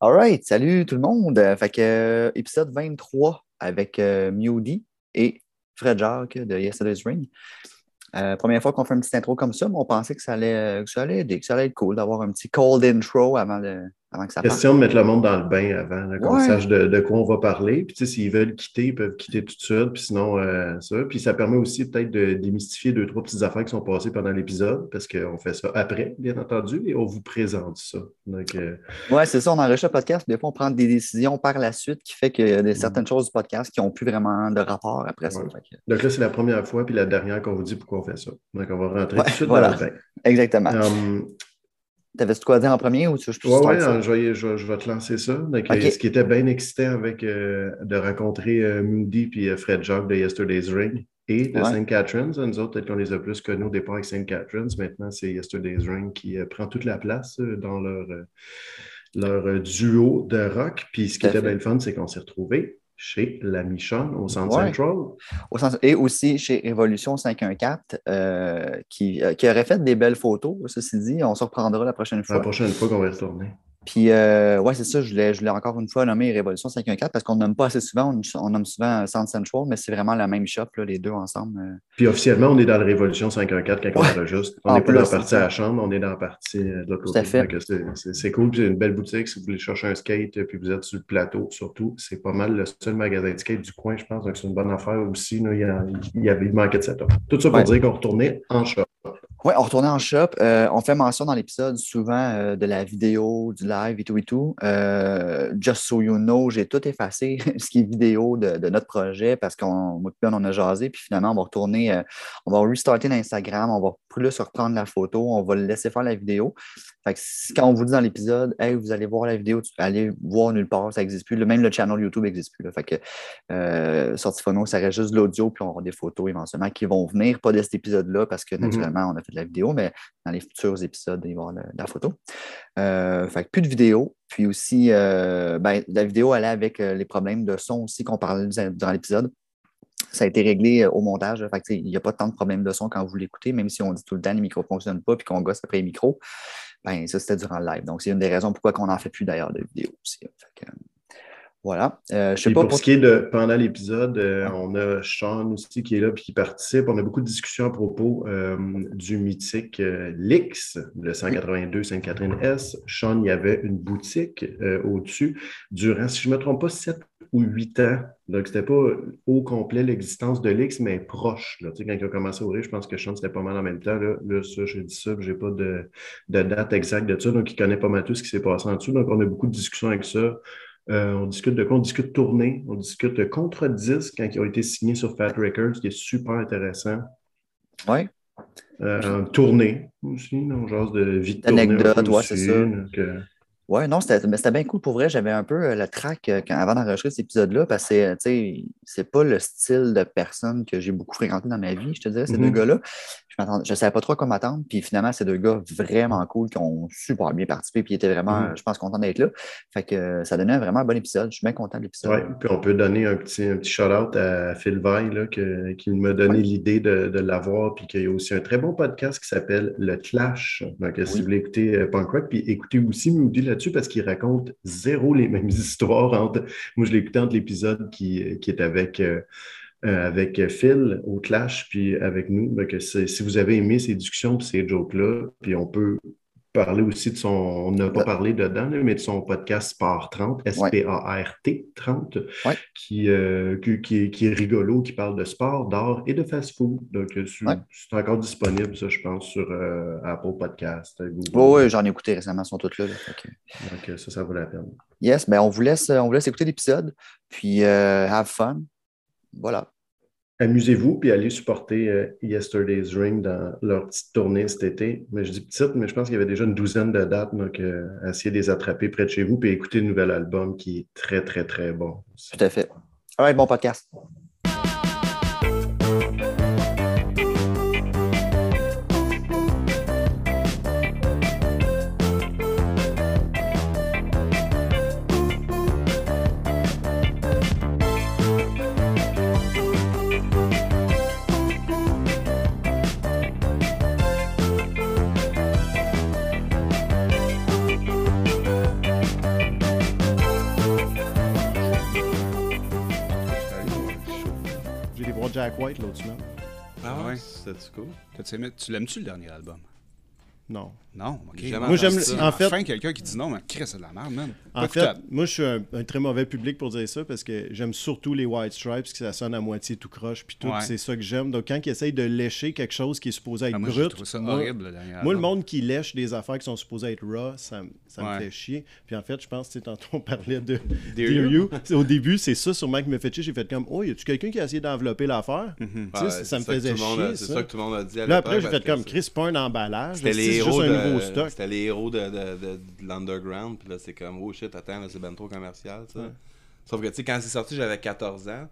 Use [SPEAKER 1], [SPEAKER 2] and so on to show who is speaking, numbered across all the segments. [SPEAKER 1] All right, salut tout le monde. Euh, Fait que euh, épisode 23 avec euh, Mewdy et Fred Jacques de Yesterday's Ring. Euh, première fois qu'on fait une petite intro comme ça, mais on pensait que ça allait, euh, que ça allait aider, que ça allait être cool d'avoir un petit cold intro avant, le, avant que ça parte.
[SPEAKER 2] Question de mettre le monde dans le bain avant, là, qu'on
[SPEAKER 1] Ouais.
[SPEAKER 2] sache de, de quoi on va parler. Puis, tu sais, s'ils veulent quitter, ils peuvent quitter tout de suite. Puis sinon, euh, ça. Puis, ça permet aussi peut-être de démystifier deux, trois petites affaires qui sont passées pendant l'épisode, parce qu'on fait ça après, bien entendu, et on vous présente ça. Donc, euh,
[SPEAKER 1] Ouais, c'est ça, on enregistre le podcast, puis des fois on prend des décisions par la suite qui fait qu'il y a des- certaines choses du podcast qui n'ont plus vraiment de rapport après ça.
[SPEAKER 2] Mm. Ouais.
[SPEAKER 1] Fait que-
[SPEAKER 2] donc là, c'est la première fois, puis la dernière qu'on vous dit pourquoi on fait ça. Donc, on va rentrer
[SPEAKER 1] Ouais,
[SPEAKER 2] tout de suite
[SPEAKER 1] voilà.
[SPEAKER 2] dans le bain.
[SPEAKER 1] Exactement.
[SPEAKER 2] Hum,
[SPEAKER 1] T'avais-tu de quoi dire en premier ou tu veux que je puisse
[SPEAKER 2] Oui,
[SPEAKER 1] faire
[SPEAKER 2] ouais,
[SPEAKER 1] ça?
[SPEAKER 2] euh, je, vais, je vais- je vais te lancer ça. Donc,
[SPEAKER 1] Ok.
[SPEAKER 2] euh, Ce qui était bien excitant avec euh, de rencontrer euh, Moody puis euh, Fred Jacques de Yesterday's Ring et de
[SPEAKER 1] Ouais.
[SPEAKER 2] St. Catharines. Nous autres, peut-être qu'on les a plus connus au départ avec St. Catharines. Maintenant, c'est Yesterday's Ring qui euh, prend toute la place euh, dans leur, euh, leur euh, duo de rock. Puis ce qui
[SPEAKER 1] Tout à
[SPEAKER 2] était
[SPEAKER 1] fait.
[SPEAKER 2] bien le fun, c'est qu'on s'est retrouvés chez la Michonne au Centre
[SPEAKER 1] Ouais.
[SPEAKER 2] Central.
[SPEAKER 1] Au sens- et aussi chez Révolution 514, euh, qui, euh, qui aurait fait des belles photos, ceci dit, on se reprendra la prochaine fois.
[SPEAKER 2] La prochaine fois qu'on va y retourner.
[SPEAKER 1] Puis, euh, ouais, c'est ça, je voulais, je voulais encore une fois nommer Révolution 514 parce qu'on nomme pas assez souvent, on, on nomme souvent euh, Sound Central, mais c'est vraiment la même shop, là, les deux ensemble. euh.
[SPEAKER 2] Puis officiellement, on est dans la Révolution 514 quand
[SPEAKER 1] Ouais.
[SPEAKER 2] on enregistre.
[SPEAKER 1] En
[SPEAKER 2] On n'est pas
[SPEAKER 1] plus,
[SPEAKER 2] dans la
[SPEAKER 1] c'est
[SPEAKER 2] partie
[SPEAKER 1] ça.
[SPEAKER 2] à la chambre, on est dans la partie euh, de l'autre
[SPEAKER 1] Tout à
[SPEAKER 2] côté.
[SPEAKER 1] fait.
[SPEAKER 2] Fait que c'est- C'est c'est cool. Puis C'est une belle boutique. Si vous voulez chercher un skate euh, puis vous êtes sur le plateau, surtout, c'est pas mal le seul magasin de skate du coin, je pense. Donc, c'est une bonne affaire aussi. là. il, y a- il y avait, il manquait de setup. Tout ça pour
[SPEAKER 1] Ouais.
[SPEAKER 2] dire qu'on retournait en shop.
[SPEAKER 1] Oui, on retournait en shop. Euh, on fait mention dans l'épisode souvent euh, de la vidéo, du live et tout et tout. Euh, just so you know, j'ai tout effacé, ce qui est vidéo de, de notre projet, parce qu'on moi puis Ben, on a jasé, puis finalement, on va retourner, euh, on va restarter l'Instagram, on va plus reprendre la photo, on va le laisser faire la vidéo. Fait que si- quand on vous dit dans l'épisode, hey, vous allez voir la vidéo, tu- allez voir nulle part, ça n'existe plus. Le- Même le channel YouTube n'existe plus. là. Fait que euh, Sortifono, ça reste juste de l'audio, puis on aura des photos éventuellement qui vont venir, pas de cet épisode-là, parce que
[SPEAKER 2] Mhm.
[SPEAKER 1] naturellement, on a fait de la vidéo, mais dans les futurs épisodes, il va y avoir la, la photo. Euh, fait que plus de vidéo, puis aussi, euh, ben, la vidéo allait avec euh, les problèmes de son aussi qu'on parlait du- durant l'épisode. Ça a été réglé euh, au montage. là. Fait que, tu sais, il n'y a pas tant de problèmes de son quand vous l'écoutez, même si on dit tout le temps les micros ne fonctionnent pas puis qu'on gosse après les micros. Ben, ça, c'était durant le live. Donc, c'est une des raisons pourquoi on n'en fait plus d'ailleurs de vidéos aussi. Fait que, euh, voilà. Euh, je sais
[SPEAKER 2] Puis
[SPEAKER 1] pas
[SPEAKER 2] pour
[SPEAKER 1] pour
[SPEAKER 2] ce qui est de pendant l'épisode, euh, on a Sean aussi qui est là puis qui participe. On a beaucoup de discussions à propos euh, du mythique euh, Lix, le 182 Sainte-Catherine-S. Sean, il y avait une boutique euh, au-dessus durant, si je ne me trompe pas, 7 ou 8 ans. Donc, c'était pas au complet l'existence de Lix, mais proche. Là. Tu sais, Quand il a commencé à ouvrir, je pense que Sean, c'était pas mal en même temps. Là, là ça, j'ai dit ça, je n'ai pas de, de date exacte de ça. Donc, il connaît pas mal tout ce qui s'est passé en dessous. Donc, on a beaucoup de discussions avec ça. Euh, on discute de quoi? On discute tournée, on discute de contre-disques quand ils ont été signés sur Fat Records, qui est super intéressant.
[SPEAKER 1] Ouais.
[SPEAKER 2] Euh, tournée aussi, on jase de vie de tournée.
[SPEAKER 1] D'anecdotes,
[SPEAKER 2] un peu
[SPEAKER 1] ouais,
[SPEAKER 2] aussi,
[SPEAKER 1] c'est ça.
[SPEAKER 2] donc, euh,
[SPEAKER 1] Ouais, non, c'était mais c'était bien cool pour vrai. J'avais un peu euh, le track euh, quand- avant d'enregistrer cet épisode-là parce que c'est, euh, tu sais, c'est pas le style de personne que j'ai beaucoup fréquenté dans ma vie, je te dirais, ces
[SPEAKER 2] Mhm.
[SPEAKER 1] deux gars-là. Je m'attendais- je savais pas trop à quoi m'attendre. Puis finalement, ces deux gars vraiment cool qui ont super bien participé puis ils étaient vraiment,
[SPEAKER 2] Mhm.
[SPEAKER 1] euh, je pense, contents d'être là. Fait que euh, ça donnait un vraiment bon épisode. Je suis bien content de l'épisode.
[SPEAKER 2] ouais. Puis on peut donner un petit, un petit shout-out à Phil Veil, là, que- qui m'a donné l'idée de, de l'avoir, puis qu'il y a aussi un très bon podcast qui s'appelle Le Clash. Donc, si
[SPEAKER 1] Oui.
[SPEAKER 2] vous voulez écouter euh, Punk Rock, puis écoutez aussi Moody là-dessus, parce qu'il raconte zéro les mêmes histoires entre Moi, je l'ai écouté entre l'épisode qui, qui est avec, euh, euh, avec Phil au Clash, puis avec nous. Donc, c'est- si vous avez aimé ces discussions, puis ces jokes-là, puis on peut parler aussi de son. On n'a pas
[SPEAKER 1] Ouais.
[SPEAKER 2] parlé dedans, là, mais de son podcast Sport 30, S-P-A-R-T 30,
[SPEAKER 1] Ouais.
[SPEAKER 2] qui, euh, qui, qui est, qui est rigolo, qui parle de sport, d'art et de fast-food. Donc, euh, c'est
[SPEAKER 1] Ouais.
[SPEAKER 2] c'est encore disponible, ça, je pense, sur euh, Apple Podcast. Google.
[SPEAKER 1] Ouais, ouais, j'en ai écouté récemment, ils sont tous là. là. Fait que-
[SPEAKER 2] Donc, euh, ça, ça vaut la peine.
[SPEAKER 1] Yes, ben on vous laisse, on vous laisse écouter l'épisode. Puis euh, have fun. Voilà.
[SPEAKER 2] Amusez-vous, puis allez supporter euh, Yesterday's Ring dans leur petite tournée cet été. Mais je dis petite, mais je pense qu'il y avait déjà une douzaine de dates, donc euh, essayez de les attraper près de chez vous, puis écoutez le nouvel album qui est très, très, très bon.
[SPEAKER 1] Tout à fait. All right, bon podcast.
[SPEAKER 3] sur Jack White l'autre semaine.
[SPEAKER 4] Ah ouais?
[SPEAKER 5] c'est cool.
[SPEAKER 4] T'as-tu aimé- Tu l'aimes-tu le dernier album?
[SPEAKER 3] Non.
[SPEAKER 4] Non, ok.
[SPEAKER 6] J'ai jamais
[SPEAKER 3] Moi, j'aime-
[SPEAKER 4] Asti,
[SPEAKER 3] en
[SPEAKER 4] enfin,
[SPEAKER 3] fait-
[SPEAKER 4] quelqu'un qui dit non, mais Chris, c'est de la merde, man. Pas
[SPEAKER 3] En fait,
[SPEAKER 4] écoutable.
[SPEAKER 3] moi, je suis un, un très mauvais public pour dire ça parce que j'aime surtout les White Stripes, que ça sonne à moitié tout croche, puis tout,
[SPEAKER 4] Ouais.
[SPEAKER 3] puis c'est ça que j'aime. Donc, quand ils essayent de lécher quelque chose qui est supposé être
[SPEAKER 4] Ah, moi, j'ai
[SPEAKER 3] brut,
[SPEAKER 4] trouvé ça
[SPEAKER 3] moi,
[SPEAKER 4] horrible le dernier
[SPEAKER 3] moi, le
[SPEAKER 4] album.
[SPEAKER 3] monde qui lèche des affaires qui sont supposées être raw, ça, me- ça
[SPEAKER 4] Ouais.
[SPEAKER 3] me fait chier. Puis en fait, je pense, tu sais, tantôt, on parlait de
[SPEAKER 4] Dear
[SPEAKER 3] Dear
[SPEAKER 4] You.
[SPEAKER 3] You. C'est- Au début, c'est ça sûrement qui me fait chier. J'ai fait comme, oh, y a-tu quelqu'un qui a essayé d'envelopper l'affaire?
[SPEAKER 4] Mhm.
[SPEAKER 3] Tu sais,
[SPEAKER 6] Ouais,
[SPEAKER 3] ça,
[SPEAKER 6] c'est
[SPEAKER 3] me
[SPEAKER 6] que
[SPEAKER 3] faisait
[SPEAKER 6] tout le monde a-
[SPEAKER 3] chier.
[SPEAKER 6] C'est
[SPEAKER 3] ça.
[SPEAKER 6] ça que tout le monde a dit à
[SPEAKER 3] Là, après, j'ai
[SPEAKER 6] l'époque,
[SPEAKER 3] fait
[SPEAKER 6] parce
[SPEAKER 3] comme,
[SPEAKER 6] que
[SPEAKER 3] Chris, c'est pas un emballage.
[SPEAKER 6] C'était les
[SPEAKER 3] c'est juste
[SPEAKER 6] héros
[SPEAKER 3] un nouveau
[SPEAKER 6] de,
[SPEAKER 3] stock.
[SPEAKER 6] c'était les héros de, de, de, de l'underground. Puis là, c'est comme, oh shit, attends, là, c'est ben trop commercial, ça. Sauf que, tu sais, quand c'est sorti, j'avais 14 ans.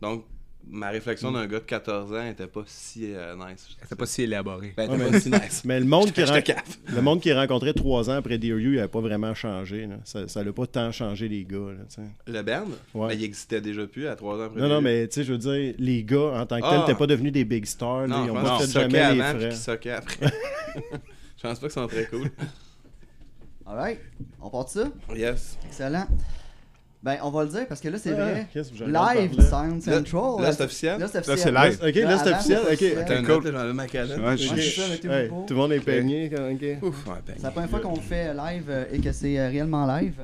[SPEAKER 6] Donc, ma
[SPEAKER 3] Mm.
[SPEAKER 6] réflexion d'un gars de 14 ans était pas si euh, nice.
[SPEAKER 4] C'était pas si élaboré.
[SPEAKER 6] Ben, était pas si nice.
[SPEAKER 3] Mais le monde qui
[SPEAKER 6] Je te
[SPEAKER 3] ren-
[SPEAKER 6] cave.
[SPEAKER 3] le monde qui rencontrait trois ans après Dear You, il n'avait pas vraiment changé. là. Ça n'a pas tant changé les gars. là, tu sais.
[SPEAKER 6] Le band,
[SPEAKER 3] Ouais.
[SPEAKER 6] ben, il existait déjà plus à 3 ans après.
[SPEAKER 3] non, non, mais tu sais, je veux dire, les gars en tant que tels
[SPEAKER 6] Ah.
[SPEAKER 3] n'étaient pas devenus des big stars. là.
[SPEAKER 6] Non,
[SPEAKER 3] ils
[SPEAKER 6] je
[SPEAKER 3] n'ont
[SPEAKER 6] pense
[SPEAKER 3] pas
[SPEAKER 6] qu'ils
[SPEAKER 3] fait
[SPEAKER 6] sockaient
[SPEAKER 3] jamais les
[SPEAKER 6] avant puis qu'ils
[SPEAKER 3] frais.
[SPEAKER 6] sockaient après. Je pense pas qu'ils sont très cool.
[SPEAKER 7] All right. On part de ça?
[SPEAKER 6] Yes.
[SPEAKER 7] Excellent. Ben, on va le dire parce que là, c'est
[SPEAKER 3] Ah,
[SPEAKER 7] vrai.
[SPEAKER 3] qu'est-ce que je regarde
[SPEAKER 7] Live
[SPEAKER 3] par là?
[SPEAKER 7] Sound
[SPEAKER 6] Là-
[SPEAKER 7] Central.
[SPEAKER 6] là, c'est officiel?
[SPEAKER 7] Là, c'est
[SPEAKER 4] Là,
[SPEAKER 7] officiel.
[SPEAKER 4] c'est live.
[SPEAKER 3] Ah, Ok, là, c'est
[SPEAKER 7] avant,
[SPEAKER 3] officiel,
[SPEAKER 7] c'est
[SPEAKER 3] ok.
[SPEAKER 7] officiel.
[SPEAKER 6] T'as
[SPEAKER 4] Attends,
[SPEAKER 6] une
[SPEAKER 4] cool.
[SPEAKER 6] note, là, j'enlève ma canette.
[SPEAKER 4] Ouais,
[SPEAKER 7] Ouais, c'est
[SPEAKER 4] j'ai-
[SPEAKER 7] ça, mettez-vous
[SPEAKER 3] Hey,
[SPEAKER 7] pour.
[SPEAKER 3] tout le monde est peigné. quand- ok.
[SPEAKER 6] Ouf, ouais, ben,
[SPEAKER 7] C'est la première fois qu'on fait live euh, et que c'est euh, réellement live.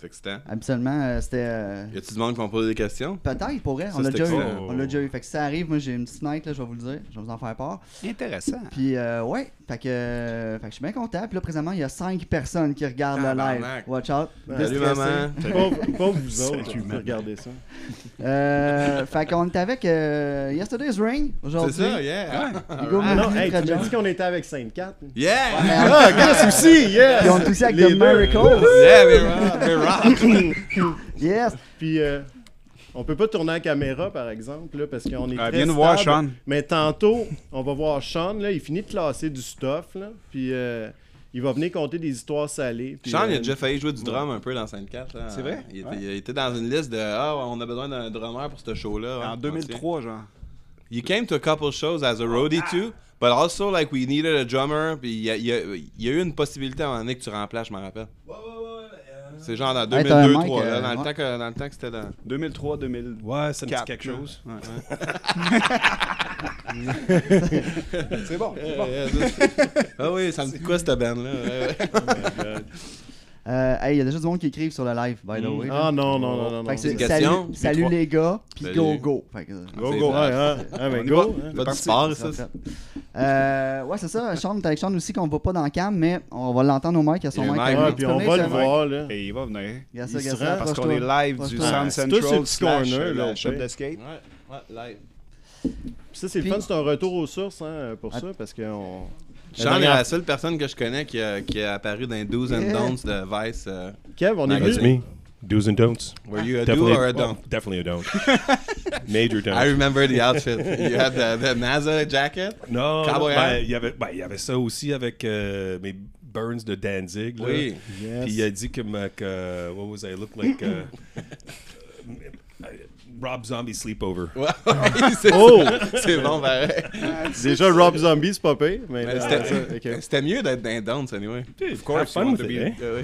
[SPEAKER 6] c'est excitant.
[SPEAKER 7] Habituellement, euh, c'était. euh,
[SPEAKER 6] Y a-tu du monde qui vont poser des questions?
[SPEAKER 7] Peut-être, pour elle.
[SPEAKER 6] Ça,
[SPEAKER 7] On l'a
[SPEAKER 6] c'est
[SPEAKER 7] déjà eu.
[SPEAKER 6] excellent.
[SPEAKER 7] On l'a déjà eu. Fait que si ça arrive, moi, j'ai une petite night, là, je vais vous le dire. Je vais vous en faire part.
[SPEAKER 4] Intéressant.
[SPEAKER 7] Puis, euh, ouais. Fait que, euh, fait que je suis bien content. Puis là, présentement, il y a 5 personnes qui regardent le live.
[SPEAKER 6] Tabarnak.
[SPEAKER 7] Watch out.
[SPEAKER 6] Salut,
[SPEAKER 7] Déstressé.
[SPEAKER 6] maman.
[SPEAKER 3] Pauvre, pauvre vous autres, regardez ça.
[SPEAKER 7] Euh, fait qu'on est avec euh, Yesterday's Ring
[SPEAKER 6] C'est
[SPEAKER 7] aujourd'hui.
[SPEAKER 6] ça, yeah.
[SPEAKER 7] Hugo
[SPEAKER 3] Ah, non,
[SPEAKER 7] Moody,
[SPEAKER 3] hey,
[SPEAKER 7] Fred
[SPEAKER 3] tu m'as
[SPEAKER 7] Jones.
[SPEAKER 3] dit qu'on était avec Sainte-Cat.
[SPEAKER 6] Yeah!
[SPEAKER 3] Ah, Chris aussi, yes!
[SPEAKER 7] Puis on est aussi avec
[SPEAKER 3] Les
[SPEAKER 7] The
[SPEAKER 3] deux.
[SPEAKER 7] Miracles.
[SPEAKER 6] Yeah, we rock, we rock.
[SPEAKER 7] Yes.
[SPEAKER 3] Puis euh, on peut pas tourner à caméra, par exemple, là, parce qu'on est
[SPEAKER 4] Ah,
[SPEAKER 3] très
[SPEAKER 4] viens nous voir,
[SPEAKER 3] stable.
[SPEAKER 4] Sean.
[SPEAKER 3] Mais tantôt, on va voir Sean. Là, il finit de classer du stuff. Là, puis euh, il va venir conter des histoires salées. puis,
[SPEAKER 6] Sean, il
[SPEAKER 3] euh,
[SPEAKER 6] a déjà failli jouer du drum un peu dans 5-4. là.
[SPEAKER 4] C'est vrai?
[SPEAKER 6] Il était,
[SPEAKER 4] Ouais.
[SPEAKER 6] il était dans une liste de Ah, on a besoin d'un drummer pour ce show-là. hein.
[SPEAKER 4] En 2003, genre.
[SPEAKER 6] You came to a couple shows as a roadie too, but also like we needed a drummer. Puis il y a, il y a- il y a eu une possibilité à un moment donné que tu remplaces, je m'en rappelle. C'est genre dans
[SPEAKER 7] Ouais, t'as un
[SPEAKER 6] 2002
[SPEAKER 7] mic,
[SPEAKER 6] 3
[SPEAKER 7] euh,
[SPEAKER 6] dans,
[SPEAKER 7] ouais.
[SPEAKER 6] le temps que- dans le temps que c'était dans.
[SPEAKER 4] 2003, 2000.
[SPEAKER 8] Ouais, ça me dit
[SPEAKER 4] Quatre,
[SPEAKER 8] quelque
[SPEAKER 4] là.
[SPEAKER 8] chose.
[SPEAKER 4] Ouais.
[SPEAKER 8] C'est bon.
[SPEAKER 6] Euh, euh, ah oui, ça me dit quoi cette bande-là? Ouais, ouais.
[SPEAKER 7] Euh, hey, il y a déjà du monde qui écrive sur le live, by the way.
[SPEAKER 3] Ah non, non, non, non.
[SPEAKER 7] Fait
[SPEAKER 3] non.
[SPEAKER 7] que c'est-
[SPEAKER 6] Une question,
[SPEAKER 7] salut,
[SPEAKER 6] puis
[SPEAKER 7] salut
[SPEAKER 6] trois.
[SPEAKER 7] les gars, puis
[SPEAKER 6] Salut.
[SPEAKER 7] go go. Fait que, euh,
[SPEAKER 3] Go,
[SPEAKER 6] C'est
[SPEAKER 3] go.
[SPEAKER 6] vrai.
[SPEAKER 3] Ben, Ouais, hein, hein, mais
[SPEAKER 6] On y
[SPEAKER 3] go,
[SPEAKER 6] va.
[SPEAKER 3] hein.
[SPEAKER 6] Pas de sport, ça.
[SPEAKER 7] Ça fait. Euh, ouais, c'est ça. Sean, t'es avec Sean aussi qu'on voit pas dans la cam, mais on va l'entendre au mic. Il y a son
[SPEAKER 6] Il y a
[SPEAKER 7] mic.
[SPEAKER 6] un mic,
[SPEAKER 7] euh,
[SPEAKER 6] ouais,
[SPEAKER 3] Ah, puis on va le
[SPEAKER 7] disponible, ça.
[SPEAKER 3] voir, là.
[SPEAKER 4] Et il va venir.
[SPEAKER 7] Regarde ça,
[SPEAKER 3] Il se
[SPEAKER 7] regarde
[SPEAKER 3] rend
[SPEAKER 7] ça,
[SPEAKER 4] Parce qu'on
[SPEAKER 7] approche-toi.
[SPEAKER 4] est live du
[SPEAKER 7] Approche-toi.
[SPEAKER 4] Sound
[SPEAKER 3] c'est tout sur
[SPEAKER 4] Central
[SPEAKER 3] le
[SPEAKER 4] slash
[SPEAKER 3] corner,
[SPEAKER 4] euh,
[SPEAKER 3] là,
[SPEAKER 4] la shop
[SPEAKER 3] au pire.
[SPEAKER 4] d'escape.
[SPEAKER 6] Ouais, ouais, live.
[SPEAKER 3] Puis ça, c'est
[SPEAKER 7] Puis-
[SPEAKER 3] le fun, c'est un retour aux sources hein, pour ça, parce qu'on...
[SPEAKER 6] Sean est la seule personne que je connais qui, a- qui est apparue dans les Do's and
[SPEAKER 7] Yeah.
[SPEAKER 6] Don'ts de Vice. euh,
[SPEAKER 3] Kev, on est
[SPEAKER 6] That's
[SPEAKER 3] venu...
[SPEAKER 8] me. Do's and don'ts.
[SPEAKER 6] were you a do
[SPEAKER 8] Definitely,
[SPEAKER 6] or a don't?
[SPEAKER 8] definitely a don't. Major don't.
[SPEAKER 6] I remember the outfit. You had the, the NASA jacket.
[SPEAKER 8] non, non,
[SPEAKER 6] Cowboy
[SPEAKER 8] ben,
[SPEAKER 6] hat.
[SPEAKER 8] Oh, il y avait, ben, il y avait ça aussi avec euh, mes Burns de Danzig. là.
[SPEAKER 6] Oui.
[SPEAKER 3] Yes.
[SPEAKER 8] Puis il a dit que, ma- que what was I look like? euh, euh, Rob Zombie sleepover.
[SPEAKER 6] Ouais, c'est
[SPEAKER 3] Oh!
[SPEAKER 6] ça. C'est bon, pareil.
[SPEAKER 3] Déjà, Rob Zombie, c'est pas pire, mais...
[SPEAKER 6] Mais
[SPEAKER 3] là,
[SPEAKER 6] C'était
[SPEAKER 3] ça, ok.
[SPEAKER 6] c'était mieux d'être dans les Don'ts, anyway.
[SPEAKER 8] Of course, fun with it, eh?
[SPEAKER 6] Euh,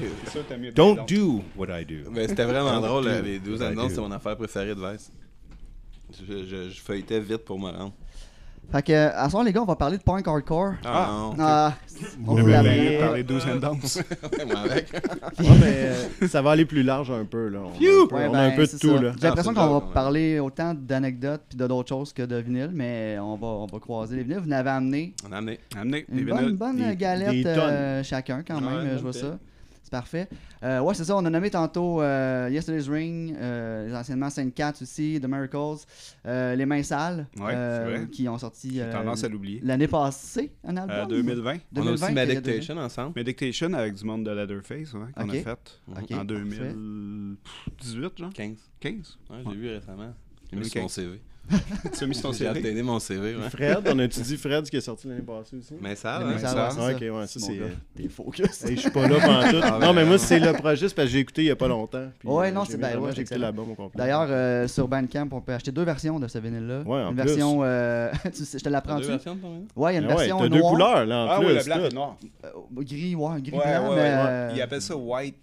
[SPEAKER 6] oui.
[SPEAKER 8] Don't do what I do.
[SPEAKER 6] Mais Ben, c'était vraiment drôle, là, les 12
[SPEAKER 8] Ouais,
[SPEAKER 6] and Don'ts,
[SPEAKER 8] dude.
[SPEAKER 6] c'est mon affaire préférée de Vice. Je, je- je feuilletais vite pour me rendre.
[SPEAKER 7] Fait que, euh, à ce soir, les gars, on va parler de punk hardcore.
[SPEAKER 6] Ah, non.
[SPEAKER 7] Ah, on vous
[SPEAKER 4] Parler
[SPEAKER 7] l'avait.
[SPEAKER 4] parler 12
[SPEAKER 6] Euh,
[SPEAKER 4] and Don'ts.
[SPEAKER 6] Moi avec.
[SPEAKER 3] Ouais, mais euh, ça va aller plus large un peu, là. On a un peu,
[SPEAKER 7] Ouais,
[SPEAKER 3] on a
[SPEAKER 7] ben,
[SPEAKER 3] un peu de
[SPEAKER 7] c'est
[SPEAKER 3] tout,
[SPEAKER 7] ça.
[SPEAKER 3] là.
[SPEAKER 7] J'ai l'impression
[SPEAKER 6] Ah,
[SPEAKER 7] qu'on
[SPEAKER 6] c'est
[SPEAKER 7] va
[SPEAKER 6] drôle, ouais.
[SPEAKER 7] parler autant d'anecdotes puis de d'autres choses que de vinyle, mais on va, on va croiser les vinyles. Vous n'avez amené
[SPEAKER 6] On a amené.
[SPEAKER 4] Amenez
[SPEAKER 7] une
[SPEAKER 4] des
[SPEAKER 7] bonne,
[SPEAKER 4] vinyles.
[SPEAKER 7] bonne
[SPEAKER 3] des-
[SPEAKER 7] galette
[SPEAKER 3] des tonnes.
[SPEAKER 7] euh, chacun quand
[SPEAKER 6] Ouais,
[SPEAKER 7] même,
[SPEAKER 6] bonne
[SPEAKER 7] je vois
[SPEAKER 6] paire.
[SPEAKER 7] ça. C'est parfait. Euh, ouais, c'est ça, on a nommé tantôt euh, Yesterday's Ring, euh, les anciennement 5-4 aussi, The Miracles, euh, Les Mains Sales,
[SPEAKER 4] Ouais,
[SPEAKER 7] euh,
[SPEAKER 4] c'est vrai.
[SPEAKER 7] qui ont sorti euh,
[SPEAKER 4] Tendance à l'oublier.
[SPEAKER 7] l'année passée, un album.
[SPEAKER 4] Euh, 2020.
[SPEAKER 6] On a
[SPEAKER 7] 2020,
[SPEAKER 6] aussi
[SPEAKER 7] qu'il y a deux ans.
[SPEAKER 6] Meditation ensemble.
[SPEAKER 4] Meditation avec du monde de Leatherface ouais, qu'on
[SPEAKER 7] Ok.
[SPEAKER 4] a fait
[SPEAKER 7] Ok,
[SPEAKER 4] en
[SPEAKER 7] parfait.
[SPEAKER 4] 2018, genre
[SPEAKER 6] 15.
[SPEAKER 4] 15.
[SPEAKER 6] Ouais, j'ai vu récemment. J'ai mis sur
[SPEAKER 4] 2015.
[SPEAKER 6] mon CV.
[SPEAKER 4] Tu as mis ton
[SPEAKER 6] J'ai
[SPEAKER 4] CV.
[SPEAKER 6] updaté mon CV, ouais.
[SPEAKER 3] Fred, on a-tu dit Fred, ce qui est sorti l'année passée aussi?
[SPEAKER 6] Mais ça,
[SPEAKER 7] Les
[SPEAKER 6] ouais.
[SPEAKER 7] Mains Sales,
[SPEAKER 4] ça.
[SPEAKER 7] c'est
[SPEAKER 3] Ah, ok, ouais, ça,
[SPEAKER 7] Mon
[SPEAKER 3] c'est...
[SPEAKER 7] gars, T'es focus.
[SPEAKER 3] Hey, je suis pas là pendant tout.
[SPEAKER 6] Ah,
[SPEAKER 3] non, mais
[SPEAKER 6] ben,
[SPEAKER 3] moi, c'est le projet, c'est parce que j'ai écouté il y a pas longtemps. puis,
[SPEAKER 7] Ouais,
[SPEAKER 3] euh,
[SPEAKER 7] non,
[SPEAKER 3] j'ai
[SPEAKER 7] c'est
[SPEAKER 3] mis
[SPEAKER 7] ben,
[SPEAKER 3] vraiment-
[SPEAKER 7] ouais,
[SPEAKER 3] J'ai écouté
[SPEAKER 7] excellent.
[SPEAKER 3] l'album au complet.
[SPEAKER 7] D'ailleurs, euh, sur Bandcamp, on peut acheter deux versions de ce vinyle-là.
[SPEAKER 3] Ouais, en
[SPEAKER 7] Une
[SPEAKER 3] plus.
[SPEAKER 7] version, euh, tu sais, je te la
[SPEAKER 6] T'as deux
[SPEAKER 7] prends-tu?
[SPEAKER 6] versions de ton ménage?
[SPEAKER 7] Ouais, il y a une
[SPEAKER 3] Ah ouais,
[SPEAKER 7] version
[SPEAKER 3] t'as deux
[SPEAKER 7] noire.
[SPEAKER 3] couleurs, là, en
[SPEAKER 4] Ah
[SPEAKER 3] plus.
[SPEAKER 4] oui, le blanc
[SPEAKER 3] tout.
[SPEAKER 4] et noir.
[SPEAKER 7] euh, gris, ouais, gris
[SPEAKER 4] Ouais,
[SPEAKER 7] blanc,
[SPEAKER 4] ouais,
[SPEAKER 7] mais...
[SPEAKER 4] ouais.
[SPEAKER 7] euh,
[SPEAKER 4] Il appelle ça white,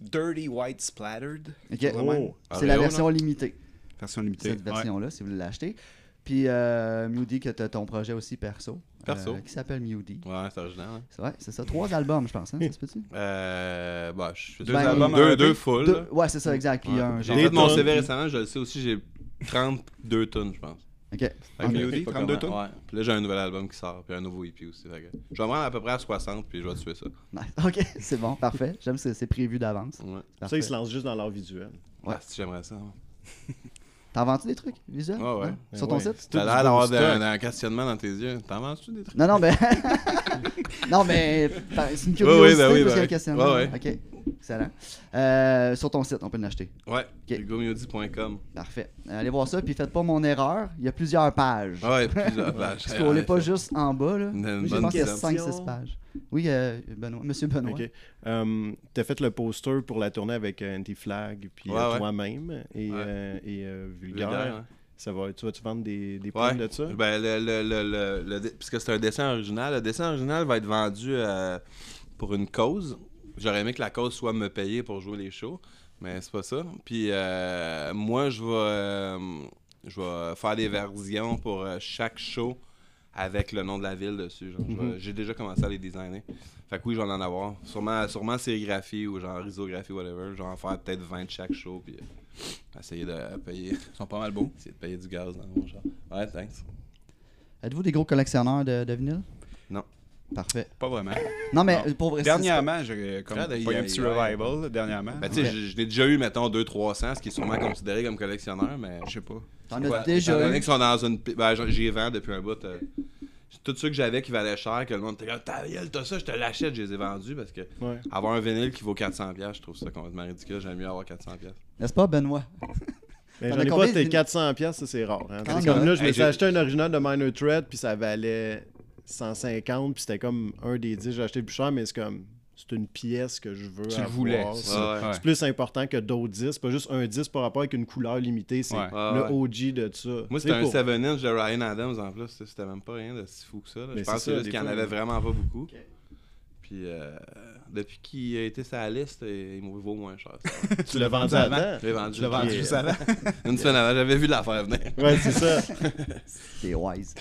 [SPEAKER 4] dirty white splattered.
[SPEAKER 7] ok.
[SPEAKER 3] Oh.
[SPEAKER 7] C'est la
[SPEAKER 6] Oreo,
[SPEAKER 7] version limitée,
[SPEAKER 4] Version limitée.
[SPEAKER 7] cette version-là, si vous voulez l'acheter. Puis euh, Mewdy, que tu ton projet aussi perso.
[SPEAKER 6] Perso.
[SPEAKER 7] euh, qui s'appelle Mewdy.
[SPEAKER 6] Ouais, c'est original. hein.
[SPEAKER 7] C'est vrai, c'est ça. Trois albums, je pense. Hein, ça se peut-tu?
[SPEAKER 6] Euh, bah, je suis deux
[SPEAKER 7] Ben,
[SPEAKER 6] albums,
[SPEAKER 7] un
[SPEAKER 6] deux,
[SPEAKER 7] EP.
[SPEAKER 6] deux full.
[SPEAKER 7] Deux-
[SPEAKER 6] là.
[SPEAKER 7] Ouais, c'est ça, exact. Puis
[SPEAKER 6] Ouais.
[SPEAKER 7] un
[SPEAKER 6] J'ai
[SPEAKER 7] genre-
[SPEAKER 6] fait mon
[SPEAKER 3] tonnes,
[SPEAKER 6] CV
[SPEAKER 3] puis-
[SPEAKER 6] récemment, je le sais aussi, j'ai 32 tonnes, je pense.
[SPEAKER 7] Ok.
[SPEAKER 6] Fait que,
[SPEAKER 7] Ah,
[SPEAKER 6] euh,
[SPEAKER 9] oui,
[SPEAKER 6] pas
[SPEAKER 9] 32
[SPEAKER 6] comment- Ouais. Puis là, j'ai un nouvel album qui sort, puis un nouveau EP aussi. Fait que je vais me rendre à peu près à 60, puis je vais tuer ça.
[SPEAKER 7] Nice. Ok, c'est bon, parfait. J'aime que c'est prévu d'avance.
[SPEAKER 6] Ouais.
[SPEAKER 3] Ça,
[SPEAKER 7] Parfait.
[SPEAKER 3] ils se lancent juste dans l'art visuel.
[SPEAKER 7] Ouais.
[SPEAKER 6] Ah, si j'aimerais ça. ouais.
[SPEAKER 7] T'as vendu des trucs visuels?
[SPEAKER 6] Ouais, ouais.
[SPEAKER 7] hein, Sur ton
[SPEAKER 3] Ouais.
[SPEAKER 7] site?
[SPEAKER 6] T'as
[SPEAKER 3] du
[SPEAKER 6] l'air
[SPEAKER 3] beau
[SPEAKER 6] d'avoir de-
[SPEAKER 3] stock.
[SPEAKER 6] un, questionnement dans tes yeux. T'en manges-tu des trucs?
[SPEAKER 7] Non, non, mais. non, mais. ben, C'est une
[SPEAKER 6] Ouais, ouais,
[SPEAKER 7] curiosité
[SPEAKER 6] ben oui, ben
[SPEAKER 7] parce qu'il y a un
[SPEAKER 6] oui.
[SPEAKER 7] questionnement.
[SPEAKER 6] Ouais,
[SPEAKER 7] Ok, excellent. Euh, sur ton site, on peut l'acheter.
[SPEAKER 6] Ouais, hugomiodi.com.
[SPEAKER 7] Parfait. Euh, Allez voir ça, puis faites pas mon erreur. Il y a plusieurs pages.
[SPEAKER 6] Ah Ouais, euh, ben, plusieurs pages.
[SPEAKER 7] Parce qu'on n'est pas
[SPEAKER 6] Ouais,
[SPEAKER 7] juste en bas, là.
[SPEAKER 6] Une
[SPEAKER 7] Moi, Je
[SPEAKER 6] bonne
[SPEAKER 7] pense qu'il y a
[SPEAKER 6] question.
[SPEAKER 7] 5-6 pages. Oui, euh, Benoît. Monsieur Benoît.
[SPEAKER 3] Ok. Euh, T'as fait le poster pour la tournée avec euh, Anti-Flag, puis euh,
[SPEAKER 6] Ouais, ouais.
[SPEAKER 3] toi-même, et,
[SPEAKER 6] Ouais.
[SPEAKER 3] euh, et, euh, Vulgaire.
[SPEAKER 6] Vulgaire, hein.
[SPEAKER 3] Ça va, tu vas-tu vendre des, des
[SPEAKER 6] Ouais.
[SPEAKER 3] prints de ça?
[SPEAKER 6] Ben, le, le, le, le- le dé- puisque c'est un dessin original, le dessin original va être vendu euh, pour une cause. J'aurais aimé que la cause soit me payer pour jouer les shows, mais c'est pas ça. Puis euh, moi, je vais, euh, je vais faire des versions pour euh, chaque show avec le nom de la ville dessus. genre. Je
[SPEAKER 7] Mhm.
[SPEAKER 6] vais- J'ai déjà commencé à les designer. Fait que oui, j'en en avoir. Sûrement, sûrement sérigraphie ou genre risographie, whatever. J'en vais en faire peut-être 20 de chaque show. Puis euh, essayer de payer.
[SPEAKER 9] Ils sont pas mal beaux.
[SPEAKER 6] essayer de payer du gaz dans mon genre. Ouais, thanks.
[SPEAKER 7] Êtes-vous des gros collectionneurs de, de vinyle?
[SPEAKER 6] Non.
[SPEAKER 7] Parfait.
[SPEAKER 9] Pas vraiment.
[SPEAKER 7] Non, mais
[SPEAKER 9] Non.
[SPEAKER 7] pour vrai, c'est-
[SPEAKER 9] Dernièrement, j'ai comme
[SPEAKER 6] Fred,
[SPEAKER 9] pas eu
[SPEAKER 6] il-
[SPEAKER 9] un petit
[SPEAKER 6] il-
[SPEAKER 9] revival, là, dernièrement.
[SPEAKER 6] Ben, tu sais, je je l'ai déjà eu, mettons, 200-300, ce qui est sûrement considéré comme collectionneur, mais.
[SPEAKER 9] Je sais pas.
[SPEAKER 7] T'en
[SPEAKER 6] Ouais,
[SPEAKER 7] as
[SPEAKER 6] étant
[SPEAKER 7] déjà
[SPEAKER 6] donné
[SPEAKER 7] eu.
[SPEAKER 6] qu'ils sont dans une. pi- Ben, j'en- j'y vends depuis un bout. euh, Tous ceux que j'avais qui valaient cher, que le monde était là, ta gueule, t'as ça, je te l'achète, je les ai vendus parce que
[SPEAKER 3] Ouais.
[SPEAKER 6] avoir un vinyle qui vaut 400$, piastres, je trouve ça complètement ridicule. J'aime mieux avoir 400$. piastres.
[SPEAKER 7] N'est-ce pas, Benoît?
[SPEAKER 3] Ben,
[SPEAKER 7] T'en
[SPEAKER 3] J'en
[SPEAKER 7] as
[SPEAKER 3] ai pas,
[SPEAKER 7] combien
[SPEAKER 3] c'était
[SPEAKER 7] de-
[SPEAKER 3] 400$, piastres, ça c'est rare. hein.
[SPEAKER 7] Quand
[SPEAKER 3] C'est
[SPEAKER 7] même.
[SPEAKER 3] comme là, je me
[SPEAKER 6] Hey,
[SPEAKER 3] suis
[SPEAKER 6] j'ai-
[SPEAKER 3] acheté un original de Minor Thread, puis ça valait 150$, puis c'était comme un des 10 j'ai acheté plus cher, mais c'est comme, c'est une pièce que je veux
[SPEAKER 9] Tu le
[SPEAKER 3] avoir.
[SPEAKER 9] voulais.
[SPEAKER 3] C'est-
[SPEAKER 6] ça.
[SPEAKER 9] Ouais.
[SPEAKER 3] C'est plus important que d'autres 10, pas juste un 10 par rapport avec une couleur limitée, c'est
[SPEAKER 9] Ouais.
[SPEAKER 6] Ah,
[SPEAKER 3] le
[SPEAKER 6] ouais.
[SPEAKER 3] OG de ça.
[SPEAKER 6] Moi,
[SPEAKER 3] C'est
[SPEAKER 6] c'était un
[SPEAKER 3] pour-
[SPEAKER 6] 7-inch de Ryan Adams en plus, ça, c'était même pas rien de si fou que ça. là. Je
[SPEAKER 3] Mais c'est
[SPEAKER 6] pense
[SPEAKER 3] ça,
[SPEAKER 6] que juste
[SPEAKER 3] des
[SPEAKER 6] qu'il y en
[SPEAKER 3] fois,
[SPEAKER 6] avait
[SPEAKER 3] ouais.
[SPEAKER 6] vraiment pas beaucoup. Puis, euh, depuis qu'il a été sa liste, il me vaut moins cher. ça.
[SPEAKER 3] Tu l'as vendu avant.
[SPEAKER 6] Je l'ai vendu.
[SPEAKER 3] Tu l'as vendu
[SPEAKER 6] Puis,
[SPEAKER 3] juste
[SPEAKER 6] euh,
[SPEAKER 3] avant.
[SPEAKER 6] Une semaine avant, j'avais vu l'affaire venir.
[SPEAKER 3] Ouais, c'est ça.
[SPEAKER 7] C'est wise.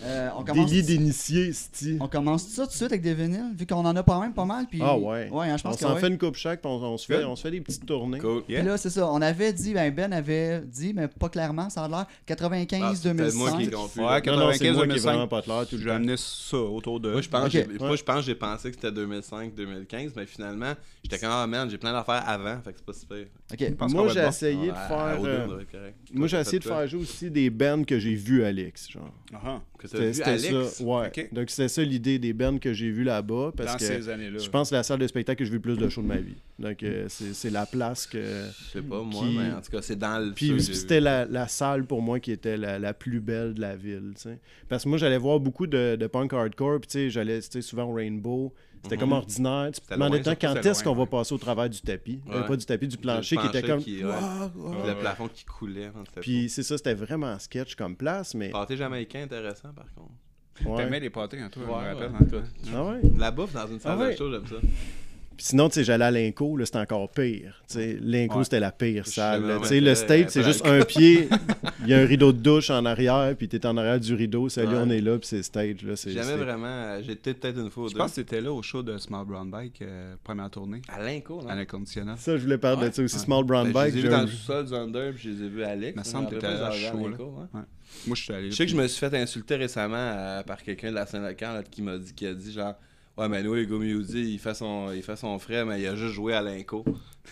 [SPEAKER 7] Euh, on commence.
[SPEAKER 3] Délit d'initié, Sty.
[SPEAKER 7] On commence ça tout de suite avec des vinyles, vu qu'on en a pas même pas mal. Puis...
[SPEAKER 3] Ah ouais.
[SPEAKER 7] Ouais, hein, je pense
[SPEAKER 3] on
[SPEAKER 7] que
[SPEAKER 3] s'en
[SPEAKER 7] ouais.
[SPEAKER 3] fait une coupe chaque, puis on, on se fait, on se fait des petites tournées.
[SPEAKER 6] Cool.
[SPEAKER 7] Puis là, c'est ça. On avait dit, ben Ben avait dit, mais pas clairement, ça a l'air, 95,
[SPEAKER 6] Ah, c'est peut-être moi qui ai
[SPEAKER 7] 2005.
[SPEAKER 6] confus.
[SPEAKER 9] Ouais,
[SPEAKER 3] Non, non,
[SPEAKER 9] 95
[SPEAKER 3] c'est moi qui est
[SPEAKER 9] 2005.
[SPEAKER 3] vraiment pas clair tout le
[SPEAKER 9] J'ai
[SPEAKER 3] temps.
[SPEAKER 9] amené ça autour de.
[SPEAKER 6] Moi, je pense,
[SPEAKER 7] Ok.
[SPEAKER 6] j'ai-
[SPEAKER 7] Ouais.
[SPEAKER 6] moi, je pense que j'ai pensé que c'était 2005-2015, mais finalement, j'étais comme, ah man, j'ai plein d'affaires avant, fait que c'est pas si pire.
[SPEAKER 7] Ok.
[SPEAKER 9] pense qu'on
[SPEAKER 3] Moi,
[SPEAKER 9] va
[SPEAKER 3] j'ai
[SPEAKER 9] être bon.
[SPEAKER 3] essayé de
[SPEAKER 6] Ah,
[SPEAKER 3] faire.
[SPEAKER 6] au deux,
[SPEAKER 3] euh,
[SPEAKER 6] on devrait être correct.
[SPEAKER 3] Moi, j'ai essayé de
[SPEAKER 6] Toi,
[SPEAKER 3] faire jouer aussi des bands que j'ai vus, Alex. Genre.
[SPEAKER 9] Ah,
[SPEAKER 6] Que t'as
[SPEAKER 3] C'était
[SPEAKER 6] vu
[SPEAKER 3] c'était
[SPEAKER 6] Alex?
[SPEAKER 3] ça. Ouais.
[SPEAKER 9] Ok.
[SPEAKER 3] Donc, c'était ça l'idée des bands que j'ai vus là-bas. Parce
[SPEAKER 9] Dans
[SPEAKER 3] que
[SPEAKER 9] ces années-là.
[SPEAKER 3] je pense que c'est la salle de spectacle que j'ai vu le plus de shows de ma vie. Donc, euh, c'est c'est la place que.
[SPEAKER 6] Je sais pas, moi,
[SPEAKER 3] Qui-
[SPEAKER 6] mais en tout cas, c'est dans le.
[SPEAKER 3] Puis c'était la, la salle pour moi qui était la, la plus belle de la ville. tu sais. Parce que moi, j'allais voir beaucoup de, de punk hardcore. Puis tu sais, j'allais tu sais, souvent au Rainbow. C'était comme ordinaire. Tu
[SPEAKER 6] Mhm.
[SPEAKER 3] te
[SPEAKER 6] C'était
[SPEAKER 3] demandais
[SPEAKER 6] loin,
[SPEAKER 3] temps
[SPEAKER 6] surtout,
[SPEAKER 3] quand
[SPEAKER 9] c'était
[SPEAKER 3] est-ce qu'on
[SPEAKER 9] loin,
[SPEAKER 3] va
[SPEAKER 9] ouais.
[SPEAKER 3] passer au travers du tapis Euh,
[SPEAKER 6] Ouais.
[SPEAKER 3] Pas du tapis, du plancher, qui était comme.
[SPEAKER 6] ouais.
[SPEAKER 3] Wow, wow.
[SPEAKER 6] Puis Le plafond qui coulait. hein, c'était
[SPEAKER 3] Puis c'est ça, c'était vraiment sketch comme place. Mais.
[SPEAKER 6] fou. Pâté jamaïcain intéressant, par contre.
[SPEAKER 3] ouais.
[SPEAKER 9] T'aimais les pâtés, hein, toi,
[SPEAKER 6] Ouais,
[SPEAKER 9] je me rappelle.
[SPEAKER 6] ouais.
[SPEAKER 9] hein, toi.
[SPEAKER 3] Ah ouais.
[SPEAKER 6] La bouffe dans une salle
[SPEAKER 3] Ah ouais.
[SPEAKER 6] de show, j'aime ça.
[SPEAKER 3] Puis sinon, tu sais, j'allais à l'Inco, là, c'était encore pire. Tu sais, L'Inco,
[SPEAKER 9] Ouais.
[SPEAKER 3] c'était la pire
[SPEAKER 6] Je
[SPEAKER 3] salle.
[SPEAKER 6] savais
[SPEAKER 3] là. Tu sais, le
[SPEAKER 6] même pas, euh,
[SPEAKER 3] stage, c'est
[SPEAKER 6] après
[SPEAKER 3] juste un pied, il y a un rideau de douche en arrière, puis t'es en arrière du rideau, salut,
[SPEAKER 6] Ouais.
[SPEAKER 3] on est là, puis c'est stage, là. C'est,
[SPEAKER 6] J'ai Jamais
[SPEAKER 3] c'est-
[SPEAKER 6] vraiment. euh, J'ai été peut-être une fois ou
[SPEAKER 9] Je
[SPEAKER 6] deux.
[SPEAKER 9] pense que c'était là au show de Small Brown Bike, euh, première tournée,
[SPEAKER 6] à l'Inco, non?
[SPEAKER 9] à l'inconditionnel.
[SPEAKER 3] Ça, je voulais parler
[SPEAKER 9] Ouais.
[SPEAKER 3] de ça aussi, Small Brown
[SPEAKER 6] Ben,
[SPEAKER 3] Bike.
[SPEAKER 6] Je les ai
[SPEAKER 3] j'ai-
[SPEAKER 6] vus dans le sous-sol du Under, puis je les ai vus à Alex.
[SPEAKER 9] Il me semble que
[SPEAKER 6] mais
[SPEAKER 9] t'étais
[SPEAKER 6] en
[SPEAKER 9] allé à
[SPEAKER 6] vrai,
[SPEAKER 9] ce
[SPEAKER 6] j'allais à
[SPEAKER 9] show-là.
[SPEAKER 6] l'Inco, ouais.
[SPEAKER 9] Moi, je suis allé.
[SPEAKER 6] Je sais que je me suis fait insulter récemment euh, par quelqu'un de la scène locale là, qui m'a dit qui a dit genre Ouais mais nous Hugo Mewdy, il fait son il fait son frais mais il a juste joué à l'Inco.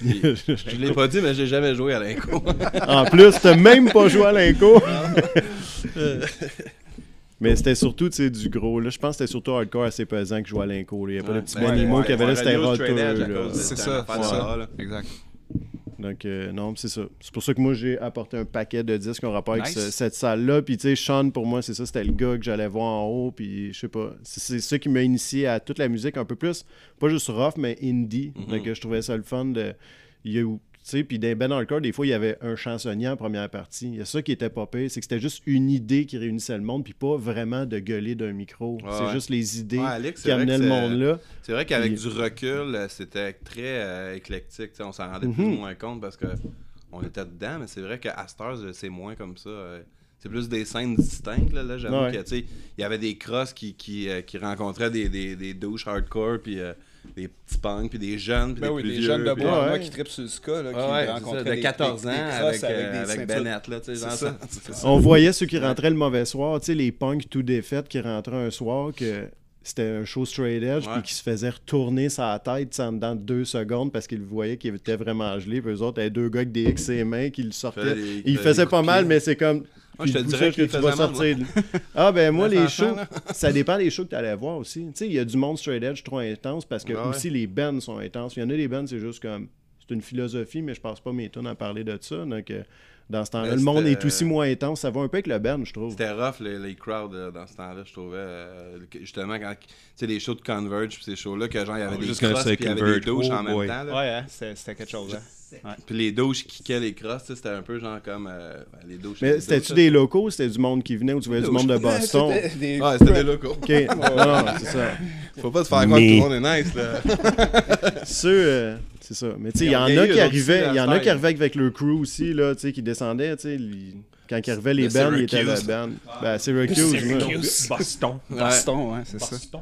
[SPEAKER 6] Puis, je l'ai pas dit mais j'ai jamais joué à l'Inco.
[SPEAKER 3] En plus, t'as même pas joué à l'Inco.
[SPEAKER 6] Ah
[SPEAKER 3] Mais c'était surtout, tu sais, du gros, là. Je pense que c'était surtout hardcore assez pesant que jouait à l'Inco. là. Il y a pas
[SPEAKER 6] Ouais.
[SPEAKER 3] de petits
[SPEAKER 6] Ben,
[SPEAKER 3] animaux
[SPEAKER 6] ouais,
[SPEAKER 3] qu'il y avait là,
[SPEAKER 6] ouais,
[SPEAKER 3] c'était
[SPEAKER 6] Radio Straight
[SPEAKER 3] roteux,
[SPEAKER 6] Edge à
[SPEAKER 3] là.
[SPEAKER 6] cause
[SPEAKER 9] C'est
[SPEAKER 6] C'était
[SPEAKER 9] ça,
[SPEAKER 6] une
[SPEAKER 9] c'est
[SPEAKER 6] affaire
[SPEAKER 9] ça.
[SPEAKER 6] de là.
[SPEAKER 9] Exact.
[SPEAKER 3] Donc, euh, non, c'est ça. C'est pour ça que moi, j'ai apporté un paquet de disques en rapport avec
[SPEAKER 9] Nice.
[SPEAKER 3] ce- cette salle-là. Puis, tu sais, Sean, pour moi, c'est ça, c'était le gars que j'allais voir en haut. Puis, je sais pas, c'est- c'est ça qui m'a initié à toute la musique un peu plus, pas juste rough, mais indie.
[SPEAKER 6] Mm-hmm.
[SPEAKER 3] Donc, euh, je trouvais ça le fun de. Il y a eu- tu sais, puis dans Ben Hardcore, des fois, il y avait un chansonnier en première partie. Il y a ça qui était pas pire, c'est que c'était juste une idée qui réunissait le monde, puis pas vraiment de gueuler d'un micro.
[SPEAKER 6] Ouais,
[SPEAKER 3] c'est
[SPEAKER 6] ouais.
[SPEAKER 3] juste les idées
[SPEAKER 6] Ouais, Alex,
[SPEAKER 3] qui
[SPEAKER 6] c'est vrai
[SPEAKER 3] amenaient
[SPEAKER 6] que
[SPEAKER 3] le
[SPEAKER 6] c'est-
[SPEAKER 3] monde là.
[SPEAKER 6] C'est vrai qu'avec
[SPEAKER 3] Puis-
[SPEAKER 6] du recul, euh, c'était très euh, éclectique, tu sais, on
[SPEAKER 3] Mhm.
[SPEAKER 6] s'en rendait plus ou moins compte parce que on était dedans mais c'est vrai qu'à cette heure, c'est moins comme ça. euh, C'est plus des scènes distinctes. Là, là, j'avoue
[SPEAKER 3] Ouais.
[SPEAKER 6] que, tu sais, il y avait des crosses qui, qui, euh, qui rencontraient des, des, des douches hardcore, puis euh, des petits punks, puis des jeunes, puis
[SPEAKER 4] Ben
[SPEAKER 6] des
[SPEAKER 4] oui,
[SPEAKER 6] plus
[SPEAKER 4] des
[SPEAKER 6] vieux,
[SPEAKER 4] jeunes de
[SPEAKER 6] puis-
[SPEAKER 4] bois,
[SPEAKER 3] Ouais.
[SPEAKER 4] moi, qui tripent sur le ska, là, qui
[SPEAKER 6] Ah ouais, c'est ça,
[SPEAKER 4] rencontraient
[SPEAKER 6] de
[SPEAKER 4] des-
[SPEAKER 6] 14 ans
[SPEAKER 4] des, des
[SPEAKER 6] avec,
[SPEAKER 4] crosses
[SPEAKER 6] euh,
[SPEAKER 4] des
[SPEAKER 6] avec
[SPEAKER 4] ceintures.
[SPEAKER 6] Bennett, là, tu sais,
[SPEAKER 4] C'est
[SPEAKER 6] dans
[SPEAKER 4] ça.
[SPEAKER 6] ça. C'est ça.
[SPEAKER 3] On voyait ceux qui rentraient le mauvais soir, tu sais, les punks tout défaites qui rentraient un soir que c'était un show straight edge
[SPEAKER 6] Ouais.
[SPEAKER 3] puis qui se faisaient retourner sa tête tu sais, en dedans de deux secondes parce qu'ils voyaient qu'il était vraiment gelé. Puis eux autres, avaient deux gars avec des X et mains qui le sortaient.
[SPEAKER 6] Faisaient des-
[SPEAKER 3] Ils
[SPEAKER 6] faisaient
[SPEAKER 3] faisaient
[SPEAKER 6] des
[SPEAKER 3] pas
[SPEAKER 6] Euh, coups de
[SPEAKER 3] mal,
[SPEAKER 6] pied.
[SPEAKER 3] mais c'est comme.
[SPEAKER 6] Moi, je te
[SPEAKER 3] Puis
[SPEAKER 6] dirais
[SPEAKER 3] bouchais
[SPEAKER 6] qu'ils
[SPEAKER 3] tu
[SPEAKER 6] faisaient
[SPEAKER 3] vas
[SPEAKER 6] mal,
[SPEAKER 3] sortir. Ah ben moi,
[SPEAKER 6] Les
[SPEAKER 3] les
[SPEAKER 6] enfants,
[SPEAKER 3] shows,
[SPEAKER 6] là.
[SPEAKER 3] ça dépend des shows que tu allais voir aussi. Tu sais, il y a du monde straight edge trop intense parce que aussi les bands sont intenses. Il y en a des bands, c'est juste comme c'est une philosophie, mais je passe pas mes tonnes à parler de ça. Donc euh, dans ce temps-là,
[SPEAKER 6] Ben,
[SPEAKER 3] le monde
[SPEAKER 6] c'était-
[SPEAKER 3] est aussi moins intense. Ça va un peu avec le band, je trouve.
[SPEAKER 6] C'était rough les, les crowds euh, dans ce temps-là, je trouvais. euh, que- justement, quand tu sais, les shows de Converge, puis ces shows-là, que genre, il y
[SPEAKER 3] Ah,
[SPEAKER 6] avait
[SPEAKER 8] Oh,
[SPEAKER 6] des
[SPEAKER 8] just
[SPEAKER 6] crosses,
[SPEAKER 8] gonna say
[SPEAKER 6] puis il y avait des
[SPEAKER 8] Converge.
[SPEAKER 6] douches
[SPEAKER 8] Oh
[SPEAKER 6] en
[SPEAKER 8] boy.
[SPEAKER 6] même temps. là.
[SPEAKER 4] Ouais, hein, c'était c'était quelque chose. hein.
[SPEAKER 6] Puis les douches qui kickaient les crosses, tu sais, c'était un peu genre comme. euh, ben, les douches.
[SPEAKER 3] Mais
[SPEAKER 6] les
[SPEAKER 3] c'était-tu
[SPEAKER 6] douches,
[SPEAKER 3] des locaux, c'était du monde qui venait ou tu voyais du monde de Boston?
[SPEAKER 4] C'était des-
[SPEAKER 6] là. Ouais, c'était des locaux.
[SPEAKER 3] Ok, non, non, c'est ça.
[SPEAKER 6] Faut pas te faire croire que tout le monde est nice, là.
[SPEAKER 3] Ceux, euh, c'est ça. Mais tu sais, il y
[SPEAKER 6] Et on
[SPEAKER 3] en
[SPEAKER 6] gagnait,
[SPEAKER 3] a
[SPEAKER 6] eux
[SPEAKER 3] qui
[SPEAKER 6] autres
[SPEAKER 3] arrivaient,
[SPEAKER 6] aussi,
[SPEAKER 3] il y en
[SPEAKER 6] la
[SPEAKER 3] a qui
[SPEAKER 6] scène.
[SPEAKER 3] arrivaient avec le crew aussi, là, tu sais, qui descendaient, tu sais, les- quand ils arrivaient les
[SPEAKER 6] Le
[SPEAKER 3] bands, ils étaient à la
[SPEAKER 6] Syracuse.
[SPEAKER 3] band. Ben, Syracuse, moi.
[SPEAKER 4] Syracuse.
[SPEAKER 8] Boston.
[SPEAKER 4] Boston, hein, c'est ça.
[SPEAKER 8] Boston.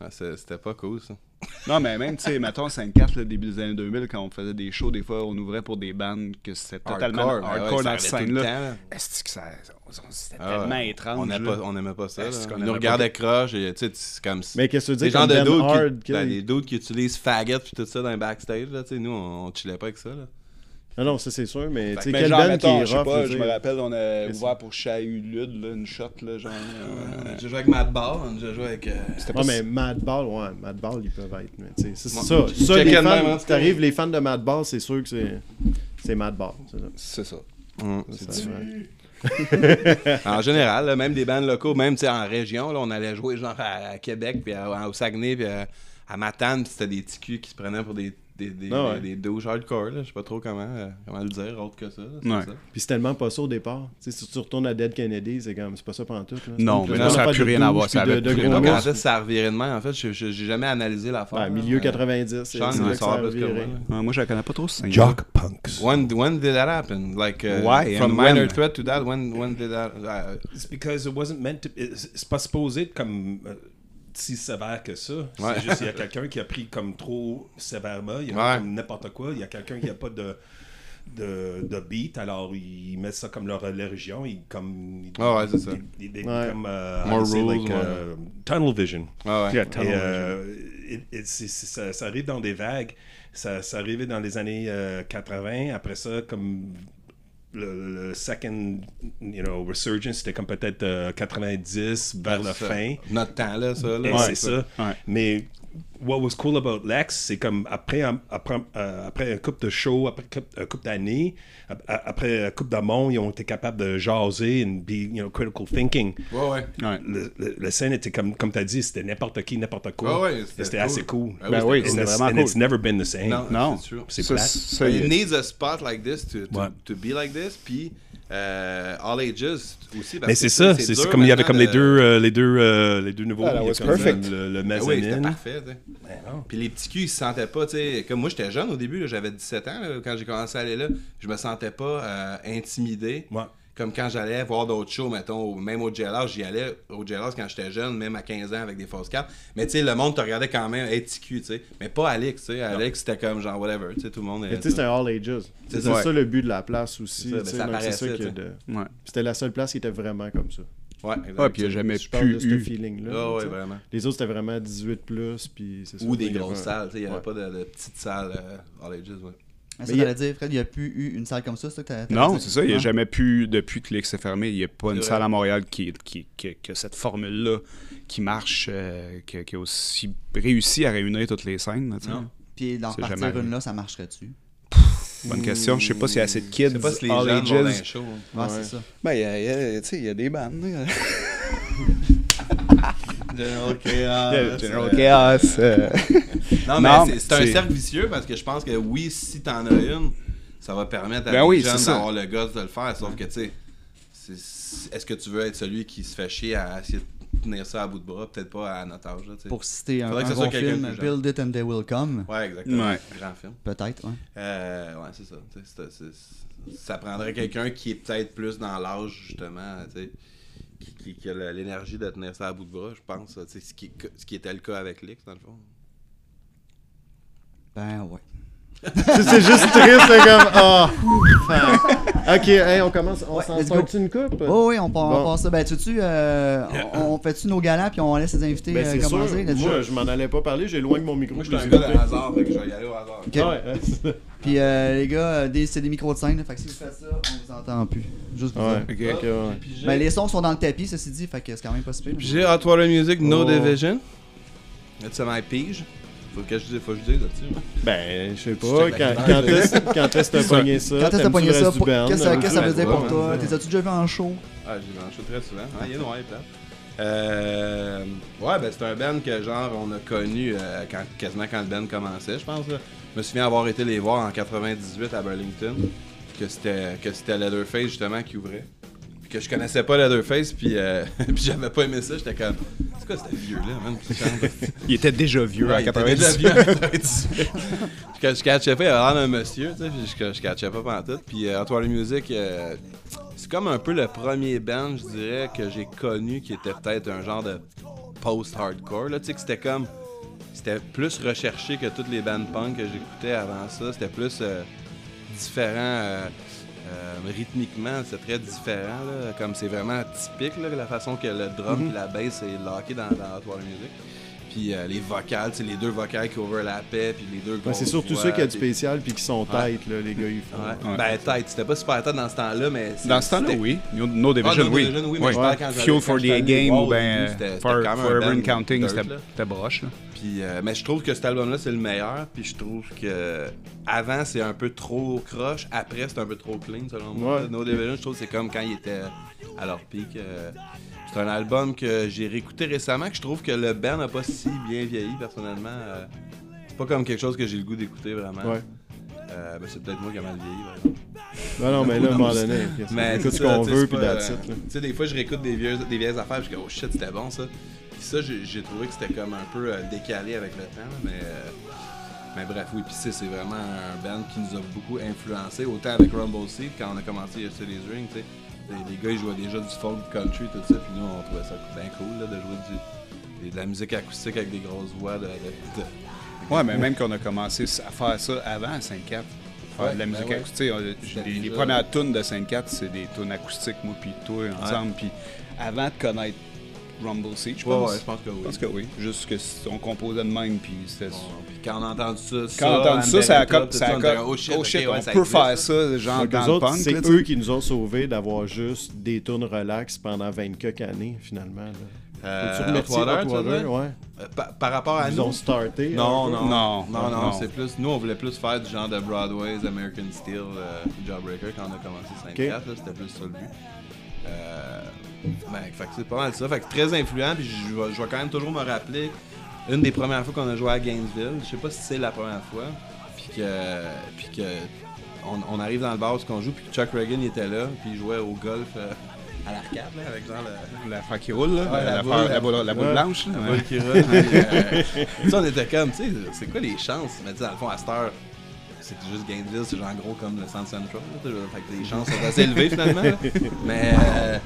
[SPEAKER 6] Ah, c'est- C'était pas cool, ça.
[SPEAKER 4] Non, mais même, tu sais, mettons, 54, le début des années 2000, quand on faisait des shows, des fois, on ouvrait pour des bandes que c'était totalement hardcore,
[SPEAKER 6] ben ouais, ça
[SPEAKER 4] dans cette
[SPEAKER 6] arrivait tout le
[SPEAKER 4] scène-là.
[SPEAKER 6] temps, là.
[SPEAKER 4] Est-ce que ça. on- on- C'était
[SPEAKER 6] Ah ouais.
[SPEAKER 4] tellement étrange.
[SPEAKER 6] On n'a
[SPEAKER 4] là.
[SPEAKER 6] pas- on aimait pas ça.
[SPEAKER 4] Est-ce
[SPEAKER 6] là.
[SPEAKER 4] qu'on
[SPEAKER 6] Ils
[SPEAKER 4] aimait
[SPEAKER 6] nous
[SPEAKER 4] pas
[SPEAKER 6] regardaient croche et tu sais, c'est comme si.
[SPEAKER 3] Mais qu'est-ce que tu
[SPEAKER 6] Des
[SPEAKER 3] veux dire
[SPEAKER 6] gens
[SPEAKER 3] comme
[SPEAKER 6] de
[SPEAKER 3] Ben
[SPEAKER 6] d'autres
[SPEAKER 3] Hard?
[SPEAKER 6] qui,
[SPEAKER 3] que-
[SPEAKER 6] ben, des dudes qui utilisent faggot puis tout ça dans les backstage, là, tu sais, nous, on, on chillait pas avec ça, là.
[SPEAKER 3] Non, non, ça c'est sûr, mais tu sais,
[SPEAKER 4] Mais
[SPEAKER 6] ben,
[SPEAKER 3] quelle
[SPEAKER 4] genre,
[SPEAKER 3] band qui
[SPEAKER 4] mettons,
[SPEAKER 3] est
[SPEAKER 4] je sais
[SPEAKER 3] rough,
[SPEAKER 4] pas,
[SPEAKER 3] je
[SPEAKER 4] je
[SPEAKER 3] veux
[SPEAKER 4] me
[SPEAKER 3] dire.
[SPEAKER 4] rappelle, on a
[SPEAKER 3] Qu'est-ce-
[SPEAKER 4] ouvert pour Chahulude, là, une shot, là, genre. euh,
[SPEAKER 6] On a déjà joué avec Matt Barr, on a déjà joué avec. euh,
[SPEAKER 4] C'était pas
[SPEAKER 3] Ouais,
[SPEAKER 4] si-
[SPEAKER 3] mais Madball, ouais, Madball, ils peuvent être. Mais tu sais, c'est
[SPEAKER 6] Moi,
[SPEAKER 3] ça.
[SPEAKER 6] je
[SPEAKER 3] Ça, les
[SPEAKER 6] checkais de même, en
[SPEAKER 3] fans,
[SPEAKER 4] hein,
[SPEAKER 6] tout cas.
[SPEAKER 3] t'arrives, les fans de Madball, c'est sûr que c'est. C'est Madball. c'est ça.
[SPEAKER 4] C'est ça.
[SPEAKER 3] Ça, ouais.
[SPEAKER 6] En général, là, même des bands locaux, même tu sais, en région, là, on allait jouer genre à, à Québec, puis à- au Saguenay, puis à, à Matane, puis c'était des petits culs qui se prenaient pour des, des, des,
[SPEAKER 3] Ah ouais.
[SPEAKER 6] des, des douches hardcore, là. je sais pas trop comment, euh, comment le dire, autre que ça. là, c'est
[SPEAKER 4] Ouais.
[SPEAKER 6] ça.
[SPEAKER 3] Puis c'est tellement pas ça au départ. Tu sais, si tu retournes à Dead Kennedy, c'est comme, c'est pas ça pantoute. Là. C'est
[SPEAKER 4] Non,
[SPEAKER 3] une-
[SPEAKER 4] mais
[SPEAKER 3] c'est
[SPEAKER 4] là,
[SPEAKER 3] une
[SPEAKER 4] ça a
[SPEAKER 3] affaire
[SPEAKER 4] plus
[SPEAKER 3] de
[SPEAKER 4] rien à
[SPEAKER 3] douche,
[SPEAKER 4] voir, ça
[SPEAKER 3] puis
[SPEAKER 4] avait
[SPEAKER 3] de, de
[SPEAKER 4] plus
[SPEAKER 3] gros
[SPEAKER 4] rien à
[SPEAKER 6] Donc
[SPEAKER 4] moi,
[SPEAKER 6] en
[SPEAKER 3] mots.
[SPEAKER 6] fait, ça revirait de même, en fait, je- je- j'ai jamais analysé l'affaire.
[SPEAKER 3] Ouais,
[SPEAKER 6] là.
[SPEAKER 3] milieu
[SPEAKER 6] Euh,
[SPEAKER 3] 90, c'est
[SPEAKER 6] Sean,
[SPEAKER 3] c'est
[SPEAKER 6] il
[SPEAKER 3] là
[SPEAKER 6] en
[SPEAKER 3] que ça
[SPEAKER 6] saura
[SPEAKER 3] a
[SPEAKER 6] plus que moi,
[SPEAKER 3] viré.
[SPEAKER 6] là.
[SPEAKER 4] Ouais, moi, je la connais pas trop, c'est
[SPEAKER 8] Jock Punks.
[SPEAKER 6] When when did that happen? Like uh,
[SPEAKER 4] Why
[SPEAKER 6] from
[SPEAKER 4] and
[SPEAKER 6] minor
[SPEAKER 4] when?
[SPEAKER 6] threat to that? When when did that? Uh,
[SPEAKER 8] It's because it wasn't meant to. it's- C'est pas supposé être comme euh, si sévère que ça.
[SPEAKER 6] Ouais.
[SPEAKER 8] C'est juste il y a quelqu'un qui a pris comme trop sévèrement. Il y a
[SPEAKER 6] Ouais.
[SPEAKER 8] comme n'importe quoi. Il y a quelqu'un qui a pas de. De, de beat, alors ils mettent ça comme leur religion, ils comme. ils-
[SPEAKER 6] Ah ouais, c'est ça.
[SPEAKER 8] Ils, ils- ils-
[SPEAKER 3] Ouais.
[SPEAKER 8] Comme. euh,
[SPEAKER 6] More
[SPEAKER 8] I say,
[SPEAKER 6] rules,
[SPEAKER 8] like,
[SPEAKER 6] ouais.
[SPEAKER 8] euh, tunnel vision.
[SPEAKER 6] ah ouais.
[SPEAKER 8] Et, euh, it- it- c'est- c'est- ça, ça arrive dans des vagues. Ça, ça arrivait dans les années euh, 80. Après ça, comme le, le second you know, resurgence, c'était comme peut-être euh, 90 vers la
[SPEAKER 6] Ça,
[SPEAKER 8] fin.
[SPEAKER 6] Notre temps là, ça. Là,
[SPEAKER 8] Et c'est ça.
[SPEAKER 4] Ouais.
[SPEAKER 8] Mais what was cool about Lex, c'est comme après, après, euh, après un couple de shows, après un couple- un couple d'années, ap- après un couple d'amont, ils ont été capables de jaser and be, you know, critical thinking
[SPEAKER 6] Ouais ouais.
[SPEAKER 4] Ouais.
[SPEAKER 8] le, le- le scène était comme, comme tu as dit, c'était n'importe qui, n'importe quoi.
[SPEAKER 6] Ah ouais, c'était
[SPEAKER 8] c'était
[SPEAKER 6] cool.
[SPEAKER 8] assez cool.
[SPEAKER 6] Ah oui, Ben c'était oui, cool.
[SPEAKER 4] c'était
[SPEAKER 8] And it's-
[SPEAKER 4] vraiment
[SPEAKER 8] and
[SPEAKER 4] cool.
[SPEAKER 8] it's never been the same.
[SPEAKER 6] Non.
[SPEAKER 4] Non,
[SPEAKER 6] C'est sûr.
[SPEAKER 8] C'est
[SPEAKER 4] Ça,
[SPEAKER 8] plate.
[SPEAKER 4] ça,
[SPEAKER 6] But
[SPEAKER 4] il-
[SPEAKER 6] it needs a spot like this to to,
[SPEAKER 8] Ouais.
[SPEAKER 6] to be like this. Puis euh, all ages aussi. parce
[SPEAKER 8] Mais
[SPEAKER 6] que
[SPEAKER 8] c'est ça,
[SPEAKER 6] tu sais,
[SPEAKER 8] c'est
[SPEAKER 6] dur
[SPEAKER 8] c'est comme il y avait comme les
[SPEAKER 6] maintenant
[SPEAKER 8] deux,
[SPEAKER 6] de-
[SPEAKER 8] euh, les deux, euh, les deux nouveaux.
[SPEAKER 4] Ah, that
[SPEAKER 8] il y a
[SPEAKER 4] was
[SPEAKER 8] comme
[SPEAKER 4] perfect.
[SPEAKER 8] Le, le
[SPEAKER 6] Ah oui, c'était
[SPEAKER 8] mezzanine.
[SPEAKER 6] parfait. tu sais. Puis les petits culs, ils se sentaient pas, tu sais, comme moi j'étais jeune au début, là, j'avais 17 ans là, quand j'ai commencé à aller là, je me sentais pas euh, intimidé.
[SPEAKER 8] Ouais.
[SPEAKER 6] Comme quand j'allais voir d'autres shows, mettons, au- même au Jailhouse, j'y allais au Jailhouse quand j'étais jeune, même à 15 ans avec des fausses cartes. Mais tu sais, le monde te regardait quand même, hey, petit cul, tu sais. Mais pas Alex, tu sais. Alex, c'était comme genre whatever, tu sais, tout le monde.
[SPEAKER 3] Mais
[SPEAKER 6] euh,
[SPEAKER 3] tu sais, c'était all ages.
[SPEAKER 6] C'est
[SPEAKER 3] C'est
[SPEAKER 6] ça.
[SPEAKER 3] ça le but de la place aussi.
[SPEAKER 6] C'est ça,
[SPEAKER 3] tu
[SPEAKER 6] mais
[SPEAKER 3] sais,
[SPEAKER 6] ça
[SPEAKER 3] donc c'est
[SPEAKER 6] paraissait,
[SPEAKER 3] ça qu'il y a
[SPEAKER 6] tu sais.
[SPEAKER 3] de-
[SPEAKER 4] Ouais.
[SPEAKER 3] C'était la seule place qui était vraiment comme ça.
[SPEAKER 6] Ouais,
[SPEAKER 4] Ouais,
[SPEAKER 6] exact.
[SPEAKER 4] puis il n'y a jamais
[SPEAKER 3] Je parle de
[SPEAKER 4] plus
[SPEAKER 3] ce
[SPEAKER 4] eu.
[SPEAKER 3] feeling-là.
[SPEAKER 6] Ah ouais,
[SPEAKER 3] tu sais.
[SPEAKER 6] vraiment.
[SPEAKER 3] Les autres, c'était vraiment 18 plus, puis c'est ça,
[SPEAKER 6] Ou des
[SPEAKER 3] il y avait
[SPEAKER 6] grosses
[SPEAKER 3] un-
[SPEAKER 6] salles, tu sais, il n'y avait
[SPEAKER 3] Ouais.
[SPEAKER 6] pas de, de petites salles euh, All Ages, ouais.
[SPEAKER 7] Mais
[SPEAKER 3] Mais
[SPEAKER 7] ça,
[SPEAKER 3] il y a-
[SPEAKER 7] t'allais dire, Fred, il n'y a plus eu une salle comme ça, c'est ça que t'allais- t'allais
[SPEAKER 4] Non,
[SPEAKER 7] dire?
[SPEAKER 4] c'est ça. Il n'y a
[SPEAKER 7] Non?
[SPEAKER 4] jamais pu, depuis que Lex est fermé, il n'y a pas une
[SPEAKER 6] Hein? vrai.
[SPEAKER 4] salle à Montréal qui, qui, qui- qui a cette formule-là qui marche, euh, qui, qui a aussi réussi à réunir toutes les scènes. là, tu sais.
[SPEAKER 6] Non.
[SPEAKER 7] Puis d'en
[SPEAKER 4] C'est
[SPEAKER 7] repartir
[SPEAKER 4] jamais
[SPEAKER 7] une là, ça marcherait-tu?
[SPEAKER 4] Bonne question. Je sais pas s'il y a assez de
[SPEAKER 6] Je
[SPEAKER 4] kids,
[SPEAKER 6] sais pas si les
[SPEAKER 4] all
[SPEAKER 6] gens vont dans
[SPEAKER 4] ages.
[SPEAKER 6] les shows, hein.
[SPEAKER 7] Ouais, c'est ça.
[SPEAKER 4] Ben, il y a- il y a- tu sais, il y a des bandes. là.
[SPEAKER 6] General Chaos,
[SPEAKER 4] General
[SPEAKER 6] euh,
[SPEAKER 4] Chaos. euh.
[SPEAKER 6] Non,
[SPEAKER 4] Non,
[SPEAKER 6] mais c'est- c'est un
[SPEAKER 4] c'est-
[SPEAKER 6] cercle vicieux parce que je pense que oui, si t'en as une, ça va permettre à
[SPEAKER 4] Ben
[SPEAKER 6] des
[SPEAKER 4] oui,
[SPEAKER 6] jeunes
[SPEAKER 4] c'est ça.
[SPEAKER 6] d'avoir le gosse de le faire. Sauf que, tu sais, c'est- est-ce que tu veux être celui qui se fait chier à essayer de tenir ça à bout de bras, peut-être pas à notre âge. Là, tu sais.
[SPEAKER 7] Pour citer un,
[SPEAKER 6] Faudrait que
[SPEAKER 7] un
[SPEAKER 6] ce soit
[SPEAKER 7] bon
[SPEAKER 6] quelqu'un de
[SPEAKER 7] film,
[SPEAKER 6] plus jeune.
[SPEAKER 7] Build It and They Will Come,
[SPEAKER 6] Ouais, exactement.
[SPEAKER 4] Ouais.
[SPEAKER 6] Grand film.
[SPEAKER 7] peut-être. ouais.
[SPEAKER 6] Euh, ouais, c'est ça. Tu sais, c'est- c'est- c'est- ça prendrait quelqu'un qui est peut-être plus dans l'âge, justement, tu sais, qui, qui- qui a la- l'énergie de tenir ça à bout de bras, je pense. tu sais, Ce qui, est- ce qui était le cas avec Lix, dans le fond.
[SPEAKER 7] Ben ouais.
[SPEAKER 3] C'est juste triste, c'est comme. Ah! fuck. Ok, hey, on commence. On
[SPEAKER 7] Ouais,
[SPEAKER 3] s'en
[SPEAKER 7] let's
[SPEAKER 3] sort une coupe?
[SPEAKER 7] Oh oui, on, part- on
[SPEAKER 3] Bon.
[SPEAKER 7] part ça. Ben, tu tu on, on fait-tu nos galants puis on laisse les invités
[SPEAKER 3] Ben,
[SPEAKER 7] euh,
[SPEAKER 3] c'est sûr.
[SPEAKER 7] commencer? Let's
[SPEAKER 3] Moi,
[SPEAKER 7] go.
[SPEAKER 3] je m'en allais pas parler, j'éloigne mon micro.
[SPEAKER 6] Moi, je
[SPEAKER 3] plus
[SPEAKER 6] suis un
[SPEAKER 3] vite.
[SPEAKER 6] gars de hasard, fait que je vais y aller au hasard.
[SPEAKER 7] Ok.
[SPEAKER 3] Ouais, hein, c'est ça.
[SPEAKER 7] Puis euh, les gars, euh, des- c'est des micros de scène. Fait que si vous faites ça, on vous entend plus. Juste vous dire.
[SPEAKER 3] Ouais, ok, ouais.
[SPEAKER 7] Ben, les sons sont dans le tapis, ceci dit, fait que c'est quand même pas si pire.
[SPEAKER 6] J'ai Hot Water Music, No
[SPEAKER 3] Oh.
[SPEAKER 6] Division. Là, tu sais, ma pige. Faut que je dise, faut que je dise là-dessus.
[SPEAKER 3] Ben, je sais pas,
[SPEAKER 6] Je te
[SPEAKER 3] quand, quand est-ce quand est-ce que t'as pogné ça?
[SPEAKER 7] Quand est-ce que t'as
[SPEAKER 3] T'aimes-tu
[SPEAKER 7] pogné
[SPEAKER 3] le
[SPEAKER 7] ça?
[SPEAKER 3] reste du
[SPEAKER 7] Pour-
[SPEAKER 3] band?
[SPEAKER 7] Qu'est-ce que- qu'est-ce que ça veut
[SPEAKER 6] Ouais,
[SPEAKER 7] dire pour
[SPEAKER 6] ouais,
[SPEAKER 7] toi?
[SPEAKER 6] ouais.
[SPEAKER 7] T'es as-tu déjà vu en show?
[SPEAKER 6] Ah, j'ai branché très souvent. Ah, il est noir, il est plate. Euh, ouais, ben c'est un band que genre on a connu euh, quand, quasiment quand le band commençait, je pense. là. Je me souviens avoir été les voir en 98 à Burlington, que c'était que c'était Leatherface justement qui ouvrait. Puis que je connaissais pas Leatherface, puis, euh, puis j'avais pas aimé ça, j'étais comme. C'est quoi ce vieux là, man, qui chante?
[SPEAKER 4] Il était déjà vieux
[SPEAKER 6] Ouais,
[SPEAKER 4] en
[SPEAKER 6] il était déjà
[SPEAKER 4] 90.
[SPEAKER 6] vieux en 98. je, je catchais pas, il avait l'air d'un monsieur, tu sais, puis je, je catchais pas pantoute. Puis euh, Antoine Music, euh, c'est comme un peu le premier band, je dirais, que j'ai connu qui était peut-être un genre de post-hardcore, là, tu sais, que c'était comme... C'était plus recherché que toutes les bandes punk que j'écoutais avant ça. C'était plus euh, différent euh, euh, rythmiquement, c'est très différent. là. Comme c'est vraiment typique là, la façon que le drum
[SPEAKER 3] Mhm.
[SPEAKER 6] et la bass est locké dans, dans Hot Water Music. Puis euh, les vocales, c'est les deux vocales qui overlappaient, puis les deux
[SPEAKER 3] Ouais, Ben, c'est
[SPEAKER 6] grosses
[SPEAKER 3] surtout
[SPEAKER 6] voix,
[SPEAKER 3] ceux qui ont du
[SPEAKER 6] puis-
[SPEAKER 3] spécial puis qui sont
[SPEAKER 6] Ouais.
[SPEAKER 3] têtes, là, les gars, ils font.
[SPEAKER 6] Ouais. Ben, tête, c'était pas super tête dans ce temps-là, mais. c'est-
[SPEAKER 4] Dans ce temps-là,
[SPEAKER 6] c'était-
[SPEAKER 4] oui. No, No
[SPEAKER 6] Ah,
[SPEAKER 4] Division,
[SPEAKER 6] non,
[SPEAKER 4] oui.
[SPEAKER 6] Division, oui, mais
[SPEAKER 4] Ouais.
[SPEAKER 6] je parle quand j'avais-
[SPEAKER 4] Fuel
[SPEAKER 6] quand
[SPEAKER 4] for the
[SPEAKER 6] j'étais allé
[SPEAKER 4] Game
[SPEAKER 6] voir
[SPEAKER 4] ou
[SPEAKER 6] au
[SPEAKER 4] ben
[SPEAKER 6] début, c'était- c'était
[SPEAKER 4] For-
[SPEAKER 6] quand même un
[SPEAKER 4] Forever
[SPEAKER 6] band
[SPEAKER 4] and Counting,
[SPEAKER 6] dirt,
[SPEAKER 4] c'était
[SPEAKER 6] là.
[SPEAKER 4] c'était broche. là.
[SPEAKER 6] Puis, euh, mais je trouve que cet album-là, c'est le meilleur. Puis je trouve que avant, c'est un peu trop croche. Après, c'est un peu trop clean, selon moi.
[SPEAKER 3] Ouais.
[SPEAKER 6] No Division, je trouve que c'est comme quand il était à leur pic. euh, c'est un album que j'ai réécouté récemment, que je trouve que le band n'a pas si bien vieilli, personnellement. euh, c'est pas comme quelque chose que j'ai le goût d'écouter, vraiment.
[SPEAKER 3] Ouais.
[SPEAKER 6] Euh, ben, c'est peut-être moi qui ai mal vieilli, par exemple.
[SPEAKER 3] Ben Non, non, mais là, à un moment donné,
[SPEAKER 6] Mais
[SPEAKER 3] on écoute ce
[SPEAKER 6] ça,
[SPEAKER 3] qu'on
[SPEAKER 6] tu sais, c'est
[SPEAKER 3] veut puis
[SPEAKER 6] pas,
[SPEAKER 3] that's
[SPEAKER 6] euh,
[SPEAKER 3] it, là.
[SPEAKER 6] Tu sais, des fois, je réécoute des vieilles, des vieilles affaires, puis je dis, oh shit, c'était bon ça. Puis ça, j'ai j'ai trouvé que c'était comme un peu euh, décalé avec le temps, là, mais. euh, mais bref, oui, puis c'est c'est vraiment un band qui nous a beaucoup influencé, autant avec Rumble Seed, quand on a commencé Yesterday's Ring, tu sais. Les, les gars, ils jouaient déjà du folk, du country, tout ça, puis nous, on trouvait ça bien cool là, de jouer du- des- de la musique acoustique avec des grosses voix. De, de- de-
[SPEAKER 4] Ouais, mais même qu'on a commencé à faire ça avant à 5-4. Faire
[SPEAKER 6] Ouais,
[SPEAKER 4] de la
[SPEAKER 6] ben
[SPEAKER 4] musique
[SPEAKER 6] ouais.
[SPEAKER 4] acoustique. On- j'ai- Les, les
[SPEAKER 6] déjà-
[SPEAKER 4] premières tunes de 5-4, c'est des tunes acoustiques, moi puis toi, ensemble. Puis avant de connaître Rumble Seed, je
[SPEAKER 6] Ouais,
[SPEAKER 4] pense.
[SPEAKER 6] ouais, je pense que oui.
[SPEAKER 4] Je pense que oui. Juste que s- on composait de même, puis c'était...
[SPEAKER 6] Bon, puis quand on a entendu ça,
[SPEAKER 4] Quand on a entendu ça, ça a
[SPEAKER 6] Amberetta,
[SPEAKER 4] comme...
[SPEAKER 6] tout
[SPEAKER 4] ça a
[SPEAKER 6] on
[SPEAKER 4] comme-
[SPEAKER 6] était,
[SPEAKER 4] Oh shit,
[SPEAKER 6] ok, ouais,
[SPEAKER 4] on
[SPEAKER 6] ça
[SPEAKER 4] peut
[SPEAKER 6] existe, ça.
[SPEAKER 4] faire ça, genre,
[SPEAKER 3] Fait que
[SPEAKER 4] dans
[SPEAKER 3] eux
[SPEAKER 4] le
[SPEAKER 3] autres,
[SPEAKER 4] punk. là,
[SPEAKER 3] c'est
[SPEAKER 4] tu sais.
[SPEAKER 3] eux qui nous ont sauvés d'avoir juste des tunes relax pendant 20 quelques années, finalement. là.
[SPEAKER 6] Euh,
[SPEAKER 3] Faut-tu remercier
[SPEAKER 6] Hot Water,
[SPEAKER 3] Hot
[SPEAKER 6] tu veux
[SPEAKER 3] Water,
[SPEAKER 6] dire?
[SPEAKER 3] ouais.
[SPEAKER 6] Euh, par- par rapport à
[SPEAKER 3] Ils
[SPEAKER 6] nous.
[SPEAKER 3] ont starté.
[SPEAKER 6] Non,
[SPEAKER 3] un peu.
[SPEAKER 6] non,
[SPEAKER 4] Non,
[SPEAKER 6] non, non,
[SPEAKER 4] non.
[SPEAKER 6] c'est plus, nous on voulait plus faire du genre de Broadway's, American Steel, euh, Jawbreaker quand on a commencé 5-4, là, c'était plus ça le but. Euh, ben, fait que c'est pas mal ça, fait que très influent, puis je vais je vais quand même toujours me rappeler une des premières fois qu'on a joué à Gainesville, je sais pas si c'est la première fois, puis que, puis que on, on arrive dans le bar où on joue, puis que Chuck Reagan il était là, puis il jouait au golf euh, à l'arcade, là, avec genre le...
[SPEAKER 4] L'affaire qui roule, là.
[SPEAKER 6] Ouais, la
[SPEAKER 4] l'affaire-
[SPEAKER 6] boule,
[SPEAKER 4] la
[SPEAKER 6] la-
[SPEAKER 4] boule, la boule
[SPEAKER 3] Ouais.
[SPEAKER 4] blanche. là, ouais.
[SPEAKER 6] Paul qui roule, puis, euh, tu sais, on était comme, tu sais, c'est quoi les chances? Mais tu sais, dans le fond, à cette heure, c'est juste Gainesville, c'est genre gros comme le Centre Central. là, tu sais, Fait que les chances sont assez élevées finalement. là. Mais, euh,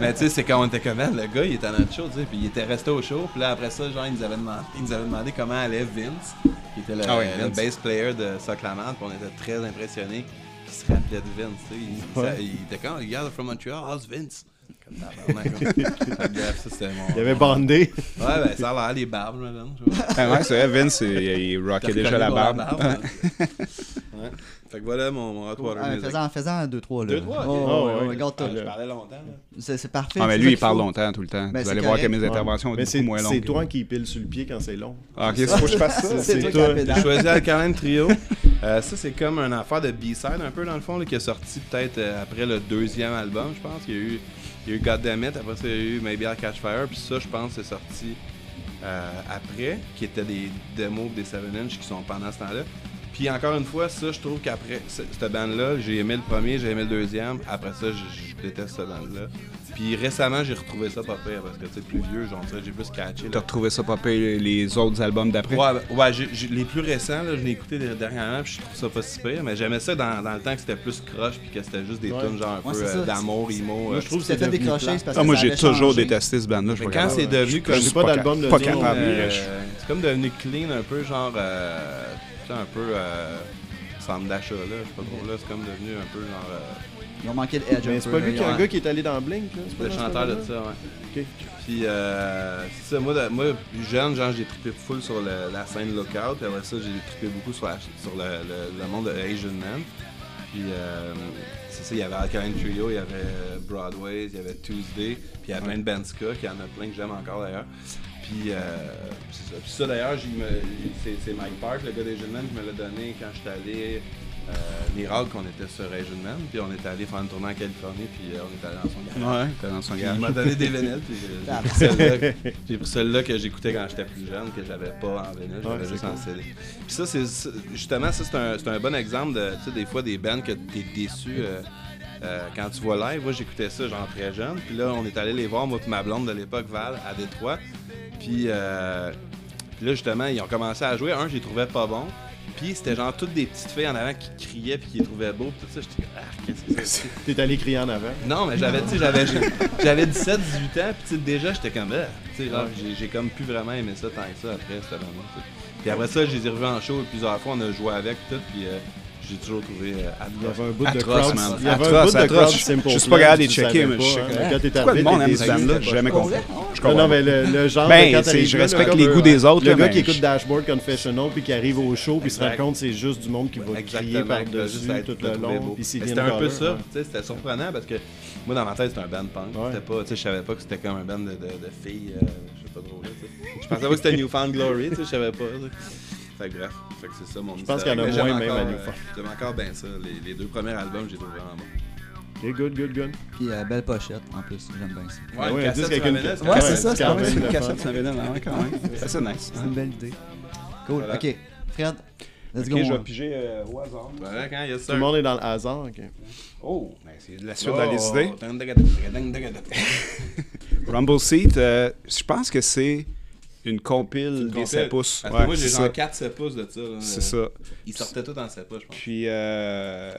[SPEAKER 6] mais tu sais, c'est quand on était comme, Man, le gars, il était à notre show, tu sais, puis il était resté au show. Puis là, après ça, genre, il nous avait demandé, il nous avait demandé comment allait Vince, qui était le,
[SPEAKER 4] Ah oui,
[SPEAKER 6] le
[SPEAKER 4] Vince.
[SPEAKER 6] bass player de Sacrament. Puis on était très impressionnés qu'il se rappelait de Vince. tu sais. Il,
[SPEAKER 3] Ouais.
[SPEAKER 6] il était comme, regarde, from Montreal, how's Vince? Comme tabarnak, quoi. Fait que, bref, ça, c'était mon-
[SPEAKER 3] Il y avait bandé.
[SPEAKER 6] Ouais, ben ça a l'air les barbes, là, man, je vois.
[SPEAKER 4] Ah ouais, c'est vrai, Vince, il, il rockait déjà la barbe.
[SPEAKER 6] là. ouais. hein. Fait que voilà mon, mon Hot Water
[SPEAKER 7] Ah, mais
[SPEAKER 6] Music.
[SPEAKER 7] faisant, faisant deux, trois là.
[SPEAKER 6] Deux, trois, ok.
[SPEAKER 7] Oh,
[SPEAKER 3] Ah, ouais,
[SPEAKER 7] ouais,
[SPEAKER 3] ouais.
[SPEAKER 7] regarde-toi.
[SPEAKER 6] Ah, je parlais longtemps. là.
[SPEAKER 7] C'est c'est parfait.
[SPEAKER 4] Ah, mais
[SPEAKER 7] c'est
[SPEAKER 4] lui,
[SPEAKER 7] ça
[SPEAKER 4] il
[SPEAKER 7] qu'il
[SPEAKER 4] parle
[SPEAKER 7] faut.
[SPEAKER 4] longtemps tout le temps.
[SPEAKER 7] Ben,
[SPEAKER 4] Vous
[SPEAKER 7] c'est
[SPEAKER 4] allez voir
[SPEAKER 7] correct.
[SPEAKER 4] que mes interventions
[SPEAKER 3] Mais
[SPEAKER 4] sont
[SPEAKER 3] c'est
[SPEAKER 4] beaucoup moins longues.
[SPEAKER 3] c'est toi qui pile sur le pied quand c'est long.
[SPEAKER 4] Ah, ok, c'est faut que je fasse ça.
[SPEAKER 7] C'est
[SPEAKER 3] C'est
[SPEAKER 7] toi qui as la
[SPEAKER 3] toi.
[SPEAKER 6] J'ai
[SPEAKER 7] pédale.
[SPEAKER 6] choisi Alkaline Trio. Euh, ça, c'est comme une affaire de B-side, un peu, dans le fond, là, qui est sorti peut-être euh, après le deuxième album, je pense. Il y a eu, il y a eu God Damn It, après ça, il y a eu Maybe I'll Catch Fire, puis ça, je pense, c'est sorti euh, après, qui étaient des démos des 7 Inch qui sont pendant ce temps-là. Puis encore une fois, ça, je trouve qu'après ce- cette bande-là, j'ai aimé le premier, j'ai aimé le deuxième. Après ça, je, je déteste cette bande-là. Puis récemment, j'ai retrouvé ça pas pire parce que tu sais, plus vieux, genre, ça, j'ai plus catché.
[SPEAKER 4] T'as
[SPEAKER 6] là.
[SPEAKER 4] retrouvé ça pas pire les autres albums d'après?
[SPEAKER 6] Ouais, ben, ouais j'ai- j'ai- les plus récents, là, je l'ai écouté de- dernièrement, puis je trouve ça pas si pire, mais j'aimais ça dans, dans le temps que c'était plus croche, puis que c'était juste des
[SPEAKER 3] Ouais.
[SPEAKER 6] tunes genre un
[SPEAKER 7] Ouais,
[SPEAKER 6] peu
[SPEAKER 7] c'est ça.
[SPEAKER 6] euh, d'amour, emo. euh,
[SPEAKER 3] Moi, je trouve que c'est
[SPEAKER 7] C'était
[SPEAKER 3] devenu
[SPEAKER 7] décroché,
[SPEAKER 3] plat.
[SPEAKER 7] c'est parce que
[SPEAKER 4] Ah, moi,
[SPEAKER 7] ça
[SPEAKER 4] j'ai
[SPEAKER 7] avait
[SPEAKER 4] toujours
[SPEAKER 7] changé.
[SPEAKER 4] détesté ce band-là. je
[SPEAKER 6] Mais
[SPEAKER 4] suis pas
[SPEAKER 6] quand
[SPEAKER 4] capable.
[SPEAKER 6] c'est devenu
[SPEAKER 4] Je
[SPEAKER 6] comme.
[SPEAKER 4] suis
[SPEAKER 3] pas
[SPEAKER 4] ca-
[SPEAKER 3] d'album de
[SPEAKER 4] Pas
[SPEAKER 3] disons,
[SPEAKER 4] capable.
[SPEAKER 6] Euh,
[SPEAKER 4] je-
[SPEAKER 6] c'est comme devenu clean un peu genre euh, tu sais, un peu euh, centre d'achat là, je sais pas trop là, c'est comme devenu un peu genre euh,
[SPEAKER 7] Ils ont manqué de edge.
[SPEAKER 3] Mais
[SPEAKER 7] un
[SPEAKER 3] c'est
[SPEAKER 7] peu,
[SPEAKER 3] pas lui
[SPEAKER 7] là,
[SPEAKER 3] qui est
[SPEAKER 7] ils
[SPEAKER 3] un
[SPEAKER 7] ont-
[SPEAKER 3] gars qui est allé dans Blink. là, c'est pas
[SPEAKER 6] le
[SPEAKER 3] dans ce
[SPEAKER 6] chanteur de
[SPEAKER 3] band-là?
[SPEAKER 6] ça, ouais.
[SPEAKER 3] Ok.
[SPEAKER 6] Puis euh, c'est ça, moi, de- moi plus jeune, genre j'ai trippé full sur le- la scène lookout, puis après ça j'ai trippé beaucoup sur, la- sur le, le- le monde de Asian Man. Puis euh, c'est ça, il y avait Alkaline Trio, il y avait Broadway, il y avait Tuesday, puis il y a plein de bands ska, qu'il y en a plein que j'aime encore d'ailleurs. Puis, euh, c'est ça. Puis ça, d'ailleurs, j'y me- c'est c'est Mike Park, le gars des Jeunes Men, qui me l'a donné quand j'étais allé euh, Miracle, qu'on était sur Asian Man, puis on était allé faire une tournée en Californie, puis euh, on est allé dans son garage.
[SPEAKER 4] Ouais, t'es dans son
[SPEAKER 6] Puis Il
[SPEAKER 4] garage.
[SPEAKER 6] m'a donné des vinyles, puis euh,
[SPEAKER 7] Ah,
[SPEAKER 6] j'ai pris celle-là- j'ai pris celle-là que j'écoutais quand j'étais plus jeune, que j'avais pas en vinyle, j'avais juste en CD. Puis ça, c'est c'est- justement, ça, c'est un, c'est un bon exemple de, tu sais, des fois, des bands que t'es déçu euh, euh, quand tu vois live. Moi, j'écoutais ça, genre très jeune, puis là, on est allé les voir, moi et ma blonde de l'époque, Val, à Détroit. Puis euh, puis là, justement, ils ont commencé à jouer. Un, je les trouvais pas bon. Puis c'était genre toutes des petites filles en avant qui criaient puis qui les trouvaient beaux. Puis tout ça, j'étais comme, ah, qu'est-ce que c'est? ça?
[SPEAKER 3] T'es allé crier en avant.
[SPEAKER 6] Non, mais j'avais, tu sais, j'avais, j'avais 17, 18 ans, puis tu sais, déjà, j'étais comme, Ah, tu sais, genre, j'ai, j'ai comme plus vraiment aimé ça tant que ça après, c'était vraiment, tu sais. Puis après ça, je les ai revus en show plusieurs fois, on a joué avec, tout, puis euh, j'ai toujours trouvé euh,
[SPEAKER 3] Il y
[SPEAKER 6] atroce.
[SPEAKER 3] avait un bout de
[SPEAKER 4] Atroce,
[SPEAKER 3] crowd.
[SPEAKER 4] man.
[SPEAKER 3] Il y avait un
[SPEAKER 4] Atroce,
[SPEAKER 3] bout de
[SPEAKER 4] atroce.
[SPEAKER 3] crowd
[SPEAKER 4] Je-
[SPEAKER 3] Simple
[SPEAKER 4] je suis
[SPEAKER 3] Plan,
[SPEAKER 4] pas capable de
[SPEAKER 3] tu
[SPEAKER 4] checker,
[SPEAKER 3] savais
[SPEAKER 4] mais je
[SPEAKER 3] pas,
[SPEAKER 4] sais
[SPEAKER 3] hein.
[SPEAKER 4] que-
[SPEAKER 3] Quand t'es
[SPEAKER 4] Pourquoi le
[SPEAKER 3] arrivé,
[SPEAKER 4] monde aime
[SPEAKER 3] t'es
[SPEAKER 4] ce band-là?
[SPEAKER 3] déçu.
[SPEAKER 4] J'ai jamais compris. Je
[SPEAKER 3] Non,
[SPEAKER 4] comprends.
[SPEAKER 3] non, mais le, le genre.
[SPEAKER 4] Ben,
[SPEAKER 3] de quand
[SPEAKER 4] c'est-
[SPEAKER 3] t'arrives
[SPEAKER 4] je
[SPEAKER 3] là,
[SPEAKER 4] respecte
[SPEAKER 3] comme
[SPEAKER 4] les
[SPEAKER 3] un-
[SPEAKER 4] goûts des autres,
[SPEAKER 3] Le
[SPEAKER 4] là,
[SPEAKER 3] gars
[SPEAKER 4] mais
[SPEAKER 3] qui écoute
[SPEAKER 4] je-
[SPEAKER 3] Dashboard Confessional puis qui arrive au show puis se rend
[SPEAKER 6] Exact.
[SPEAKER 3] compte c'est juste du monde qui va crier
[SPEAKER 6] Exactement, qui va juste
[SPEAKER 3] par-dessus
[SPEAKER 6] être
[SPEAKER 3] tout
[SPEAKER 6] le
[SPEAKER 3] le
[SPEAKER 6] trouver beau.
[SPEAKER 3] long. Puis c'est
[SPEAKER 6] Mais
[SPEAKER 3] Vin
[SPEAKER 6] C'était un peu
[SPEAKER 3] Color,
[SPEAKER 6] ça,
[SPEAKER 3] ouais.
[SPEAKER 6] tu sais, c'était surprenant parce que moi dans ma tête c'était un band punk.
[SPEAKER 3] Ouais.
[SPEAKER 6] C'était pas, tu sais, je savais pas que c'était comme un band de, de- de filles, euh, je sais pas trop là, tu sais. Je pensais pas que c'était Newfound Glory, tu sais, je savais pas. tu sais. Fait que bref, fait que c'est ça mon Je
[SPEAKER 3] pense qu'il y en a moins même à Newfound.
[SPEAKER 6] J'aime encore bien ça, les, les deux premiers albums, j'ai trouvé vraiment bon.
[SPEAKER 3] Ok, good, good, good.
[SPEAKER 7] Puis euh, belle pochette en plus, j'aime bien ça.
[SPEAKER 3] Ah ouais, disque avec une-
[SPEAKER 6] cassette,
[SPEAKER 3] Ouais,
[SPEAKER 6] quand
[SPEAKER 7] c'est
[SPEAKER 6] même.
[SPEAKER 7] ça, c'est
[SPEAKER 3] quand
[SPEAKER 7] quand même
[SPEAKER 3] même
[SPEAKER 7] une
[SPEAKER 3] le
[SPEAKER 7] cassette.
[SPEAKER 3] fun.
[SPEAKER 4] Ça avait de la- ouais, quand même. Ça, c'est nice.
[SPEAKER 7] C'est une belle idée. Cool,
[SPEAKER 6] Voilà.
[SPEAKER 7] ok. Fred,
[SPEAKER 4] Ok,
[SPEAKER 7] let's
[SPEAKER 4] je
[SPEAKER 7] go.
[SPEAKER 4] vais
[SPEAKER 7] on-
[SPEAKER 4] piger euh, au hasard.
[SPEAKER 6] Ouais, quand il y a ça.
[SPEAKER 3] Tout le monde est dans le hasard. ok.
[SPEAKER 4] Oh, ben, c'est de la suite
[SPEAKER 6] Oh,
[SPEAKER 4] dans les idées.
[SPEAKER 6] ding, ding, ding, ding, ding, ding.
[SPEAKER 4] Rumble Seat, euh, je pense que c'est une compile des 7 pouces.
[SPEAKER 6] Parce que
[SPEAKER 4] Ouais,
[SPEAKER 6] moi, j'ai
[SPEAKER 4] c'est
[SPEAKER 6] genre
[SPEAKER 4] ça.
[SPEAKER 6] 4 7 pouces de ça. là.
[SPEAKER 4] C'est ça.
[SPEAKER 6] Ils sortaient tout en 7 pouces, je pense.
[SPEAKER 4] Puis euh,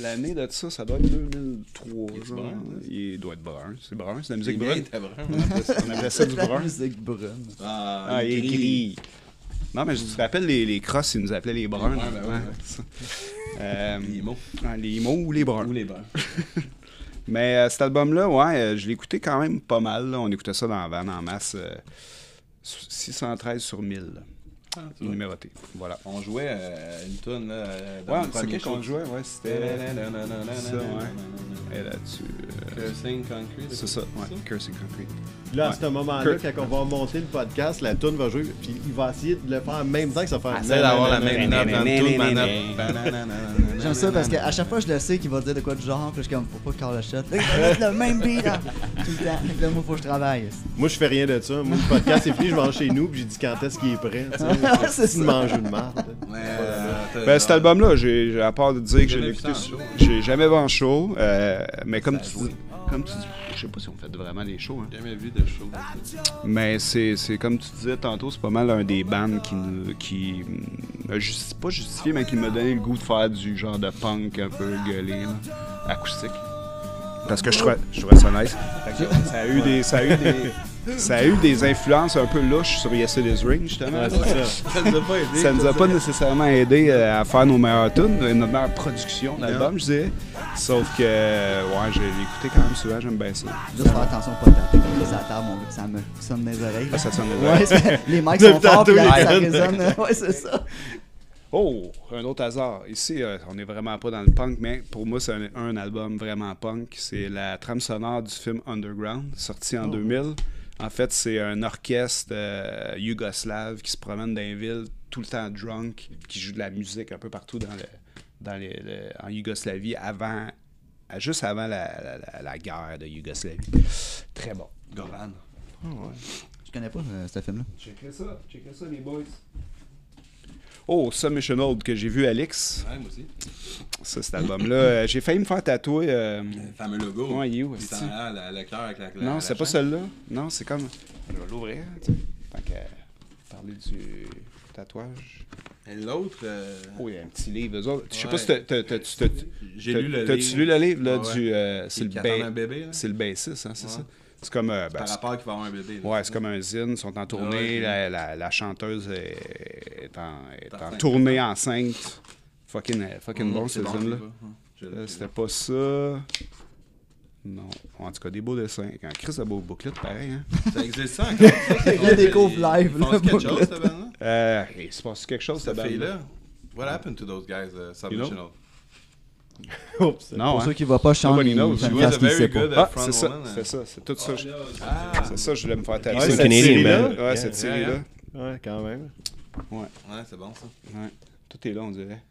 [SPEAKER 4] l'année de ça, ça doit être 2003.
[SPEAKER 6] Il est
[SPEAKER 4] genre.
[SPEAKER 6] brun, hein?
[SPEAKER 4] Il doit être brun. C'est brun, c'est de la
[SPEAKER 6] Les
[SPEAKER 4] musique
[SPEAKER 6] miens
[SPEAKER 4] brune.
[SPEAKER 6] étaient bruns.
[SPEAKER 4] On appelait ça- on appelait ça du brun.
[SPEAKER 7] musique brune.
[SPEAKER 6] Ah,
[SPEAKER 4] Ah, il est gris. Non, mais je te rappelle les, les crosses, ils nous appelaient les
[SPEAKER 6] bruns,
[SPEAKER 4] bruns.
[SPEAKER 6] ben ouais,
[SPEAKER 4] Ouais. Euh,
[SPEAKER 6] Les mots.
[SPEAKER 4] ah, les mots ou les bruns.
[SPEAKER 6] Ou les bruns.
[SPEAKER 4] Mais euh, cet album-là, ouais, euh, je l'écoutais quand même pas mal. là. On écoutait ça dans la van en masse. euh, s- 613 sur 1000.
[SPEAKER 6] tu vois.
[SPEAKER 4] numéroté. Voilà.
[SPEAKER 6] On jouait euh, une toune, là. euh, dans
[SPEAKER 4] Ouais,
[SPEAKER 6] le
[SPEAKER 4] c'est
[SPEAKER 6] premier
[SPEAKER 4] quel qu'on
[SPEAKER 6] show.
[SPEAKER 4] jouait, ouais, c'était. Ça, ouais. Et là-dessus. euh,
[SPEAKER 6] Cursing Concrete.
[SPEAKER 4] C'est ça, ouais. Cursing Concrete.
[SPEAKER 3] Puis Là, à
[SPEAKER 4] Ouais.
[SPEAKER 3] ce moment-là, quand on va monter le podcast, la toune va jouer, puis il va essayer de le faire en même temps que ça va faire.
[SPEAKER 6] Essaye d'avoir la
[SPEAKER 3] Nanana.
[SPEAKER 6] même note dans toute ma note. Bananana.
[SPEAKER 7] J'aime ça parce qu'à chaque fois je le sais qu'il va dire de quoi de genre, puis je suis comme, faut pas Carl achète. Là, il va mettre le même beat hein, tout le temps. Fait que Là, moi, faut que je travaille.
[SPEAKER 3] Moi, je fais rien de ça. Moi, le podcast est fini, je mange chez nous, puis j'ai dit quand est-ce qu'il est prêt. tu sais.
[SPEAKER 7] C'est
[SPEAKER 3] Tu
[SPEAKER 7] ça.
[SPEAKER 3] manges une marde.
[SPEAKER 6] Ouais, euh, t'as-
[SPEAKER 4] Ben, cet album-là, j'ai, j'ai- à part de dire que j'ai
[SPEAKER 6] Jamais vu
[SPEAKER 4] l'écouté,
[SPEAKER 6] ça en
[SPEAKER 4] sur-
[SPEAKER 6] show.
[SPEAKER 4] j'ai jamais vu en show, euh, mais comme
[SPEAKER 6] a
[SPEAKER 4] tu,
[SPEAKER 6] joué.
[SPEAKER 4] dis, comme tu dis, je sais pas si on fait vraiment des shows, hein.
[SPEAKER 6] Jamais vu de show.
[SPEAKER 4] mais c'est, c'est comme tu disais tantôt, c'est pas mal un des bands qui, nous- qui mm, m'a justi- pas justifié, mais qui m'a donné le goût de faire du genre de punk un peu gueulé, là, acoustique. Parce que je trouvais, je trouvais ça nice. Fait que ça a eu des, ça a eu des, ça a eu des influences un peu louches sur Yesterday's Ring, justement.
[SPEAKER 3] Ouais, c'est ça.
[SPEAKER 6] Ça nous a pas aidé.
[SPEAKER 4] Ça nous a pas nécessairement aidé euh, à faire nos meilleures tunes, euh, notre meilleure production d'album, je dirais. Sauf que, euh, ouais, je l'ai écouté quand même souvent, j'aime bien ça.
[SPEAKER 7] Juste faire attention, pas de taper comme ça sur la table, mon gars, ça me sonne dans les oreilles.
[SPEAKER 3] Ah,
[SPEAKER 7] là.
[SPEAKER 4] Ça sonne le
[SPEAKER 7] Ouais, c'est- les mics
[SPEAKER 3] Depuis
[SPEAKER 7] sont forts,
[SPEAKER 3] tantôt,
[SPEAKER 7] puis la-
[SPEAKER 3] les
[SPEAKER 7] ça
[SPEAKER 3] jeunes.
[SPEAKER 7] résonne. Ouais, c'est ça.
[SPEAKER 4] Oh, un autre hasard. Ici, euh, on est vraiment pas dans le punk, mais pour moi, c'est un, un album vraiment punk. C'est la trame sonore du film Underground, sorti en 2000. En fait, c'est un orchestre euh, yougoslave qui se promène dans les villes, tout le temps drunk, qui joue de la musique un peu partout dans le, dans les, le- en Yougoslavie, avant, à- juste avant la, la- la- la guerre de Yougoslavie. Très bon.
[SPEAKER 6] Goran.
[SPEAKER 7] Je connais pas euh, ce film-là.
[SPEAKER 4] Checkez ça, checkez ça, les boys. Oh, Submission Old que j'ai vu, Alex.
[SPEAKER 6] Ouais, moi aussi.
[SPEAKER 4] Ça, cet album-là. euh, j'ai failli me faire tatouer. euh,
[SPEAKER 6] Le fameux logo.
[SPEAKER 4] Ouais, il est où,
[SPEAKER 6] Puis
[SPEAKER 4] est-ce-tu?
[SPEAKER 6] ça a la- le cœur avec la la-
[SPEAKER 4] Non,
[SPEAKER 6] la
[SPEAKER 4] c'est pas
[SPEAKER 6] chaîne.
[SPEAKER 4] celle-là. Non, c'est comme. Je vais l'ouvrir. tu sais. Tant qu'à parler du tatouage.
[SPEAKER 6] Et L'autre. euh,
[SPEAKER 4] Oh, il y a un petit livre. eux autres. Je sais pas
[SPEAKER 6] Ouais.
[SPEAKER 4] si t'as- t'as- t'as- tu t'as-
[SPEAKER 6] J'ai
[SPEAKER 4] t'as-
[SPEAKER 6] lu le
[SPEAKER 4] T'as-tu lu le livre là,
[SPEAKER 6] Ah ouais.
[SPEAKER 4] du. euh, c'est
[SPEAKER 6] Qui-
[SPEAKER 4] le
[SPEAKER 6] qui
[SPEAKER 4] ba-
[SPEAKER 6] attend un bébé, là?
[SPEAKER 4] C'est le bassiste, hein, c'est
[SPEAKER 6] Ouais.
[SPEAKER 4] ça? C'est comme. euh, ben,
[SPEAKER 6] Par
[SPEAKER 4] c'est-
[SPEAKER 6] rapport qu'il va avoir un bébé. là.
[SPEAKER 4] Ouais, c'est comme un zine, ils sont en tournée,
[SPEAKER 6] Ouais,
[SPEAKER 4] la, la- la chanteuse est, est en, est en
[SPEAKER 6] Enceinte.
[SPEAKER 4] tournée enceinte. Fucking, euh, fucking
[SPEAKER 6] Mmh,
[SPEAKER 4] bon, ce
[SPEAKER 6] c'est bon,
[SPEAKER 4] zine-là.
[SPEAKER 6] c'est bon. Hum, je l'ai-
[SPEAKER 4] Là, Euh, C'était pas ça. Non. En tout cas, des beaux dessins. Un Chris de beau bouclette, pareil, hein?
[SPEAKER 6] Ça existe ça encore?
[SPEAKER 7] La découvre live,
[SPEAKER 6] là.
[SPEAKER 7] là,
[SPEAKER 6] quelque
[SPEAKER 7] bouclette.
[SPEAKER 6] chose, cette bande-là?
[SPEAKER 4] Euh, il se passe quelque chose,
[SPEAKER 6] Cette
[SPEAKER 4] cette bande-là?
[SPEAKER 6] fille-là? What happened to those guys, uh,
[SPEAKER 4] You
[SPEAKER 6] Submission
[SPEAKER 4] know?
[SPEAKER 6] Old?
[SPEAKER 3] Oups.
[SPEAKER 4] Non,
[SPEAKER 7] Pour
[SPEAKER 4] hein?
[SPEAKER 7] ceux qui ne voient pas Sean,
[SPEAKER 4] Nobody
[SPEAKER 7] il
[SPEAKER 4] knows.
[SPEAKER 7] fait
[SPEAKER 6] She
[SPEAKER 7] une
[SPEAKER 6] was
[SPEAKER 7] face
[SPEAKER 6] a
[SPEAKER 7] qu'il
[SPEAKER 6] very
[SPEAKER 7] sait pas.
[SPEAKER 6] good uh,
[SPEAKER 4] Ah,
[SPEAKER 6] front
[SPEAKER 4] c'est ça,
[SPEAKER 6] woman.
[SPEAKER 4] c'est ça, c'est tout ça. je-
[SPEAKER 6] Ah,
[SPEAKER 4] C'est ça, je voulais me faire
[SPEAKER 10] Ouais,
[SPEAKER 4] tatouer.
[SPEAKER 10] c'est
[SPEAKER 4] cette
[SPEAKER 10] Canadian,
[SPEAKER 4] série-là.
[SPEAKER 10] man.
[SPEAKER 4] Ouais, cette
[SPEAKER 10] Yeah.
[SPEAKER 4] série-là.
[SPEAKER 3] Ouais, quand même.
[SPEAKER 6] ouais, c'est bon ça.
[SPEAKER 4] Ouais. Tout est là, on dirait.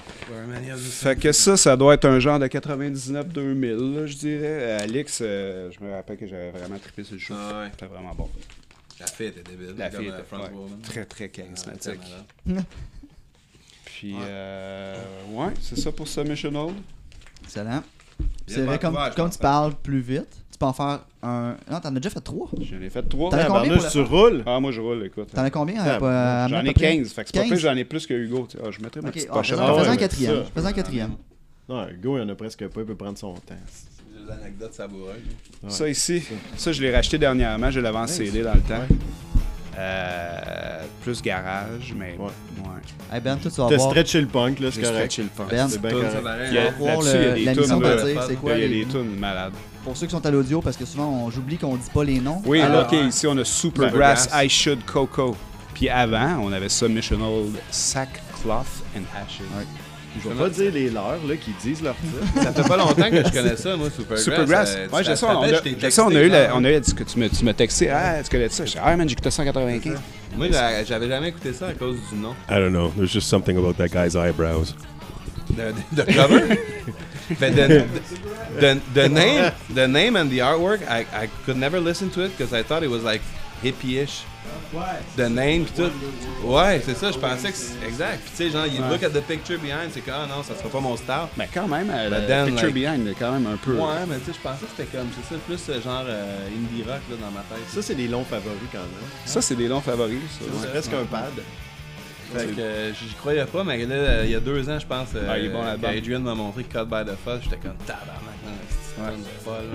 [SPEAKER 6] Fait
[SPEAKER 4] Fait que ça, ça doit être un genre de 99-2000, là, je dirais. Euh, Alex, euh, je me rappelle que j'avais vraiment trippé sur le show.
[SPEAKER 6] Ah ouais.
[SPEAKER 4] C'était vraiment bon.
[SPEAKER 6] La fille était débile.
[SPEAKER 4] La
[SPEAKER 6] comme
[SPEAKER 4] fille
[SPEAKER 6] la
[SPEAKER 4] était
[SPEAKER 6] front
[SPEAKER 4] ouais,
[SPEAKER 6] woman. Ah,
[SPEAKER 4] très, très
[SPEAKER 6] Ouais,
[SPEAKER 4] charismatique.
[SPEAKER 6] tellement, là.
[SPEAKER 4] Puis,
[SPEAKER 6] Ouais.
[SPEAKER 4] euh, ouais, c'est ça pour Submission Old.
[SPEAKER 7] Excellent.
[SPEAKER 6] Bien
[SPEAKER 7] C'est
[SPEAKER 6] par
[SPEAKER 7] vrai, comme,
[SPEAKER 6] courage,
[SPEAKER 7] comme
[SPEAKER 6] par contre.
[SPEAKER 7] tu parles plus vite, tu peux en faire un. Non, t'en as déjà fait trois.
[SPEAKER 4] J'en ai fait trois.
[SPEAKER 7] T'en as combien pour
[SPEAKER 3] Barnouche,
[SPEAKER 7] la
[SPEAKER 3] tu roules.
[SPEAKER 4] Ah, moi, je roule, écoute.
[SPEAKER 7] T'en as combien
[SPEAKER 3] Ah,
[SPEAKER 7] euh, pas- à
[SPEAKER 4] J'en
[SPEAKER 7] peu
[SPEAKER 4] ai
[SPEAKER 7] près?
[SPEAKER 4] 15. Fait que c'est pas
[SPEAKER 7] 15?
[SPEAKER 4] plus, j'en ai plus que Hugo. tu sais. Ah, je mettrais ma
[SPEAKER 7] Ok,
[SPEAKER 4] petite
[SPEAKER 7] on faisait
[SPEAKER 4] pochette.
[SPEAKER 3] Ah ouais,
[SPEAKER 7] un
[SPEAKER 3] mais
[SPEAKER 7] quatrième.
[SPEAKER 3] ça.
[SPEAKER 7] Faisons un quatrième.
[SPEAKER 3] Non, Hugo, il y en a presque pas, il peut prendre son temps.
[SPEAKER 6] Des anecdotes savoureuses.
[SPEAKER 4] Ça ici, ça je l'ai racheté dernièrement, je l'avais en scellé dans le temps. Euh, plus garage, mais
[SPEAKER 3] Ouais.
[SPEAKER 4] ouais.
[SPEAKER 7] Hey Ben, toi, tu vas
[SPEAKER 3] T'as
[SPEAKER 7] voir.
[SPEAKER 3] stretché le punk, là, c'est
[SPEAKER 4] J'ai
[SPEAKER 3] correct.
[SPEAKER 4] stretché le fun.
[SPEAKER 7] Ben,
[SPEAKER 3] C'est bien
[SPEAKER 6] Ça, ça
[SPEAKER 3] correct.
[SPEAKER 6] paraît,
[SPEAKER 4] Il y a-
[SPEAKER 6] hein?
[SPEAKER 7] voir
[SPEAKER 4] là-dessus, il y a
[SPEAKER 7] le-
[SPEAKER 4] des
[SPEAKER 7] la
[SPEAKER 4] tunes,
[SPEAKER 7] mission
[SPEAKER 4] là.
[SPEAKER 7] de dire c'est quoi
[SPEAKER 4] Là, il y a
[SPEAKER 7] les-
[SPEAKER 4] des tunes malades.
[SPEAKER 7] pour ceux qui sont à l'audio parce que souvent on j'oublie qu'on dit pas les noms.
[SPEAKER 4] Oui,
[SPEAKER 7] Alors,
[SPEAKER 4] ok, ici on a Supergrass, I Should Coco. Puis avant, on avait Submission Old, Sackcloth and Ashes.
[SPEAKER 3] Je vais pas dire les leurs, là, qui disent leur titre.
[SPEAKER 6] Ça fait pas longtemps que je connais ça, moi, Supergrass.
[SPEAKER 4] Supergrass.
[SPEAKER 6] Euh, tu
[SPEAKER 4] ouais, j'ai ça, on
[SPEAKER 6] t'appelles,
[SPEAKER 4] a,
[SPEAKER 6] je t'ai
[SPEAKER 4] j'ai ça, on a
[SPEAKER 6] texté, euh,
[SPEAKER 4] eu, la-
[SPEAKER 6] genre.
[SPEAKER 4] on a eu, dit que tu me, tu m'as texté, ah, tu connais ça? J'ai dit, ah, man, j'écoutais 195.
[SPEAKER 6] Moi, j'a- j'avais jamais écouté ça à cause du nom.
[SPEAKER 10] I don't know. There's just something about that guy's eyebrows.
[SPEAKER 6] The, the cover? Mais the, the, the name, the name and the artwork, I, I could never listen to it because I thought it was like hippie-ish. The name pis tout. Ouais, c'est ça, je pensais que c'est exact. Puis tu sais, genre, you look at the picture behind, c'est comme, ah non, ça sera pas mon star.
[SPEAKER 4] Mais quand même, euh,
[SPEAKER 6] Ben,
[SPEAKER 4] le
[SPEAKER 6] Dan,
[SPEAKER 4] Picture
[SPEAKER 6] like-
[SPEAKER 4] Behind est quand même un peu.
[SPEAKER 6] Ouais, mais tu sais, je pensais que c'était comme, c'est ça, plus euh, genre euh, indie rock là, dans ma tête.
[SPEAKER 3] Ça, c'est des longs favoris quand même.
[SPEAKER 4] Ça, c'est des noms favoris. ça.
[SPEAKER 3] C'est presque un pad.
[SPEAKER 6] Fait que euh, j'y croyais pas, mais là, euh, il y a deux ans, je pense, euh,
[SPEAKER 4] Ah, il est bon, l'album.
[SPEAKER 6] que Adrian m'a montré Code by the Fuzz, j'étais comme tabarnak, hein, c'est une bande de folle.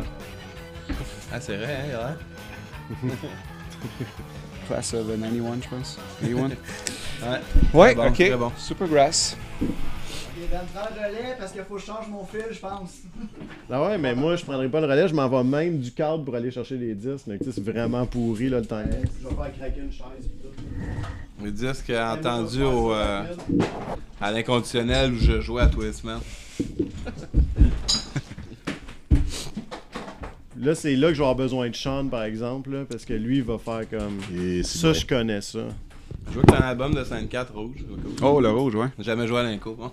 [SPEAKER 6] là. Ah, c'est vrai, hein, il a l'air.
[SPEAKER 4] Class of 91, je pense. 91.
[SPEAKER 6] Ouais.
[SPEAKER 4] ouais,
[SPEAKER 6] Bon,
[SPEAKER 4] ok.
[SPEAKER 6] très bon.
[SPEAKER 4] Supergrass.
[SPEAKER 7] Ok, Ben, prends le relais parce qu'il faut que je change mon fil, je pense.
[SPEAKER 3] Ah ouais, mais moi, je prendrais pas le relais, je m'en vais même du câble pour aller chercher les disques. mais tu sais, c'est vraiment pourri, là, le temps. Je vais faire craquer une chaise.
[SPEAKER 6] Les disques euh, entendus au, euh, à l'inconditionnel où je jouais à tous les semaines.
[SPEAKER 3] Là, c'est là que je vais avoir besoin de Sean, par exemple, là, parce que lui, il va faire comme.
[SPEAKER 2] Et c'est
[SPEAKER 3] Ça,
[SPEAKER 2] bon.
[SPEAKER 3] je connais ça.
[SPEAKER 6] Je vois que t'as un album de 54 rouge. c'est cool.
[SPEAKER 4] Oh, le rouge, ouais.
[SPEAKER 6] Jamais joué à l'inco. hein.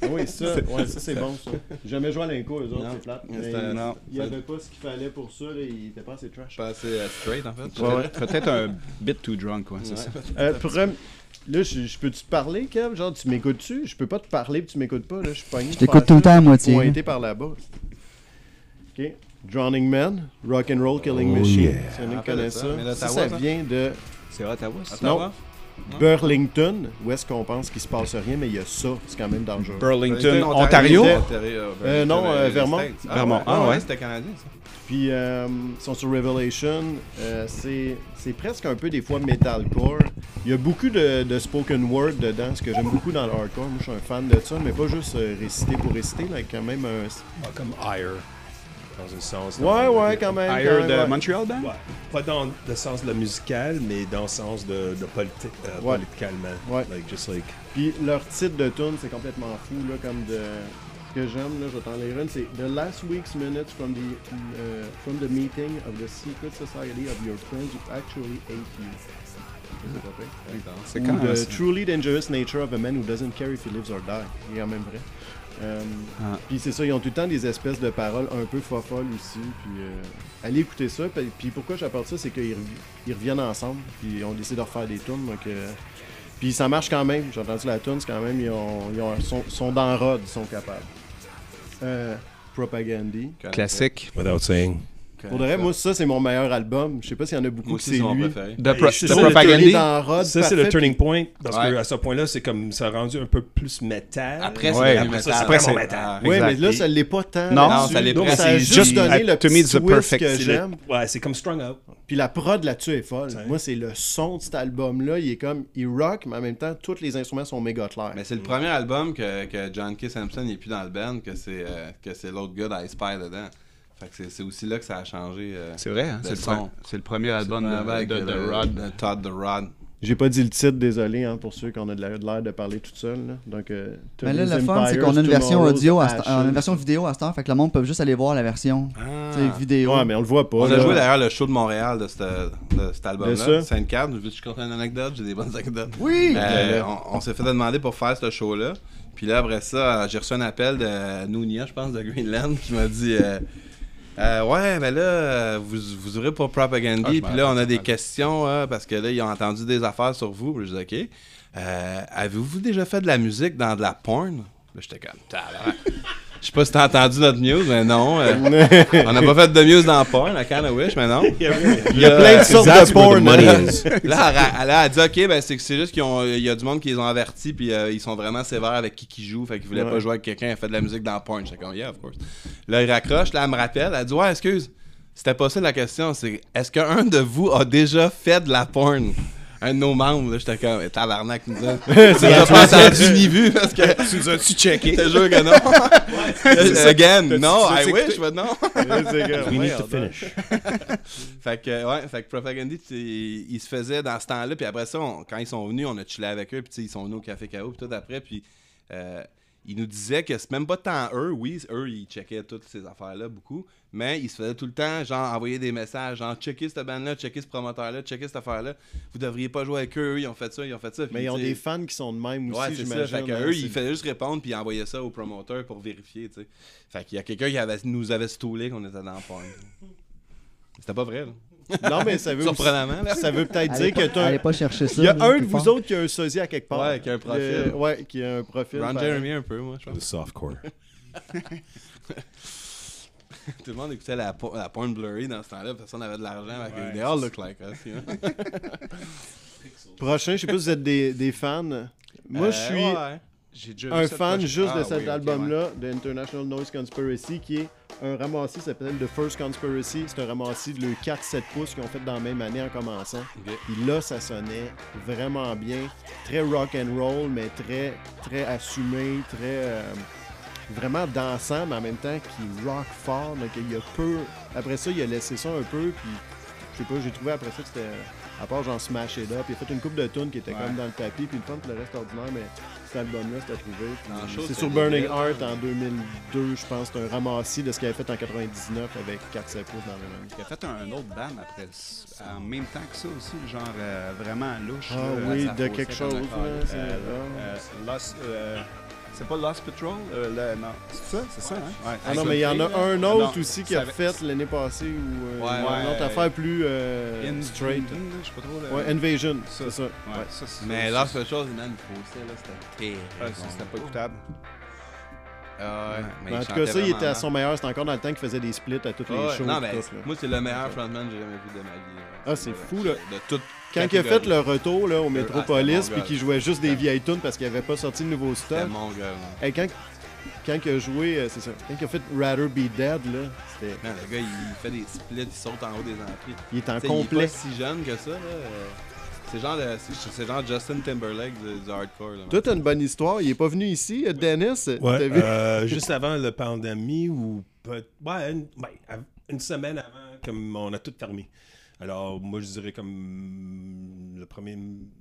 [SPEAKER 3] Ah Oui, ça, ouais, ça c'est bon, ça. J'ai Jamais joué à l'inco, eux autres,
[SPEAKER 6] Non.
[SPEAKER 3] c'est plate.
[SPEAKER 6] C'est
[SPEAKER 3] Mais
[SPEAKER 6] un-
[SPEAKER 4] non.
[SPEAKER 3] Il y avait pas ce qu'il fallait pour ça, là, il était pas assez trash.
[SPEAKER 6] Pas assez euh, straight en fait.
[SPEAKER 4] Peut-être un bit too drunk, ouais, c'est ça.
[SPEAKER 3] Euh, prem- Là, je, je peux-tu te parler, Kev? Genre, tu m'écoutes-tu? Je peux pas te parler pis tu m'écoutes pas, là, je suis pogné.
[SPEAKER 7] Je t'écoute tout le temps à moitié.
[SPEAKER 3] Pointé par là-bas. OK. Drowning Man, Rock and Roll Killing
[SPEAKER 2] Oh
[SPEAKER 3] Machine.
[SPEAKER 2] yeah.
[SPEAKER 3] Si on
[SPEAKER 6] Ah,
[SPEAKER 3] connaît ça.
[SPEAKER 6] mais là,
[SPEAKER 3] ça,
[SPEAKER 6] t'as
[SPEAKER 3] ça
[SPEAKER 6] voix,
[SPEAKER 3] vient de
[SPEAKER 4] C'est Ottawa, ça.
[SPEAKER 6] Attends,
[SPEAKER 3] non.
[SPEAKER 6] voir.
[SPEAKER 3] Burlington, où est-ce qu'on pense qu'il se passe rien, mais il y a ça. C'est quand même dangereux.
[SPEAKER 4] Burlington, Ontario.
[SPEAKER 3] Euh, non, euh,
[SPEAKER 6] les
[SPEAKER 3] Vermont.
[SPEAKER 6] States. Ah,
[SPEAKER 4] Vermont.
[SPEAKER 6] ouais.
[SPEAKER 4] Ah, ouais.
[SPEAKER 6] C'était canadien ça.
[SPEAKER 3] Puis, euh, ils sont sur Revelation. Euh, c'est c'est presque un peu des fois metalcore. Il y a beaucoup de, de spoken word dedans, ce que j'aime beaucoup dans le hardcore. Moi, je suis un fan de ça, mais pas juste euh, réciter pour réciter. Là, quand même euh, un.
[SPEAKER 10] Ah, comme Ire. Dans un sens.
[SPEAKER 3] Ouais,
[SPEAKER 10] dans-
[SPEAKER 3] ouais, quand même. quand
[SPEAKER 4] Hire
[SPEAKER 3] même,
[SPEAKER 4] de
[SPEAKER 3] ouais.
[SPEAKER 4] Montreal, ben?
[SPEAKER 10] Ouais. Pas dans le sens de la musicale, mais dans le sens de, de politi- euh,
[SPEAKER 3] Ouais.
[SPEAKER 10] politicalement.
[SPEAKER 3] Ouais.
[SPEAKER 10] Like, just like.
[SPEAKER 3] Puis, leur titre de tune, c'est complètement fou, là, comme de. Ce que j'aime, là, je vais t'en lire une, c'est The last week's minutes from the, euh, from the meeting of the secret society of your friends who actually hate you. C'est pas pire.
[SPEAKER 4] C'est
[SPEAKER 3] Ou
[SPEAKER 4] quand même.
[SPEAKER 3] The
[SPEAKER 4] ça.
[SPEAKER 3] Truly Dangerous Nature of a Man Who Doesn't Care If He Lives or Die. Il est quand même vrai. Euh,
[SPEAKER 4] Ah.
[SPEAKER 3] Puis c'est ça, ils ont tout le temps des espèces de paroles un peu fofolles aussi. Puis euh, allez écouter ça. Puis- Puis pourquoi j'apporte ça, c'est qu'ils revi- ils reviennent ensemble. Puis on décide de refaire des tours. Donc, euh, puis Puis ça marche quand même. J'ai entendu la tune, c'est quand même, ils, ont, ils ont- sont, sont dans Rod, ils sont capables. Euh, Propagandy.
[SPEAKER 4] Classique.
[SPEAKER 10] Without saying.
[SPEAKER 3] Pour de vrai, moi, ça, c'est mon meilleur album. Je sais pas s'il y en a beaucoup
[SPEAKER 6] Moi
[SPEAKER 3] qui
[SPEAKER 6] aussi,
[SPEAKER 3] c'est
[SPEAKER 6] c'est mon
[SPEAKER 3] lui.
[SPEAKER 6] préféré.
[SPEAKER 4] De,
[SPEAKER 10] pro- de
[SPEAKER 3] Il est
[SPEAKER 4] propagande.
[SPEAKER 3] dans Rod,
[SPEAKER 10] Ça, c'est le
[SPEAKER 3] parfait.
[SPEAKER 10] turning point. Parce
[SPEAKER 6] Ouais.
[SPEAKER 10] que à ce point-là, c'est comme ça a rendu un peu plus métal.
[SPEAKER 6] Après, c'est
[SPEAKER 4] Ouais,
[SPEAKER 10] après ça, c'est
[SPEAKER 6] après
[SPEAKER 10] vraiment
[SPEAKER 6] c'est-
[SPEAKER 10] métal.
[SPEAKER 6] Ah,
[SPEAKER 3] Oui,
[SPEAKER 4] Exact.
[SPEAKER 3] mais là, ça
[SPEAKER 4] Et-
[SPEAKER 3] l'est pas tant.
[SPEAKER 4] Non,
[SPEAKER 3] là-dessus.
[SPEAKER 6] ça l'est
[SPEAKER 3] Donc,
[SPEAKER 6] presque.
[SPEAKER 3] ça a
[SPEAKER 4] C'est
[SPEAKER 3] juste
[SPEAKER 4] juste-
[SPEAKER 3] donné le
[SPEAKER 4] to me,
[SPEAKER 3] petit
[SPEAKER 4] it's the
[SPEAKER 3] twist
[SPEAKER 4] perfect.
[SPEAKER 3] que
[SPEAKER 4] C'est
[SPEAKER 10] C'est le-
[SPEAKER 3] j'aime.
[SPEAKER 6] ah.
[SPEAKER 10] Ouais, c'est comme strung out.
[SPEAKER 3] Puis la prod là-dessus est folle.
[SPEAKER 10] Ouais.
[SPEAKER 3] Moi, c'est le son de cet album-là. Il est comme, il rock, mais en même temps, tous les instruments sont méga clairs.
[SPEAKER 6] Mais c'est le premier album que, que John K. Sampson n'est plus dans le band, que c'est euh, que c'est l'autre gars d'Ice Spy dedans. Fait que c'est- c'est aussi là que ça a changé. euh,
[SPEAKER 4] C'est vrai, hein?
[SPEAKER 6] Le
[SPEAKER 4] c'est le,
[SPEAKER 6] son.
[SPEAKER 4] pre- c'est le premier album
[SPEAKER 6] euh,
[SPEAKER 4] de,
[SPEAKER 6] avec,
[SPEAKER 4] de,
[SPEAKER 6] euh,
[SPEAKER 4] de
[SPEAKER 6] le-
[SPEAKER 4] Rod.
[SPEAKER 6] le Todd The Rod.
[SPEAKER 3] J'ai pas dit le titre, désolé, hein, pour ceux qui ont de la- de l'air de parler tout seul. là. Donc, euh,
[SPEAKER 7] Mais là, le
[SPEAKER 3] Tony's
[SPEAKER 7] fun, c'est qu'on a une
[SPEAKER 3] Empires,
[SPEAKER 7] version
[SPEAKER 3] Tomorrow's
[SPEAKER 7] audio, à cette-
[SPEAKER 3] Ashes.
[SPEAKER 7] euh, une version vidéo à cette heure, fait que le monde peut juste aller voir la version
[SPEAKER 6] Ah.
[SPEAKER 7] tu sais, vidéo.
[SPEAKER 3] Ouais, mais on le voit pas.
[SPEAKER 6] On a
[SPEAKER 3] là.
[SPEAKER 6] joué d'ailleurs le show de Montréal de, cette- de cet
[SPEAKER 3] De ça.
[SPEAKER 6] album-là, Sainte-Carte. Je veux que je conte une anecdote, j'ai des bonnes anecdotes.
[SPEAKER 7] Oui!
[SPEAKER 6] Euh, on on s'est fait demander pour faire ce show-là. Puis là, après ça, euh, j'ai reçu un appel de Nounia, je pense, de Greenland, qui m'a dit euh, Euh, Ouais, mais là, euh, vous, vous aurez pour Propaganda.
[SPEAKER 4] Ah, je m'en
[SPEAKER 6] puis là, on a
[SPEAKER 4] rappelle,
[SPEAKER 6] des
[SPEAKER 4] je m'en
[SPEAKER 6] questions euh, parce que là, ils ont entendu des affaires sur vous. Puis je dis Ok. Euh, Avez-vous déjà fait de la musique dans de la porn Là, j'étais comme Tabarnak. Je sais pas si t'as entendu notre news, mais non. euh, on n'a pas fait de news dans la porn, I kinda wish, mais non. Il y a
[SPEAKER 3] Plein de sortes de porn.
[SPEAKER 6] Là, elle, a- elle a dit Ok, ben c'est que c'est juste qu'il y a du monde qui les ont avertis, puis euh, ils sont vraiment sévères avec qui qui joue, fait qu'ils voulaient
[SPEAKER 3] Ouais.
[SPEAKER 6] pas jouer avec quelqu'un, elle fait de la musique dans le point. J'étais comme Yeah, of course. Là, il raccroche, là, elle me rappelle, elle dit Ouais, excuse, c'était pas ça la question, c'est est-ce qu'un de vous a déjà fait de la porn un de nos membres, là, j'étais comme, Eh, tabarnak, nous autres. Tu l'as pas entendu ni vu parce que. Tu nous as-tu checké? Je te jure que non. Again, non, I wish, but non.
[SPEAKER 10] We need to finish.
[SPEAKER 6] Fait que, euh, ouais, fait que Propagandy, tu sais, ils se faisaient dans ce temps-là. Puis après ça, on- quand ils sont venus, on a chillé avec eux. Puis tu sais, ils sont venus au Café K.O. Puis tout après. Puis euh, ils nous disaient que c'est même pas tant eux. Oui, eux, ils checkaient toutes ces affaires-là beaucoup. Mais ils se faisaient tout le temps, genre, envoyer des messages, genre, checker cette bande-là, checker ce promoteur-là, checker cette affaire-là. Vous devriez pas jouer avec eux. Eux, ils ont fait ça, ils ont fait ça. Puis,
[SPEAKER 3] Mais ils ont
[SPEAKER 6] tu sais,
[SPEAKER 3] des fans qui sont de même aussi,
[SPEAKER 6] Ouais, euh, c'est ça. Fait
[SPEAKER 3] j'imagine.
[SPEAKER 6] que
[SPEAKER 3] hein,
[SPEAKER 6] eux,
[SPEAKER 3] c'est-
[SPEAKER 6] ils faisaient juste répondre puis ils envoyaient ça au promoteur pour vérifier, tu sais. Fait qu'il y a quelqu'un qui avait- nous avait stoulé qu'on était dans le point. C'était pas vrai, là.
[SPEAKER 3] Non, mais ça veut,
[SPEAKER 6] Surprenamment, là.
[SPEAKER 3] ça veut peut-être
[SPEAKER 7] Allez
[SPEAKER 3] dire que
[SPEAKER 7] pas-
[SPEAKER 3] t'as...
[SPEAKER 7] allez pas chercher ça.
[SPEAKER 3] Il y a
[SPEAKER 7] là,
[SPEAKER 3] un de
[SPEAKER 7] plus
[SPEAKER 3] vous
[SPEAKER 7] fort.
[SPEAKER 3] autres qui a un sosie à quelque part.
[SPEAKER 6] Ouais, qui a un profil.
[SPEAKER 3] Euh, ouais, qui a un profil.
[SPEAKER 6] Ron
[SPEAKER 3] pareil.
[SPEAKER 6] Jeremy un peu, moi, je pense.
[SPEAKER 10] Le softcore.
[SPEAKER 6] Tout le monde écoutait la, po- la porn blurry dans ce temps-là. Personne n'avait de l'argent. avec They all look like us. you know?
[SPEAKER 3] Prochain, je sais pas si vous êtes des, des fans. Moi,
[SPEAKER 6] Euh,
[SPEAKER 3] je suis
[SPEAKER 6] ouais. J'ai déjà vu
[SPEAKER 3] un
[SPEAKER 6] cette
[SPEAKER 3] fan
[SPEAKER 6] poche-
[SPEAKER 3] juste
[SPEAKER 6] Ah,
[SPEAKER 3] de cet
[SPEAKER 6] oui, ok,
[SPEAKER 3] album-là, de International Noise Conspiracy, qui est un ramassis, ça s'appelle The First Conspiracy. C'est un ramassis de le 4-7 pouces qu'ils ont fait dans la même année en commençant.
[SPEAKER 6] Ok.
[SPEAKER 3] Puis là, ça sonnait vraiment bien. Très rock and roll, mais très, très assumé, très. euh, vraiment dansant, mais en même temps qui rock fort. Donc il y a peu. Après ça, il a laissé ça un peu, puis je sais pas, j'ai trouvé après ça que c'était. À part genre Smash It Up, il a fait une coupe de tunes qui était comme dans le tapis, puis le fun, puis le reste ordinaire, mais cet album-là, c'était trouvé. puis
[SPEAKER 6] Dans le show,
[SPEAKER 3] C'est
[SPEAKER 6] c'était
[SPEAKER 3] sur Burning
[SPEAKER 6] débile.
[SPEAKER 3] Heart en 2002, je pense, c'est un ramassis de ce qu'il avait fait en 99 avec 4-7 pouces dans le même.
[SPEAKER 4] Il a fait un, un autre band après, en même temps que ça aussi, genre euh, vraiment louche.
[SPEAKER 3] Ah
[SPEAKER 4] là,
[SPEAKER 3] oui,
[SPEAKER 4] ça
[SPEAKER 3] de
[SPEAKER 4] faussait
[SPEAKER 3] quelque
[SPEAKER 4] comme
[SPEAKER 3] chose,
[SPEAKER 4] un
[SPEAKER 3] là,
[SPEAKER 4] calice.
[SPEAKER 3] c'est-
[SPEAKER 4] Euh,
[SPEAKER 3] ah.
[SPEAKER 4] euh, Lost, euh, c'est pas Lost Patrol? Euh, le- non, c'est ça, c'est ça, hein? Ouais.
[SPEAKER 3] Ah non,
[SPEAKER 4] Avec
[SPEAKER 3] mais il y en
[SPEAKER 4] le-
[SPEAKER 3] a un
[SPEAKER 4] Non,
[SPEAKER 3] autre aussi qui a
[SPEAKER 4] ça-
[SPEAKER 3] fait l'année passée, ou euh,
[SPEAKER 6] Ouais,
[SPEAKER 3] une
[SPEAKER 4] ouais.
[SPEAKER 3] autre affaire plus euh,
[SPEAKER 4] In
[SPEAKER 3] straight.
[SPEAKER 4] Straight. Je sais pas trop. le-
[SPEAKER 3] Ouais, Invasion,
[SPEAKER 4] Ça,
[SPEAKER 3] c'est ça.
[SPEAKER 4] ouais,
[SPEAKER 3] ouais.
[SPEAKER 4] ça, c'est-
[SPEAKER 6] Mais
[SPEAKER 4] ça,
[SPEAKER 6] là,
[SPEAKER 4] c'est-
[SPEAKER 6] seule chose, man, il postait, là, c'était terrible.
[SPEAKER 4] ah, ça, c'était pas écoutable.
[SPEAKER 6] Ah, ouais. Mais
[SPEAKER 3] Ben, en
[SPEAKER 6] il
[SPEAKER 3] tout cas, ça, il
[SPEAKER 6] chantait
[SPEAKER 3] était à
[SPEAKER 6] vraiment
[SPEAKER 3] son meilleur. C'était encore dans le temps qu'il faisait des splits à toutes
[SPEAKER 6] mal. Ah,
[SPEAKER 3] les
[SPEAKER 6] ouais.
[SPEAKER 3] shows.
[SPEAKER 6] Non,
[SPEAKER 3] et
[SPEAKER 6] mais
[SPEAKER 3] tout, là.
[SPEAKER 6] moi, c'est le meilleur frontman que j'ai jamais vu de ma vie. là.
[SPEAKER 3] Ah, c'est fou, là.
[SPEAKER 6] De toute
[SPEAKER 3] Quand il a fait
[SPEAKER 6] catégorie.
[SPEAKER 3] le retour là, au
[SPEAKER 6] ah,
[SPEAKER 3] Metropolis,
[SPEAKER 6] c'était mon
[SPEAKER 3] puis qu'il
[SPEAKER 6] gars.
[SPEAKER 3] jouait juste des vieilles tunes parce qu'il avait pas sorti de nouveau stock.
[SPEAKER 6] C'était mon gars, là.
[SPEAKER 3] Hey, quand, quand il a joué, euh, c'est ça. Quand il a fait Rather Be Dead, là, c'était.
[SPEAKER 6] Man, le gars, il fait des splits, il saute en haut des entrées.
[SPEAKER 3] Il est en
[SPEAKER 6] T'sais, Il est
[SPEAKER 3] complet.
[SPEAKER 6] pas si jeune que ça, là. Euh, C'est genre, le- c'est- c'est genre Justin Timberlake du, du hardcore, là. man.
[SPEAKER 3] Toi, t'as une bonne histoire. Il est pas venu ici, euh, Dennis. T'as
[SPEAKER 10] Ouais,
[SPEAKER 3] vu?
[SPEAKER 10] euh, juste avant la pandémie ou peut- ouais, une, ouais, av- une semaine avant, comme on a tout fermé. Alors, moi, je dirais comme le premier.
[SPEAKER 3] Ouais,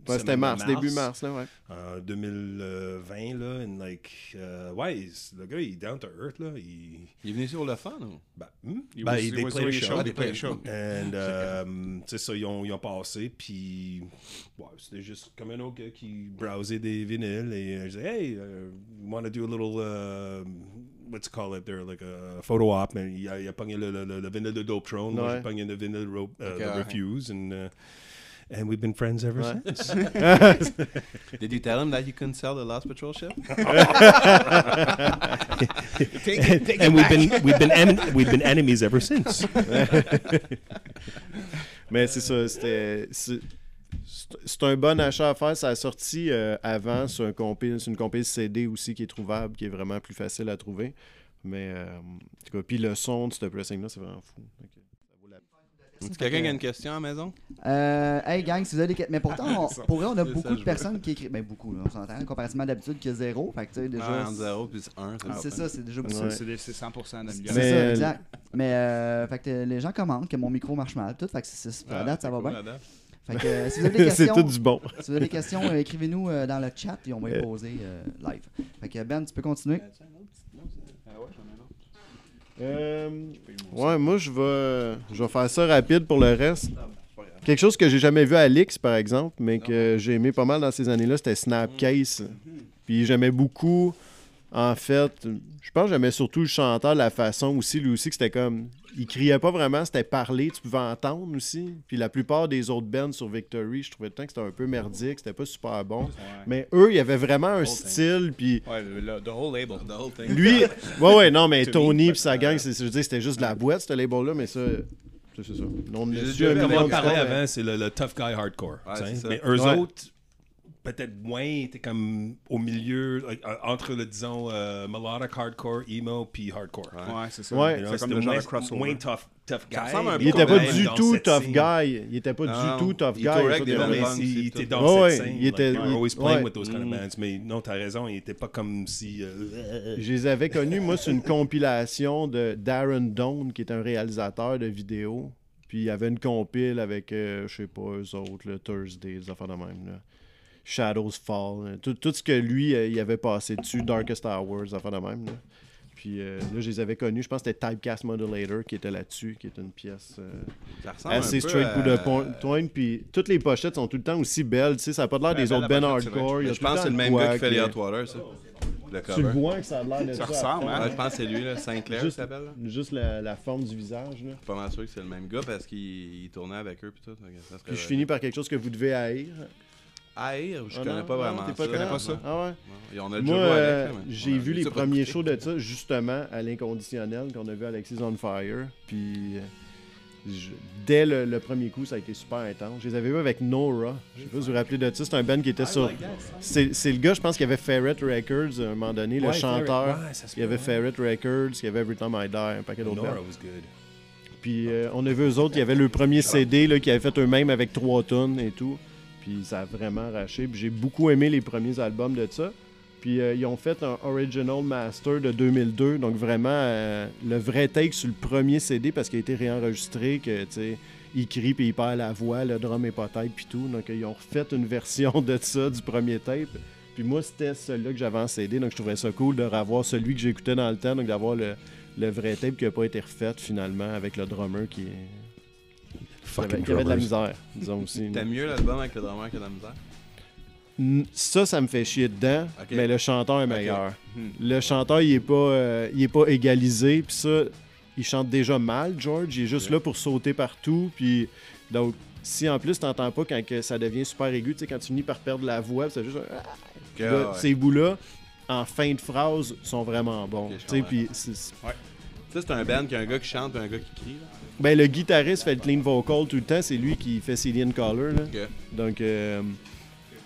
[SPEAKER 10] semaine
[SPEAKER 3] c'était
[SPEAKER 10] de
[SPEAKER 3] mars, début mars, là, ouais.
[SPEAKER 10] En 2020, là. And like, euh, ouais, c- le gars, il est down to earth, là. Il.
[SPEAKER 6] Il est venu sur le fun, ou?
[SPEAKER 10] Bah, hmm?
[SPEAKER 4] He
[SPEAKER 10] Bah,
[SPEAKER 4] was-
[SPEAKER 10] il-
[SPEAKER 4] he
[SPEAKER 10] they
[SPEAKER 4] was
[SPEAKER 10] played a
[SPEAKER 4] doing a
[SPEAKER 10] show.
[SPEAKER 4] show, they played a show.
[SPEAKER 10] And, euh, tu sais, ça, ils ont, ils ont passé, puis ouais, c'était juste comme un autre gars qui browsait des vinyles, et euh, je disais, hey, euh, want to do a little, euh, what's it call it there, like a photo op, mais il a, il a pogné le, le, le, le vinyle de Dope Throne, moi
[SPEAKER 3] Ouais.
[SPEAKER 10] j'ai pogné le vinyle de Ro- euh,
[SPEAKER 6] Ok,
[SPEAKER 10] de
[SPEAKER 6] ouais.
[SPEAKER 10] Refuse, and, euh, And we've been friends ever since.
[SPEAKER 6] Did you tell him that you couldn't sell the last patrol ship?
[SPEAKER 10] and and we've been we've been en- we've been enemies ever since.
[SPEAKER 3] Mais c'est ça, c'était. C'est c'est un bon achat à faire. Ça a sorti euh, avant sur, un compil, sur une compil CD aussi qui est trouvable, qui est vraiment plus facile à trouver. Mais euh, en tout cas, puis le son de ce pressing-là, c'est vraiment fou. Fait que ça vaut la-
[SPEAKER 6] Quelqu'un qui a une question à la maison?
[SPEAKER 7] Euh, hey gang, si vous avez des... que- Mais
[SPEAKER 4] Ah,
[SPEAKER 7] pourtant, on- pour vrai, on
[SPEAKER 6] Ça,
[SPEAKER 7] a beaucoup
[SPEAKER 6] je
[SPEAKER 7] de personnes qui écrivent. Ben beaucoup, là, on s'entend, comparativement à d'habitude que zéro. Fait que tu sais, déjà.
[SPEAKER 6] Ah, en 0 plus 1, c'est
[SPEAKER 7] c'est
[SPEAKER 6] parfait.
[SPEAKER 7] ça, c'est déjà beaucoup.
[SPEAKER 3] Ouais.
[SPEAKER 4] C'est des- c'est 100%
[SPEAKER 7] C'est
[SPEAKER 4] d'amélioration.
[SPEAKER 3] Mais-
[SPEAKER 7] ça, exact. Mais euh, fait que euh, les gens commentent que mon micro marche mal, tout. Fait que c'est c'est- à date, ça va bien. Fait que euh, si vous avez des
[SPEAKER 3] c'est
[SPEAKER 7] questions,
[SPEAKER 3] tout du bon.
[SPEAKER 7] si vous avez des questions, euh, écrivez-nous euh, dans le chat et on va y poser euh, live. Fait que Ben, tu peux continuer.
[SPEAKER 4] Ah
[SPEAKER 3] ouais, moi, je vais, je vais faire ça rapide pour le reste. Quelque chose que j'ai jamais vu à Alix, par exemple, mais que j'ai aimé pas mal dans ces années-là, c'était Snapcase. Puis j'aimais beaucoup, en fait, je pense que j'aimais surtout le chanteur, la façon aussi, lui aussi, que c'était comme. Il criait pas vraiment, c'était parler, tu pouvais entendre aussi. Puis la plupart des autres bands sur Victory, je trouvais le temps que c'était un peu merdique, c'était pas super bon. Mais eux, il y avait vraiment un style, puis
[SPEAKER 4] Ouais, le, le- the whole label. The whole thing.
[SPEAKER 3] lui, ouais, ouais, non, mais
[SPEAKER 4] To me,
[SPEAKER 3] Tony
[SPEAKER 4] but,
[SPEAKER 3] pis sa gang, c'est, je veux dire, c'était juste de la boîte, ce label-là, mais ça, c'est, c'est ça. Non,
[SPEAKER 6] J'ai déjà
[SPEAKER 3] monsieur,
[SPEAKER 6] vu comment
[SPEAKER 3] un
[SPEAKER 10] Comme
[SPEAKER 3] million
[SPEAKER 10] on
[SPEAKER 3] de
[SPEAKER 10] parlait
[SPEAKER 3] fois, mais-
[SPEAKER 10] avant, hein, c'est le, le tough guy hardcore.
[SPEAKER 6] Ouais,
[SPEAKER 10] tu sais.
[SPEAKER 6] c'est ça.
[SPEAKER 10] mais eux
[SPEAKER 3] Ouais.
[SPEAKER 10] autres, peut-être moins, t'es comme au milieu, euh, entre le, disons, euh, melodic hardcore, emo, puis hardcore.
[SPEAKER 4] Ouais, c'est ça.
[SPEAKER 10] You
[SPEAKER 3] Ouais.
[SPEAKER 10] know,
[SPEAKER 4] C'est
[SPEAKER 10] c'était
[SPEAKER 4] comme le genre
[SPEAKER 10] moins,
[SPEAKER 4] de crossover.
[SPEAKER 10] moins tough, tough guy.
[SPEAKER 6] ressemble un peu
[SPEAKER 3] Il était pas
[SPEAKER 6] Ouais,
[SPEAKER 3] du
[SPEAKER 10] dans
[SPEAKER 3] tout
[SPEAKER 10] cette
[SPEAKER 3] tough
[SPEAKER 10] scène.
[SPEAKER 3] guy. Il était pas
[SPEAKER 6] Non,
[SPEAKER 3] du tout tough
[SPEAKER 6] il
[SPEAKER 3] guy.
[SPEAKER 6] était correct,
[SPEAKER 3] ça,
[SPEAKER 6] des
[SPEAKER 3] il
[SPEAKER 6] bonnes
[SPEAKER 3] avait-
[SPEAKER 6] bandes.
[SPEAKER 10] mais il, il
[SPEAKER 6] c'est
[SPEAKER 10] était
[SPEAKER 6] tout.
[SPEAKER 10] dans
[SPEAKER 3] Ouais,
[SPEAKER 10] cette scène.
[SPEAKER 3] il était-
[SPEAKER 10] like, you're always
[SPEAKER 3] il-
[SPEAKER 10] playing
[SPEAKER 3] ouais.
[SPEAKER 10] with those kind of bands. Mais non, t'as raison, il était pas comme si. euh,
[SPEAKER 3] Je les avais connus, moi, c'est une compilation de Darren Doan, qui est un réalisateur de vidéos. Puis il y avait une compile avec, euh, je sais pas, eux autres, le Thursday, des affaires de même. Là. Shadows Fall, là. tout, tout ce que lui, euh, il avait passé dessus, Darkest Hours, des affaires de même. Là. Puis euh, là, je les avais connus, je pense que c'était Typecast Modulator qui était là-dessus, qui est une pièce euh,
[SPEAKER 6] Ça ressemble
[SPEAKER 3] assez
[SPEAKER 6] Ah, un peu euh,
[SPEAKER 3] straight
[SPEAKER 6] à-
[SPEAKER 3] coup de point. point. Puis toutes les pochettes sont tout le temps aussi belles, tu sais, ça n'a pas l'air des
[SPEAKER 4] belle
[SPEAKER 3] autres Ben
[SPEAKER 4] la pochette, c'est vrai.
[SPEAKER 3] Hardcore. il y a
[SPEAKER 6] Mais Je
[SPEAKER 3] tout le
[SPEAKER 6] pense que
[SPEAKER 3] temps
[SPEAKER 6] c'est le
[SPEAKER 3] de
[SPEAKER 6] même
[SPEAKER 3] quoi
[SPEAKER 6] gars qui fait les
[SPEAKER 3] que-
[SPEAKER 6] Hot Water, ça. Le
[SPEAKER 3] Tu le
[SPEAKER 6] cover.
[SPEAKER 3] vois que ça a l'air de
[SPEAKER 4] Ça
[SPEAKER 3] ça.
[SPEAKER 4] ressemble, hein?
[SPEAKER 6] Ouais, je pense que c'est lui, là. Sinclair, il
[SPEAKER 3] Juste-
[SPEAKER 6] s'appelle. là.
[SPEAKER 3] Juste la, la forme du visage. Là.
[SPEAKER 6] Je suis pas mal sûr que c'est le même gars parce qu'il il tournait avec eux puis tout. donc ça serait-
[SPEAKER 3] Puis je finis par quelque chose que vous devez haïr.
[SPEAKER 6] Haïr, je
[SPEAKER 3] Ah
[SPEAKER 6] connais
[SPEAKER 3] non?
[SPEAKER 6] pas
[SPEAKER 3] Ah,
[SPEAKER 6] vraiment.
[SPEAKER 3] t'es
[SPEAKER 6] ça.
[SPEAKER 3] dedans? Ah ouais.
[SPEAKER 6] Non. Et on a
[SPEAKER 3] Moi,
[SPEAKER 6] déjà joué avec,
[SPEAKER 3] euh,
[SPEAKER 6] là, mais on
[SPEAKER 3] j'ai
[SPEAKER 6] a
[SPEAKER 3] vu
[SPEAKER 6] ça
[SPEAKER 3] les
[SPEAKER 6] pas
[SPEAKER 3] premiers
[SPEAKER 6] écouté.
[SPEAKER 3] shows de ça, justement, à l'inconditionnel qu'on a vu à Alexis on Fire. Puis euh, je- dès le, le premier coup, ça a été super intense. Je les avais vus avec Nora. Je sais pas si vous vous rappelez de ça. C'est un band qui était sur. C'est c'est le gars, je pense, qui avait Ferret Records à un moment donné, le
[SPEAKER 10] Ouais,
[SPEAKER 3] chanteur.
[SPEAKER 10] Ferret. Ouais, ça se
[SPEAKER 3] il y avait
[SPEAKER 10] peut,
[SPEAKER 3] Ferret Records, il y avait Every Time I Die, un paquet d'autres bands.
[SPEAKER 10] Nora was good.
[SPEAKER 3] Puis euh, on a vu eux autres, il y avait le
[SPEAKER 10] Ah.
[SPEAKER 3] premier CD là, qu'ils avaient fait eux-mêmes avec trois tonnes et tout. Puis ça a vraiment arraché. Puis j'ai beaucoup aimé les premiers albums de ça. Puis euh, ils ont fait un Original Master de 2002, donc vraiment euh, le vrai take sur le premier CD parce qu'il a été réenregistré, que tu sais, il crie puis il perd la voix, le drum est pas tête puis tout. Donc euh, ils ont refait une version de ça du premier tape. Puis moi c'était celui-là que j'avais en CD, donc je trouvais ça cool de revoir celui que j'écoutais dans le temps, donc d'avoir le, le vrai tape qui n'a pas été refait finalement avec le drummer qui, est- qui avait, qui avait de la misère, disons aussi.
[SPEAKER 6] T'aimes mieux l'album avec le drummer que la misère
[SPEAKER 3] N- Ça, ça me fait chier dedans,
[SPEAKER 6] Ok. Hmm.
[SPEAKER 3] mais le chanteur est meilleur. Le chanteur, il est pas, euh, il est pas égalisé, puis ça, il chante déjà mal, George. Il est juste là pour sauter partout, puis donc si en plus t'entends pas quand que ça devient super aigu, tu sais quand tu finis par perdre la voix, c'est juste un-
[SPEAKER 6] Que,
[SPEAKER 3] Là,
[SPEAKER 6] ouais.
[SPEAKER 3] ces bouts-là en fin de phrase sont vraiment bons.
[SPEAKER 6] Ok, je
[SPEAKER 3] tu sais,
[SPEAKER 6] comprends.
[SPEAKER 3] puis c'est-
[SPEAKER 6] Ça, c'est un band qui a un gars qui chante et un gars qui crie. là.
[SPEAKER 3] ben le guitariste fait le clean vocal tout le temps, c'est lui qui fait Cillian Color là.
[SPEAKER 6] Ok.
[SPEAKER 3] Donc, euh,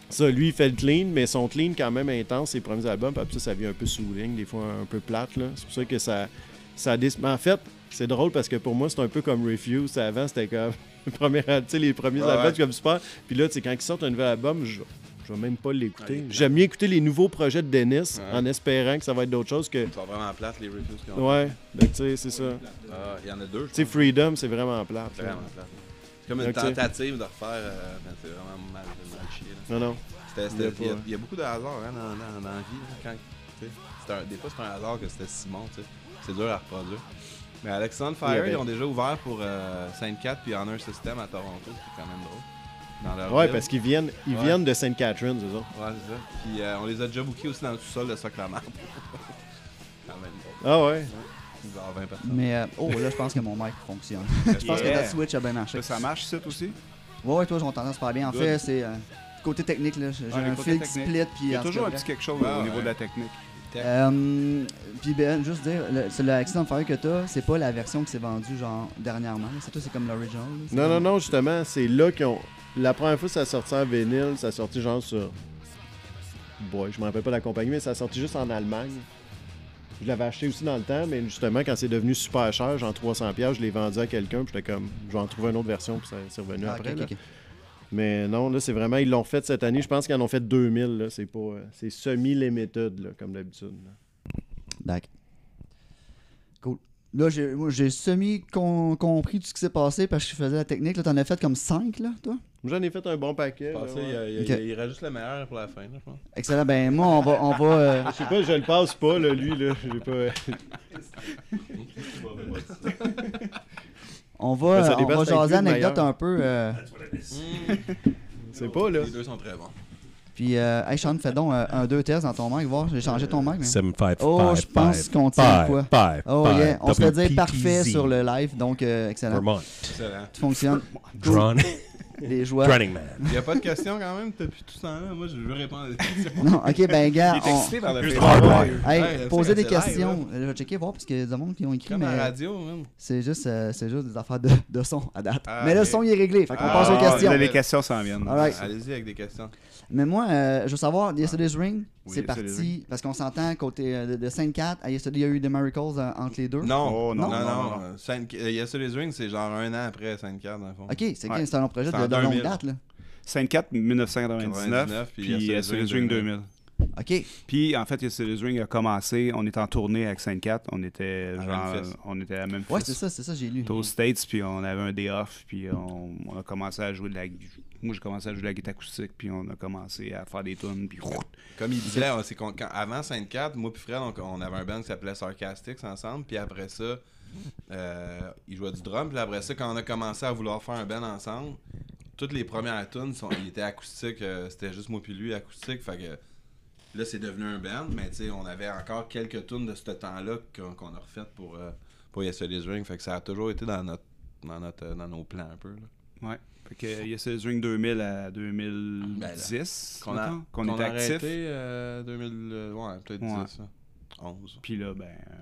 [SPEAKER 3] ça, lui, il fait le clean, mais son clean, quand même intense, ses premiers albums. Puis après ça, ça vient un peu sous ligne, des fois un peu plate. là. C'est pour ça que ça. ça dis- mais en fait, c'est drôle parce que pour moi, c'est un peu comme Refuse. Avant, c'était comme. le premier al- tu sais, les premiers
[SPEAKER 6] Ouais,
[SPEAKER 3] albums,
[SPEAKER 6] ouais.
[SPEAKER 3] c'est comme super. Puis là, tu sais, quand ils sortent un nouvel album, je. Je vais même pas l'écouter. J'aime mieux écouter les nouveaux projets de Dennis en espérant que ça va être d'autres choses que.
[SPEAKER 6] Ils sont vraiment plates, les reviews qu'ils ont.
[SPEAKER 3] Ouais, donc tu sais, c'est ça.
[SPEAKER 6] Ah, Il y en a deux, je
[SPEAKER 3] Tu sais,
[SPEAKER 6] pense.
[SPEAKER 3] Freedom, c'est vraiment plate.
[SPEAKER 6] C'est
[SPEAKER 3] là.
[SPEAKER 6] vraiment plate. C'est comme une
[SPEAKER 3] Ok.
[SPEAKER 6] tentative de refaire. euh, ben, c'est vraiment mal, mal chier. là.
[SPEAKER 3] Non, non.
[SPEAKER 6] C'était-
[SPEAKER 3] Il y a
[SPEAKER 6] c'était- Il y, a-
[SPEAKER 3] pas-
[SPEAKER 6] il y a beaucoup de hasard hein, dans, dans, dans la vie. là, quand, tu sais, c'est un- des fois, c'est un hasard que c'était Simon. tu sais. C'est dur à reproduire. Mais Alexandre Fire,
[SPEAKER 3] Il y avait-
[SPEAKER 6] ils ont déjà ouvert pour euh, 4 puis Honor System à Toronto, ce qui est quand même drôle. Dans leur
[SPEAKER 3] Ouais,
[SPEAKER 6] ville.
[SPEAKER 3] parce qu'ils viennent, ils
[SPEAKER 6] Ouais.
[SPEAKER 3] viennent de St. Catharines, eux autres.
[SPEAKER 6] Ouais, c'est ça. Puis euh, on les a déjà bookés aussi dans le sous-sol de Sacramento. quand même drôle.
[SPEAKER 3] Ah ouais.
[SPEAKER 6] Ils doivent avoir 20 personnes.
[SPEAKER 7] Mais euh, oh, là, je pense que mon mic fonctionne. je pense que
[SPEAKER 4] Yeah.
[SPEAKER 7] ta Switch a bien marché.
[SPEAKER 4] Ça marche, ça aussi?
[SPEAKER 7] Ouais, ouais, toi, j'entends super bien. En
[SPEAKER 4] Good.
[SPEAKER 7] fait, c'est. euh, côté technique, là, j'ai
[SPEAKER 4] Ah, le
[SPEAKER 7] un
[SPEAKER 4] côté
[SPEAKER 7] fil qui
[SPEAKER 4] technique.
[SPEAKER 7] split. Puis,
[SPEAKER 4] Il y a
[SPEAKER 7] en tout
[SPEAKER 4] toujours
[SPEAKER 7] cas,
[SPEAKER 4] un
[SPEAKER 7] bref.
[SPEAKER 4] petit quelque chose
[SPEAKER 6] Ah,
[SPEAKER 4] au niveau
[SPEAKER 6] ouais.
[SPEAKER 4] de la technique.
[SPEAKER 7] Euh, puis ben, juste dire, le- c'est l'accident de fer que t'as, c'est pas la version qui s'est vendue genre dernièrement. là. C'est toi, c'est comme l'original. là. C'est
[SPEAKER 3] Non, non,
[SPEAKER 7] comme-
[SPEAKER 3] non, justement, c'est là qu'ils ont. La première fois, ça a sorti en vinyle, ça a sorti genre sur. Boy, je me rappelle pas la compagnie, mais ça a sorti juste en Allemagne. Je l'avais acheté aussi dans le temps, mais justement, quand c'est devenu super cher, genre 300$, piastres, je l'ai vendu à quelqu'un, puis j'étais comme, je vais en trouver une autre version, puis ça- c'est revenu
[SPEAKER 7] Ah, ok,
[SPEAKER 3] après.
[SPEAKER 7] ok,
[SPEAKER 3] là.
[SPEAKER 7] ok.
[SPEAKER 3] Mais non, là, c'est vraiment, ils l'ont fait cette année, je pense qu'ils en ont fait 2000, là. C'est pas. euh, c'est semi-limited, là, comme d'habitude. là.
[SPEAKER 7] D'accord. Cool. Là, j'ai, moi, j'ai semi-compris tout ce qui s'est passé parce que je faisais la technique. Là, t'en as fait comme 5, là, toi?
[SPEAKER 3] J'en ai fait un bon paquet. là,
[SPEAKER 6] Passé, euh, il,
[SPEAKER 3] ouais.
[SPEAKER 6] y a- il y a-
[SPEAKER 7] Ok.
[SPEAKER 6] il y aura juste le meilleur pour la fin, là, je pense.
[SPEAKER 7] Excellent. Ben, moi, on va. On va euh,
[SPEAKER 3] Je sais pas, je le passe pas, là, lui, là. J'ai pas. euh,
[SPEAKER 7] on va,
[SPEAKER 3] Ben, ça
[SPEAKER 7] on
[SPEAKER 3] dépend
[SPEAKER 7] va
[SPEAKER 3] si t'as
[SPEAKER 7] jaser
[SPEAKER 3] inclus le
[SPEAKER 7] anecdote
[SPEAKER 3] meilleur.
[SPEAKER 7] un peu. euh,
[SPEAKER 3] C'est pas, là.
[SPEAKER 6] Les deux sont très bons.
[SPEAKER 7] puis, euh, hey, Sean, fais donc euh, un, deux tests dans ton mic, voir. J'ai changé ton mic. Mais...
[SPEAKER 8] 7-5.
[SPEAKER 7] Oh, je pense qu'on tient quoi.
[SPEAKER 8] Five,
[SPEAKER 7] Oh,
[SPEAKER 8] five,
[SPEAKER 7] yeah. On se fait dire
[SPEAKER 8] WPTZ,
[SPEAKER 7] parfait sur le live, donc euh, excellent.
[SPEAKER 8] Vermont.
[SPEAKER 6] Excellent.
[SPEAKER 7] Tout fonctionne.
[SPEAKER 8] Drone,
[SPEAKER 7] Les joueurs.
[SPEAKER 8] Running Man.
[SPEAKER 6] Il n'y a pas de questions quand même depuis tout ce temps-là. Moi, je veux répondre à des questions.
[SPEAKER 7] Non, ok, ben, gars.
[SPEAKER 6] Il est excité par le fait.
[SPEAKER 7] on- Hey,
[SPEAKER 6] Ouais,
[SPEAKER 7] posez
[SPEAKER 6] c'est-
[SPEAKER 7] des
[SPEAKER 6] c'est live,
[SPEAKER 7] questions.
[SPEAKER 6] là.
[SPEAKER 7] je vais checker, voir, parce qu'il y a des gens qui ont écrit,
[SPEAKER 6] Comme à
[SPEAKER 7] mais.
[SPEAKER 6] la radio, même.
[SPEAKER 7] C'est juste, euh, c'est juste des affaires de, de son à date.
[SPEAKER 6] Ah,
[SPEAKER 7] Mais le
[SPEAKER 6] ok.
[SPEAKER 7] son il est réglé, fait qu'on
[SPEAKER 6] Ah,
[SPEAKER 7] passe aux
[SPEAKER 6] ah,
[SPEAKER 7] questions.
[SPEAKER 6] là,
[SPEAKER 4] Les questions s'en viennent.
[SPEAKER 7] Alright.
[SPEAKER 6] Allez-y avec des questions.
[SPEAKER 7] Mais moi, euh, je veux savoir, Yesterday's Ring, c'est
[SPEAKER 4] Yesterday's
[SPEAKER 7] parti,
[SPEAKER 4] Ring.
[SPEAKER 7] parce qu'on s'entend côté euh, de, de 5-4 à Yesterday, il y a eu des miracles euh, entre les deux.
[SPEAKER 6] Non,
[SPEAKER 4] Oh,
[SPEAKER 6] non,
[SPEAKER 4] non,
[SPEAKER 6] non.
[SPEAKER 4] non,
[SPEAKER 6] non,
[SPEAKER 4] non.
[SPEAKER 6] Euh, Sainte- euh, Yesterday's Ring, c'est genre un an après Sainte-Carte, dans le fond.
[SPEAKER 7] Ok, c'est
[SPEAKER 4] Ouais.
[SPEAKER 7] c'est un long projet
[SPEAKER 6] C'est
[SPEAKER 7] de,
[SPEAKER 6] en
[SPEAKER 7] de longue
[SPEAKER 6] 2000.
[SPEAKER 7] date, là.
[SPEAKER 4] 54, 1999,
[SPEAKER 6] 99, puis
[SPEAKER 4] puis euh, Series Ring 2000.
[SPEAKER 7] Ok,
[SPEAKER 4] Puis en fait, Series Ring a commencé, on était en tournée avec 54, on était
[SPEAKER 6] À
[SPEAKER 4] genre,
[SPEAKER 6] Memphis.
[SPEAKER 4] on était à Memphis.
[SPEAKER 7] ouais, c'est ça, c'est ça, j'ai lu.
[SPEAKER 4] J'étais aux States, puis on avait un day off, puis on, on a commencé à jouer de la... Moi, j'ai commencé à jouer de la guitare acoustique, puis on a commencé à faire des tunes, puis...
[SPEAKER 6] Comme il disait, on- c'est qu'on- quand- avant Sainte-Carte, moi puis Fred, on, on avait un band qui s'appelait Sarcastics ensemble, puis après ça, euh, il jouait du drum, puis après ça, quand on a commencé à vouloir faire un band ensemble, toutes les premières tunes, sont, ils étaient acoustiques, euh, c'était juste moi puis lui, acoustique, fait que là, c'est devenu un band, mais tu sais, on avait encore quelques tunes de ce temps-là qu'on qu'on a refaites pour, euh, pour Yesterday's Ring, fait que ça a toujours été dans notre dans, notre, euh, dans nos plans un peu. là.
[SPEAKER 4] Ouais. Fait que il y a Series Ring 2000 à 2010,
[SPEAKER 6] Qu'on a,
[SPEAKER 4] mettons,
[SPEAKER 6] Ah,
[SPEAKER 4] qu'on
[SPEAKER 6] ben qu'on
[SPEAKER 4] était
[SPEAKER 6] a
[SPEAKER 4] actif.
[SPEAKER 6] arrêté euh, 2000, euh, ouais, peut-être
[SPEAKER 4] Ouais.
[SPEAKER 6] 10, hein, 11.
[SPEAKER 4] Puis là, ben... euh,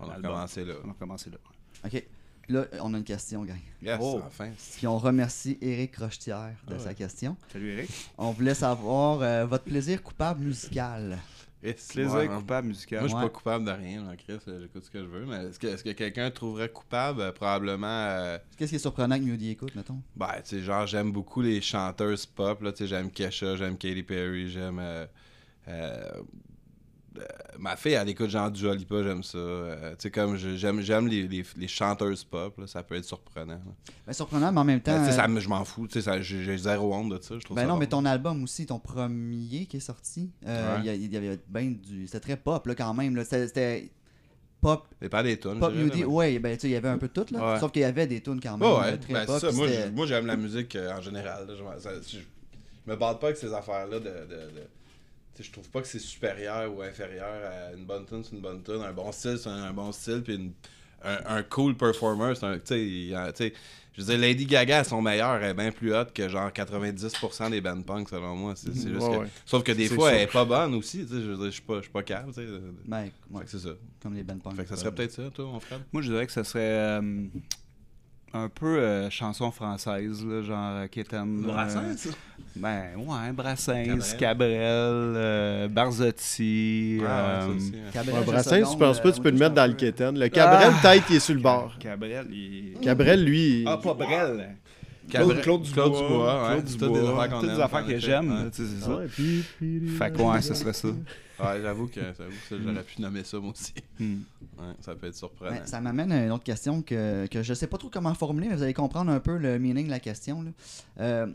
[SPEAKER 6] On a
[SPEAKER 4] l'album.
[SPEAKER 6] commencé là.
[SPEAKER 4] On a commencé là.
[SPEAKER 7] Ok, là, on a une question, gang.
[SPEAKER 6] Yes,
[SPEAKER 7] Oh.
[SPEAKER 6] enfin.
[SPEAKER 7] Puis on remercie Eric Rochetière
[SPEAKER 3] Ah
[SPEAKER 7] de sa question.
[SPEAKER 4] Salut Eric.
[SPEAKER 7] On voulait savoir euh, votre plaisir coupable musical.
[SPEAKER 6] Yes,
[SPEAKER 4] Plaisir
[SPEAKER 6] ouais, hein.
[SPEAKER 4] coupable
[SPEAKER 6] Moi,
[SPEAKER 4] musical.
[SPEAKER 6] je suis
[SPEAKER 7] Ouais.
[SPEAKER 6] pas coupable de rien, là, Chris. euh, J'écoute ce que je veux. Mais est-ce que, est-ce que quelqu'un trouverait coupable Euh, Probablement. euh,
[SPEAKER 7] Qu'est-ce qui est surprenant que Mewdy écoute, mettons?
[SPEAKER 6] ben, tu sais, genre, j'aime beaucoup les chanteuses pop. Là, tu sais, j'aime Kesha, j'aime Katy Perry, j'aime. euh, euh, euh, ma fille, elle écoute genre du Lipa, j'aime ça. Euh, tu sais, comme je- j'aime, j'aime les, les- les chanteuses pop, là, ça peut être surprenant. là.
[SPEAKER 7] Ben, surprenant, mais en même temps.
[SPEAKER 6] Ben, tu sais,
[SPEAKER 7] euh,
[SPEAKER 6] ça me- je m'en fous, tu sais, ça- j'ai, j'ai zéro honte de ça. Je trouve
[SPEAKER 7] Ben
[SPEAKER 6] ça
[SPEAKER 7] non,
[SPEAKER 6] bon.
[SPEAKER 7] mais ton album aussi, ton premier qui est sorti, euh,
[SPEAKER 6] Ouais.
[SPEAKER 7] il y a- il y, avait bien du. C'était très pop là, quand même. là. C'était- C'était pop,
[SPEAKER 6] Ça dépend des tonnes.
[SPEAKER 7] pop UD. Ouais, ben tu sais, il y avait un peu de tout là.
[SPEAKER 6] Ouais.
[SPEAKER 7] Sauf qu'il y avait des tunes quand même.
[SPEAKER 6] Ouais,
[SPEAKER 7] euh,
[SPEAKER 6] ouais,
[SPEAKER 7] très
[SPEAKER 6] ben,
[SPEAKER 7] pop.
[SPEAKER 6] c'est ça.
[SPEAKER 7] puis
[SPEAKER 6] Moi,
[SPEAKER 7] c'était-
[SPEAKER 6] je- moi, j'aime la musique euh, en général. là. Je, m'en- ça- je- je me bats pas avec ces affaires-là. De, de, de- tu sais, je trouve pas que c'est supérieur ou inférieur à une bonne tune, c'est une bonne tune. Un bon style, c'est un, un bon style. Puis une- un, un cool performer, c'est un. Tu sais, il- euh, tu sais, je veux dire, Lady Gaga, son meilleur, elle est bien plus haute que genre 90% des bands punk, selon moi. C'est, c'est juste
[SPEAKER 3] Ouais,
[SPEAKER 6] que-
[SPEAKER 3] ouais.
[SPEAKER 6] Sauf que des
[SPEAKER 3] C'est
[SPEAKER 6] fois,
[SPEAKER 3] sûr.
[SPEAKER 6] elle est pas bonne aussi. Tu sais, je veux dire, je suis pas, je suis pas calme. Tu sais. euh, Fait
[SPEAKER 7] Ben, ouais,
[SPEAKER 6] que c'est ça.
[SPEAKER 7] comme les Ben Punk.
[SPEAKER 6] Fait que ça serait peut-être ça, toi, mon frère.
[SPEAKER 4] Moi, je dirais que ce serait euh, un peu euh, chanson française, là, genre euh, Kéten. euh, ben, ouais, Brassens,
[SPEAKER 6] Cabrel.
[SPEAKER 4] Cabrel, euh, Barzotti.
[SPEAKER 6] Ah, ouais,
[SPEAKER 4] euh,
[SPEAKER 6] ça aussi, hein.
[SPEAKER 7] Cabrel,
[SPEAKER 3] Ouais,
[SPEAKER 7] je
[SPEAKER 3] Brassens, tu
[SPEAKER 7] seconde,
[SPEAKER 3] penses
[SPEAKER 7] euh,
[SPEAKER 3] pas, tu
[SPEAKER 7] moi,
[SPEAKER 3] peux le mettre
[SPEAKER 7] je suis un
[SPEAKER 3] dans le
[SPEAKER 7] peu-
[SPEAKER 3] quétaine. Le Cabrel,
[SPEAKER 4] Ah!
[SPEAKER 3] tête, il est sur le bord.
[SPEAKER 4] Cabrel, il.
[SPEAKER 3] Cabrel, lui.
[SPEAKER 4] Ah, pas Brel.
[SPEAKER 6] Cabrel-
[SPEAKER 4] Claude Dubois.
[SPEAKER 6] Claude Dubois, ouais,
[SPEAKER 4] Claude
[SPEAKER 6] c'est
[SPEAKER 4] Dubois.
[SPEAKER 6] toutes des affaires qu'on
[SPEAKER 4] Toutes
[SPEAKER 6] aime,
[SPEAKER 4] des affaires
[SPEAKER 6] en
[SPEAKER 4] que
[SPEAKER 6] effet,
[SPEAKER 4] j'aime,
[SPEAKER 6] ouais.
[SPEAKER 4] là, tu sais, c'est
[SPEAKER 3] Ah Ouais, puis- puis-
[SPEAKER 4] ça. Fait que, ouais, ce serait ça.
[SPEAKER 6] Ouais, j'avoue que, j'avoue que ça, j'aurais pu nommer ça moi aussi.
[SPEAKER 4] Hmm.
[SPEAKER 6] Ouais, ça peut être surprenant.
[SPEAKER 7] Ben, ça m'amène à une autre question que, que je sais pas trop comment formuler, mais vous allez comprendre un peu le meaning de la question. Là. Euh,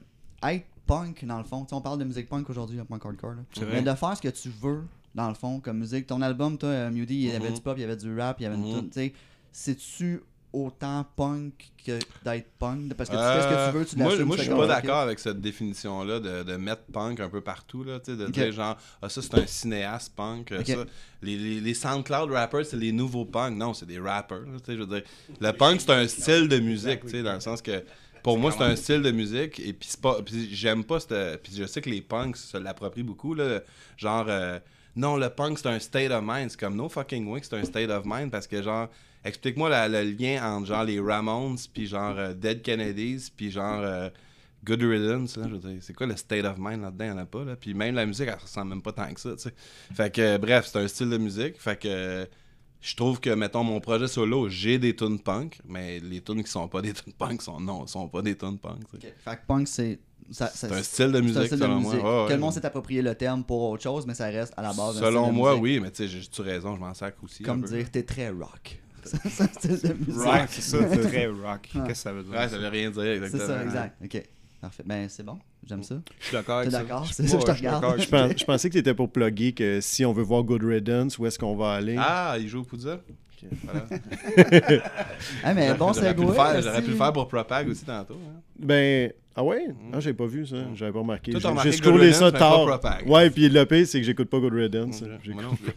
[SPEAKER 7] être punk, dans le fond, tu sais, on parle de musique punk aujourd'hui, là, punk hardcore. là. Mais de faire ce que tu veux, dans le fond, comme musique. Ton album, toi, euh, Mewdy, il y avait
[SPEAKER 6] Mhm.
[SPEAKER 7] du pop, il y avait du rap, il y avait une
[SPEAKER 6] Mhm.
[SPEAKER 7] tune, tu sais. C'est-tu autant punk que d'être punk Parce que tu
[SPEAKER 6] Euh,
[SPEAKER 7] fais ce que tu veux, tu
[SPEAKER 6] moi,
[SPEAKER 7] l'assumes.
[SPEAKER 6] moi,
[SPEAKER 7] tu
[SPEAKER 6] je suis
[SPEAKER 7] fais
[SPEAKER 6] pas
[SPEAKER 7] comme ça,
[SPEAKER 6] d'accord avec cette définition-là de, de mettre punk un peu partout. Là, tu sais, de
[SPEAKER 7] Ok.
[SPEAKER 6] dire genre, ah, ça c'est un cinéaste punk. euh,
[SPEAKER 7] Ok.
[SPEAKER 6] ça. Les, les, les SoundCloud rappers, c'est les nouveaux punks. Non, c'est des rappers. là, tu sais, je veux dire, le punk, c'est un style de musique. tu sais, Dans le sens que Pour moi, c'est
[SPEAKER 10] vraiment-
[SPEAKER 6] un style de musique et puis c'est pas- puis j'aime pas cette puis je sais que les punks se l'approprient beaucoup là, genre euh, non, le punk c'est un state of mind, c'est comme no fucking way que c'est un state of mind parce que genre explique-moi la- le lien entre genre les Ramones puis genre euh, Dead Kennedys puis genre euh, Good Riddance, là, je veux dire, c'est quoi le state of mind là-dedans, il en a pas là, puis même la musique elle ressemble même pas tant que ça, tu sais. Fait que euh, bref, c'est un style de musique, fait que euh, je trouve que, mettons, mon projet solo, j'ai des tunes punk, mais les tunes qui sont pas des tunes punk sont non, sont pas des tunes punk. tu sais.
[SPEAKER 7] Fait que punk, c'est. ça- ça-
[SPEAKER 6] C'est un style de musique,
[SPEAKER 7] C'est un style de
[SPEAKER 6] selon moi.
[SPEAKER 7] musique.
[SPEAKER 6] Ouais, ouais.
[SPEAKER 7] que le monde s'est approprié le terme pour autre chose, mais ça reste à la base. un style
[SPEAKER 6] Selon
[SPEAKER 7] de
[SPEAKER 6] moi,
[SPEAKER 7] musique.
[SPEAKER 6] oui, mais tu sais, j'ai tu raison, je m'en sacre aussi. un
[SPEAKER 7] Comme
[SPEAKER 6] peu.
[SPEAKER 7] dire, t'es très rock. c'est un style de musique.
[SPEAKER 4] Rock, c'est ça, c'est très rock. Qu'est-ce que ça veut dire?
[SPEAKER 6] Ouais, ça veut rien dire,
[SPEAKER 7] C'est
[SPEAKER 6] exactement. Mhm.
[SPEAKER 7] ça, exact. Ok. Parfait. Ben, c'est bon. J'aime ça.
[SPEAKER 6] Je suis d'accord
[SPEAKER 7] T'es
[SPEAKER 6] avec ça.
[SPEAKER 7] d'accord?
[SPEAKER 6] Je-
[SPEAKER 7] C'est ça, je te
[SPEAKER 6] ouais, suis d'accord
[SPEAKER 7] regarde.
[SPEAKER 6] avec
[SPEAKER 3] Je, pense- je pensais que tu étais pour plugger que si on veut voir Good Riddance, où est-ce qu'on va aller?
[SPEAKER 6] ça. Ah, il joue au Poudza? Ok, voilà.
[SPEAKER 7] Ah, mais bon, c'est
[SPEAKER 6] J'aurais pu
[SPEAKER 7] go.
[SPEAKER 6] le faire- j'aurais pu le faire pour Propag aussi tantôt. hein.
[SPEAKER 3] Ben, ah ouais? Ah, j'ai pas vu ça. J'avais pas remarqué.
[SPEAKER 6] Toi,
[SPEAKER 3] J'ai
[SPEAKER 6] t'as remarqué
[SPEAKER 3] j'ai
[SPEAKER 6] Good
[SPEAKER 3] scrollé ça
[SPEAKER 6] Riddance, mais pas
[SPEAKER 3] tard.
[SPEAKER 6] Propag.
[SPEAKER 3] Ouais, puis le pire, c'est que j'écoute pas Good Riddance. J'ai-
[SPEAKER 6] Moi non plus.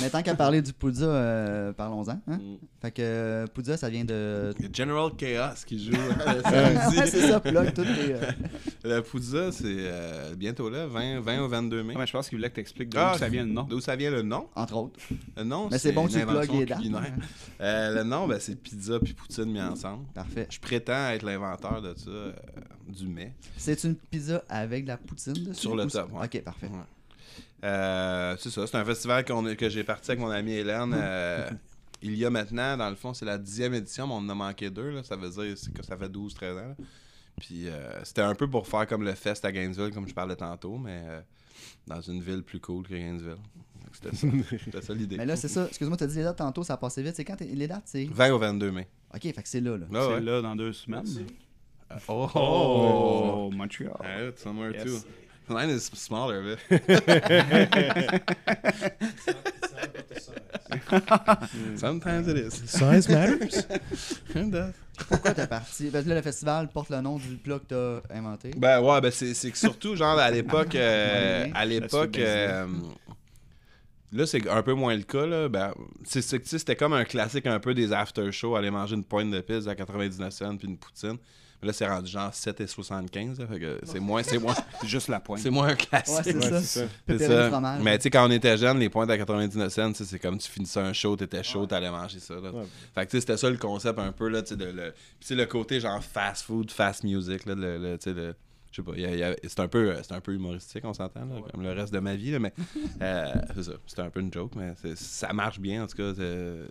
[SPEAKER 7] Mais tant qu'à parler du Poudza, euh, parlons-en. hein.
[SPEAKER 6] Mhm.
[SPEAKER 7] Fait que euh, Poudza, ça vient de.
[SPEAKER 6] Il y a General Chaos qui joue. hein,
[SPEAKER 7] ouais, c'est ça, plug toutes les. euh,
[SPEAKER 6] La Poudza, c'est euh, bientôt là, 20, 20 au 22 mai.
[SPEAKER 4] Ouais, mais je pense qu'il voulait que tu expliques d'où
[SPEAKER 6] Ah,
[SPEAKER 4] ça vient le nom.
[SPEAKER 6] D'où ça vient le nom?
[SPEAKER 7] entre autres.
[SPEAKER 6] Le nom,
[SPEAKER 7] Mais c'est bon que tu
[SPEAKER 6] une invention
[SPEAKER 7] plugues les dates,
[SPEAKER 6] culinaire.
[SPEAKER 7] hein.
[SPEAKER 6] Euh, le nom, ben, c'est pizza puis poutine mis ensemble.
[SPEAKER 7] Parfait.
[SPEAKER 6] Je prétends être l'inventeur de ça, euh, du mai.
[SPEAKER 7] C'est une pizza avec de la poutine dessus.
[SPEAKER 6] Sur le
[SPEAKER 7] ou c'est-
[SPEAKER 6] top, ouais.
[SPEAKER 7] Ok, parfait.
[SPEAKER 6] Ouais. Euh, c'est ça, c'est un festival qu'on- que j'ai parti avec mon ami Hélène. euh, il y a maintenant, dans le fond, c'est la dixième édition, mais on en a manqué deux. là. Ça veut dire c'est que ça fait 12-13 ans. là. Puis euh, c'était un peu pour faire comme le fest à Gainesville, comme je parlais tantôt, mais euh, dans une ville plus cool que Gainesville. Fait que C'était ça, C'était ça l'idée.
[SPEAKER 7] Mais là, c'est ça. Excuse-moi, t'as dit les dates tantôt, ça a passé vite. C'est quand t'es- les dates, c'est.
[SPEAKER 6] 20 au 22 mai.
[SPEAKER 7] Ok, fait que c'est là, là.
[SPEAKER 6] Ah
[SPEAKER 4] c'est
[SPEAKER 6] ouais.
[SPEAKER 4] là dans deux semaines.
[SPEAKER 6] Oh!
[SPEAKER 4] Oh, Montreal.
[SPEAKER 6] Yeah, it's somewhere
[SPEAKER 4] Yes.
[SPEAKER 6] too. Mine is smaller, but sometimes it is.
[SPEAKER 3] Size matters?
[SPEAKER 6] It does.
[SPEAKER 7] Pourquoi t'es parti Parce que là, le festival porte le nom du plat que t'as inventé.
[SPEAKER 6] Ben ouais, ben c'est c'est que surtout, genre, à l'époque, euh,
[SPEAKER 7] Ouais,
[SPEAKER 6] à l'époque, euh, là, c'est un peu moins le cas, là. Ben, c'est c'est que, tu sais, c'était comme un classique un peu des after-shows, aller manger une pointe de pizza à 99 cents puis une poutine. Mais là, c'est rendu genre 7,75, là, fait que c'est moins, c'est moins,
[SPEAKER 4] Juste la pointe.
[SPEAKER 6] c'est moins un classique.
[SPEAKER 7] ouais, c'est ça. C'est
[SPEAKER 6] C'est ça. Mais tu sais, quand on était jeune, les pointes à 99 cents, tu sais, c'est comme tu finissais un show,
[SPEAKER 7] Ah
[SPEAKER 6] t'étais chaud, t'allais manger ça. Là. Fait que tu sais, c'était ça le concept un peu, là, tu sais, de le... Puis tu sais, le côté genre fast food, fast music, là, le, le- tu sais, le- Je sais pas, il y a- il y a- c'est un, peu- c'est un peu humoristique, on s'entend, là, comme le reste de ma vie, là, mais euh, c'est ça, c'était un peu une joke, mais c'est- ça marche bien, en tout cas, c'est-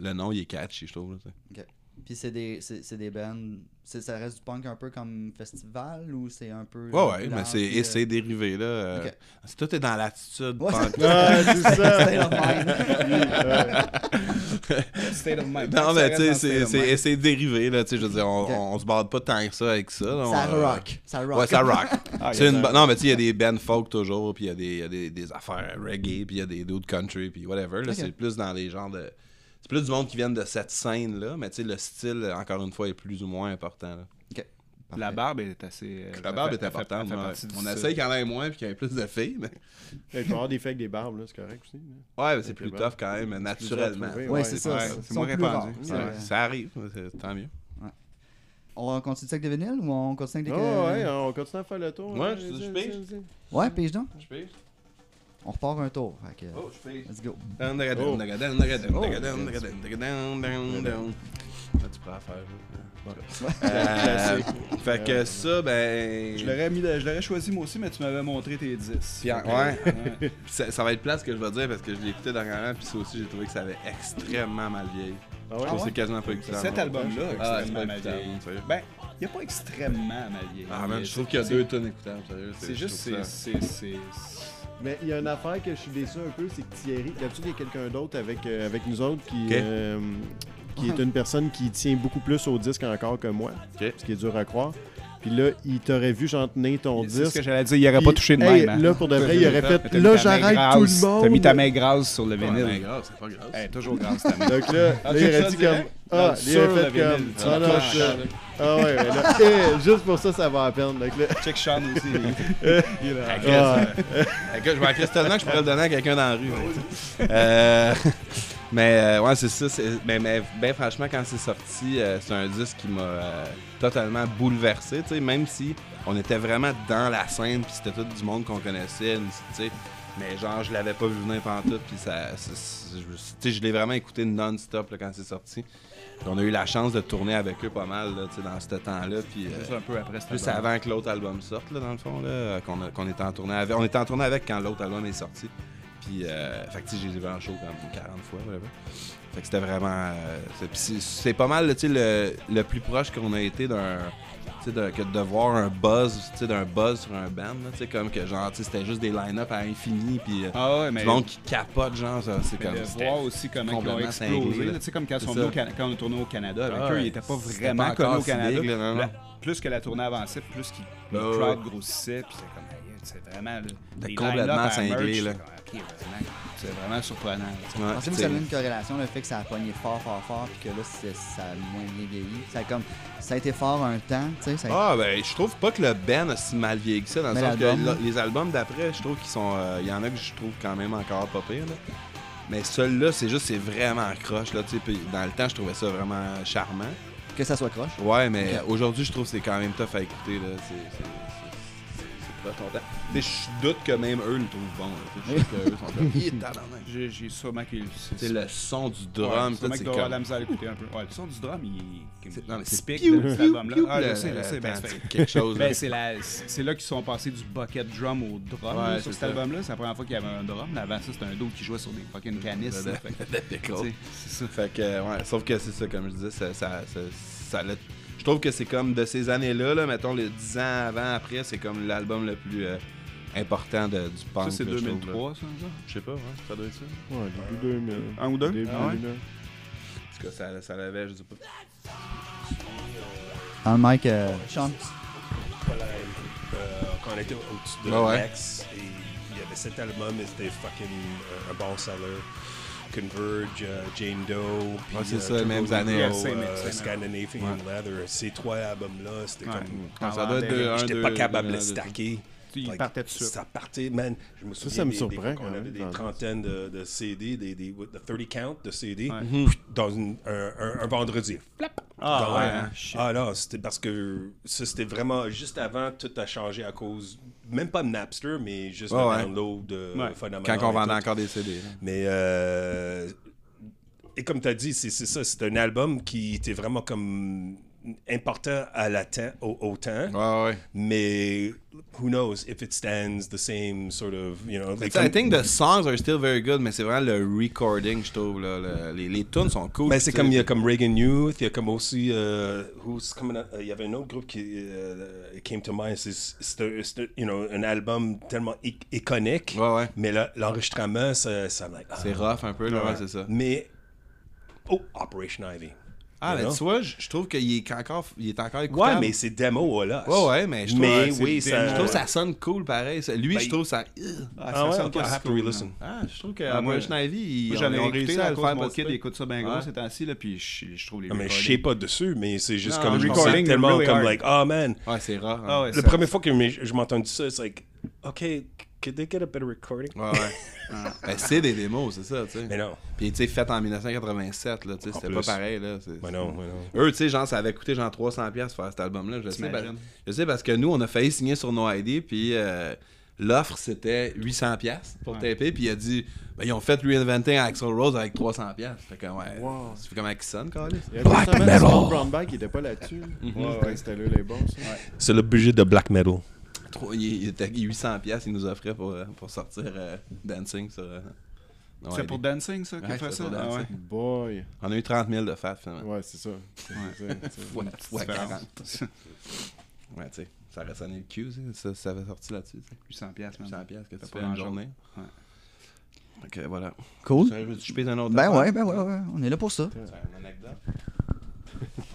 [SPEAKER 6] le nom, il est catchy, je trouve. là, tu sais.
[SPEAKER 7] Puis c'est des, c'est, c'est des bands. c'est- ça reste du punk un peu comme festival ou c'est un peu.
[SPEAKER 6] Ouais,
[SPEAKER 7] un peu
[SPEAKER 6] ouais, mais
[SPEAKER 7] large,
[SPEAKER 6] c'est
[SPEAKER 7] puis, euh,
[SPEAKER 6] et c'est dérivé, là. euh,
[SPEAKER 7] Ok.
[SPEAKER 6] c'est- Tout est dans l'attitude.
[SPEAKER 7] Ouais,
[SPEAKER 6] punk.
[SPEAKER 3] Ah, c'est
[SPEAKER 7] State
[SPEAKER 3] ça.
[SPEAKER 7] of mind.
[SPEAKER 4] State of mind.
[SPEAKER 6] Non, mais tu
[SPEAKER 4] Ça
[SPEAKER 6] sais,
[SPEAKER 4] reste dans
[SPEAKER 6] c'est-
[SPEAKER 4] le state of
[SPEAKER 6] c'est
[SPEAKER 4] mind.
[SPEAKER 6] c'est dérivé, là. Tu sais, je veux dire, on,
[SPEAKER 7] Ok.
[SPEAKER 6] on se barre pas tant que ça avec ça. là,
[SPEAKER 7] Ça
[SPEAKER 6] on, euh,
[SPEAKER 7] rock. Ça rock.
[SPEAKER 6] Ouais, ça rock.
[SPEAKER 4] Ah,
[SPEAKER 6] C'est
[SPEAKER 4] yes,
[SPEAKER 6] une
[SPEAKER 4] sir.
[SPEAKER 6] bo- Non, mais tu sais, il y a des bands folk toujours, puis il y a, des, il y a des, des affaires reggae, puis il y a des d'autres country, puis whatever. là,
[SPEAKER 7] Ok.
[SPEAKER 6] C'est plus dans les genres de. C'est plus du monde qui vient de cette scène-là, mais tu sais, le style, encore une fois, est plus ou moins important. là.
[SPEAKER 7] Parfait.
[SPEAKER 4] La barbe est assez. euh,
[SPEAKER 6] La barbe est importante. ouais. On essaye qu'il y en ait moins, puis qu'il y ait plus de filles, mais.
[SPEAKER 3] Il peut y avoir des fakes des barbes, là, c'est correct aussi. là.
[SPEAKER 6] Ouais, mais c'est
[SPEAKER 3] Ok,
[SPEAKER 6] plus
[SPEAKER 3] bon.
[SPEAKER 6] tough quand même,
[SPEAKER 3] plus dur à
[SPEAKER 6] naturellement.
[SPEAKER 3] trouver,
[SPEAKER 7] Ouais, c'est ça.
[SPEAKER 4] ouais,
[SPEAKER 7] ça-
[SPEAKER 4] c'est
[SPEAKER 7] sont
[SPEAKER 4] moins
[SPEAKER 7] plus
[SPEAKER 4] répandu,
[SPEAKER 7] rares,
[SPEAKER 4] c'est
[SPEAKER 7] c'est
[SPEAKER 6] Ouais,
[SPEAKER 7] vrai.
[SPEAKER 6] Ça arrive, c'est- tant mieux.
[SPEAKER 7] On continue avec des vinyles ou on continue avec.
[SPEAKER 3] Ah ouais,
[SPEAKER 7] euh,
[SPEAKER 3] on continue à faire le tour.
[SPEAKER 6] Ouais,
[SPEAKER 3] hein.
[SPEAKER 6] je- je pige.
[SPEAKER 7] Ouais, pige donc.
[SPEAKER 6] Je peux?
[SPEAKER 7] On repart un tour. Fait que,
[SPEAKER 6] Oh, je peux.
[SPEAKER 7] Let's go.
[SPEAKER 4] Oh.
[SPEAKER 6] Down, down, down, down, down, down, down. Ah, tu pourras faire. hein. Euh, Fait que ça, ben.
[SPEAKER 4] Je l'aurais mis, de- je l'aurais choisi moi aussi, mais tu m'avais montré tes 10.
[SPEAKER 6] Puis, ouais.
[SPEAKER 4] euh,
[SPEAKER 6] Ça, ça va être plat ce que je vais dire parce que je l'ai écouté dernièrement, puis ça aussi j'ai trouvé que ça avait extrêmement mal vieilli.
[SPEAKER 3] Ah ouais?
[SPEAKER 6] Je trouve que c'est quasiment pas écoutable.
[SPEAKER 4] Cet album-là,
[SPEAKER 6] Ah, c'est
[SPEAKER 4] extrêmement
[SPEAKER 6] pas
[SPEAKER 4] mal
[SPEAKER 6] écoutable,
[SPEAKER 4] vieilli.
[SPEAKER 6] sérieux.
[SPEAKER 4] Ben, il a pas extrêmement mal vieilli.
[SPEAKER 6] Ah, man,
[SPEAKER 4] Mais
[SPEAKER 6] je trouve qu'il y a
[SPEAKER 4] c'est-
[SPEAKER 6] deux tonnes écoutables, sérieux.
[SPEAKER 4] C'est
[SPEAKER 6] je
[SPEAKER 4] juste,
[SPEAKER 6] trouve
[SPEAKER 4] c'est.
[SPEAKER 6] ça-
[SPEAKER 4] c'est- c'est-
[SPEAKER 3] Mais il y a une affaire que je suis déçu un peu, c'est que Thierry, d'habitude il y a quelqu'un d'autre avec, euh, avec nous autres qui,
[SPEAKER 6] Ok.
[SPEAKER 3] euh, qui est une personne qui tient beaucoup plus au disque encore que moi,
[SPEAKER 6] Ok.
[SPEAKER 3] ce qui est dur à croire. Puis là, il t'aurait vu j'en tenais ton
[SPEAKER 4] C'est ce que
[SPEAKER 3] disque.
[SPEAKER 4] j'allais dire, il aurait pas
[SPEAKER 3] Puis,
[SPEAKER 4] touché de
[SPEAKER 3] hey,
[SPEAKER 4] même. hein.
[SPEAKER 3] Là, pour de vrai, il aurait
[SPEAKER 4] Mais
[SPEAKER 3] fait
[SPEAKER 4] t'as mis
[SPEAKER 3] là,
[SPEAKER 4] ta main
[SPEAKER 3] j'arrête tout
[SPEAKER 4] grasse.
[SPEAKER 3] le monde.
[SPEAKER 4] T'as mis ta main grasse sur le
[SPEAKER 6] Ouais, mais
[SPEAKER 4] vinyle.
[SPEAKER 6] grave, c'est pas grave.
[SPEAKER 4] Hey, toujours grasse ta main.
[SPEAKER 3] Donc là,
[SPEAKER 4] Ah,
[SPEAKER 3] là,
[SPEAKER 4] check
[SPEAKER 3] il aurait
[SPEAKER 4] ça
[SPEAKER 3] dit comme.
[SPEAKER 4] direct?
[SPEAKER 3] Ah,
[SPEAKER 4] Non,
[SPEAKER 3] il
[SPEAKER 4] sur
[SPEAKER 3] aurait
[SPEAKER 4] le
[SPEAKER 3] fait comme.
[SPEAKER 4] vinyle.
[SPEAKER 3] Ah, non,
[SPEAKER 4] Ah,
[SPEAKER 3] je- ah ouais, mais là, eh, juste pour ça, ça va à peine. Donc là,
[SPEAKER 4] Check Sean aussi. il est là.
[SPEAKER 3] ah,
[SPEAKER 6] Fait que je m'en crisse tellement que je pourrais le donner à quelqu'un dans la rue. mais, tu sais. Euh, Mais euh, ouais, c'est ça. c'est- Mais, mais ben, franchement, quand c'est sorti, euh, c'est un disque qui m'a euh, totalement bouleversé. tu sais, Même si on était vraiment dans la scène, puis c'était tout du monde qu'on connaissait. une- tu sais, Mais genre, je l'avais pas vu venir pantoute, puis ça, c'est- c'est- je me suis- tu sais, je l'ai vraiment écouté non-stop là, quand c'est sorti. Puis on a eu la chance de tourner avec eux pas mal là, tu sais, dans ce temps-là. Puis, euh,
[SPEAKER 4] Juste un peu après cet
[SPEAKER 6] plus
[SPEAKER 4] album.
[SPEAKER 6] avant que l'autre album sorte, là, dans le fond, là, qu'on, a- qu'on était en tournée avec. On était en tournée avec quand l'autre album est sorti. Puis, euh, fait que, tu sais, j'ai vu en show comme 40 fois, whatever. Fait que c'était vraiment. euh, c'est, puis c'est- c'est pas mal, tu sais, le, le plus proche qu'on a été d'un. tu sais, de- que de voir un buzz, tu sais, d'un buzz sur un band, là, tu sais, comme que genre, tu sais, c'était juste des line-up à infini, puis euh,
[SPEAKER 4] Ah ouais, mais.
[SPEAKER 6] du monde qui capote, genre, ça, c'est comme.
[SPEAKER 4] Mais de
[SPEAKER 6] c'était-
[SPEAKER 4] voir aussi comment ils ont
[SPEAKER 6] complètement cinglé,
[SPEAKER 4] explosé.
[SPEAKER 6] là.
[SPEAKER 4] là. Tu sais, comme quand, ils sont
[SPEAKER 6] C'est
[SPEAKER 4] venus au
[SPEAKER 6] ça.
[SPEAKER 4] Cana- quand on est tourné au Canada avec
[SPEAKER 6] Ah
[SPEAKER 4] eux,
[SPEAKER 6] ouais.
[SPEAKER 4] ils n'étaient pas
[SPEAKER 6] C'était
[SPEAKER 4] vraiment
[SPEAKER 6] pas
[SPEAKER 4] connus
[SPEAKER 6] encore
[SPEAKER 4] au
[SPEAKER 6] si
[SPEAKER 4] Canada.
[SPEAKER 6] big, là, non, non.
[SPEAKER 4] La- plus que la tournée avançait, plus qu'ils le
[SPEAKER 6] Ouais,
[SPEAKER 4] crowd
[SPEAKER 6] ouais.
[SPEAKER 4] grossissait. Puis c'était comme, Aïe, c'est vraiment. là,
[SPEAKER 6] T'es
[SPEAKER 4] les
[SPEAKER 6] complètement
[SPEAKER 4] line-up à
[SPEAKER 6] cinglé,
[SPEAKER 4] merch,
[SPEAKER 6] là.
[SPEAKER 4] c'est comme, Ok, vraiment, C'est vraiment surprenant. là, tu sais.
[SPEAKER 6] Ouais,
[SPEAKER 7] Pensez-vous
[SPEAKER 6] tu
[SPEAKER 7] que
[SPEAKER 6] sais.
[SPEAKER 7] ça avait une corrélation, le fait que ça a pogné fort, fort, fort, puis que là, c'est- ça a moins bien vieilli? Ça a, comme, ça a été fort un temps, tu sais. ça a-
[SPEAKER 6] Ah, ben, je trouve pas que le Ben a si mal vieilli que ça, dans le
[SPEAKER 7] Mais
[SPEAKER 6] sens que
[SPEAKER 7] l'album,
[SPEAKER 6] la-
[SPEAKER 7] là.
[SPEAKER 6] les albums d'après, je trouve qu'ils sont. euh, Il y en a que je trouve quand même encore pas pire, là. Mais celui-là, c'est juste, c'est vraiment croche, là, tu sais. Puis dans le temps, je trouvais ça vraiment charmant.
[SPEAKER 7] Que ça soit croche.
[SPEAKER 6] Ouais, mais
[SPEAKER 7] Ok.
[SPEAKER 6] aujourd'hui, je trouve que c'est quand même tough à écouter, là. C'est- c'est- c'est- c'est- C'est croche longtemps. Tu sais, je doute que même eux le trouvent bon, là. Tu sais, je trouve que eux sont comme. Hi, tabarnak.
[SPEAKER 4] J'ai j'ai sûrement qu'il.
[SPEAKER 6] C'est le son du
[SPEAKER 4] Ouais,
[SPEAKER 6] drum,
[SPEAKER 4] sûrement
[SPEAKER 6] tu sais,
[SPEAKER 4] qu'il
[SPEAKER 6] c'est
[SPEAKER 4] doit avoir de
[SPEAKER 6] comme.
[SPEAKER 4] la misère à l'écouter un peu. Ouais, le son du drum, il.
[SPEAKER 6] C'est- non, mais c'est
[SPEAKER 4] typique
[SPEAKER 6] piou,
[SPEAKER 4] de cet
[SPEAKER 6] piou,
[SPEAKER 4] album-là.
[SPEAKER 6] piou,
[SPEAKER 4] Ah, je
[SPEAKER 6] le-
[SPEAKER 4] sais, je sais. ben,
[SPEAKER 6] attends,
[SPEAKER 4] c'est-
[SPEAKER 6] c'est quelque chose, là.
[SPEAKER 4] Ben, c'est, la- c'est là qu'ils sont passés du bucket drum au drum
[SPEAKER 6] Ouais,
[SPEAKER 4] là,
[SPEAKER 6] c'est
[SPEAKER 4] sur cet
[SPEAKER 6] ça.
[SPEAKER 4] album-là. C'est la première fois qu'il y avait un drum. Là, avant ça, c'était un dos qui jouait sur des fucking canisses. là, fait que,
[SPEAKER 6] De pickle.
[SPEAKER 4] tu sais, c'est ça.
[SPEAKER 6] Fait que, euh, ouais, sauf que c'est ça, comme je disais, ça, ça, ça, ça l'a- Je trouve que c'est comme de ces années-là, là, mettons les 10 ans avant, après, c'est comme l'album le plus euh, important de- du punk.
[SPEAKER 4] Ça, c'est
[SPEAKER 6] là, je trouve, là.
[SPEAKER 4] 2003, ça, ça?
[SPEAKER 6] Je sais pas, ouais, ça doit être ça. En
[SPEAKER 3] Ouais, début 2000.
[SPEAKER 4] Un ou deux?
[SPEAKER 3] Début
[SPEAKER 4] Ah ouais?
[SPEAKER 3] 2000.
[SPEAKER 6] tout cas, ça, ça l'avait, je sais pas.
[SPEAKER 7] Dans le mic, euh, Sean.
[SPEAKER 8] Voilà, euh, quand on était au-dessus de
[SPEAKER 6] Ah ouais.
[SPEAKER 8] Lex, et il y avait cet album, et c'était fucking euh, un bon seller. Converge, euh, Jane Doe, puis
[SPEAKER 6] Ouais, c'est
[SPEAKER 8] euh,
[SPEAKER 6] ça, les
[SPEAKER 8] Turbo
[SPEAKER 6] mêmes
[SPEAKER 8] Negro,
[SPEAKER 6] années.
[SPEAKER 8] euh,
[SPEAKER 4] Ouais, c'est les mêmes, c'est les mêmes.
[SPEAKER 8] Scandinavian Leather, ces trois albums-là, c'était
[SPEAKER 4] hein. Ouais.
[SPEAKER 8] comme.
[SPEAKER 4] Ah,
[SPEAKER 6] ça doit être
[SPEAKER 4] ben,
[SPEAKER 6] deux, un,
[SPEAKER 8] J'étais
[SPEAKER 6] deux,
[SPEAKER 8] pas capable de le
[SPEAKER 6] deux, deux.
[SPEAKER 8] stacker.
[SPEAKER 4] Tu- il
[SPEAKER 8] Like,
[SPEAKER 4] partait tout de suite.
[SPEAKER 8] Ça partait, man. Je me souviens
[SPEAKER 3] ça me
[SPEAKER 8] des- des
[SPEAKER 3] surprend
[SPEAKER 8] fois
[SPEAKER 3] quand
[SPEAKER 8] qu'on
[SPEAKER 3] même,
[SPEAKER 8] avait des
[SPEAKER 3] dans-
[SPEAKER 8] trentaines de, de CD, des, des de 30 count de CD,
[SPEAKER 4] Ouais.
[SPEAKER 8] pff, dans une- un, un- un vendredi.
[SPEAKER 4] Ah,
[SPEAKER 8] Dans
[SPEAKER 4] ouais,
[SPEAKER 8] un-
[SPEAKER 4] hein, shit.
[SPEAKER 8] ah non, c'était parce que ça, c'était vraiment juste avant, tout a changé à cause, même pas de Napster, mais juste
[SPEAKER 6] Ouais,
[SPEAKER 8] le
[SPEAKER 6] ouais.
[SPEAKER 8] download euh,
[SPEAKER 4] Ouais.
[SPEAKER 8] phénoménal
[SPEAKER 6] Quand on
[SPEAKER 8] et
[SPEAKER 6] vendait
[SPEAKER 8] tout.
[SPEAKER 6] encore des CD. là.
[SPEAKER 8] Mais euh, et comme tu as dit, c'est c'est ça, c'est un album qui était vraiment comme important à la te- au, au temps,
[SPEAKER 6] Ouais, ouais.
[SPEAKER 8] mais who knows if it stands the same sort of, you know.
[SPEAKER 6] Mais tu
[SPEAKER 8] like
[SPEAKER 6] sais, I
[SPEAKER 8] comme-
[SPEAKER 6] think the songs are still very good, mais c'est vraiment le recording, je trouve. Là, le- les, les tunes sont cool.
[SPEAKER 8] Ben, c'est
[SPEAKER 6] tu
[SPEAKER 8] comme il y
[SPEAKER 6] sais.
[SPEAKER 8] a comme Reagan Youth, il y a comme aussi euh, who's coming up- euh, il y avait un autre groupe qui euh, came to mind, c'est c'est un- c'est un- you know, un album tellement i- iconique,
[SPEAKER 6] Ouais, ouais.
[SPEAKER 8] mais là, l'enregistrement ça, ça me like, ah,
[SPEAKER 6] C'est rough un peu, là,
[SPEAKER 8] ouais.
[SPEAKER 6] ouais, c'est ça.
[SPEAKER 8] Mais oh Operation Ivy.
[SPEAKER 6] Ah,
[SPEAKER 8] You
[SPEAKER 6] mais
[SPEAKER 8] know?
[SPEAKER 6] tu vois, je je trouve qu'il est encore, il est encore
[SPEAKER 8] Ouais,
[SPEAKER 6] écoutable.
[SPEAKER 8] mais c'est démo, voilà.
[SPEAKER 6] Ouais, ouais, mais je trouve,
[SPEAKER 8] Mais
[SPEAKER 6] ouais, c'est
[SPEAKER 8] oui,
[SPEAKER 6] le
[SPEAKER 8] ça-
[SPEAKER 6] démo. je trouve que ça sonne cool pareil. Ça- Lui,
[SPEAKER 8] Ben,
[SPEAKER 6] je trouve ça.
[SPEAKER 4] Ah,
[SPEAKER 8] Ah ouais,
[SPEAKER 4] sonne
[SPEAKER 8] ok,
[SPEAKER 4] pas
[SPEAKER 8] I
[SPEAKER 4] si
[SPEAKER 8] have to
[SPEAKER 4] cool,
[SPEAKER 8] re-listen.
[SPEAKER 4] hein.
[SPEAKER 6] Ah, je trouve que
[SPEAKER 4] Ah, moi,
[SPEAKER 6] Operation Ivy,
[SPEAKER 4] Moi,
[SPEAKER 6] ils
[SPEAKER 4] j'en ai
[SPEAKER 6] ont
[SPEAKER 4] réécouté
[SPEAKER 6] réussi
[SPEAKER 4] à
[SPEAKER 6] à le
[SPEAKER 4] cause de
[SPEAKER 6] faire
[SPEAKER 4] mon
[SPEAKER 6] passer.
[SPEAKER 4] kid, il écoute ça bien gros
[SPEAKER 6] Ouais.
[SPEAKER 4] ces temps-ci, là, puis je je trouve les
[SPEAKER 8] Non, mais je
[SPEAKER 4] recordings-
[SPEAKER 8] sais pas dessus, mais c'est juste
[SPEAKER 4] Non,
[SPEAKER 8] comme je me sens
[SPEAKER 4] recording
[SPEAKER 8] tellement
[SPEAKER 4] really
[SPEAKER 8] comme
[SPEAKER 4] hard.
[SPEAKER 8] like oh man.
[SPEAKER 6] Ouais, c'est rare. hein.
[SPEAKER 4] Ah ouais,
[SPEAKER 8] La
[SPEAKER 4] ça-
[SPEAKER 8] première fois que je je m'entends dire ça, c'est like okay, could they get a better recording?
[SPEAKER 6] Ouais, ouais. Ben, c'est des démos, c'est ça, tu sais.
[SPEAKER 8] Mais non,
[SPEAKER 6] Puis, tu sais, fait en 1987, là, tu sais, c'était pas
[SPEAKER 8] plus.
[SPEAKER 6] pareil, là. c'est-
[SPEAKER 8] mais non, mais non.
[SPEAKER 6] Eux, tu sais, genre, ça avait coûté genre 300$ piastres faire cet album-là. Je, le sais, parce-
[SPEAKER 4] T'imagines?
[SPEAKER 6] je sais parce que nous, on a failli signer sur No ID, puis euh, l'offre, c'était 800$ piastres pour
[SPEAKER 4] Ouais.
[SPEAKER 6] taper, puis il a dit, ben, ils ont fait Reinventing Axel Rose avec 300$. piastres. Fait que, ouais, c'est comment ils sonnent, quand même.
[SPEAKER 3] Il y avait justement du Small Brown Bag qui était pas là-dessus.
[SPEAKER 4] Mhm.
[SPEAKER 3] Ouais, ouais, c'était là les hein. bons. ça.
[SPEAKER 8] C'est le budget de black metal.
[SPEAKER 6] Trois- il, il était 800 pièces il nous offrait pour, euh, pour sortir euh, Dancing sur euh, No
[SPEAKER 4] C'est
[SPEAKER 6] ID.
[SPEAKER 4] pour Dancing, ça, qui
[SPEAKER 6] Ouais,
[SPEAKER 4] fait
[SPEAKER 6] c'est
[SPEAKER 4] ça?
[SPEAKER 6] pour
[SPEAKER 4] Ah
[SPEAKER 6] Dancing.
[SPEAKER 4] ouais.
[SPEAKER 3] Boy.
[SPEAKER 6] On a eu 30 000 de fat finalement.
[SPEAKER 3] Ouais, c'est ça. C'est- c'est- c'est-
[SPEAKER 6] Ouais, ouais,
[SPEAKER 4] différence.
[SPEAKER 6] 40. ouais, tu sais, ça aurait sonné le cul, ça, ça, ça avait sorti là-dessus. tu sais.
[SPEAKER 4] 800 piastres, man.
[SPEAKER 6] 800 pièces que tu
[SPEAKER 4] T'as
[SPEAKER 6] fais
[SPEAKER 4] pas
[SPEAKER 6] en
[SPEAKER 4] grand
[SPEAKER 6] journée.
[SPEAKER 4] Ouais.
[SPEAKER 6] Ok, voilà.
[SPEAKER 7] Cool.
[SPEAKER 6] Je, je pèse un autre.
[SPEAKER 7] Ben
[SPEAKER 6] affaire.
[SPEAKER 7] ouais, ben ouais, ouais, on est là pour ça.
[SPEAKER 6] C'est une anecdote.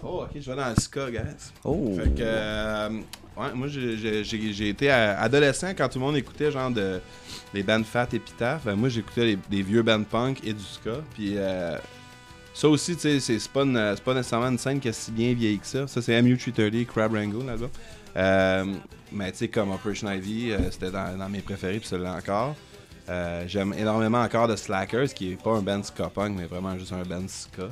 [SPEAKER 6] Oh, ok, je vais dans le ska, guys.
[SPEAKER 7] Oh.
[SPEAKER 6] Fait que, euh, ouais, moi, j'ai- j'ai- j'ai j'ai été euh, adolescent quand tout le monde écoutait genre de, les bands fat et pitaf. moi, j'écoutais les- des vieux bands punk et du ska. Puis euh, ça aussi, tu sais, c'est c'est pas, une- euh, c'est pas nécessairement une scène qui est si bien vieillie que ça. Ça, c'est MU330, Crab Rango, là-bas. Euh, mais tu sais, comme Operation Ivy, euh, c'était dans, dans mes préférés, puis celui-là encore. Euh, J'aime énormément encore The Slackers, qui est pas un band ska punk, mais vraiment juste un band ska.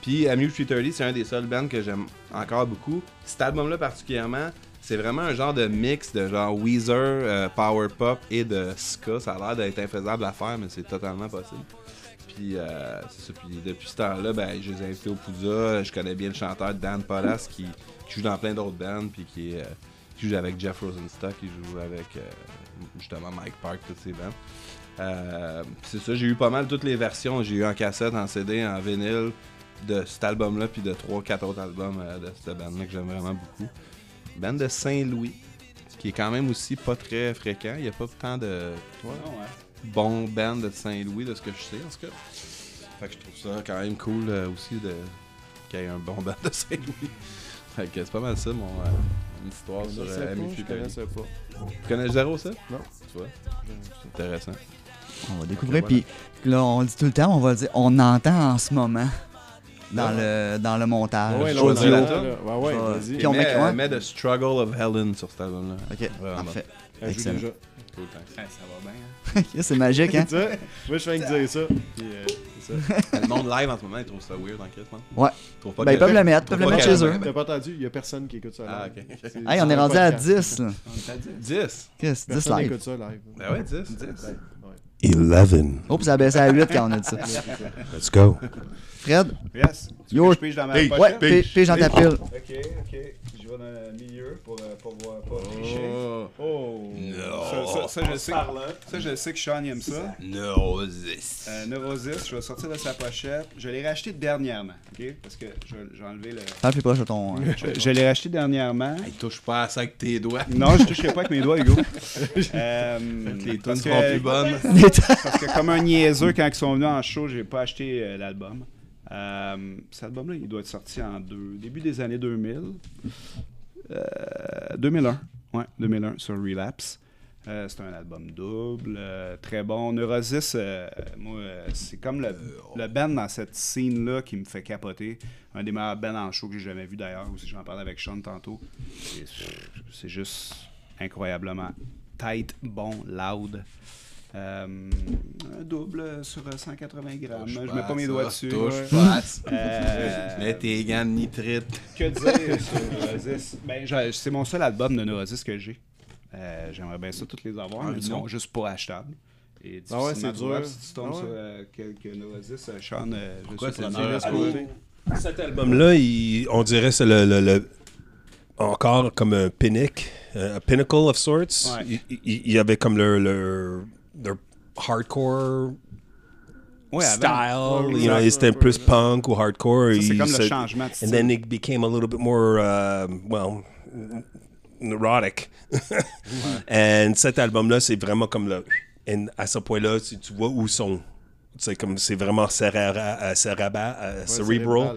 [SPEAKER 6] Puis Amuse 330, c'est un des seuls bands que j'aime encore beaucoup. Cet album-là particulièrement, c'est vraiment un genre de mix de genre Weezer, euh, Power Pop et de ska. Ça a l'air d'être infaisable à faire, mais c'est totalement possible. Puis, euh, c'est ça. Puis depuis ce temps-là, ben, je les ai invités au Pouza. Je connais bien le chanteur Dan Polas qui, qui joue dans plein d'autres bands. Puis qui, est, euh, qui joue avec Jeff Rosenstock, qui joue avec euh, justement Mike Park, toutes ces bands. Euh, puis c'est ça, j'ai eu pas mal toutes les versions. J'ai eu en cassette, en CD, en vinyle de cet album-là. Puis de 3-4 autres albums euh, de cette band-là que j'aime vraiment beaucoup. Band de Saint-Louis, qui est quand même aussi pas très fréquent. Il n'y a pas tant de bon band de Saint-Louis, de ce que je sais, en tout cas. Fait que je trouve ça quand même cool euh, aussi de... qu'il y ait un bon band de Saint-Louis. Fait que c'est pas mal ça, mon euh, mon histoire sur euh, Ami
[SPEAKER 3] Je
[SPEAKER 6] Futuri.
[SPEAKER 3] connaissais pas.
[SPEAKER 6] Tu connais zéro, ça?
[SPEAKER 3] Non.
[SPEAKER 6] Tu vois? C'est intéressant.
[SPEAKER 7] On va découvrir. Puis là, on le dit tout le temps, on va le dire, on entend en ce moment dans, le, dans le montage.
[SPEAKER 3] Ouais, là, on
[SPEAKER 6] Choisis
[SPEAKER 3] dit
[SPEAKER 6] la
[SPEAKER 3] là,
[SPEAKER 6] tune.
[SPEAKER 3] là. Ouais, ouais,
[SPEAKER 7] Ça-
[SPEAKER 3] vas-y.
[SPEAKER 7] Puis on
[SPEAKER 6] met,
[SPEAKER 7] met quoi?
[SPEAKER 6] euh, met The Struggle of Helen sur cet album-là.
[SPEAKER 7] Ok,
[SPEAKER 6] Vraiment.
[SPEAKER 7] parfait.
[SPEAKER 3] Elle joue
[SPEAKER 7] Excellent.
[SPEAKER 3] déjà.
[SPEAKER 6] Cool, thanks.
[SPEAKER 4] ça va bien.
[SPEAKER 7] C'est magique, hein?
[SPEAKER 3] Tu sais, moi je fais que dire ça. Puis, euh, c'est ça.
[SPEAKER 6] Le monde live en ce moment, ils trouvent ça weird en Chris, non?
[SPEAKER 7] Ouais.
[SPEAKER 6] Ils trouvent pas
[SPEAKER 7] Ben, ils
[SPEAKER 6] que-
[SPEAKER 7] peuvent le mettre,
[SPEAKER 6] trouvent
[SPEAKER 7] peuvent le
[SPEAKER 6] pas
[SPEAKER 7] mettre
[SPEAKER 6] qu'elle-
[SPEAKER 7] chez eux.
[SPEAKER 3] T'as pas entendu, il y a personne qui écoute ça
[SPEAKER 6] Ah,
[SPEAKER 3] live.
[SPEAKER 6] ok.
[SPEAKER 3] C'est-
[SPEAKER 7] Hey,
[SPEAKER 3] c'est
[SPEAKER 7] on est
[SPEAKER 3] un
[SPEAKER 7] rendu à
[SPEAKER 3] podcast.
[SPEAKER 7] 10, là.
[SPEAKER 6] 10?
[SPEAKER 7] Qu'est-ce? 10
[SPEAKER 3] Personne
[SPEAKER 7] live.
[SPEAKER 3] écoute ça live.
[SPEAKER 6] Ben
[SPEAKER 4] Ah
[SPEAKER 6] ouais, 10. 10.
[SPEAKER 7] Oups, ça a baissé à 8 quand on a dit ça.
[SPEAKER 8] Let's go.
[SPEAKER 7] Fred,
[SPEAKER 4] Yes. Tu veux
[SPEAKER 7] Yo.
[SPEAKER 4] que je pige dans ma pochette?
[SPEAKER 7] ouais, pi- pige dans ta pile.
[SPEAKER 4] Ok, ok. Je vais dans le milieu pour euh, pas voir, pas tricher.
[SPEAKER 6] Oh.
[SPEAKER 4] Oh! Ça, ça- ça, je sais, ça, je sais que Sean aime ça.
[SPEAKER 6] No, this.
[SPEAKER 4] Euh, Neurosis, je vais sortir de sa pochette. Je l'ai racheté dernièrement, ok? Parce que je- j'ai enlevé le.
[SPEAKER 7] Parle plus proche de ton. euh,
[SPEAKER 4] Je, je l'ai racheté dernièrement.
[SPEAKER 6] Hey, touche pas à ça avec tes doigts.
[SPEAKER 4] Non, je toucherai pas avec mes doigts, Hugo. Euh,
[SPEAKER 6] Les tunes
[SPEAKER 4] parce
[SPEAKER 6] seront
[SPEAKER 4] que-
[SPEAKER 6] plus bonnes.
[SPEAKER 4] Parce que comme un niaiseux, quand ils sont venus en show, j'ai pas acheté euh, l'album. Euh, cet album-là, il doit être sorti en deux- début des années 2000. Euh, 2001. Ouais, 2001 sur Relapse. Euh, c'est un album double, euh, très bon. Neurosis, euh, moi, euh, c'est comme le, le band dans cette scène-là qui me fait capoter. Un des meilleurs bands en show que j'ai jamais vu d'ailleurs, aussi j'en parlais avec Sean tantôt. C'est- C'est juste incroyablement tight, bon, loud. Euh, un double sur 180 grammes. Je mets pas mes doigts dessus.
[SPEAKER 6] Touche
[SPEAKER 4] Ouais.
[SPEAKER 6] pas à ça.
[SPEAKER 4] Euh,
[SPEAKER 6] Mets tes gants de nitrite.
[SPEAKER 4] Que dire sur Neurosis ben, je- C'est mon seul album de Neurosis que j'ai. Euh, J'aimerais bien ça toutes les avoir, mais ils sont juste pas achetables. Et
[SPEAKER 3] Ah ouais, c'est
[SPEAKER 4] difficilement trouvables.
[SPEAKER 3] dur.
[SPEAKER 4] Si tu tombes
[SPEAKER 3] Ah ouais.
[SPEAKER 4] sur euh, quelques Neurosis, euh, Sean, euh, je
[SPEAKER 6] Pourquoi
[SPEAKER 4] suis
[SPEAKER 6] c'est
[SPEAKER 4] preneur.
[SPEAKER 6] dur à
[SPEAKER 4] Allô?
[SPEAKER 3] côté?
[SPEAKER 8] Cet album-là, il- on dirait c'est le, le- le- encore comme un pinnacle, un pinnacle of sorts.
[SPEAKER 4] Ouais.
[SPEAKER 8] Il, il- il y avait comme leur, leur- leur hardcore
[SPEAKER 4] Ouais, avant.
[SPEAKER 8] style.
[SPEAKER 3] Ouais,
[SPEAKER 8] you know,
[SPEAKER 3] exact.
[SPEAKER 8] c'était plus punk ou
[SPEAKER 4] Ça,
[SPEAKER 8] hardcore.
[SPEAKER 4] c'est
[SPEAKER 8] Il-
[SPEAKER 4] comme le
[SPEAKER 8] ça-
[SPEAKER 4] changement de
[SPEAKER 8] And
[SPEAKER 4] style.
[SPEAKER 8] then it became a little bit more, uh, well, n- neurotic. And cet album-là, c'est vraiment comme le... and à ce point-là, tu, tu vois où sont... C'est comme, c'est vraiment cérébra, euh, cérébra- euh, cerebral.
[SPEAKER 3] Cérébral.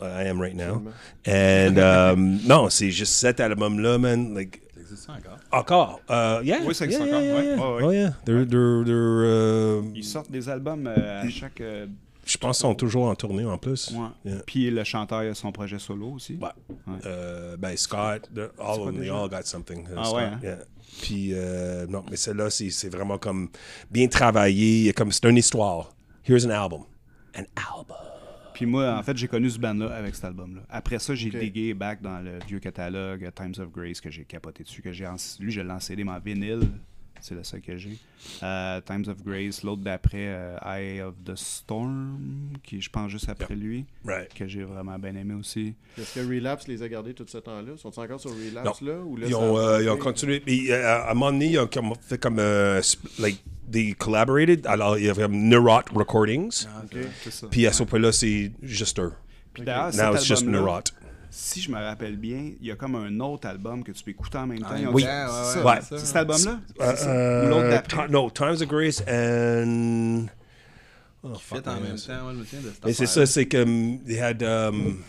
[SPEAKER 3] Ah ouais.
[SPEAKER 8] I am right now. And, um, non, c'est juste cet album-là, man, like...
[SPEAKER 6] existe encore?
[SPEAKER 8] Encore. Uh, yeah.
[SPEAKER 4] Oui, ça existe
[SPEAKER 8] yeah,
[SPEAKER 4] encore,
[SPEAKER 8] yeah,
[SPEAKER 4] ouais.
[SPEAKER 8] yeah.
[SPEAKER 4] Ouais, ouais.
[SPEAKER 8] Oh, yeah. They're- they're- they're, uh,
[SPEAKER 4] Ils sortent des albums euh, à chaque. euh,
[SPEAKER 8] je pense qu'ils sont toujours en tournée, en plus.
[SPEAKER 4] ouais.
[SPEAKER 8] Yeah.
[SPEAKER 4] Puis le chanteur il a son projet solo aussi.
[SPEAKER 8] Ouais.
[SPEAKER 4] Ouais.
[SPEAKER 8] Euh, ben, Scott, the- all of them, they all got something.
[SPEAKER 4] Ah
[SPEAKER 8] Scott,
[SPEAKER 4] ouais, hein?
[SPEAKER 8] yeah. Puis, euh, non, mais celle-là, c'est c'est vraiment comme bien travaillé, comme c'est une histoire. Here's an album. An album.
[SPEAKER 4] Puis moi, en fait, j'ai connu ce band-là avec cet album-là. Après ça, j'ai digué back dans le vieux catalogue euh, Times of Grace que j'ai capoté dessus, que j'ai en- lui, je l'ai en CD, mais en vinyle. C'est le seul que j'ai. Euh, Times of Grace, l'autre d'après, euh, Eye of the Storm, qui est, je pense juste après lui,
[SPEAKER 8] Right.
[SPEAKER 4] que j'ai vraiment bien aimé aussi.
[SPEAKER 3] Est-ce que Relapse les a gardés tout ce temps-là Sont-ils encore sur
[SPEAKER 4] Ah,
[SPEAKER 3] Relapse
[SPEAKER 8] Non.
[SPEAKER 3] là ou là,
[SPEAKER 8] Ils
[SPEAKER 3] ça a
[SPEAKER 8] ont, euh, ils ont
[SPEAKER 3] changé?
[SPEAKER 8] continué. Puis, euh, à un moment donné, ils ont comme- fait comme. euh, sp- like, they collaborated. Alors, il y avait comme Neurot Recordings.
[SPEAKER 4] Ah, C'est ça.
[SPEAKER 8] Puis, à ce point-là, c'est juste eux.
[SPEAKER 4] Puis d'ailleurs, cet
[SPEAKER 8] Now it's just
[SPEAKER 4] album-là,
[SPEAKER 8] Neurot.
[SPEAKER 4] si je me rappelle bien, il y a comme un autre album que tu peux écouter en même temps. Ils ont
[SPEAKER 8] Oui.
[SPEAKER 4] dit-
[SPEAKER 6] ouais,
[SPEAKER 8] Ouais.
[SPEAKER 4] C'est cet album-là? C'est ça? Ou l'autre
[SPEAKER 8] Euh,
[SPEAKER 4] d'après?
[SPEAKER 8] ti- no, Times of Grace and. Oh,
[SPEAKER 6] Fait
[SPEAKER 8] fuck,
[SPEAKER 6] en
[SPEAKER 8] man,
[SPEAKER 6] même
[SPEAKER 8] ça.
[SPEAKER 6] temps, ouais, je me souviens de cette
[SPEAKER 8] Mais c'est ça,
[SPEAKER 6] affaire-là.
[SPEAKER 8] c'est comme. They had um,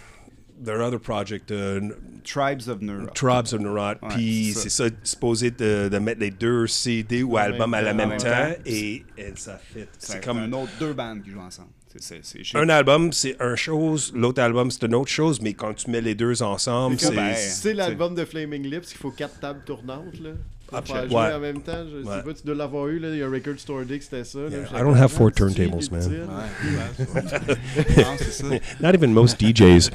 [SPEAKER 8] their other project, uh, N-
[SPEAKER 4] Tribes of Neuro.
[SPEAKER 8] Tribes of Narot.
[SPEAKER 4] Ouais,
[SPEAKER 8] Puis
[SPEAKER 4] c'est
[SPEAKER 8] c'est ça, supposé de, de mettre les deux CD ou albums à la
[SPEAKER 4] temps, en
[SPEAKER 8] même
[SPEAKER 4] même
[SPEAKER 8] temps.
[SPEAKER 4] temps.
[SPEAKER 8] Et, et ça fit.
[SPEAKER 4] C'est
[SPEAKER 8] C'est
[SPEAKER 4] comme un
[SPEAKER 8] comme.
[SPEAKER 4] autre, deux bandes qui jouent ensemble. C'est- C'est c'est chez-
[SPEAKER 8] Un album, c'est un chose, l'autre album, c'est une autre chose, mais quand tu mets les deux ensemble,
[SPEAKER 4] C'est comme-
[SPEAKER 8] c'est.
[SPEAKER 4] ben,
[SPEAKER 3] C'est l'album de Flaming Lips, il faut quatre tables tournantes là. pour faire
[SPEAKER 10] Object.
[SPEAKER 3] jouer
[SPEAKER 10] Ouais.
[SPEAKER 3] en même temps. Je
[SPEAKER 10] Ouais.
[SPEAKER 3] sais pas, tu dois l'avoir eu, là. Il y a Record Store Day que c'était ça. là.
[SPEAKER 8] Yeah,
[SPEAKER 3] J'étais
[SPEAKER 8] I don't have
[SPEAKER 3] comme,
[SPEAKER 8] four
[SPEAKER 3] ah, c'est-tu
[SPEAKER 8] turntables, man.
[SPEAKER 3] inutile?
[SPEAKER 6] Non, c'est ça.
[SPEAKER 8] Not even most DJs.
[SPEAKER 6] Non, c'est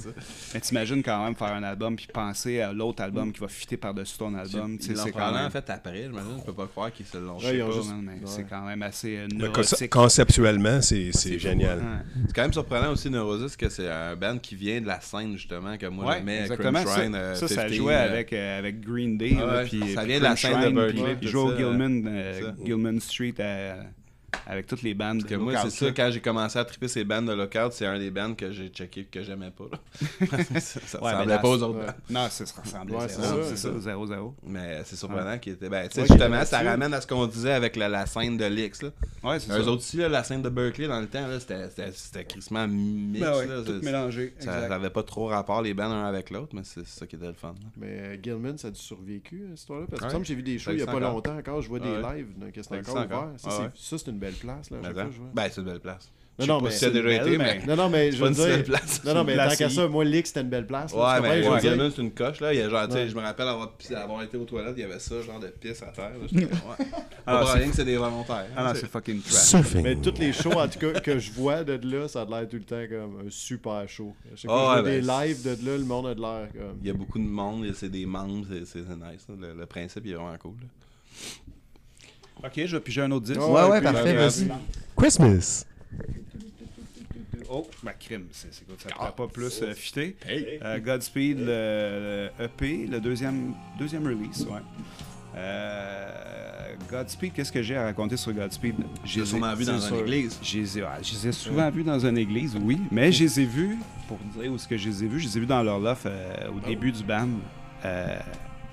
[SPEAKER 6] ça.
[SPEAKER 4] Mais t'imagines quand même faire un album puis penser à l'autre album qui va fitter par-dessus ton album. tu sais,
[SPEAKER 6] Ils l'ont
[SPEAKER 4] C'est quand
[SPEAKER 6] probablement
[SPEAKER 4] même.
[SPEAKER 6] fait après, j'imagine. Je peux pas croire qu'ils se l'ont
[SPEAKER 3] Ouais,
[SPEAKER 6] je sais
[SPEAKER 3] ils ont
[SPEAKER 6] pas,
[SPEAKER 3] juste-
[SPEAKER 6] man, mais
[SPEAKER 3] Ouais.
[SPEAKER 6] c'est quand même assez euh,
[SPEAKER 8] Mais
[SPEAKER 6] neurotique.
[SPEAKER 8] conce- conceptuellement, c'est c'est
[SPEAKER 6] C'est
[SPEAKER 8] génial.
[SPEAKER 6] fou, hein. C'est quand même surprenant aussi, Neurosis, que c'est un band qui vient de la scène, justement, que moi
[SPEAKER 4] Ouais,
[SPEAKER 6] j'aimais.
[SPEAKER 4] exactement.
[SPEAKER 6] Crime Shrine,
[SPEAKER 4] ça,
[SPEAKER 6] euh,
[SPEAKER 4] ça, ça
[SPEAKER 6] 15,
[SPEAKER 4] jouait
[SPEAKER 6] euh,
[SPEAKER 4] avec, euh, avec Green Day.
[SPEAKER 6] Ah
[SPEAKER 4] là,
[SPEAKER 6] ouais,
[SPEAKER 4] puis,
[SPEAKER 6] ça
[SPEAKER 4] puis
[SPEAKER 6] vient de la
[SPEAKER 4] Crime
[SPEAKER 6] scène de
[SPEAKER 4] Shrine,
[SPEAKER 6] Berkeley,
[SPEAKER 4] puis-
[SPEAKER 6] tout
[SPEAKER 4] Puis Joe
[SPEAKER 6] ça,
[SPEAKER 4] Gilman, euh,
[SPEAKER 6] c'est ça.
[SPEAKER 4] Gilman Street euh, avec toutes les bandes.
[SPEAKER 6] Parce que
[SPEAKER 4] de
[SPEAKER 6] moi, c'est
[SPEAKER 4] Lookout,
[SPEAKER 6] ça,
[SPEAKER 4] là.
[SPEAKER 6] quand j'ai commencé à triper ces bandes de Lookout, c'est un des bands que j'ai checké que j'aimais pas. là. ça ça
[SPEAKER 4] Ouais,
[SPEAKER 6] ressemblait pas
[SPEAKER 4] mais la-
[SPEAKER 6] aux autres
[SPEAKER 3] ouais.
[SPEAKER 6] bandes.
[SPEAKER 4] Non, ça se ressemblait.
[SPEAKER 3] Ouais,
[SPEAKER 4] zéro,
[SPEAKER 3] c'est ça,
[SPEAKER 4] c'est
[SPEAKER 3] c'est
[SPEAKER 4] ça, 0-0.
[SPEAKER 6] Mais c'est surprenant qu'il était. Ben, tu sais,
[SPEAKER 3] Ouais,
[SPEAKER 6] justement,
[SPEAKER 3] j'ai
[SPEAKER 6] ça
[SPEAKER 3] reçu.
[SPEAKER 6] ramène à ce qu'on disait avec la, la scène de l'X.
[SPEAKER 4] Ouais, c'est ça.
[SPEAKER 6] Eux autres aussi, là, la scène de Berkeley, dans le temps, là, c'était- c'était c'était crissement mix.
[SPEAKER 4] Ben ouais,
[SPEAKER 6] là.
[SPEAKER 4] tout
[SPEAKER 6] C'est-
[SPEAKER 4] mélangé.
[SPEAKER 6] ça
[SPEAKER 4] exact.
[SPEAKER 6] n'avait pas trop rapport les bands l'un avec l'autre, mais c'est ça qui était le fun. là.
[SPEAKER 3] Mais euh, Gilman, ça a dû survécu, hein, cette histoire-là. Parce que
[SPEAKER 6] Ouais.
[SPEAKER 3] il me semble que j'ai vu des
[SPEAKER 6] Ça
[SPEAKER 3] shows il n'y a
[SPEAKER 6] existe
[SPEAKER 3] pas
[SPEAKER 6] encore.
[SPEAKER 3] longtemps encore. Je vois des
[SPEAKER 6] Ouais.
[SPEAKER 3] lives, donc c'est
[SPEAKER 6] Ça existe
[SPEAKER 3] encore
[SPEAKER 6] encore.
[SPEAKER 3] ouvert. Ça,
[SPEAKER 6] Ah
[SPEAKER 3] c'est-
[SPEAKER 6] ouais.
[SPEAKER 3] ça, c'est une belle place. Là, à chaque
[SPEAKER 6] Mais
[SPEAKER 3] fois,
[SPEAKER 6] attends,
[SPEAKER 3] je vois.
[SPEAKER 6] ben, c'est une belle place.
[SPEAKER 3] Non,
[SPEAKER 6] Je sais
[SPEAKER 3] non,
[SPEAKER 6] pas
[SPEAKER 3] mais
[SPEAKER 6] si
[SPEAKER 3] c'est
[SPEAKER 6] ça a déjà
[SPEAKER 4] belle,
[SPEAKER 6] été,
[SPEAKER 4] mais-
[SPEAKER 6] mais.
[SPEAKER 3] Non, non, mais
[SPEAKER 6] C'est
[SPEAKER 3] je
[SPEAKER 6] pas
[SPEAKER 3] veux
[SPEAKER 6] une seule
[SPEAKER 3] dire.
[SPEAKER 6] place.
[SPEAKER 3] Non, non, mais
[SPEAKER 4] La
[SPEAKER 3] tant qu'à
[SPEAKER 4] CI.
[SPEAKER 3] ça, moi, Lick, c'était une belle place. là.
[SPEAKER 6] Ouais,
[SPEAKER 3] Tu comprends,
[SPEAKER 6] mais
[SPEAKER 3] je veux dire,
[SPEAKER 6] Gilman, c'est une coche, là. Il y a genre, tu sais,
[SPEAKER 3] Ouais.
[SPEAKER 6] je me rappelle avoir, pissé- avoir été aux toilettes, il y avait ça, genre de pisse à terre. là. J'étais comme, ouais.
[SPEAKER 4] Ah,
[SPEAKER 6] Pas pour
[SPEAKER 4] c'est-
[SPEAKER 6] rien que c'est des volontaires.
[SPEAKER 4] Ah non,
[SPEAKER 6] C'est-
[SPEAKER 4] c'est fucking trash.
[SPEAKER 3] Mais
[SPEAKER 8] Surfing.
[SPEAKER 3] toutes les shows, en tout cas, que je vois de là, ça a l'air tout le temps comme un super show. Je sais que
[SPEAKER 6] Ah,
[SPEAKER 3] je vois
[SPEAKER 6] ouais,
[SPEAKER 3] des
[SPEAKER 6] ben,
[SPEAKER 3] lives de là, le monde a de l'air comme.
[SPEAKER 6] Il y a beaucoup de monde, c'est des membres, c'est- c'est c'est nice. là. Le, le principe, il est vraiment cool. là.
[SPEAKER 4] Ok, je vais piger un autre disque.
[SPEAKER 1] Ouais, ouais,
[SPEAKER 4] puis je
[SPEAKER 1] parfait,
[SPEAKER 4] vais-
[SPEAKER 1] vas-y.
[SPEAKER 8] Christmas.
[SPEAKER 4] Oh, ma crime, c'est c'est quoi, ça ne pas plus euh, fité. Euh, Godspeed, le, le EP, le deuxième, deuxième release, ouais. Euh, Godspeed, qu'est-ce que j'ai à raconter sur Godspeed?
[SPEAKER 6] Je l'ai sûrement vu dans une église.
[SPEAKER 4] Je les ai, ah, je les ai souvent vus dans une église, oui, mais je les ai vus, pour dire où est-ce que je les ai vus, je les ai vus dans leur loft euh, au début du band. Euh,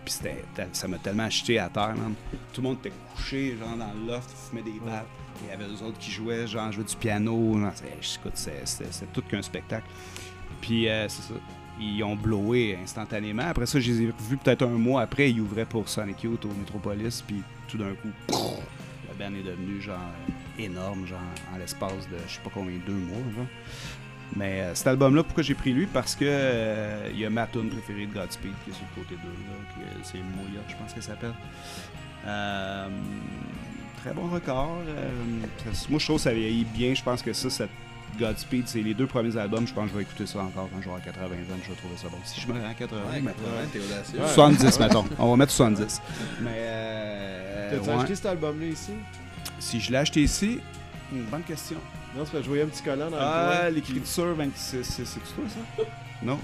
[SPEAKER 4] Puis c'était tel- ça m'a tellement acheté à terre, man. Tout le monde était couché, genre dans le loft, fumait des battes. Il y avait les autres qui jouaient, genre jouaient du piano. genre, c'est- je- écoute, c'est- C'était c'était tout qu'un spectacle. Puis euh, c'est ça. Ils ont blowé instantanément. Après ça, je les ai revus peut-être un mois après. Ils ouvraient pour Sonic Youth au Metropolis. Puis tout d'un coup, la band est devenue genre euh, énorme, genre en l'espace de je sais pas combien, deux mois. Genre. Mais euh, cet album-là, pourquoi j'ai pris lui Parce que euh, il y a ma tune préférée de Godspeed qui est sur le côté 2, là, qui est- c'est Moya, je pense qu'elle s'appelle. Euh, très bon record. euh, ça- moi, je trouve que ça vieillit bien. Je pense que ça, cette Godspeed, c'est les deux premiers albums. Je pense que je vais écouter ça encore quand j'aurai 80 ans. Je vais trouver ça bon. Si je me rends à 80,
[SPEAKER 6] Ouais,
[SPEAKER 4] mettons.
[SPEAKER 6] ouais, t'es audacieux.
[SPEAKER 4] 70, mettons. On va mettre 70. Mais. euh,
[SPEAKER 3] T'as-tu
[SPEAKER 4] ouais.
[SPEAKER 3] acheté cet album-là ici
[SPEAKER 4] Si je l'ai acheté ici, une bonne question.
[SPEAKER 3] Non, c'est parce que je voyais un petit collant dans le
[SPEAKER 4] Ah,
[SPEAKER 3] coin.
[SPEAKER 4] l'écriture 26, c'est c'est toi ça Non.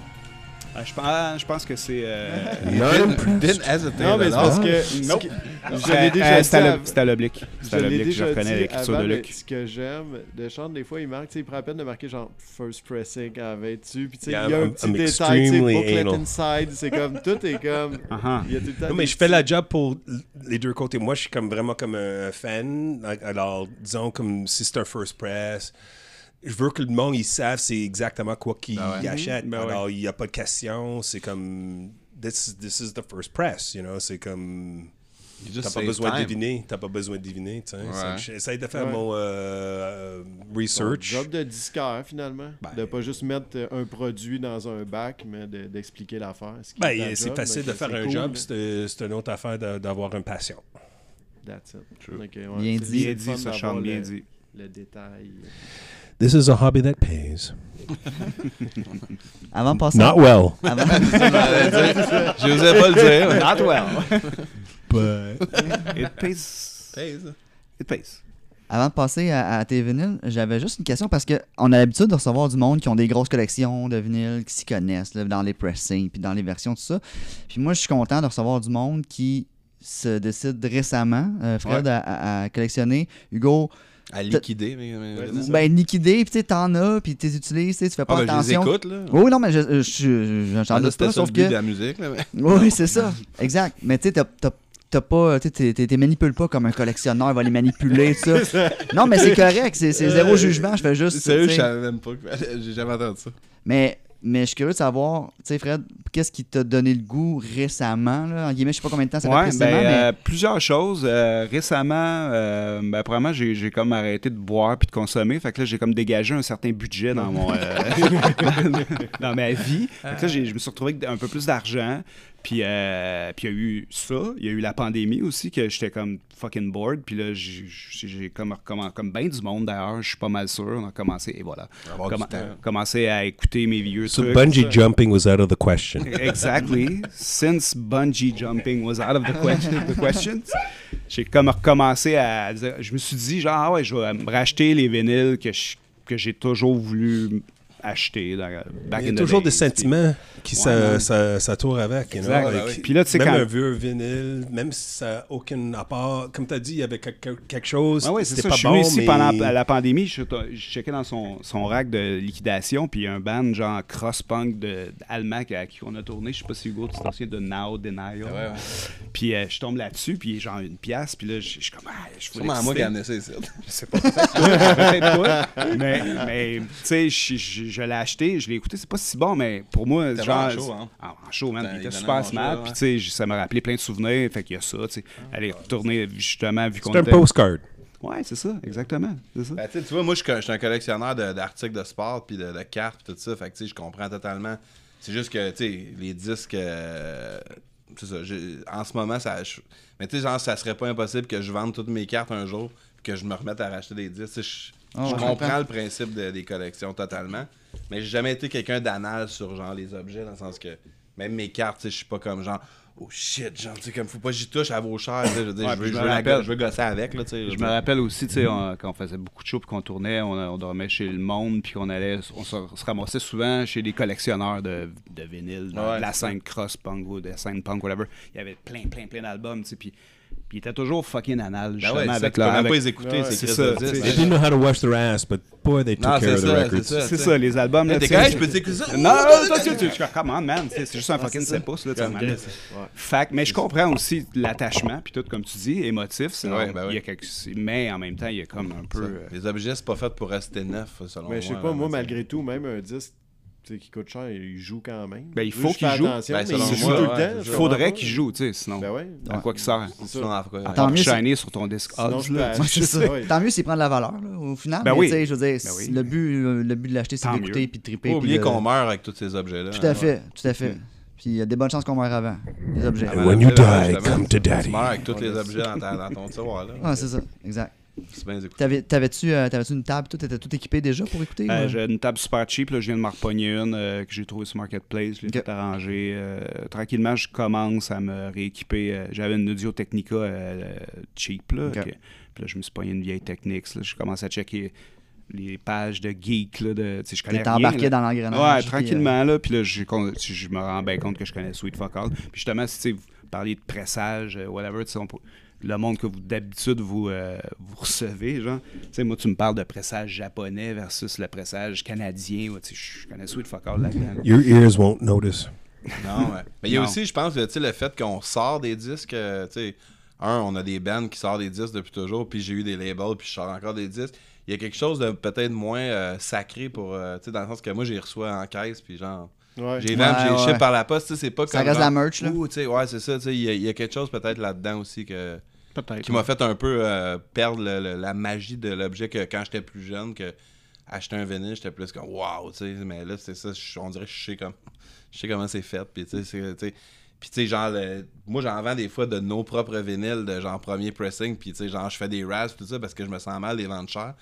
[SPEAKER 4] Ah, je, pense, ah, je pense que c'est. euh,
[SPEAKER 6] Didn't- didn't hesitate
[SPEAKER 3] Non, mais c'est
[SPEAKER 6] at all.
[SPEAKER 3] parce que. ce que- Je l'ai
[SPEAKER 4] euh,
[SPEAKER 3] déjà
[SPEAKER 4] euh, c'était
[SPEAKER 3] dit
[SPEAKER 4] à
[SPEAKER 3] av-
[SPEAKER 4] l'ob- C'était à l'oblique. C'était
[SPEAKER 3] Je
[SPEAKER 4] à
[SPEAKER 3] l'ai
[SPEAKER 4] l'oblique, je
[SPEAKER 3] déjà
[SPEAKER 4] reconnais
[SPEAKER 3] dit
[SPEAKER 4] l'écriture
[SPEAKER 3] avant,
[SPEAKER 4] de
[SPEAKER 3] mais
[SPEAKER 4] Luc.
[SPEAKER 3] ce que j'aime de Chante, des fois, il marque, tu sais, il prend la peine de marquer genre first pressing avec dessus, puis tu sais,
[SPEAKER 8] Yeah,
[SPEAKER 3] il y a un
[SPEAKER 8] I'm-
[SPEAKER 3] petit
[SPEAKER 8] I'm
[SPEAKER 3] détail, tu sais,
[SPEAKER 8] extremely
[SPEAKER 3] booklet
[SPEAKER 8] anal.
[SPEAKER 3] inside, c'est comme, tout est comme,
[SPEAKER 4] Ah,
[SPEAKER 3] il y a tout le temps
[SPEAKER 8] Non, mais
[SPEAKER 3] des
[SPEAKER 8] je fais
[SPEAKER 3] petits-
[SPEAKER 8] la job pour l- les deux côtés. Moi, je suis comme vraiment comme un fan. Alors, disons, comme si c'est un first press, je veux que le monde, ils savent c'est exactement quoi qu'ils
[SPEAKER 6] Ah
[SPEAKER 3] Mm-hmm.
[SPEAKER 8] achètent.
[SPEAKER 4] Ben ouais.
[SPEAKER 8] Alors, il n'y a pas de question. C'est comme, this, is- this is the first press, you know? C'est comme...
[SPEAKER 6] You
[SPEAKER 8] T'as
[SPEAKER 6] just
[SPEAKER 8] pas
[SPEAKER 6] save
[SPEAKER 8] besoin de
[SPEAKER 6] time.
[SPEAKER 8] deviner. T'as pas besoin de deviner, tu sais.
[SPEAKER 6] Ouais.
[SPEAKER 8] C'est- J'essaie de faire
[SPEAKER 3] Ouais.
[SPEAKER 8] mon euh,
[SPEAKER 3] Ton
[SPEAKER 8] research.
[SPEAKER 3] job de disqueur, finalement.
[SPEAKER 4] Ben.
[SPEAKER 3] De pas juste mettre euh, un produit dans un bac, mais de- d'expliquer l'affaire. ce qui
[SPEAKER 8] Ben,
[SPEAKER 3] est ta
[SPEAKER 8] c'est
[SPEAKER 3] job,
[SPEAKER 8] facile
[SPEAKER 3] donc,
[SPEAKER 8] de faire
[SPEAKER 3] c'est
[SPEAKER 8] un
[SPEAKER 3] cool,
[SPEAKER 8] job.
[SPEAKER 3] mais
[SPEAKER 8] C'est c'est une autre affaire de- d'avoir une passion.
[SPEAKER 3] that's it. Donc, euh, ouais,
[SPEAKER 1] Bien
[SPEAKER 3] c'est-
[SPEAKER 1] dit.
[SPEAKER 3] c'est
[SPEAKER 4] Bien
[SPEAKER 3] le
[SPEAKER 4] dit,
[SPEAKER 3] fun
[SPEAKER 4] ça
[SPEAKER 3] d'avoir
[SPEAKER 4] chante bien
[SPEAKER 3] le-
[SPEAKER 4] dit.
[SPEAKER 3] Le détail.
[SPEAKER 8] This is a hobby that pays.
[SPEAKER 1] Avant de passer.
[SPEAKER 8] Not well.
[SPEAKER 1] avant-
[SPEAKER 6] Je n'osais pas le dire. mais-
[SPEAKER 4] Not well. It pays. It pays.
[SPEAKER 1] Avant de passer à, à tes vinyles, j'avais juste une question parce que on a l'habitude de recevoir du monde qui ont des grosses collections de vinyles, qui s'y connaissent là, dans les pressings, puis dans les versions, tout ça. Puis moi, je suis content de recevoir du monde qui se décide récemment, euh, Fred, à- à, à collectionner. Hugo,
[SPEAKER 6] À liquider, mais. mais-
[SPEAKER 3] Ouais,
[SPEAKER 6] mais-
[SPEAKER 3] c'est ça.
[SPEAKER 1] ben, liquidé, puis tu sais, t'en as, puis tu les utilises, tu sais, tu fais pas
[SPEAKER 6] Ah, ben, je les
[SPEAKER 1] attention.
[SPEAKER 6] écoute, là.
[SPEAKER 1] Oui, oui, non, mais je, je, je- je- j'en
[SPEAKER 6] Ah, là,
[SPEAKER 1] doute pas,
[SPEAKER 6] C'était ça
[SPEAKER 1] sauf
[SPEAKER 6] le but
[SPEAKER 1] que...
[SPEAKER 6] de la musique, là. mais-
[SPEAKER 1] Oui, c'est ça. Exact. Mais tu sais, t'as- t'as t'as pas. Tu sais, t'es- t'es manipules pas comme un collectionneur va les manipuler, tout ça. Non, mais c'est correct. C'est c'est
[SPEAKER 4] Euh,
[SPEAKER 1] zéro jugement. Je fais juste.
[SPEAKER 6] Sérieux,
[SPEAKER 1] tu
[SPEAKER 6] je
[SPEAKER 1] sais.
[SPEAKER 6] savais même pas. que- J'ai jamais entendu ça.
[SPEAKER 1] Mais, mais je suis curieux de savoir, tu sais, Fred, qu'est-ce qui t'a donné le goût récemment, là, en guillemets, je sais pas combien de temps ça fait
[SPEAKER 4] Ouais, ben,
[SPEAKER 1] précisément, mais...
[SPEAKER 4] euh, plusieurs choses. Euh, récemment, euh, ben, premièrement, j'ai, j'ai comme arrêté de boire puis de consommer. Fait que là, j'ai comme dégagé un certain budget dans mon euh, dans ma vie. Fait que là, j'ai- je me suis retrouvé avec un peu plus d'argent. Puis euh, puis il y a eu ça, il y a eu la pandémie aussi, que j'étais comme fucking bored. Puis là, j'ai- j'ai j'ai comme, recommen- comme bien du monde d'ailleurs, je suis pas mal sûr. On a commencé, et voilà,
[SPEAKER 8] Avoir du
[SPEAKER 4] Commen-
[SPEAKER 8] temps.
[SPEAKER 4] commencé à écouter mes vieux
[SPEAKER 8] So
[SPEAKER 4] trucs.
[SPEAKER 8] bungee jumping was out of the question.
[SPEAKER 4] Exactly. Since bungee jumping was out of the, question- the questions, j'ai comme recommencé à dire, je me suis dit genre ah ouais, je vais me racheter les vinyles que je- que j'ai toujours voulu acheter dans, back
[SPEAKER 8] Il y a
[SPEAKER 4] in the
[SPEAKER 8] toujours des
[SPEAKER 4] days,
[SPEAKER 8] sentiments qui
[SPEAKER 4] Ouais,
[SPEAKER 8] ça,
[SPEAKER 4] man.
[SPEAKER 8] ça, ça tourne avec. you know,
[SPEAKER 4] Exact.
[SPEAKER 8] like,
[SPEAKER 4] Ah oui. Puis là, tu sais,
[SPEAKER 8] même
[SPEAKER 4] quand-
[SPEAKER 8] un vieux vinyle, même si ça n'a aucun apport, comme tu as dit, il y avait quelque, quelque chose.
[SPEAKER 4] Ah ouais, c'est
[SPEAKER 8] c'était
[SPEAKER 4] ça.
[SPEAKER 8] pas
[SPEAKER 4] je suis
[SPEAKER 8] bon,
[SPEAKER 4] venu ici
[SPEAKER 8] mais-
[SPEAKER 4] pendant la- la pandémie. Je, je checkais dans son, son rack de liquidation, puis il y a un band genre cross-punk de- d'allemand qui- à qui on a tourné. Je sais pas si Hugo, tu t'en souviens de Now Denial. Puis euh, je tombe là-dessus, puis il est genre une pièce, puis là, je je suis comme, ah, je voulais.
[SPEAKER 6] Sûrement à moi qui
[SPEAKER 4] citer.
[SPEAKER 6] en essaie ça.
[SPEAKER 4] Je sais pas. Peut-être pas. Mais, mais, tu sais, je, je- je l'ai acheté, je l'ai écouté, c'est pas si bon, mais pour moi,
[SPEAKER 6] T'avais
[SPEAKER 4] genre.
[SPEAKER 6] en show, hein?
[SPEAKER 4] Ah, en show, man.
[SPEAKER 6] T'as-
[SPEAKER 4] Il était
[SPEAKER 6] il
[SPEAKER 4] super
[SPEAKER 6] donnait en
[SPEAKER 4] smart,
[SPEAKER 6] show,
[SPEAKER 4] puis
[SPEAKER 6] ouais.
[SPEAKER 4] tu sais, j- ça m'a rappelé plein de souvenirs, fait qu'il y a ça, tu sais.
[SPEAKER 6] Ah.
[SPEAKER 4] Aller retourner, justement, vu qu'on
[SPEAKER 8] C'est un
[SPEAKER 4] était-
[SPEAKER 8] postcard.
[SPEAKER 4] Ouais, c'est ça, exactement. C'est ça.
[SPEAKER 6] Ben, tu sais, tu vois, moi, je suis un- je suis un collectionneur de- d'articles de, sport, puis de, de cartes, puis tout ça. Fait que, tu sais, je comprends totalement. C'est juste que, tu sais, les disques... euh, c'est ça. j'ai- En ce moment, ça... je- mais tu sais, genre, ça serait pas impossible que je vende toutes mes cartes un jour, puis que je me remette à racheter des disques. Tu sais, Je,
[SPEAKER 7] Ah,
[SPEAKER 6] je
[SPEAKER 7] ouais, je comprends.
[SPEAKER 6] comprends le principe de- des collections totalement, mais j'ai jamais été quelqu'un d'anal sur, genre, les objets, dans le sens que... Même mes cartes, tu sais, je suis pas comme, genre... Oh shit, genre, tu sais, comme faut pas que j'y touche à vos chers. tu sais, Je veux dire,
[SPEAKER 4] Ouais,
[SPEAKER 6] je veux-
[SPEAKER 4] puis
[SPEAKER 6] je
[SPEAKER 4] je me
[SPEAKER 6] veux la
[SPEAKER 4] rappelle-
[SPEAKER 6] go- je veux gosser avec, là, tu sais.
[SPEAKER 4] Je me rappelle aussi, tu sais, on- quand on faisait beaucoup de shows, puis qu'on tournait, on, on dormait chez le monde, puis on allait, on se, on se ramassait souvent chez des collectionneurs de, de vinyle, de,
[SPEAKER 6] Ouais.
[SPEAKER 4] la scène cross-punk ou de la scène punk, whatever. Il y avait plein, plein, plein d'albums, tu sais, puis puis ils étaient toujours fucking anal,
[SPEAKER 6] Ben
[SPEAKER 4] justement,
[SPEAKER 6] ouais, c'est ça,
[SPEAKER 4] avec
[SPEAKER 6] tu peux
[SPEAKER 4] leur...
[SPEAKER 6] même
[SPEAKER 4] avec-
[SPEAKER 6] pas les écouter, ces
[SPEAKER 4] c'est
[SPEAKER 6] crises
[SPEAKER 4] ça,
[SPEAKER 6] de
[SPEAKER 4] tu sais.
[SPEAKER 6] disques.
[SPEAKER 8] They didn't know how to wash their ass, but boy, they took
[SPEAKER 6] Non,
[SPEAKER 8] care
[SPEAKER 6] c'est
[SPEAKER 8] of the
[SPEAKER 6] ça,
[SPEAKER 8] records.
[SPEAKER 6] c'est ça.
[SPEAKER 4] C'est ça, les albums, là,
[SPEAKER 6] T'es
[SPEAKER 4] tu
[SPEAKER 6] correct,
[SPEAKER 4] sais.
[SPEAKER 6] je peux t'écouter ça?
[SPEAKER 4] Non, non, non, toi, tu, tu, tu- come on, man. C'est c'est juste
[SPEAKER 6] Ah,
[SPEAKER 4] un fucking 7 pouces, là, tu sais, man. Fac, mais je comprends aussi l'attachement, puis tout, comme tu dis, émotif, sinon,
[SPEAKER 6] Ouais, ben
[SPEAKER 4] il y a
[SPEAKER 6] ouais.
[SPEAKER 4] quelque... Mais en même temps, il y a comme un peu... euh,
[SPEAKER 6] Les objets, c'est pas fait pour rester neuf, selon moi.
[SPEAKER 3] Mais je sais pas, moi,
[SPEAKER 6] là,
[SPEAKER 3] malgré tout, même un disque tu sais, qui coûte cher, il joue quand même.
[SPEAKER 4] Ben, il
[SPEAKER 3] Juste
[SPEAKER 4] faut qu'il
[SPEAKER 3] faire
[SPEAKER 4] joue.
[SPEAKER 3] attention,
[SPEAKER 6] Ben,
[SPEAKER 3] mais
[SPEAKER 6] selon
[SPEAKER 3] il joue
[SPEAKER 6] moi,
[SPEAKER 3] tout le
[SPEAKER 6] ouais,
[SPEAKER 3] temps.
[SPEAKER 6] c'est
[SPEAKER 3] je
[SPEAKER 4] Il
[SPEAKER 6] ça.
[SPEAKER 3] comprends
[SPEAKER 4] faudrait
[SPEAKER 3] pas.
[SPEAKER 4] qu'il joue, tu sais, sinon.
[SPEAKER 3] Ben ouais.
[SPEAKER 4] À quoi qu'il sert? Ah,
[SPEAKER 6] c'est- Sinon, en tout cas,
[SPEAKER 4] Tant
[SPEAKER 7] Tant
[SPEAKER 4] mieux.
[SPEAKER 7] mieux, c'est-
[SPEAKER 4] shiner sur ton disque.
[SPEAKER 3] Sinon,
[SPEAKER 4] Odds,
[SPEAKER 3] je
[SPEAKER 4] là,
[SPEAKER 3] peux-
[SPEAKER 4] tu sais.
[SPEAKER 3] c'est ça, ouais.
[SPEAKER 7] Tant mieux s'il prend de la valeur, là, au final.
[SPEAKER 4] euh, Ben
[SPEAKER 7] mais
[SPEAKER 4] oui.
[SPEAKER 7] tu sais, je veux dire,
[SPEAKER 4] Ben oui.
[SPEAKER 7] le but, euh, le but de l'acheter, c'est
[SPEAKER 4] Tant mieux.
[SPEAKER 7] d'écouter puis de triper.
[SPEAKER 6] Faut pas
[SPEAKER 7] puis
[SPEAKER 6] oublier
[SPEAKER 7] de-
[SPEAKER 8] euh,
[SPEAKER 6] qu'on meurt avec tous ces objets-là.
[SPEAKER 7] Tout à fait, tout à fait. Puis il y a des bonnes chances qu'on meurt avant, les objets.
[SPEAKER 4] Ah
[SPEAKER 8] And when you
[SPEAKER 6] Malheureusement,
[SPEAKER 8] die, come to
[SPEAKER 6] Tu
[SPEAKER 8] daddy.
[SPEAKER 6] meurs avec tous les objets dans, ta- dans ton tiroir, là.
[SPEAKER 7] Ah, c'est ça, exact.
[SPEAKER 6] C'est bien écouté.
[SPEAKER 7] T'avais- T'avais-tu euh, t'avais-tu une table, tout était tout équipé déjà pour écouter?
[SPEAKER 4] Euh,
[SPEAKER 7] ou-
[SPEAKER 4] j'ai une table super cheap, là, je viens de m'en repogner une euh, que j'ai trouvée sur Marketplace, je l'ai
[SPEAKER 7] Ok.
[SPEAKER 4] tout arrangé. euh, tranquillement, je commence à me rééquiper. euh, J'avais une Audio Technica euh, cheap, là,
[SPEAKER 7] Ok.
[SPEAKER 4] que- puis là, je me suis pogné une vieille Technics. là, je commence à checker les pages de geek, là, de, tu sais, je connais
[SPEAKER 7] T'étais
[SPEAKER 4] rien,
[SPEAKER 7] embarqué
[SPEAKER 4] là.
[SPEAKER 7] dans l'engrenage,
[SPEAKER 4] Ouais,
[SPEAKER 7] puis, euh,
[SPEAKER 4] tranquillement, là, puis là, je, con- je- je me rends bien compte que je connais Sweet Fuck All. Puis justement, si tu sais, vous parliez de pressage, euh, whatever, tu sais, on peut- le monde que vous d'habitude vous, euh, vous recevez, genre, tu sais, moi, tu me parles de pressage japonais versus le pressage canadien, ouais, tu sais, je connais Sweet Fuck All là-dedans. là.
[SPEAKER 8] Your ears won't notice.
[SPEAKER 6] Non, ouais. Mais il y a
[SPEAKER 4] Non.
[SPEAKER 6] aussi, je pense, tu sais, le fait qu'on sort des disques, euh, tu sais, un, on a des bands qui sortent des disques depuis toujours, puis j'ai eu des labels, puis je sors encore des disques. Il y a quelque chose de peut-être moins euh, sacré pour, euh, tu sais, dans le sens que moi, j'ai reçois en caisse, puis genre,
[SPEAKER 3] Ouais.
[SPEAKER 6] j'ai vendu, j'ai
[SPEAKER 7] Ouais,
[SPEAKER 6] ship
[SPEAKER 7] ouais.
[SPEAKER 6] par la poste, tu sais, c'est pas
[SPEAKER 7] Ça
[SPEAKER 6] comme
[SPEAKER 7] reste
[SPEAKER 6] genre,
[SPEAKER 7] la merch, là.
[SPEAKER 6] Ouh, tu sais, ouais, c'est ça, tu sais, il y, a- il y a quelque chose peut-être là-dedans aussi que
[SPEAKER 4] Peut-être.
[SPEAKER 6] qui m'a fait un peu euh, perdre le- le- la magie de l'objet que quand j'étais plus jeune, que acheter un vinyle, j'étais plus comme waouh, tu sais, mais là c'est ça, je- on dirait que je sais comme je sais comment c'est fait, puis tu sais, c'est- tu sais, puis tu sais, genre, le- moi j'en vends des fois de nos propres vinyles, de genre premier pressing, puis tu sais, genre je fais des rasps, tout ça, parce que je me sens mal les vendre cher,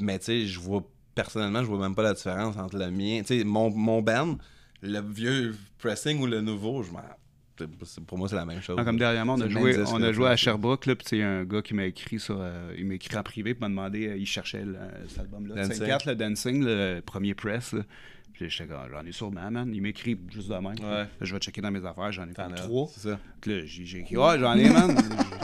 [SPEAKER 6] mais tu sais, je vois, personnellement, je vois même pas la différence entre le mien, tu sais, mon, mon band, le vieux pressing ou le nouveau, je m'en... c'est- Pour moi, c'est la même chose.
[SPEAKER 4] Non, Ah, comme dernièrement, on
[SPEAKER 6] C'est
[SPEAKER 4] a
[SPEAKER 6] le
[SPEAKER 4] joué,
[SPEAKER 6] même disque,
[SPEAKER 4] on a
[SPEAKER 6] là,
[SPEAKER 4] joué
[SPEAKER 6] tu
[SPEAKER 4] à
[SPEAKER 6] sais.
[SPEAKER 4] Sherbrooke, là, puis tu sais, il y a un gars qui m'a écrit sur, euh, il m'a écrit en privé, puis m'a demandé, euh, il cherchait le- cet album-là,
[SPEAKER 6] Dancing.
[SPEAKER 4] 54, le Dancing, le premier press. là. Puis j'étais comme, j'en ai sûrement, man. Il m'écrit juste de même. Là, Je vais checker dans mes affaires, j'en ai comme trois.
[SPEAKER 6] C'est ça.
[SPEAKER 4] Puis Là, j'ai j'ai écrit, ouais, j'en ai, man.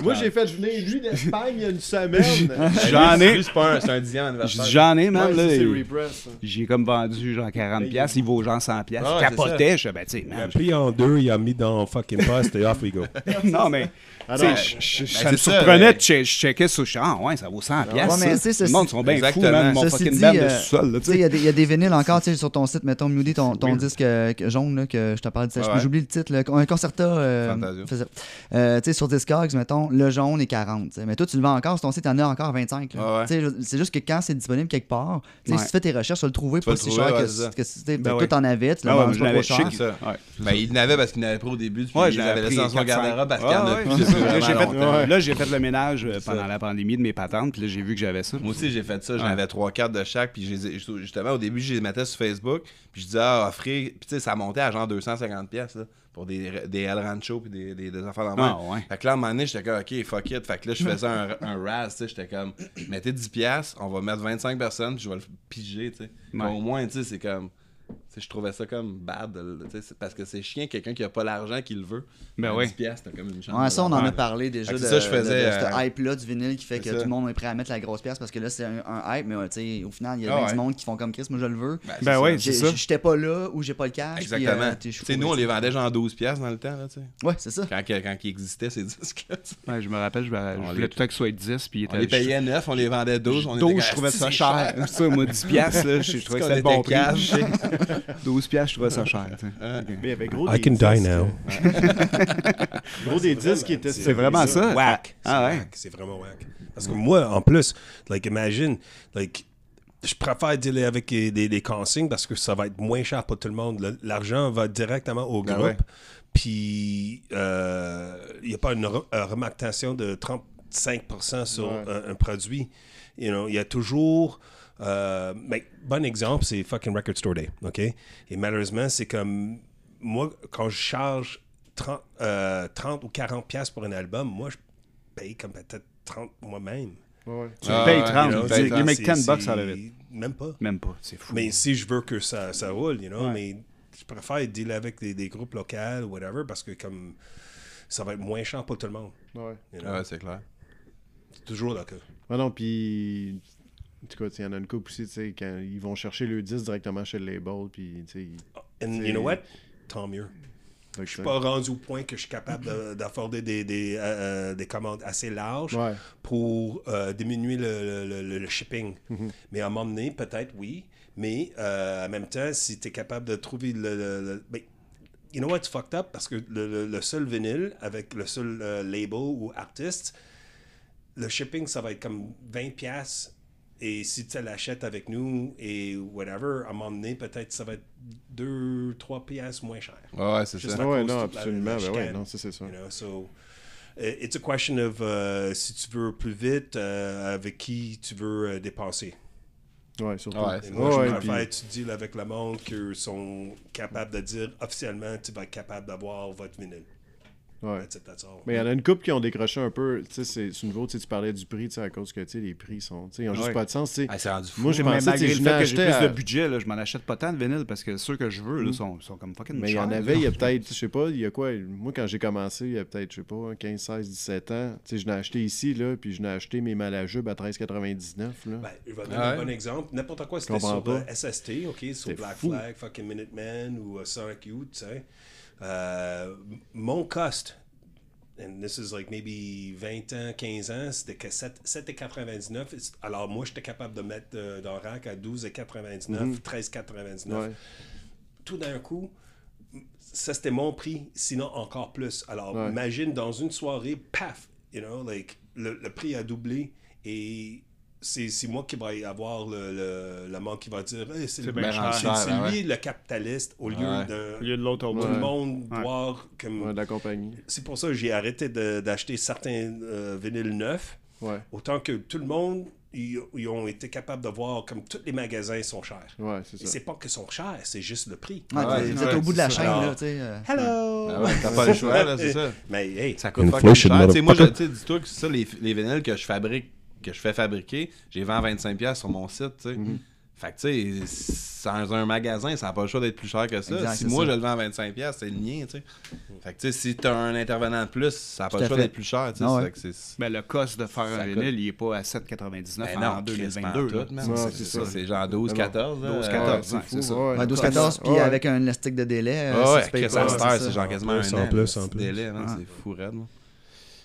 [SPEAKER 3] Moi, j'ai fait venir lui d'Espagne il y a une semaine.
[SPEAKER 4] J'en ai.
[SPEAKER 6] Lui, c'est pas un, c'est un dixième
[SPEAKER 4] J'ai
[SPEAKER 6] anniversaire.
[SPEAKER 4] dit, j'en ai, man.
[SPEAKER 3] Ouais,
[SPEAKER 4] là,
[SPEAKER 3] ça, c'est
[SPEAKER 4] il-
[SPEAKER 3] repress, hein. ça.
[SPEAKER 4] j'ai comme vendu genre 40$, piastres, il vaut genre 100$. piastres.
[SPEAKER 6] ouais,
[SPEAKER 4] je
[SPEAKER 6] c'est ça.
[SPEAKER 4] capotais, je dis, ben, tu sais, man.
[SPEAKER 8] Pris en deux, il a mis dans fucking poste et off we go.
[SPEAKER 4] Ah non, mais. tu sais,
[SPEAKER 3] non.
[SPEAKER 4] je- je-
[SPEAKER 6] Ben,
[SPEAKER 4] ça
[SPEAKER 6] c'est
[SPEAKER 4] me
[SPEAKER 6] ça,
[SPEAKER 4] surprenait,
[SPEAKER 6] mais-
[SPEAKER 4] de che- je checkais sur ah ouais, ça vaut 100$.
[SPEAKER 7] Ouais, mais
[SPEAKER 4] piastres,
[SPEAKER 7] tu sais,
[SPEAKER 4] ça. Le
[SPEAKER 7] ceci-
[SPEAKER 4] monde sont bien fous,
[SPEAKER 6] Exactement.
[SPEAKER 4] man, mon
[SPEAKER 7] Ceci
[SPEAKER 4] fucking
[SPEAKER 7] dit,
[SPEAKER 4] band de
[SPEAKER 7] euh,
[SPEAKER 4] sous-sol, là, tu
[SPEAKER 7] Tu sais, il y
[SPEAKER 4] sais.
[SPEAKER 7] a des- il y, a des vinyles encore, tu sais, sur ton site, titre, mettons, Moody, ton, ton disque euh, que- jaune là, que je te parle. de-
[SPEAKER 6] Ouais.
[SPEAKER 7] J'oublie le titre. là, un concerta. euh,
[SPEAKER 6] Fantasio.
[SPEAKER 7] faisait- euh, tu sais, sur Discogs, mettons, le jaune est 40. tu sais. Mais toi, tu le vends encore sur ton site, en as encore 25. là.
[SPEAKER 6] Ah ouais.
[SPEAKER 7] Tu sais, je- C'est juste que quand c'est disponible quelque part, tu sais,
[SPEAKER 6] Ouais.
[SPEAKER 7] si tu fais tes recherches, tu vas le trouver
[SPEAKER 6] vas
[SPEAKER 7] pas
[SPEAKER 6] le
[SPEAKER 7] si
[SPEAKER 6] trouver,
[SPEAKER 7] cher
[SPEAKER 6] ouais,
[SPEAKER 7] que,
[SPEAKER 6] c'est ça.
[SPEAKER 7] que c'était.
[SPEAKER 10] Ben
[SPEAKER 7] toi,
[SPEAKER 10] ouais.
[SPEAKER 7] t'en avais, tu le
[SPEAKER 4] Ah ouais,
[SPEAKER 7] vends
[SPEAKER 4] je
[SPEAKER 7] pas trop
[SPEAKER 4] l'avais, je sais
[SPEAKER 7] cher.
[SPEAKER 4] que- ouais.
[SPEAKER 6] Ben, il n'avait parce qu'il n'avait pas au début. Puis
[SPEAKER 4] Ouais,
[SPEAKER 6] il
[SPEAKER 4] je
[SPEAKER 6] l'avait
[SPEAKER 4] l'avais
[SPEAKER 6] laissé
[SPEAKER 4] pris
[SPEAKER 6] dans son
[SPEAKER 4] 400.
[SPEAKER 6] garde-robe parce qu'il y en
[SPEAKER 4] Ah,
[SPEAKER 6] a
[SPEAKER 4] ouais.
[SPEAKER 6] plus
[SPEAKER 4] J'ai
[SPEAKER 6] depuis
[SPEAKER 4] fait-
[SPEAKER 6] vraiment
[SPEAKER 4] j'ai fait-
[SPEAKER 6] longtemps.
[SPEAKER 4] ouais. Là, j'ai fait le ménage euh, pendant la pandémie de mes patentes, puis là, j'ai vu que j'avais ça.
[SPEAKER 6] Moi aussi, j'ai fait ça. J'en
[SPEAKER 4] Ouais.
[SPEAKER 6] avais trois cartes de chaque. Puis je les ai- je- justement, au début, je les mettais sur Facebook. Puis je disais, ah, offrir. Puis tu sais, ça montait à genre 250$ pièces là, pour des, des El Rancho puis des, des, des affaires dans
[SPEAKER 4] Ah, ouais.
[SPEAKER 6] Fait que là, à un moment donné, j'étais comme, OK, fuck it. Fait que là, je faisais un, un RAS. tu sais, J'étais comme, mettez 10$, on va mettre 25 personnes. Puis je vais le piger. tu sais. Mais
[SPEAKER 4] Ouais.
[SPEAKER 6] Au moins, tu sais, c'est comme. tu sais, Je trouvais ça comme bad de- tu sais, c'est- parce que c'est chiant quelqu'un qui a pas l'argent qui le veut.
[SPEAKER 4] Ben
[SPEAKER 6] À
[SPEAKER 4] oui.
[SPEAKER 6] 10$, t'as comme une chance.
[SPEAKER 7] Ouais, ça, on en
[SPEAKER 6] Ouais.
[SPEAKER 7] a parlé déjà
[SPEAKER 6] Fait
[SPEAKER 7] de,
[SPEAKER 6] que c'est ça, je
[SPEAKER 7] de- de-
[SPEAKER 6] faisais,
[SPEAKER 7] de ce
[SPEAKER 6] euh,
[SPEAKER 7] hype-là du vinyle qui fait que
[SPEAKER 6] c'est ça.
[SPEAKER 7] tout le monde est prêt à mettre la grosse pièce parce que là, c'est un, un hype, mais ouais, tu sais, au final, il y a
[SPEAKER 6] Ah
[SPEAKER 7] bien
[SPEAKER 6] ouais.
[SPEAKER 7] du monde qui font comme Chris, moi je le veux.
[SPEAKER 6] Ben,
[SPEAKER 4] Ben oui,
[SPEAKER 7] J'ai-
[SPEAKER 4] c'est ça.
[SPEAKER 7] J'étais pas là ou j'ai pas le cash. puis, euh,
[SPEAKER 6] Exactement.
[SPEAKER 7] t'es- je suis
[SPEAKER 6] Tu sais, nous, on
[SPEAKER 7] fourré.
[SPEAKER 6] les vendait genre 12$ piastres dans le temps, là, tu sais.
[SPEAKER 7] Ouais, c'est ça.
[SPEAKER 6] Quand, que- quand ils existaient, ces disques
[SPEAKER 4] Ouais, je me rappelle, je, me- je
[SPEAKER 6] On
[SPEAKER 4] voulais
[SPEAKER 6] les-
[SPEAKER 4] tout le temps que ce soit 10, puis il était
[SPEAKER 6] On les payait 9, on les vendait 12. On
[SPEAKER 4] 12, je trouvais ça cher. Ça, moi, 10 piastres, là, je trouvais que
[SPEAKER 6] qu'on
[SPEAKER 4] c'était le
[SPEAKER 6] était
[SPEAKER 4] bon prix.
[SPEAKER 6] cave.
[SPEAKER 4] je sais. 12 piastres, je trouvais ça cher. tu sais. Ok.
[SPEAKER 3] Mais il y avait gros
[SPEAKER 8] I
[SPEAKER 3] des
[SPEAKER 8] can die
[SPEAKER 3] disques,
[SPEAKER 8] now.
[SPEAKER 3] euh, Gros des disques qui étaient
[SPEAKER 4] C'est vraiment ça.
[SPEAKER 8] Whack.
[SPEAKER 4] Ah ouais.
[SPEAKER 8] C'est whack. C'est vraiment whack. Parce que moi, en plus, like, imagine, like, je préfère dealer avec des, des- des consignes parce que ça va être moins cher pour tout le monde. Le- L'argent va directement au groupe.
[SPEAKER 6] ouais.
[SPEAKER 8] Puis, euh, il n'y a pas une re- euh, remarquation de 35% sur un, un produit. You know, Il y a toujours. euh, mais bon exemple, c'est fucking Record Store Day. OK? Et malheureusement, c'est comme. Moi, quand je charge 30, euh, 30 ou 40$ piastres pour un album, moi, je paye comme peut-être 30 moi-même.
[SPEAKER 4] Tu payes
[SPEAKER 6] ouais,
[SPEAKER 4] 30.
[SPEAKER 8] You know,
[SPEAKER 4] tu dis,
[SPEAKER 8] c'est-
[SPEAKER 4] Ah, ben, You make
[SPEAKER 8] c'est-
[SPEAKER 4] 10 bucks
[SPEAKER 8] c'est-
[SPEAKER 4] out of it.
[SPEAKER 8] Même pas.
[SPEAKER 4] Même pas, c'est fou.
[SPEAKER 8] Mais si je veux que ça, ça roule, you know, mais je préfère dealer avec des, des groupes locaux ou whatever parce que comme ça va être moins cher pour tout le monde.
[SPEAKER 3] Ouais.
[SPEAKER 8] you know.
[SPEAKER 6] Ouais, c'est clair.
[SPEAKER 8] C'est toujours le cas.
[SPEAKER 3] Ah non, puis. En tout cas, tu sais, il y en a une couple aussi, tu sais, quand ils vont chercher le disque directement chez le label, puis, tu sais. ils-
[SPEAKER 8] And you know what? Tant mieux.
[SPEAKER 3] fait que
[SPEAKER 8] Je
[SPEAKER 3] ça-
[SPEAKER 8] suis pas rendu au point que je suis capable de- d'afforder des, des, euh, euh, des commandes assez larges
[SPEAKER 3] Ouais.
[SPEAKER 8] pour euh, diminuer le, le- le- le shipping. Mais à un moment donné, peut-être oui. Mais euh, en même temps, si tu es capable de trouver le. le- le- ben, you know what's fucked up? Parce que le, le- le seul vinyle avec le seul euh, label ou artiste, le shipping, ça va être comme 20$. piastres. Et si tu l'achètes avec nous et whatever, à un moment donné, peut-être ça va être 2-3$ piastres moins cher.
[SPEAKER 6] Ouais, c'est
[SPEAKER 8] Juste
[SPEAKER 6] ça.
[SPEAKER 8] à
[SPEAKER 3] Ouais,
[SPEAKER 8] cause
[SPEAKER 3] non,
[SPEAKER 8] de la-
[SPEAKER 3] absolument. Ben
[SPEAKER 8] la
[SPEAKER 3] ouais,
[SPEAKER 8] chicane,
[SPEAKER 3] non, ça, c'est sûr.
[SPEAKER 8] you know, so, uh, it's a question of uh, si tu veux plus vite, uh, avec qui tu veux euh, dépasser.
[SPEAKER 3] Ouais, surtout.
[SPEAKER 6] Ouais,
[SPEAKER 8] Et
[SPEAKER 6] c'est
[SPEAKER 8] moi,
[SPEAKER 3] Ouais,
[SPEAKER 8] je
[SPEAKER 3] puis-
[SPEAKER 8] préfère étudier avec le monde qui sont capables de dire officiellement tu vas être capable d'avoir votre vinyle.
[SPEAKER 3] ouais.
[SPEAKER 8] That's it, that's all.
[SPEAKER 3] Mais il y en a une couple qui ont décroché un peu. Tu sais, c'est- c'est nouveau. Tu sais, tu parlais du prix, tu sais, à cause que tu sais, les prix sont. Tu sais, ils n'ont juste
[SPEAKER 4] Ouais.
[SPEAKER 3] pas de sens. tu sais.
[SPEAKER 6] Ah, c'est rendu fou.
[SPEAKER 3] Moi, j'ai
[SPEAKER 4] Mais
[SPEAKER 3] pensé tu sais,
[SPEAKER 4] malgré
[SPEAKER 3] je
[SPEAKER 4] le
[SPEAKER 3] n'ai
[SPEAKER 4] fait que j'ai
[SPEAKER 3] acheté.
[SPEAKER 4] plus
[SPEAKER 3] à- Hmm.
[SPEAKER 4] de budget, là, je m'en achète pas tant de vinyle parce que ceux que je veux là, sont, sont comme fucking
[SPEAKER 3] Mais il y
[SPEAKER 4] chers,
[SPEAKER 3] en
[SPEAKER 4] là.
[SPEAKER 3] avait, il y a peut-être, je sais pas, il y a quoi, moi quand j'ai commencé, il y a peut-être, je sais pas, 15, 16, 17 ans, tu sais, je l'ai acheté ici, là, puis je l'ai acheté mes malajubes à 13,99, là.
[SPEAKER 8] Ben, je vais donner un
[SPEAKER 6] Ouais.
[SPEAKER 8] bon exemple. N'importe quoi, c'était
[SPEAKER 3] Ah Comprends
[SPEAKER 8] sur
[SPEAKER 3] pas.
[SPEAKER 8] euh, SST, OK, sur
[SPEAKER 3] C'est
[SPEAKER 8] Black
[SPEAKER 3] fou.
[SPEAKER 8] Flag, fucking Minuteman ou euh, Sonic Youth, tu sais. Euh, m- mon cost, and this is like maybe 20 ans, 15 ans, c'était que 7 7,99. It's- Alors moi, j'étais capable de mettre euh, dans le rack à 12,99, 13,99.
[SPEAKER 3] Mm-hmm. Ouais.
[SPEAKER 8] Tout d'un coup, ça c'était mon prix, sinon encore plus. Alors
[SPEAKER 3] Ouais.
[SPEAKER 8] imagine dans une soirée, paf, you know, like le, le prix a doublé et c'est c'est moi qui va y avoir le, le, le monde qui va dire Hey, c'est le
[SPEAKER 6] bien
[SPEAKER 8] cher.
[SPEAKER 6] cher,
[SPEAKER 8] C'est-
[SPEAKER 6] ben
[SPEAKER 8] c'est lui le capitaliste au lieu
[SPEAKER 6] Ouais.
[SPEAKER 8] de
[SPEAKER 4] Au lieu de l'autre
[SPEAKER 8] tout
[SPEAKER 4] autour.
[SPEAKER 8] le monde
[SPEAKER 4] Ouais.
[SPEAKER 8] voir comme
[SPEAKER 3] Ouais, de la compagnie.
[SPEAKER 8] c'est pour ça que j'ai arrêté de- d'acheter certains euh, vinyles neufs
[SPEAKER 3] Ouais,
[SPEAKER 8] autant que tout le monde ils, ils ont été capables de voir comme tous les magasins sont chers
[SPEAKER 3] ouais, c'est
[SPEAKER 8] et
[SPEAKER 3] ça.
[SPEAKER 8] c'est pas que sont chers c'est juste le prix
[SPEAKER 7] Ouais,
[SPEAKER 6] Ouais,
[SPEAKER 7] t'es-
[SPEAKER 6] c'est
[SPEAKER 7] vous êtes
[SPEAKER 6] ça,
[SPEAKER 7] au bout de la
[SPEAKER 8] c'est
[SPEAKER 7] chaîne,
[SPEAKER 8] ça.
[SPEAKER 7] là, tu sais. euh.
[SPEAKER 8] hello
[SPEAKER 6] Ah ouais, t'as pas le choix, là, c'est ça.
[SPEAKER 8] mais hey
[SPEAKER 6] Ça coûte fucking
[SPEAKER 2] Inflation,
[SPEAKER 6] cher. Tu sais, moi, je-
[SPEAKER 2] motherfucker.
[SPEAKER 6] tu sais, dis-toi que ça, les, les vinyles que je fabrique, que je fais fabriquer, j'ai vend 25$ sur mon site, tu sais. Fait que, tu sais, sans un magasin, ça n'a pas le choix d'être plus cher que ça.
[SPEAKER 7] Exact,
[SPEAKER 6] si
[SPEAKER 7] c'est
[SPEAKER 6] moi,
[SPEAKER 7] ça.
[SPEAKER 6] je le vends à 25$, c'est le mien, tu sais. Fait que, tu sais, si t'as un intervenant de plus, ça n'a pas
[SPEAKER 7] Tout
[SPEAKER 6] le
[SPEAKER 7] à
[SPEAKER 6] choix
[SPEAKER 7] fait.
[SPEAKER 6] d'être plus cher, tu sais.
[SPEAKER 7] Ah ouais.
[SPEAKER 6] Fait que c'est-
[SPEAKER 4] Mais le cost de faire
[SPEAKER 6] Ça
[SPEAKER 4] un
[SPEAKER 6] coûte.
[SPEAKER 4] vinyle, il est pas à 7,99
[SPEAKER 6] Ben
[SPEAKER 4] en
[SPEAKER 6] non, Chris,
[SPEAKER 4] 2022. là.
[SPEAKER 6] pantoute, man.
[SPEAKER 3] Ouais,
[SPEAKER 6] C'est-
[SPEAKER 3] c'est
[SPEAKER 6] ça,
[SPEAKER 3] ça.
[SPEAKER 6] C'est genre 12, 14.
[SPEAKER 4] 12,
[SPEAKER 6] 14.
[SPEAKER 4] 14, ouais, c'est ça.
[SPEAKER 3] Ouais,
[SPEAKER 7] Ouais, 12-14, puis
[SPEAKER 3] Ouais.
[SPEAKER 7] avec un élastique de délai. euh,
[SPEAKER 6] Ah
[SPEAKER 7] si
[SPEAKER 6] ouais,
[SPEAKER 7] tu payes
[SPEAKER 6] Chris
[SPEAKER 7] pas,
[SPEAKER 6] Astor,
[SPEAKER 7] ça.
[SPEAKER 6] c'est genre quasiment
[SPEAKER 8] plus,
[SPEAKER 6] un
[SPEAKER 8] en
[SPEAKER 6] an.
[SPEAKER 8] plus,
[SPEAKER 6] là,
[SPEAKER 8] en
[SPEAKER 6] ce
[SPEAKER 8] plus.
[SPEAKER 6] délai, man, C'est fou, raide. là.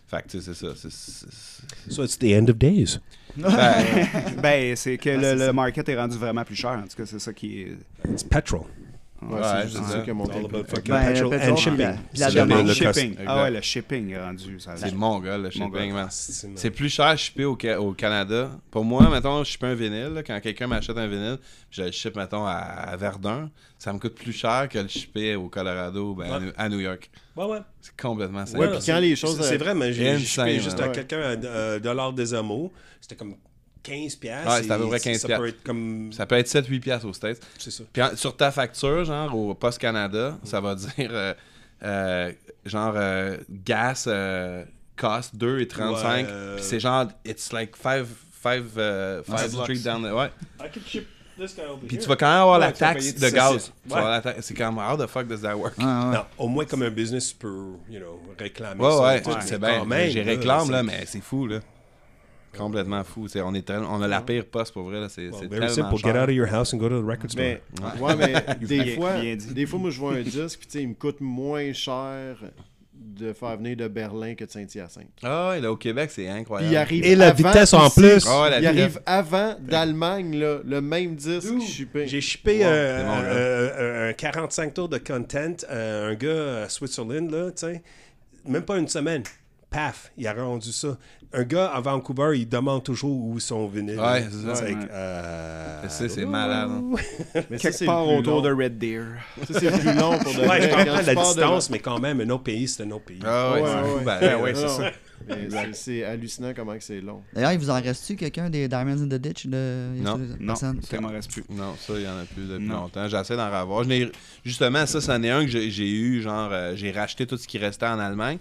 [SPEAKER 6] Fait que, tu sais, c'est ça. c'est- c'est-
[SPEAKER 8] So it's the end of days.
[SPEAKER 4] Ben, ben, c'est
[SPEAKER 3] Ah,
[SPEAKER 4] que le, le market est rendu vraiment plus cher. En tout cas, c'est ça qui est.
[SPEAKER 8] It's petrol.
[SPEAKER 3] Ouais,
[SPEAKER 6] Ouais,
[SPEAKER 3] c'est juste
[SPEAKER 6] c'est
[SPEAKER 3] ça
[SPEAKER 6] ça.
[SPEAKER 3] qui a monté.
[SPEAKER 8] All
[SPEAKER 3] le
[SPEAKER 8] about
[SPEAKER 3] prix.
[SPEAKER 8] fucking
[SPEAKER 7] Ben, le
[SPEAKER 8] petrol
[SPEAKER 7] pétrole,
[SPEAKER 8] and
[SPEAKER 7] puis
[SPEAKER 8] shipping.
[SPEAKER 7] la-
[SPEAKER 3] Ah,
[SPEAKER 7] puis la
[SPEAKER 8] C'est jamais
[SPEAKER 7] demande.
[SPEAKER 8] le cost.
[SPEAKER 4] shipping.
[SPEAKER 6] exact.
[SPEAKER 4] Ah ouais, le shipping est rendu. Ça,
[SPEAKER 6] C'est mongol, le
[SPEAKER 4] Mongol.
[SPEAKER 6] shipping, man.
[SPEAKER 8] C'est
[SPEAKER 6] C'est plus cher shipper au, Ca- au Canada. Pour moi, mettons, je ship un vinyle. là, quand quelqu'un m'achète un vinyle, je le ship, mettons, à, à Verdun, ça me coûte plus cher que le shipper au Colorado, ben, à New- à New York.
[SPEAKER 8] Ouais, ouais.
[SPEAKER 6] C'est complètement ça.
[SPEAKER 8] Ouais,
[SPEAKER 3] puis
[SPEAKER 8] c'est-
[SPEAKER 3] quand les choses,
[SPEAKER 8] c'est- C'est
[SPEAKER 3] euh,
[SPEAKER 8] vrai, mais j'ai
[SPEAKER 6] viennent
[SPEAKER 8] j'ai
[SPEAKER 6] saines,
[SPEAKER 8] payé juste
[SPEAKER 6] ouais.
[SPEAKER 8] à quelqu'un un euh, dollar des amours. C'était comme 15 piastres.
[SPEAKER 6] Ouais, c'était à peu
[SPEAKER 8] et
[SPEAKER 6] près
[SPEAKER 8] ça-
[SPEAKER 6] 15
[SPEAKER 8] Ça peut
[SPEAKER 6] piastres.
[SPEAKER 8] être comme...
[SPEAKER 6] Ça peut être 7-8 piastres aux States.
[SPEAKER 8] C'est ça.
[SPEAKER 6] Puis en- sur ta facture, genre au Post Canada, ça va dire euh, euh, genre euh, gas euh, cost 2 et 35.
[SPEAKER 8] Ouais, euh,
[SPEAKER 6] Puis c'est genre it's like 5 5 street
[SPEAKER 8] bucks.
[SPEAKER 6] down the ouais.
[SPEAKER 8] I can ship this guy over
[SPEAKER 6] Puis
[SPEAKER 8] here.
[SPEAKER 6] tu vas quand même avoir
[SPEAKER 8] Ouais,
[SPEAKER 6] la
[SPEAKER 8] tu vas
[SPEAKER 6] taxe
[SPEAKER 8] payer
[SPEAKER 6] de
[SPEAKER 8] 17
[SPEAKER 6] gaz.
[SPEAKER 8] cents.
[SPEAKER 6] Tu vas avoir la taxe- C'est comme how the fuck does that work?
[SPEAKER 7] Ah, ouais.
[SPEAKER 8] Non, au moins comme un business, tu peux, you know, réclamer
[SPEAKER 6] Ouais,
[SPEAKER 8] ça.
[SPEAKER 6] ouais,
[SPEAKER 8] tout, mais
[SPEAKER 6] c'est
[SPEAKER 8] quand
[SPEAKER 6] bien.
[SPEAKER 8] même,
[SPEAKER 6] J'ai
[SPEAKER 8] là,
[SPEAKER 6] réclame,
[SPEAKER 8] c'est-
[SPEAKER 6] là, mais c'est fou, là. Complètement fou. C'est- on, est tellement- on a la pire poste pour vrai, là. C'est c'est
[SPEAKER 8] Well, very
[SPEAKER 6] tellement
[SPEAKER 8] simple. Get
[SPEAKER 6] cher.
[SPEAKER 8] out of your house and go to the record store.
[SPEAKER 3] Mais, ouais, mais des,
[SPEAKER 4] Bien-
[SPEAKER 3] fois,
[SPEAKER 4] bien dit.
[SPEAKER 3] des fois, moi, je vois un disque, puis tu sais, il me coûte moins cher de faire venir de Berlin que de Saint-Hyacinthe.
[SPEAKER 6] Ah, ouais, là, au Québec, c'est
[SPEAKER 3] Puis
[SPEAKER 6] incroyable.
[SPEAKER 3] il arrive
[SPEAKER 8] Et la
[SPEAKER 3] avant
[SPEAKER 8] vitesse en
[SPEAKER 3] ici.
[SPEAKER 8] plus.
[SPEAKER 6] Ah ouais, la
[SPEAKER 3] il
[SPEAKER 6] vitesse.
[SPEAKER 3] arrive avant d'Allemagne, là, le même disque
[SPEAKER 8] Ouh,
[SPEAKER 3] shippé.
[SPEAKER 8] J'ai shippé
[SPEAKER 6] Wow,
[SPEAKER 8] euh,
[SPEAKER 6] c'est bon, là.
[SPEAKER 8] euh, euh, un 45 tours de content à un gars à Switzerland, là, tu sais. Même pas une semaine. Paf, il a rendu ça. Un gars à Vancouver, il demande toujours où sont venus.
[SPEAKER 6] Ouais, c'est ça.
[SPEAKER 8] C'est
[SPEAKER 6] Ouais.
[SPEAKER 8] euh,
[SPEAKER 6] Ah, C'est- c'est malade, hein.
[SPEAKER 3] Mais ça,
[SPEAKER 4] Quelque
[SPEAKER 3] c'est
[SPEAKER 4] part
[SPEAKER 3] le plus
[SPEAKER 4] autour
[SPEAKER 3] long.
[SPEAKER 4] de Red Deer.
[SPEAKER 3] Ça, c'est le plus long pour de
[SPEAKER 8] Ouais, je
[SPEAKER 3] vrai.
[SPEAKER 8] comprends
[SPEAKER 3] Quand tu
[SPEAKER 8] la
[SPEAKER 3] pars de-
[SPEAKER 8] distance, mais quand même, un autre pays, c'est un autre pays.
[SPEAKER 6] Ah, ouais,
[SPEAKER 3] Ouais,
[SPEAKER 6] c'est
[SPEAKER 3] ouais,
[SPEAKER 6] fou,
[SPEAKER 3] ouais.
[SPEAKER 6] ben,
[SPEAKER 8] Ouais,
[SPEAKER 6] ouais.
[SPEAKER 8] ouais, c'est
[SPEAKER 3] Non.
[SPEAKER 8] ça.
[SPEAKER 3] Mais c'est- C'est hallucinant comment que c'est long.
[SPEAKER 7] D'ailleurs, il vous en reste-tu quelqu'un des Diamonds in the Ditch de
[SPEAKER 6] Non,
[SPEAKER 4] Non,
[SPEAKER 7] Personne?
[SPEAKER 4] ça m'en reste plus.
[SPEAKER 6] Non, ça, il n'y en a plus depuis
[SPEAKER 4] Non.
[SPEAKER 6] longtemps. J'essaie d'en revoir. Je n'ai- Justement, ça, c'en est un que j'ai j'ai eu, genre, euh, j'ai racheté tout ce qui restait en Allemagne,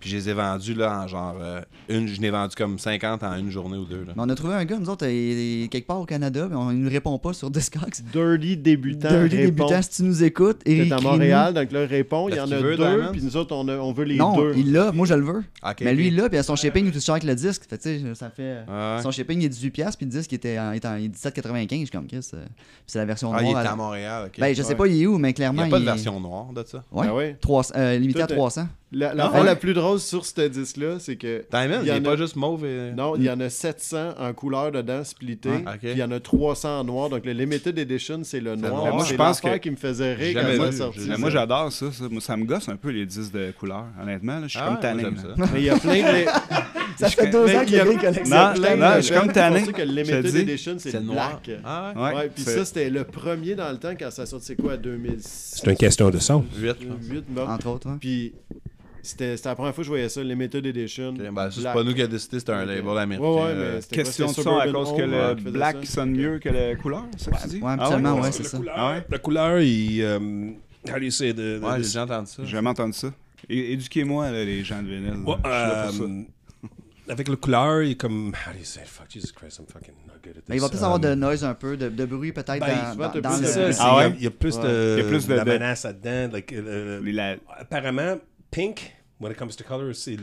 [SPEAKER 6] puis je les ai vendus, là, en genre, euh, une, je n'ai vendu comme 50 en une journée ou deux, là.
[SPEAKER 7] Mais on a trouvé un gars, nous autres, il est quelque part au Canada, mais on il nous répond pas sur Discogs.
[SPEAKER 3] Dirty débutant.
[SPEAKER 7] Dirty
[SPEAKER 3] répond.
[SPEAKER 7] débutant, si tu nous écoutes,
[SPEAKER 3] C'est
[SPEAKER 7] Eric.
[SPEAKER 3] à Montréal, donc là, répond. Il y
[SPEAKER 6] Est-ce
[SPEAKER 3] en
[SPEAKER 6] qu'il
[SPEAKER 3] a
[SPEAKER 6] veut
[SPEAKER 3] deux,
[SPEAKER 6] Diamond?
[SPEAKER 3] puis nous autres, on, a- on veut les
[SPEAKER 7] Non,
[SPEAKER 3] deux.
[SPEAKER 7] il l'a, moi je le veux.
[SPEAKER 6] Ok,
[SPEAKER 7] Mais lui,
[SPEAKER 6] ok.
[SPEAKER 7] il l'a, puis à son shipping, il est tout cher avec le disque. Fait, que, tu sais, ça fait. euh,
[SPEAKER 6] Ah, ouais.
[SPEAKER 7] Son shipping il est 18$, puis le disque était en, est en- il est 17,95$. Je suis comme, Chris, euh, c'est la version
[SPEAKER 6] Ah,
[SPEAKER 7] noire.
[SPEAKER 6] il est
[SPEAKER 7] elle-
[SPEAKER 6] à Montréal, OK.
[SPEAKER 7] Ben, je sais
[SPEAKER 3] Ouais.
[SPEAKER 7] pas, il est où, mais
[SPEAKER 6] Il n'y
[SPEAKER 7] clairement.
[SPEAKER 6] a pas de
[SPEAKER 7] est-
[SPEAKER 6] version noire de ça.
[SPEAKER 7] Ouais.
[SPEAKER 3] Ben ouais.
[SPEAKER 7] 300, euh, limité à
[SPEAKER 3] Tout est-
[SPEAKER 7] 300.
[SPEAKER 3] La, la,
[SPEAKER 7] Ah ouais.
[SPEAKER 3] la plus drôle sur ce disque-là, c'est que.
[SPEAKER 6] Diamond, il
[SPEAKER 3] y en
[SPEAKER 6] n'est
[SPEAKER 3] a-
[SPEAKER 6] pas juste mauve et...
[SPEAKER 3] Non, il y en a 700 en couleur dedans, splitté.
[SPEAKER 6] Ouais, ok.
[SPEAKER 3] Puis il y en a 300 en noir. Donc le Limited Edition, c'est le
[SPEAKER 6] le
[SPEAKER 3] noir.
[SPEAKER 6] noir.
[SPEAKER 4] Moi, je
[SPEAKER 3] C'est
[SPEAKER 4] pense
[SPEAKER 3] l'affaire
[SPEAKER 4] que-
[SPEAKER 3] qui me faisait rire
[SPEAKER 6] Jamais
[SPEAKER 3] quand ça
[SPEAKER 6] vu, j'ai
[SPEAKER 3] sorti.
[SPEAKER 4] Mais
[SPEAKER 6] jamais
[SPEAKER 4] moi,
[SPEAKER 6] vu.
[SPEAKER 4] j'adore ça. ça. Moi, ça me gosse un peu les 10 de couleur, honnêtement. là. Je suis
[SPEAKER 6] Ah,
[SPEAKER 4] comme
[SPEAKER 6] moi,
[SPEAKER 4] tanné.
[SPEAKER 6] j'aime
[SPEAKER 4] là.
[SPEAKER 6] ça.
[SPEAKER 3] Mais il y a plein de.
[SPEAKER 7] Ça fait deux ans qu'il y a des collections.
[SPEAKER 4] Non, non, je suis comme tanné.
[SPEAKER 3] C'est pour ça que le
[SPEAKER 4] Je te
[SPEAKER 3] Limited
[SPEAKER 4] dis,
[SPEAKER 3] Edition, c'est
[SPEAKER 6] C'est
[SPEAKER 3] le
[SPEAKER 6] le noir.
[SPEAKER 3] black.
[SPEAKER 6] Ah, ouais.
[SPEAKER 4] Ouais,
[SPEAKER 3] Ouais, puis
[SPEAKER 4] c'est-
[SPEAKER 3] ça, c'était le premier dans le temps quand ça sortait, c'est quoi, 2006
[SPEAKER 8] C'est une question de son.
[SPEAKER 6] 8.
[SPEAKER 3] 2008, non?
[SPEAKER 7] Entre autres, ouais.
[SPEAKER 3] Puis c'était c'était la première fois que je voyais ça, Limited Edition.
[SPEAKER 6] Ben, ça, c'est
[SPEAKER 3] black.
[SPEAKER 6] pas nous qui a décidé, c'était un
[SPEAKER 3] Ok.
[SPEAKER 6] label américain.
[SPEAKER 3] Ouais, ouais,
[SPEAKER 6] euh,
[SPEAKER 3] mais c'était quoi,
[SPEAKER 4] Question de
[SPEAKER 3] c'était
[SPEAKER 4] son à
[SPEAKER 3] Suburban
[SPEAKER 4] cause que
[SPEAKER 3] Home,
[SPEAKER 4] le
[SPEAKER 3] ouais, qui faisait
[SPEAKER 4] black
[SPEAKER 3] ça.
[SPEAKER 4] sonne mieux que la couleur, ça que tu dis?
[SPEAKER 7] Ouais,
[SPEAKER 4] Ah
[SPEAKER 7] absolument, ouais,
[SPEAKER 4] ouais?
[SPEAKER 7] c'est ça.
[SPEAKER 4] Ah ouais?
[SPEAKER 8] La couleur, il... euh, how do you say the- the-
[SPEAKER 6] Ouais, j'ai
[SPEAKER 8] the-
[SPEAKER 6] déjà entendu ça.
[SPEAKER 4] J'ai jamais entendu ça. É- Éduquez-moi, là, les gens de vinyle.
[SPEAKER 8] Ouais,
[SPEAKER 4] là. Je suis là pour ça.
[SPEAKER 8] euh, avec le couleur, il est comme... How do you say it? Fuck, Jesus Christ, I'm fucking not good at this.
[SPEAKER 7] Mais il va peut-être
[SPEAKER 8] Um,
[SPEAKER 7] avoir de noise un peu, de, de bruit peut-être
[SPEAKER 8] ben,
[SPEAKER 7] dans,
[SPEAKER 3] souvent,
[SPEAKER 7] dans,
[SPEAKER 3] t'as
[SPEAKER 7] dans
[SPEAKER 3] plus
[SPEAKER 7] le.
[SPEAKER 3] de-
[SPEAKER 8] C'est ça, c'est-
[SPEAKER 4] Ah ouais?
[SPEAKER 8] il y a plus
[SPEAKER 4] Il
[SPEAKER 8] de,
[SPEAKER 4] y a plus de-
[SPEAKER 8] la
[SPEAKER 4] de-
[SPEAKER 8] menace là-dedans. like, euh,
[SPEAKER 4] Les la-
[SPEAKER 8] apparemment, pink, when it comes to color, c'est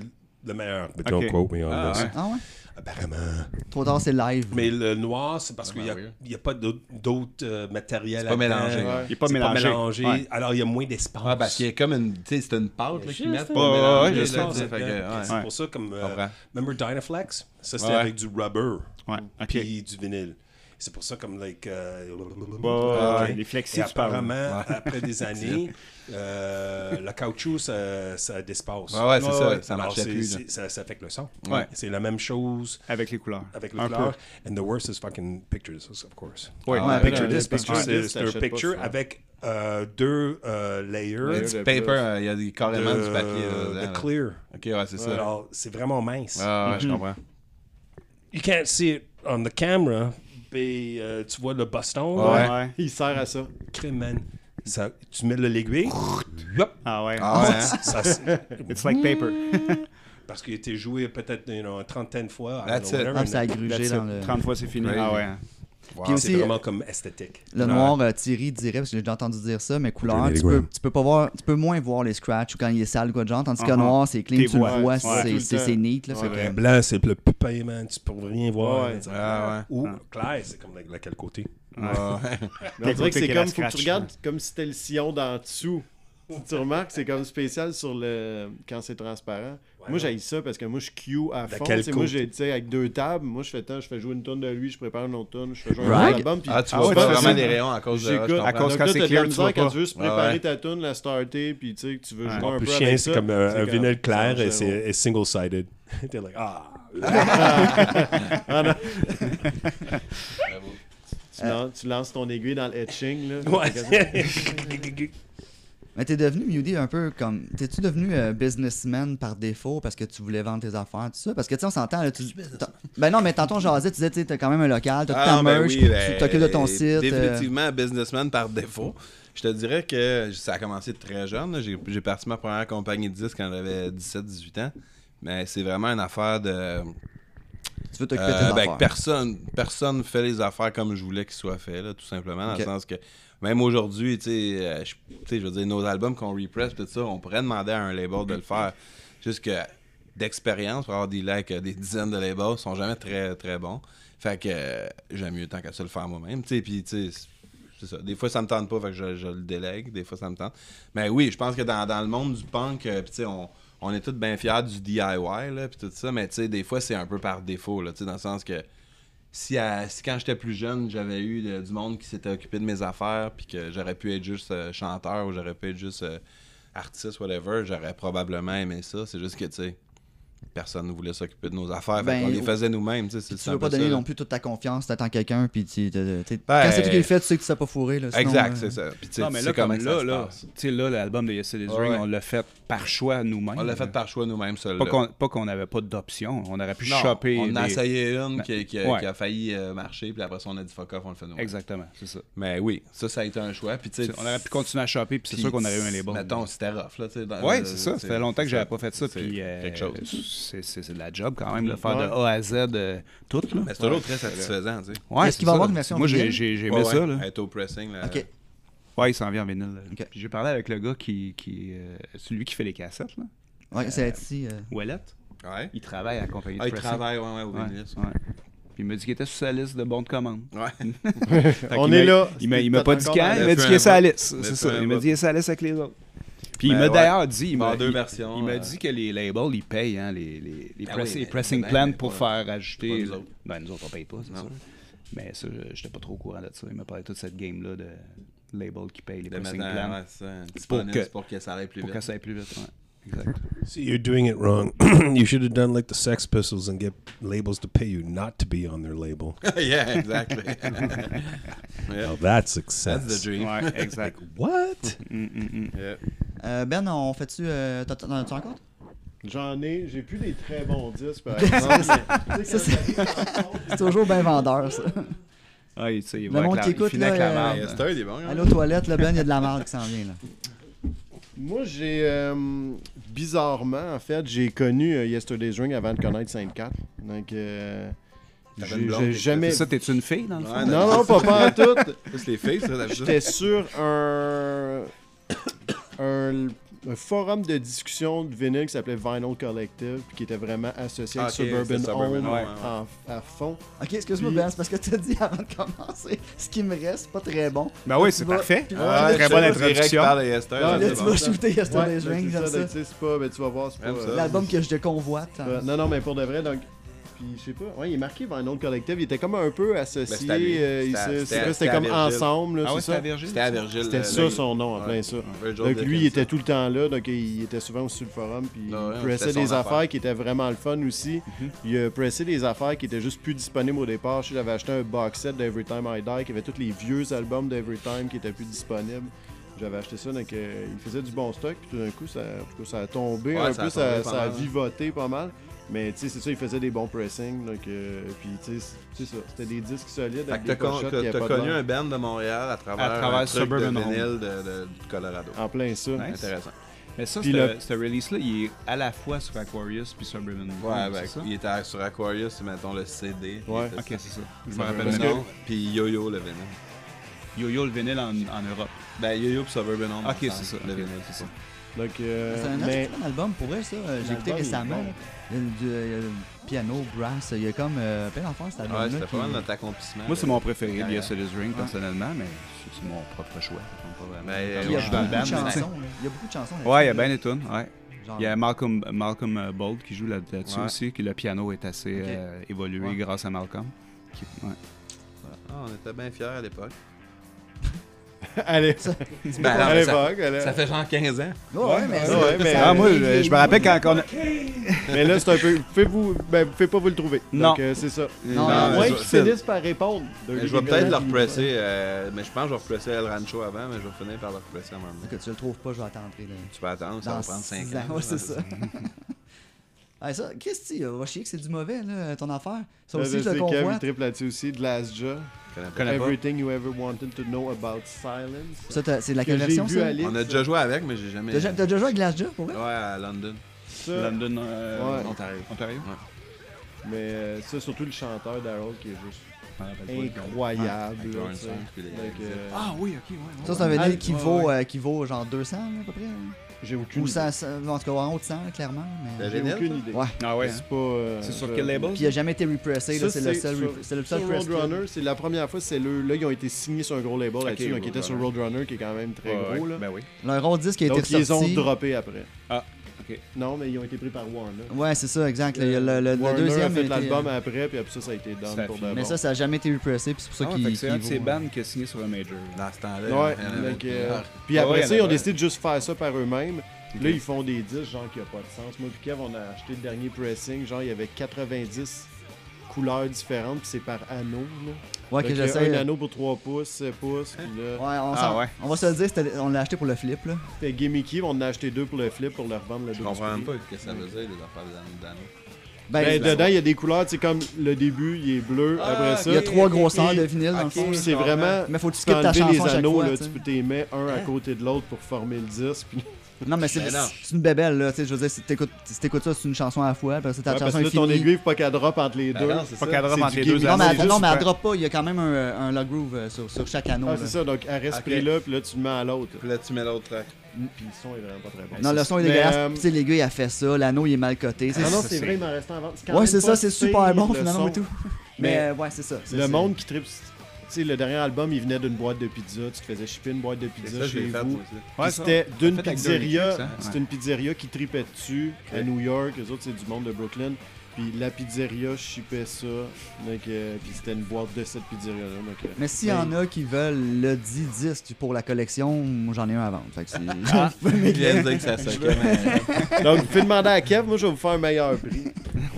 [SPEAKER 8] le meilleur. But
[SPEAKER 4] don't quote
[SPEAKER 8] me on
[SPEAKER 4] Ah, ouais.
[SPEAKER 7] Ah ouais?
[SPEAKER 8] Apparemment. Ah, ben
[SPEAKER 7] Trop tard, c'est live.
[SPEAKER 8] Mais le noir, c'est parce qu'il n'y a,
[SPEAKER 6] weird.
[SPEAKER 8] il y a pas d'autres- d'autres euh, matériels.
[SPEAKER 6] C'est pas
[SPEAKER 8] là-dedans.
[SPEAKER 6] mélangé.
[SPEAKER 3] Ouais.
[SPEAKER 4] ah Il est pas
[SPEAKER 8] C'est
[SPEAKER 4] mélangé. Ouais.
[SPEAKER 8] Alors, il y a moins d'espace.
[SPEAKER 6] Ouais, parce qu'il y a comme une. Tu sais, c'est une pâte là, qu'ils mettent.
[SPEAKER 4] Ouais, ouais, ouais,
[SPEAKER 6] mélanger,
[SPEAKER 4] je
[SPEAKER 6] là,
[SPEAKER 8] L'espace
[SPEAKER 4] sais,
[SPEAKER 6] tu sais,
[SPEAKER 8] là-dedans.
[SPEAKER 6] fait que, ouais.
[SPEAKER 8] C'est pour ça, comme. euh,
[SPEAKER 6] Comprends.
[SPEAKER 8] remember Dynaflex? Ça, c'était
[SPEAKER 6] Ouais.
[SPEAKER 8] avec du rubber.
[SPEAKER 4] Ouais, ok.
[SPEAKER 8] Puis du vinyle. C'est pour ça, comme, like. euh,
[SPEAKER 4] ouais,
[SPEAKER 8] ouais.
[SPEAKER 4] les flexis,
[SPEAKER 8] Et
[SPEAKER 4] tu parles.
[SPEAKER 8] apparemment, après des années, euh, le caoutchouc, ça, ça d'espace.
[SPEAKER 6] Ouais, ouais, c'est ça, ça
[SPEAKER 8] Alors,
[SPEAKER 6] marchait
[SPEAKER 8] c'est-
[SPEAKER 6] plus, là.
[SPEAKER 8] c'est- Ça, ça affecte le son.
[SPEAKER 4] Ouais.
[SPEAKER 8] C'est la même chose
[SPEAKER 4] Avec les couleurs.
[SPEAKER 8] avec le
[SPEAKER 4] Un
[SPEAKER 8] couleur.
[SPEAKER 4] peu.
[SPEAKER 8] And the worst is fucking pictures, of course.
[SPEAKER 6] Ouais,
[SPEAKER 7] Ouais,
[SPEAKER 6] ouais,
[SPEAKER 8] Picture
[SPEAKER 3] le-
[SPEAKER 8] this,
[SPEAKER 3] le
[SPEAKER 8] picture
[SPEAKER 3] ben, picture
[SPEAKER 8] this,
[SPEAKER 3] this,
[SPEAKER 8] c'est un
[SPEAKER 3] t'achètes pas
[SPEAKER 8] picture
[SPEAKER 3] ça.
[SPEAKER 8] avec euh, deux euh,
[SPEAKER 6] Le
[SPEAKER 8] layers
[SPEAKER 6] petit
[SPEAKER 3] de
[SPEAKER 6] paper,
[SPEAKER 3] plus.
[SPEAKER 6] euh, il y a des-
[SPEAKER 8] de,
[SPEAKER 6] carrément du papier. là,
[SPEAKER 8] de
[SPEAKER 6] dedans, là.
[SPEAKER 8] clear.
[SPEAKER 6] Ok, ouais, c'est ça.
[SPEAKER 8] Alors, c'est vraiment mince.
[SPEAKER 6] Ah, ouais, je comprends.
[SPEAKER 8] You can't see it on the camera, mais euh, tu vois le baston,
[SPEAKER 6] Ouais.
[SPEAKER 8] là,
[SPEAKER 4] Ouais.
[SPEAKER 3] Il sert à ça.
[SPEAKER 8] crème, man. Ça, tu mets le l'aiguille, hop,
[SPEAKER 4] Ah ouais.
[SPEAKER 6] Ah, ouais, hein?
[SPEAKER 8] ça, c'est-
[SPEAKER 4] It's like paper.
[SPEAKER 8] parce qu'il a été joué peut-être you know, une trentaine de fois. I don't
[SPEAKER 6] That's
[SPEAKER 8] know,
[SPEAKER 6] it.
[SPEAKER 8] whatever,
[SPEAKER 7] Ah, ça a
[SPEAKER 8] mais
[SPEAKER 7] grugé
[SPEAKER 4] That's
[SPEAKER 7] dans
[SPEAKER 4] it.
[SPEAKER 7] le.
[SPEAKER 4] 30 fois, c'est fini.
[SPEAKER 6] Crazy.
[SPEAKER 4] Ah ouais. hein.
[SPEAKER 7] Puis
[SPEAKER 8] C'est
[SPEAKER 7] aussi,
[SPEAKER 8] vraiment comme esthétique.
[SPEAKER 7] le noir, euh, Thierry dirait, parce que j'ai déjà entendu dire ça, mais couleur, tu peux, tu, peux pas voir, tu peux moins voir les scratchs ou quand il est sale ou quoi de genre, tandis que
[SPEAKER 4] Uh-huh.
[SPEAKER 7] noir, c'est clean,
[SPEAKER 4] T'es
[SPEAKER 7] tu le
[SPEAKER 4] vois,
[SPEAKER 7] vois,
[SPEAKER 4] ouais,
[SPEAKER 3] tout
[SPEAKER 7] c'est-
[SPEAKER 3] le
[SPEAKER 7] c'est
[SPEAKER 3] temps.
[SPEAKER 7] c'est neat. Là, fait que-
[SPEAKER 8] Ouais, blanc, c'est le pupin, man. Tu peux rien voir.
[SPEAKER 3] Ouais.
[SPEAKER 6] Ah, ouais.
[SPEAKER 8] Ou clair, c'est comme la- laquelle côté.
[SPEAKER 6] Ouais.
[SPEAKER 3] Mais on dirait que
[SPEAKER 4] Écoutez
[SPEAKER 3] c'est
[SPEAKER 4] qu'elle a
[SPEAKER 3] comme, faut que
[SPEAKER 4] scratch,
[SPEAKER 3] tu regardes comme si c'était le sillon d'en dessous.
[SPEAKER 2] tu remarques, c'est comme spécial sur le quand c'est transparent. Moi, j'ai ça parce que moi, je queue à fond.
[SPEAKER 8] quel
[SPEAKER 2] Tu sais, Moi,
[SPEAKER 8] côté?
[SPEAKER 2] j'ai, tu sais, avec deux tables, moi, je fais tant, je fais jouer une tonne de lui, je prépare une autre tonne, je fais jouer un
[SPEAKER 3] Right.
[SPEAKER 2] autre album. puis-
[SPEAKER 6] Ah, tu
[SPEAKER 2] Ah
[SPEAKER 6] vois
[SPEAKER 2] ouais,
[SPEAKER 6] pas
[SPEAKER 2] tu fais
[SPEAKER 6] vraiment
[SPEAKER 2] ça.
[SPEAKER 6] les rayons à cause de.
[SPEAKER 2] J'écoute.
[SPEAKER 6] je comprends.
[SPEAKER 4] À cause
[SPEAKER 2] Donc
[SPEAKER 4] quand
[SPEAKER 2] là,
[SPEAKER 4] c'est
[SPEAKER 2] t'as de
[SPEAKER 4] clair,
[SPEAKER 2] la
[SPEAKER 4] tu
[SPEAKER 2] misère
[SPEAKER 4] vois
[SPEAKER 2] quand
[SPEAKER 4] pas.
[SPEAKER 2] tu veux se
[SPEAKER 6] Ouais,
[SPEAKER 2] préparer
[SPEAKER 6] ouais.
[SPEAKER 2] ta tune, la starter, puis tu sais que tu veux jouer
[SPEAKER 4] Ouais.
[SPEAKER 2] un peu
[SPEAKER 8] plus
[SPEAKER 2] avec
[SPEAKER 8] chien, c'est
[SPEAKER 2] ça.
[SPEAKER 8] comme euh, un
[SPEAKER 2] C'est
[SPEAKER 8] vinyle clair
[SPEAKER 2] ça,
[SPEAKER 8] et
[SPEAKER 2] ça, ouais.
[SPEAKER 8] c'est single-sided. T'es like, ah.
[SPEAKER 2] Tu lances- Tu lances ton aiguille dans le etching, là.
[SPEAKER 1] Mais t'es devenu, Mewdy, un peu comme. T'es-tu devenu euh, businessman par défaut parce que tu voulais vendre tes affaires, tout ça? Parce que, tu sais, on s'entend, là, tu. t'en- Ben non, mais tantôt, on jasait, tu disais, tu sais, t'as quand même un local, t'as tout
[SPEAKER 6] Ah,
[SPEAKER 1] ta
[SPEAKER 6] non, ben
[SPEAKER 1] merch,
[SPEAKER 6] oui,
[SPEAKER 1] tu
[SPEAKER 6] ben,
[SPEAKER 1] t'occupes de ton site. euh,
[SPEAKER 6] Définitivement, businessman par défaut. Je te dirais que ça a commencé très jeune. là. J'ai j'ai parti ma première compagnie de disques quand j'avais 17-18 ans. Mais c'est vraiment une affaire de.
[SPEAKER 1] tu veux t'occuper de tes
[SPEAKER 6] Euh, ben,
[SPEAKER 1] affaires.
[SPEAKER 6] personne personne fait les affaires comme je voulais qu'ils soient faits, là, tout simplement, dans
[SPEAKER 1] Ok.
[SPEAKER 6] le sens que même aujourd'hui, tu sais, euh, je tu sais, je veux dire, nos albums qu'on represse, tout ça, on pourrait demander à un label de le faire. Juste que d'expérience, pour avoir des likes, euh, des dizaines de labels, ils sont jamais très, très bons. Fait que euh, j'aime mieux tant qu'à ça le faire moi-même, tu sais, puis tu sais, c'est ça. Des fois, ça me tente pas, fait que je, je le délègue. Des fois, ça me tente. Mais oui, je pense que dans, dans le monde du punk, euh, puis tu sais, on, on est tous bien fiers du DIY, là, puis tout ça. Mais tu sais, des fois, c'est un peu par défaut, là, tu sais, dans le sens que si, à- si quand j'étais plus jeune, j'avais eu de- du monde qui s'était occupé de mes affaires, puis que j'aurais pu être juste euh, chanteur ou j'aurais pu être juste euh, artiste, whatever, j'aurais probablement aimé ça. C'est juste que, tu sais, personne ne voulait s'occuper de nos affaires.
[SPEAKER 1] Ben,
[SPEAKER 6] on les
[SPEAKER 1] ou-
[SPEAKER 6] faisait nous-mêmes, tu sais. c'est-
[SPEAKER 1] Puis
[SPEAKER 6] c'est
[SPEAKER 1] tu
[SPEAKER 6] un
[SPEAKER 1] veux pas
[SPEAKER 6] peu
[SPEAKER 1] donner
[SPEAKER 6] ça, là.
[SPEAKER 1] non plus toute ta confiance, t'attends quelqu'un, puis tu. tu- tu-
[SPEAKER 6] Ben,
[SPEAKER 1] Quand c'est tout qui est fait, tu sais que tu sais pas fourré, là. sinon,
[SPEAKER 6] Exact,
[SPEAKER 1] euh,
[SPEAKER 6] c'est ça. Puis, tu sais,
[SPEAKER 4] Non,
[SPEAKER 6] tu
[SPEAKER 4] mais
[SPEAKER 6] sais
[SPEAKER 4] là,
[SPEAKER 6] comment
[SPEAKER 4] comme
[SPEAKER 6] que ça
[SPEAKER 4] là,
[SPEAKER 6] se
[SPEAKER 4] là,
[SPEAKER 6] passe.
[SPEAKER 4] tu sais, là, l'album de Yesterday's
[SPEAKER 6] Ouais,
[SPEAKER 4] Ring,
[SPEAKER 6] ouais.
[SPEAKER 4] on l'a fait par choix nous-mêmes.
[SPEAKER 6] On l'a fait par choix nous-mêmes,
[SPEAKER 4] Pas
[SPEAKER 6] celle-là.
[SPEAKER 4] qu'on pas qu'on n'avait pas d'option. On aurait pu
[SPEAKER 6] Non,
[SPEAKER 4] choper.
[SPEAKER 6] On en a
[SPEAKER 4] des- Ben,
[SPEAKER 6] essayé une qui, qui-
[SPEAKER 4] Ouais.
[SPEAKER 6] qui a failli euh, marcher, puis après ça, on a dit fuck off, on le fait nous
[SPEAKER 4] Exactement, c'est ça.
[SPEAKER 6] Mais oui, ça, ça a été un choix. Puis, tu sais,
[SPEAKER 4] On aurait pu continuer à choper, puis c'est sûr qu'on aurait eu un label.
[SPEAKER 6] Mettons, c'était rough, là, tu sais. dans-
[SPEAKER 4] Ouais,
[SPEAKER 6] euh,
[SPEAKER 4] c'est ça. Ça
[SPEAKER 6] tu
[SPEAKER 4] fait
[SPEAKER 6] sais,
[SPEAKER 4] longtemps que
[SPEAKER 6] c'est
[SPEAKER 4] j'avais pas fait ça.
[SPEAKER 6] C'est
[SPEAKER 4] Puis, euh,
[SPEAKER 6] quelque chose.
[SPEAKER 4] C'est, c'est- c'est de la job quand même, le faire
[SPEAKER 2] Ouais.
[SPEAKER 4] de A à Z euh, tout. Là.
[SPEAKER 6] Mais c'est toujours très satisfaisant, tu sais.
[SPEAKER 4] Ouais,
[SPEAKER 1] Est-ce
[SPEAKER 4] c'est
[SPEAKER 1] qu'il va
[SPEAKER 4] ça,
[SPEAKER 1] avoir
[SPEAKER 4] là.
[SPEAKER 1] une version
[SPEAKER 4] Moi, j'ai,
[SPEAKER 1] vinyle?
[SPEAKER 4] j'ai, j'ai aimé
[SPEAKER 6] Ouais,
[SPEAKER 4] ça.
[SPEAKER 6] ouais,
[SPEAKER 4] Là.
[SPEAKER 6] Être au pressing, là.
[SPEAKER 1] Ok.
[SPEAKER 4] Ouais, il s'en vient en vinyle. là.
[SPEAKER 1] Ok.
[SPEAKER 4] Puis j'ai parlé avec le gars qui. qui euh, celui qui fait les cassettes, là.
[SPEAKER 1] Ouais, c'est ici.
[SPEAKER 7] euh,
[SPEAKER 4] Ouellette.
[SPEAKER 6] Ouais.
[SPEAKER 4] Il travaille à la compagnie de
[SPEAKER 6] Ah, il
[SPEAKER 4] pressing.
[SPEAKER 6] travaille, ouais, ouais, au
[SPEAKER 4] Ouais,
[SPEAKER 6] vinyliste.
[SPEAKER 4] ouais. Puis il m'a dit qu'il était sur sa liste de bons de commande.
[SPEAKER 6] Ouais.
[SPEAKER 4] Fait
[SPEAKER 2] On
[SPEAKER 4] qu'il
[SPEAKER 2] est
[SPEAKER 4] m'a-
[SPEAKER 2] là.
[SPEAKER 4] Il m'a, il m'a pas dit
[SPEAKER 2] Peut-être
[SPEAKER 4] quand,
[SPEAKER 2] encore
[SPEAKER 4] il
[SPEAKER 6] dans
[SPEAKER 4] m'a
[SPEAKER 6] la-
[SPEAKER 4] dit
[SPEAKER 6] Peu
[SPEAKER 4] qu'il est sur la
[SPEAKER 6] importe.
[SPEAKER 4] liste. C'est
[SPEAKER 6] peu
[SPEAKER 4] ça. Il m'a
[SPEAKER 6] importe.
[SPEAKER 4] dit qu'il est sur la liste avec les autres. Puis il
[SPEAKER 6] Ben
[SPEAKER 4] m'a
[SPEAKER 6] ouais.
[SPEAKER 4] d'ailleurs dit, il m'a,
[SPEAKER 6] En deux
[SPEAKER 4] il-
[SPEAKER 6] versions,
[SPEAKER 4] il m'a
[SPEAKER 6] euh.
[SPEAKER 4] dit que les labels, ils payent hein, les, les, les
[SPEAKER 6] Ah
[SPEAKER 4] press-
[SPEAKER 6] oui, mais-
[SPEAKER 4] les pressing
[SPEAKER 6] mais-
[SPEAKER 4] plans
[SPEAKER 6] mais
[SPEAKER 4] pour
[SPEAKER 6] pas-
[SPEAKER 4] faire ajouter.
[SPEAKER 6] pas nous autres.
[SPEAKER 4] Ben, nous autres, on paye pas, c'est sûr. Mais ça, je- j'étais pas trop au courant de ça. Il m'a parlé de toute cette game-là de labels qui payent les
[SPEAKER 6] De
[SPEAKER 4] pressing
[SPEAKER 6] mettre un-
[SPEAKER 4] plans
[SPEAKER 6] ouais, c'est ça, un petit
[SPEAKER 4] Pour
[SPEAKER 6] bonus
[SPEAKER 4] que-
[SPEAKER 6] pour que ça aille plus
[SPEAKER 4] pour
[SPEAKER 6] vite.
[SPEAKER 4] que ça aille plus vite. ouais. Exact.
[SPEAKER 8] See, you're doing it wrong. you should have done like the Sex Pistols and get labels to pay you not to be on their label.
[SPEAKER 6] yeah, exactly. yeah.
[SPEAKER 8] Now that's success.
[SPEAKER 6] That's the dream.
[SPEAKER 4] Ouais, exact.
[SPEAKER 8] What?
[SPEAKER 6] Yeah.
[SPEAKER 1] ben, on fait-tu. euh, T'en t'en as-tu encore?
[SPEAKER 2] J'en ai, j'ai plus des très bons disques, par exemple. mais, tu sais,
[SPEAKER 1] C'est toujours bien vendeur, ça.
[SPEAKER 4] Ah, tu sais, il
[SPEAKER 1] Le
[SPEAKER 4] va avec
[SPEAKER 1] monde
[SPEAKER 4] la-
[SPEAKER 1] qui
[SPEAKER 4] il
[SPEAKER 1] écoute,
[SPEAKER 4] finit avec
[SPEAKER 1] là,
[SPEAKER 4] la
[SPEAKER 1] euh,
[SPEAKER 4] merde.
[SPEAKER 6] C'est un, il est bon, hein?
[SPEAKER 1] Allez aux toilettes, là, Ben, il y a de la merde qui s'en vient, là.
[SPEAKER 2] Moi, j'ai. euh, bizarrement, en fait, j'ai connu euh, Yesterday's Ring avant de connaître Sainte Cat. Donc, euh,
[SPEAKER 6] T'avais une
[SPEAKER 2] j'ai
[SPEAKER 6] blonde
[SPEAKER 2] j'ai
[SPEAKER 6] qui
[SPEAKER 2] jamais.
[SPEAKER 4] C'est ça, t'es-tu une fille, dans le fond?
[SPEAKER 6] Ouais,
[SPEAKER 2] Non, non, pas, pas en tout.
[SPEAKER 6] Plus les filles, ça, d'habitude.
[SPEAKER 2] J'étais sur un, un, un forum de discussion de vinyle qui s'appelait Vinyl Collective, puis qui était vraiment associé
[SPEAKER 6] Ah,
[SPEAKER 2] à
[SPEAKER 6] ok, c'était
[SPEAKER 2] Suburban,
[SPEAKER 6] Suburban
[SPEAKER 2] Home
[SPEAKER 6] Home, ouais, ouais.
[SPEAKER 2] en- à fond.
[SPEAKER 1] Ok, excuse-moi,
[SPEAKER 2] Puis-
[SPEAKER 1] Ben, c'est parce que t'as dit avant de commencer ce qui me reste, c'est pas très bon.
[SPEAKER 4] Ben oui, c'est
[SPEAKER 1] Tu vas-
[SPEAKER 4] parfait.
[SPEAKER 1] tu vas-
[SPEAKER 6] Ah, Ouais,
[SPEAKER 4] Très
[SPEAKER 6] je sais
[SPEAKER 4] bonne
[SPEAKER 6] pas, direct
[SPEAKER 4] introduction.
[SPEAKER 6] par les Esther,
[SPEAKER 2] Ah,
[SPEAKER 6] là,
[SPEAKER 1] Là,
[SPEAKER 6] c'est
[SPEAKER 1] tu
[SPEAKER 6] bon.
[SPEAKER 1] vas shooter
[SPEAKER 2] Ouais,
[SPEAKER 1] Yesterday's Ring,
[SPEAKER 2] ben,
[SPEAKER 1] comme
[SPEAKER 2] c'est
[SPEAKER 1] ça.
[SPEAKER 2] donc, tu sais, c'est pas, ben, tu vas voir, c'est pas.
[SPEAKER 6] J'aime ça.
[SPEAKER 2] euh,
[SPEAKER 1] L'album que je te convoite. hein.
[SPEAKER 2] Ouais, non, non, mais pour de vrai, donc. Puis, je sais pas, ouais, il est marqué Vinyl Collective, il était comme un peu
[SPEAKER 6] Ben, c'était à lui.
[SPEAKER 2] associé. euh, il
[SPEAKER 6] C'était
[SPEAKER 2] se-
[SPEAKER 6] à- c'était à-
[SPEAKER 2] C'était
[SPEAKER 6] c'était
[SPEAKER 2] c'était
[SPEAKER 6] à
[SPEAKER 2] comme
[SPEAKER 6] Virgil.
[SPEAKER 2] ensemble, là,
[SPEAKER 4] Ah ouais,
[SPEAKER 2] c'est
[SPEAKER 4] c'était à
[SPEAKER 2] ça?
[SPEAKER 4] Virgile?
[SPEAKER 6] C'était à Virgile.
[SPEAKER 2] C'était
[SPEAKER 6] euh,
[SPEAKER 2] ça
[SPEAKER 6] le-
[SPEAKER 2] son nom, en
[SPEAKER 6] Ouais.
[SPEAKER 2] plein ça.
[SPEAKER 6] Virgil
[SPEAKER 2] Donc lui, il
[SPEAKER 6] Dickinson.
[SPEAKER 2] était tout le temps là, donc il était souvent sur le forum, puis
[SPEAKER 6] Ouais, ouais,
[SPEAKER 2] il pressait
[SPEAKER 6] c'était
[SPEAKER 2] des
[SPEAKER 6] son affaire. Mhm.
[SPEAKER 2] affaires qui étaient vraiment le fun aussi. Il euh, pressait des affaires qui étaient juste plus disponibles au départ. Je sais, J'avais acheté un box set d'Every Time I Die qui avait tous les vieux albums d'Every Time qui étaient plus disponibles. J'avais acheté ça, donc euh, il faisait du bon stock, puis tout d'un coup, ça, en tout cas, ça a tombé
[SPEAKER 6] Ouais,
[SPEAKER 2] un
[SPEAKER 6] ça a
[SPEAKER 2] peu,
[SPEAKER 6] tombé
[SPEAKER 2] ça,
[SPEAKER 6] pas
[SPEAKER 2] ça a
[SPEAKER 6] mal.
[SPEAKER 2] vivoté pas mal. Mais tu sais, c'est ça, il faisait des bons pressings, donc euh, puis tu sais, c'est- c'est ça, c'était des disques solides.
[SPEAKER 6] Fait
[SPEAKER 2] avec
[SPEAKER 6] que t'as
[SPEAKER 2] des
[SPEAKER 6] con-
[SPEAKER 2] pochettes qui
[SPEAKER 6] t'as
[SPEAKER 2] avaient pas de
[SPEAKER 6] connu
[SPEAKER 2] vent.
[SPEAKER 6] un band de Montréal à travers,
[SPEAKER 4] À travers
[SPEAKER 6] un truc
[SPEAKER 4] Suburban
[SPEAKER 6] de
[SPEAKER 4] Home.
[SPEAKER 6] vinyle de, de- du Colorado.
[SPEAKER 2] En plein ça.
[SPEAKER 4] Nice.
[SPEAKER 6] Intéressant.
[SPEAKER 4] Mais ça,
[SPEAKER 2] Puis
[SPEAKER 4] ce,
[SPEAKER 2] le-
[SPEAKER 4] ce release-là, il est à la fois sur Aquarius puis Suburban.
[SPEAKER 6] Ouais, ben,
[SPEAKER 4] Home, c'est ça?
[SPEAKER 6] il était sur Aquarius, mettons le CD.
[SPEAKER 2] Ouais.
[SPEAKER 6] Il
[SPEAKER 4] Ok,
[SPEAKER 6] était
[SPEAKER 4] c'est
[SPEAKER 6] sur-
[SPEAKER 4] ça. Je me rappelle
[SPEAKER 6] Parce que-
[SPEAKER 4] maintenant.
[SPEAKER 6] Puis Yo-Yo le vinyle.
[SPEAKER 4] Yo-Yo le vinyle en, en Europe.
[SPEAKER 6] Ben Yo-Yo pis Suburban Home.
[SPEAKER 4] Ok,
[SPEAKER 6] ensemble,
[SPEAKER 4] c'est ça.
[SPEAKER 6] Le
[SPEAKER 4] ok,
[SPEAKER 6] vinyle,
[SPEAKER 4] c'est ça.
[SPEAKER 3] Donc, euh,
[SPEAKER 7] C'est un
[SPEAKER 3] mais,
[SPEAKER 7] autre album pour vrai, ça. euh, J'ai
[SPEAKER 3] L'album, il
[SPEAKER 7] écouté
[SPEAKER 3] est
[SPEAKER 7] récemment.
[SPEAKER 3] bon.
[SPEAKER 7] là. Il y a du euh, piano, brass, il y a comme euh, plein d'enfants cet
[SPEAKER 6] Ouais,
[SPEAKER 7] album-là.
[SPEAKER 6] c'était
[SPEAKER 7] qui-
[SPEAKER 6] pas mal notre accomplissement.
[SPEAKER 4] Moi, c'est mon préféré,
[SPEAKER 6] Ouais.
[SPEAKER 4] The Serious Ring, personnellement, mais c'est- c'est mon propre choix. Pas vraiment.
[SPEAKER 6] Mais, euh,
[SPEAKER 1] Ben,
[SPEAKER 4] Comme
[SPEAKER 7] Puis il y
[SPEAKER 4] je
[SPEAKER 7] a
[SPEAKER 4] suis dans le
[SPEAKER 7] beaucoup de
[SPEAKER 4] band, mais-
[SPEAKER 7] chansons. là. Il y a beaucoup de chansons. là-dessus,
[SPEAKER 4] Ouais, il y a
[SPEAKER 7] là.
[SPEAKER 4] bien des tunes, ouais.
[SPEAKER 7] Genre,
[SPEAKER 4] Il y a Malcolm, Malcolm euh, Bold qui joue là- là-dessus
[SPEAKER 6] Ouais.
[SPEAKER 4] aussi, que le piano est assez
[SPEAKER 7] Ok.
[SPEAKER 4] euh, évolué
[SPEAKER 7] Ouais.
[SPEAKER 4] grâce à Malcolm. Qui- ouais.
[SPEAKER 6] Ah, on était bien fiers à l'époque.
[SPEAKER 3] allez,
[SPEAKER 6] Ben, non, mais
[SPEAKER 3] allez,
[SPEAKER 6] ça,
[SPEAKER 3] Vogue, allez.
[SPEAKER 6] ça fait genre 15 ans.
[SPEAKER 7] Ouais, mais
[SPEAKER 3] Ouais, ouais, mais-
[SPEAKER 7] ça-
[SPEAKER 4] Ah, moi, je, je me rappelle quand on a...
[SPEAKER 3] Mais là, c'est un peu. Faites-vous. Ben, vous pouvez pas vous le trouver.
[SPEAKER 4] Non.
[SPEAKER 3] Donc, euh, c'est ça.
[SPEAKER 4] Non,
[SPEAKER 3] À
[SPEAKER 4] mais
[SPEAKER 3] moins
[SPEAKER 4] je-
[SPEAKER 3] qu'ils finissent par répondre. Donc,
[SPEAKER 6] Je vais
[SPEAKER 3] les
[SPEAKER 6] peut-être
[SPEAKER 3] gars,
[SPEAKER 6] le
[SPEAKER 3] ils-
[SPEAKER 6] represser, euh, mais je pense que je vais represser El Rancho avant, mais je vais finir par le represser à un moment donné.
[SPEAKER 7] Que tu le trouves pas, je vais attendre. là.
[SPEAKER 6] Tu peux attendre, ça
[SPEAKER 7] Dans
[SPEAKER 6] va prendre 5
[SPEAKER 7] six
[SPEAKER 6] ans.
[SPEAKER 7] ans. Ouais, c'est ça. Ah, ça, Christy, euh, va chier que c'est du mauvais, là, ton affaire. Ça
[SPEAKER 3] Euh,
[SPEAKER 7] aussi, je
[SPEAKER 3] sais
[SPEAKER 7] le
[SPEAKER 3] Kev, il
[SPEAKER 7] convoite.
[SPEAKER 3] triple là-dessus aussi. De Last Ja.
[SPEAKER 6] Je connais pas.
[SPEAKER 4] Connais pas.
[SPEAKER 3] Everything you ever wanted to know about silence.
[SPEAKER 7] Ça, t'as- c'est
[SPEAKER 3] Que
[SPEAKER 7] de laquelle
[SPEAKER 3] j'ai
[SPEAKER 7] version,
[SPEAKER 3] vu
[SPEAKER 7] ça?
[SPEAKER 3] aller.
[SPEAKER 6] On a déjà joué avec, mais j'ai jamais.
[SPEAKER 7] T'as déjà- T'as déjà joué à Glass Jaw, pour vrai?
[SPEAKER 6] Ouais, à London.
[SPEAKER 3] Ça,
[SPEAKER 4] London, euh,
[SPEAKER 3] Ouais.
[SPEAKER 6] Ontario.
[SPEAKER 4] Ontario.
[SPEAKER 3] Mais euh, ça, surtout le chanteur d'Arrow qui est juste
[SPEAKER 4] Je me rappelle pas.
[SPEAKER 3] incroyable.
[SPEAKER 6] Avec
[SPEAKER 3] là,
[SPEAKER 6] Lawrence
[SPEAKER 3] tu sais.
[SPEAKER 6] Fink, puis les-
[SPEAKER 3] Donc, euh,
[SPEAKER 4] Ah oui, ok, ouais.
[SPEAKER 7] Ça, ça veut
[SPEAKER 3] Ah,
[SPEAKER 7] dire qu'il
[SPEAKER 3] ouais,
[SPEAKER 7] vaut,
[SPEAKER 3] ouais.
[SPEAKER 7] euh, qu'il vaut genre 200, là, à peu près. hein?
[SPEAKER 3] j'ai aucune
[SPEAKER 7] Ou
[SPEAKER 3] idée.
[SPEAKER 7] 100, en tout cas, en haut de 100, là, clairement. Mais...
[SPEAKER 6] La
[SPEAKER 3] J'ai
[SPEAKER 6] vinyle,
[SPEAKER 3] aucune
[SPEAKER 6] ça?
[SPEAKER 3] idée.
[SPEAKER 7] Ouais.
[SPEAKER 4] Ah ouais. hein.
[SPEAKER 3] C'est pas. euh,
[SPEAKER 4] C'est sur
[SPEAKER 3] je-
[SPEAKER 4] quel label?
[SPEAKER 7] Qui a jamais été repressé, là,
[SPEAKER 3] Ça,
[SPEAKER 7] c'est le seul,
[SPEAKER 3] sur-
[SPEAKER 7] repre- c'est le
[SPEAKER 3] sur
[SPEAKER 7] seul press kit.
[SPEAKER 3] Roadrunner, c'est la première fois, c'est le là ils ont été signés sur un gros label là-dessus, donc ils étaient sur Roadrunner qui est quand même très
[SPEAKER 4] Ouais,
[SPEAKER 3] gros là.
[SPEAKER 4] Ben oui.
[SPEAKER 7] Leur autre disque a été
[SPEAKER 3] donc ils les ont
[SPEAKER 7] ressorti.
[SPEAKER 3] droppés après.
[SPEAKER 4] Ah, ok.
[SPEAKER 3] Non, mais ils ont été pris par Warner.
[SPEAKER 7] Ouais, c'est ça, exact. là, il y a le, le- le
[SPEAKER 3] Warner
[SPEAKER 7] deuxième
[SPEAKER 3] a fait
[SPEAKER 7] était-
[SPEAKER 3] l'album après, puis après ça ça a été
[SPEAKER 4] Ça
[SPEAKER 3] done
[SPEAKER 4] a
[SPEAKER 3] pour
[SPEAKER 4] fini.
[SPEAKER 3] d'abord.
[SPEAKER 7] Mais ça, ça a jamais été repressé, puis c'est pour ça
[SPEAKER 4] Ah ouais,
[SPEAKER 7] qu'il
[SPEAKER 4] fait que c'est un de
[SPEAKER 7] qu'il
[SPEAKER 4] ces
[SPEAKER 7] vaut,
[SPEAKER 4] bands qui a signé sur un major.
[SPEAKER 6] Dans ce temps-là.
[SPEAKER 3] Ouais,
[SPEAKER 6] il y en avait
[SPEAKER 3] donc,
[SPEAKER 6] plusieurs.
[SPEAKER 3] euh, puis
[SPEAKER 4] Ah, Ouais, ouais,
[SPEAKER 3] après ça,
[SPEAKER 4] il y
[SPEAKER 3] ils
[SPEAKER 4] en
[SPEAKER 3] ont
[SPEAKER 4] avait.
[SPEAKER 3] décidé de juste faire ça par eux-mêmes. Là, ils font des disques, genre, qui a pas de sens. Moi, puis Kev, on a acheté le dernier pressing, genre, il y avait 90 couleurs différentes, puis c'est par anneau. Là.
[SPEAKER 7] ouais. Ouais,
[SPEAKER 3] Fait
[SPEAKER 7] que
[SPEAKER 3] qu'il y a
[SPEAKER 7] j'essaie. euh,
[SPEAKER 3] Un
[SPEAKER 7] là. Ouais,
[SPEAKER 3] anneau pour 3 pouces, 7 pouces, puis là.
[SPEAKER 7] on,
[SPEAKER 4] Ah
[SPEAKER 7] s'en-
[SPEAKER 4] ouais.
[SPEAKER 7] on va se le dire, c'était- on l'a acheté pour le flip, là.
[SPEAKER 3] C'était gimmicky, Ben, on en a acheté deux pour le flip pour le revendre le
[SPEAKER 6] Je comprends même pas ce que ça veut dire, les affaires de l'anneau d'anneau.
[SPEAKER 3] Ben,
[SPEAKER 7] c'est-
[SPEAKER 3] dedans, il y a des couleurs, tu sais, comme le début, il est bleu, après ça.
[SPEAKER 7] il y a trois grosseurs
[SPEAKER 3] il-
[SPEAKER 7] de vinyle, dans le
[SPEAKER 6] ok.
[SPEAKER 7] fond.
[SPEAKER 3] Puis
[SPEAKER 7] là.
[SPEAKER 3] c'est vraiment.
[SPEAKER 7] Mais faut que tu
[SPEAKER 3] Tu peux
[SPEAKER 7] skippes ta
[SPEAKER 3] enlever
[SPEAKER 7] chanson
[SPEAKER 3] les
[SPEAKER 7] à chaque
[SPEAKER 3] anneaux,
[SPEAKER 7] fois,
[SPEAKER 3] là,
[SPEAKER 7] tu
[SPEAKER 3] tu
[SPEAKER 7] sais. Hein?
[SPEAKER 3] peux t'y mettre un à côté de l'autre pour former le 10. Puis
[SPEAKER 7] Non, mais c'est
[SPEAKER 6] Mais non.
[SPEAKER 7] c'est une bébelle, là. Tu sais, je veux dire, si t'écoutes si t'écoutes ça, c'est une chanson à la fois, parce que ta
[SPEAKER 3] Ouais, parce
[SPEAKER 7] chanson
[SPEAKER 3] que là,
[SPEAKER 7] est
[SPEAKER 3] ton
[SPEAKER 7] finie.
[SPEAKER 3] aiguille, faut pas qu'elle drop entre les
[SPEAKER 6] Ben
[SPEAKER 3] deux.
[SPEAKER 6] non, c'est
[SPEAKER 4] Pas
[SPEAKER 6] ça.
[SPEAKER 4] qu'elle rentre
[SPEAKER 3] Ah, c'est
[SPEAKER 4] entre
[SPEAKER 3] du
[SPEAKER 4] les deux
[SPEAKER 3] gaming.
[SPEAKER 7] Non, mais,
[SPEAKER 4] anneaux,
[SPEAKER 7] elle- non,
[SPEAKER 4] juste
[SPEAKER 7] mais elle
[SPEAKER 4] pour-
[SPEAKER 7] drop pas, il y a quand même un, un log groove euh, sur, sur chaque anneau.
[SPEAKER 3] Ah,
[SPEAKER 7] là.
[SPEAKER 3] c'est ça, donc à ce
[SPEAKER 6] Ok.
[SPEAKER 3] prix-là, puis là, tu le mets à l'autre.
[SPEAKER 6] Puis là, tu mets l'autre track.
[SPEAKER 3] Puis le son est vraiment pas très bon.
[SPEAKER 7] Non, le son est
[SPEAKER 3] Mais,
[SPEAKER 7] dégueulasse,
[SPEAKER 3] euh, ah
[SPEAKER 7] puis, tu sais, l'aiguille a fait ça, l'anneau il est mal coté. c'est-
[SPEAKER 3] Non, non,
[SPEAKER 4] Ça,
[SPEAKER 3] c'est
[SPEAKER 4] c'est-
[SPEAKER 3] vrai, il m'en restait en vente. quand
[SPEAKER 7] ouais,
[SPEAKER 3] même
[SPEAKER 7] c'est
[SPEAKER 3] pas
[SPEAKER 7] ça, c'est
[SPEAKER 3] si
[SPEAKER 7] super bon
[SPEAKER 3] le
[SPEAKER 7] finalement
[SPEAKER 3] son.
[SPEAKER 7] et tout. Mais,
[SPEAKER 3] Mais
[SPEAKER 7] euh, ouais, c'est ça. c'est-
[SPEAKER 3] Le
[SPEAKER 7] c'est-
[SPEAKER 3] monde qui tripe. Tu sais, le dernier album, il venait d'une boîte de pizza. Tu te faisais shipper une boîte de
[SPEAKER 6] Et
[SPEAKER 3] pizza
[SPEAKER 6] ça, je
[SPEAKER 3] chez
[SPEAKER 6] l'ai fait,
[SPEAKER 3] vous.
[SPEAKER 6] moi aussi.
[SPEAKER 3] Puis
[SPEAKER 4] Ouais, ça,
[SPEAKER 3] c'était d'une
[SPEAKER 4] fait avec
[SPEAKER 3] pizzeria.
[SPEAKER 4] Dirty Tricks, hein?
[SPEAKER 3] C'est
[SPEAKER 4] Ouais.
[SPEAKER 3] une pizzeria qui tripait dessus à
[SPEAKER 6] Ok.
[SPEAKER 3] New York. Les autres, c'est du monde de Brooklyn. Puis la pizzeria chipait ça. Donc, euh, puis c'était une boîte de cette pizzeria-là. Donc, euh,
[SPEAKER 7] Mais s'il y en a qui veulent le 10 disque pour la collection, moi, j'en ai un à vendre. Fait que c'est.
[SPEAKER 3] Ah.
[SPEAKER 6] Je viens de dire que ça soquait, mais.
[SPEAKER 3] euh. Donc, vous pouvez demander à Kev. Moi, je vais vous faire un meilleur prix.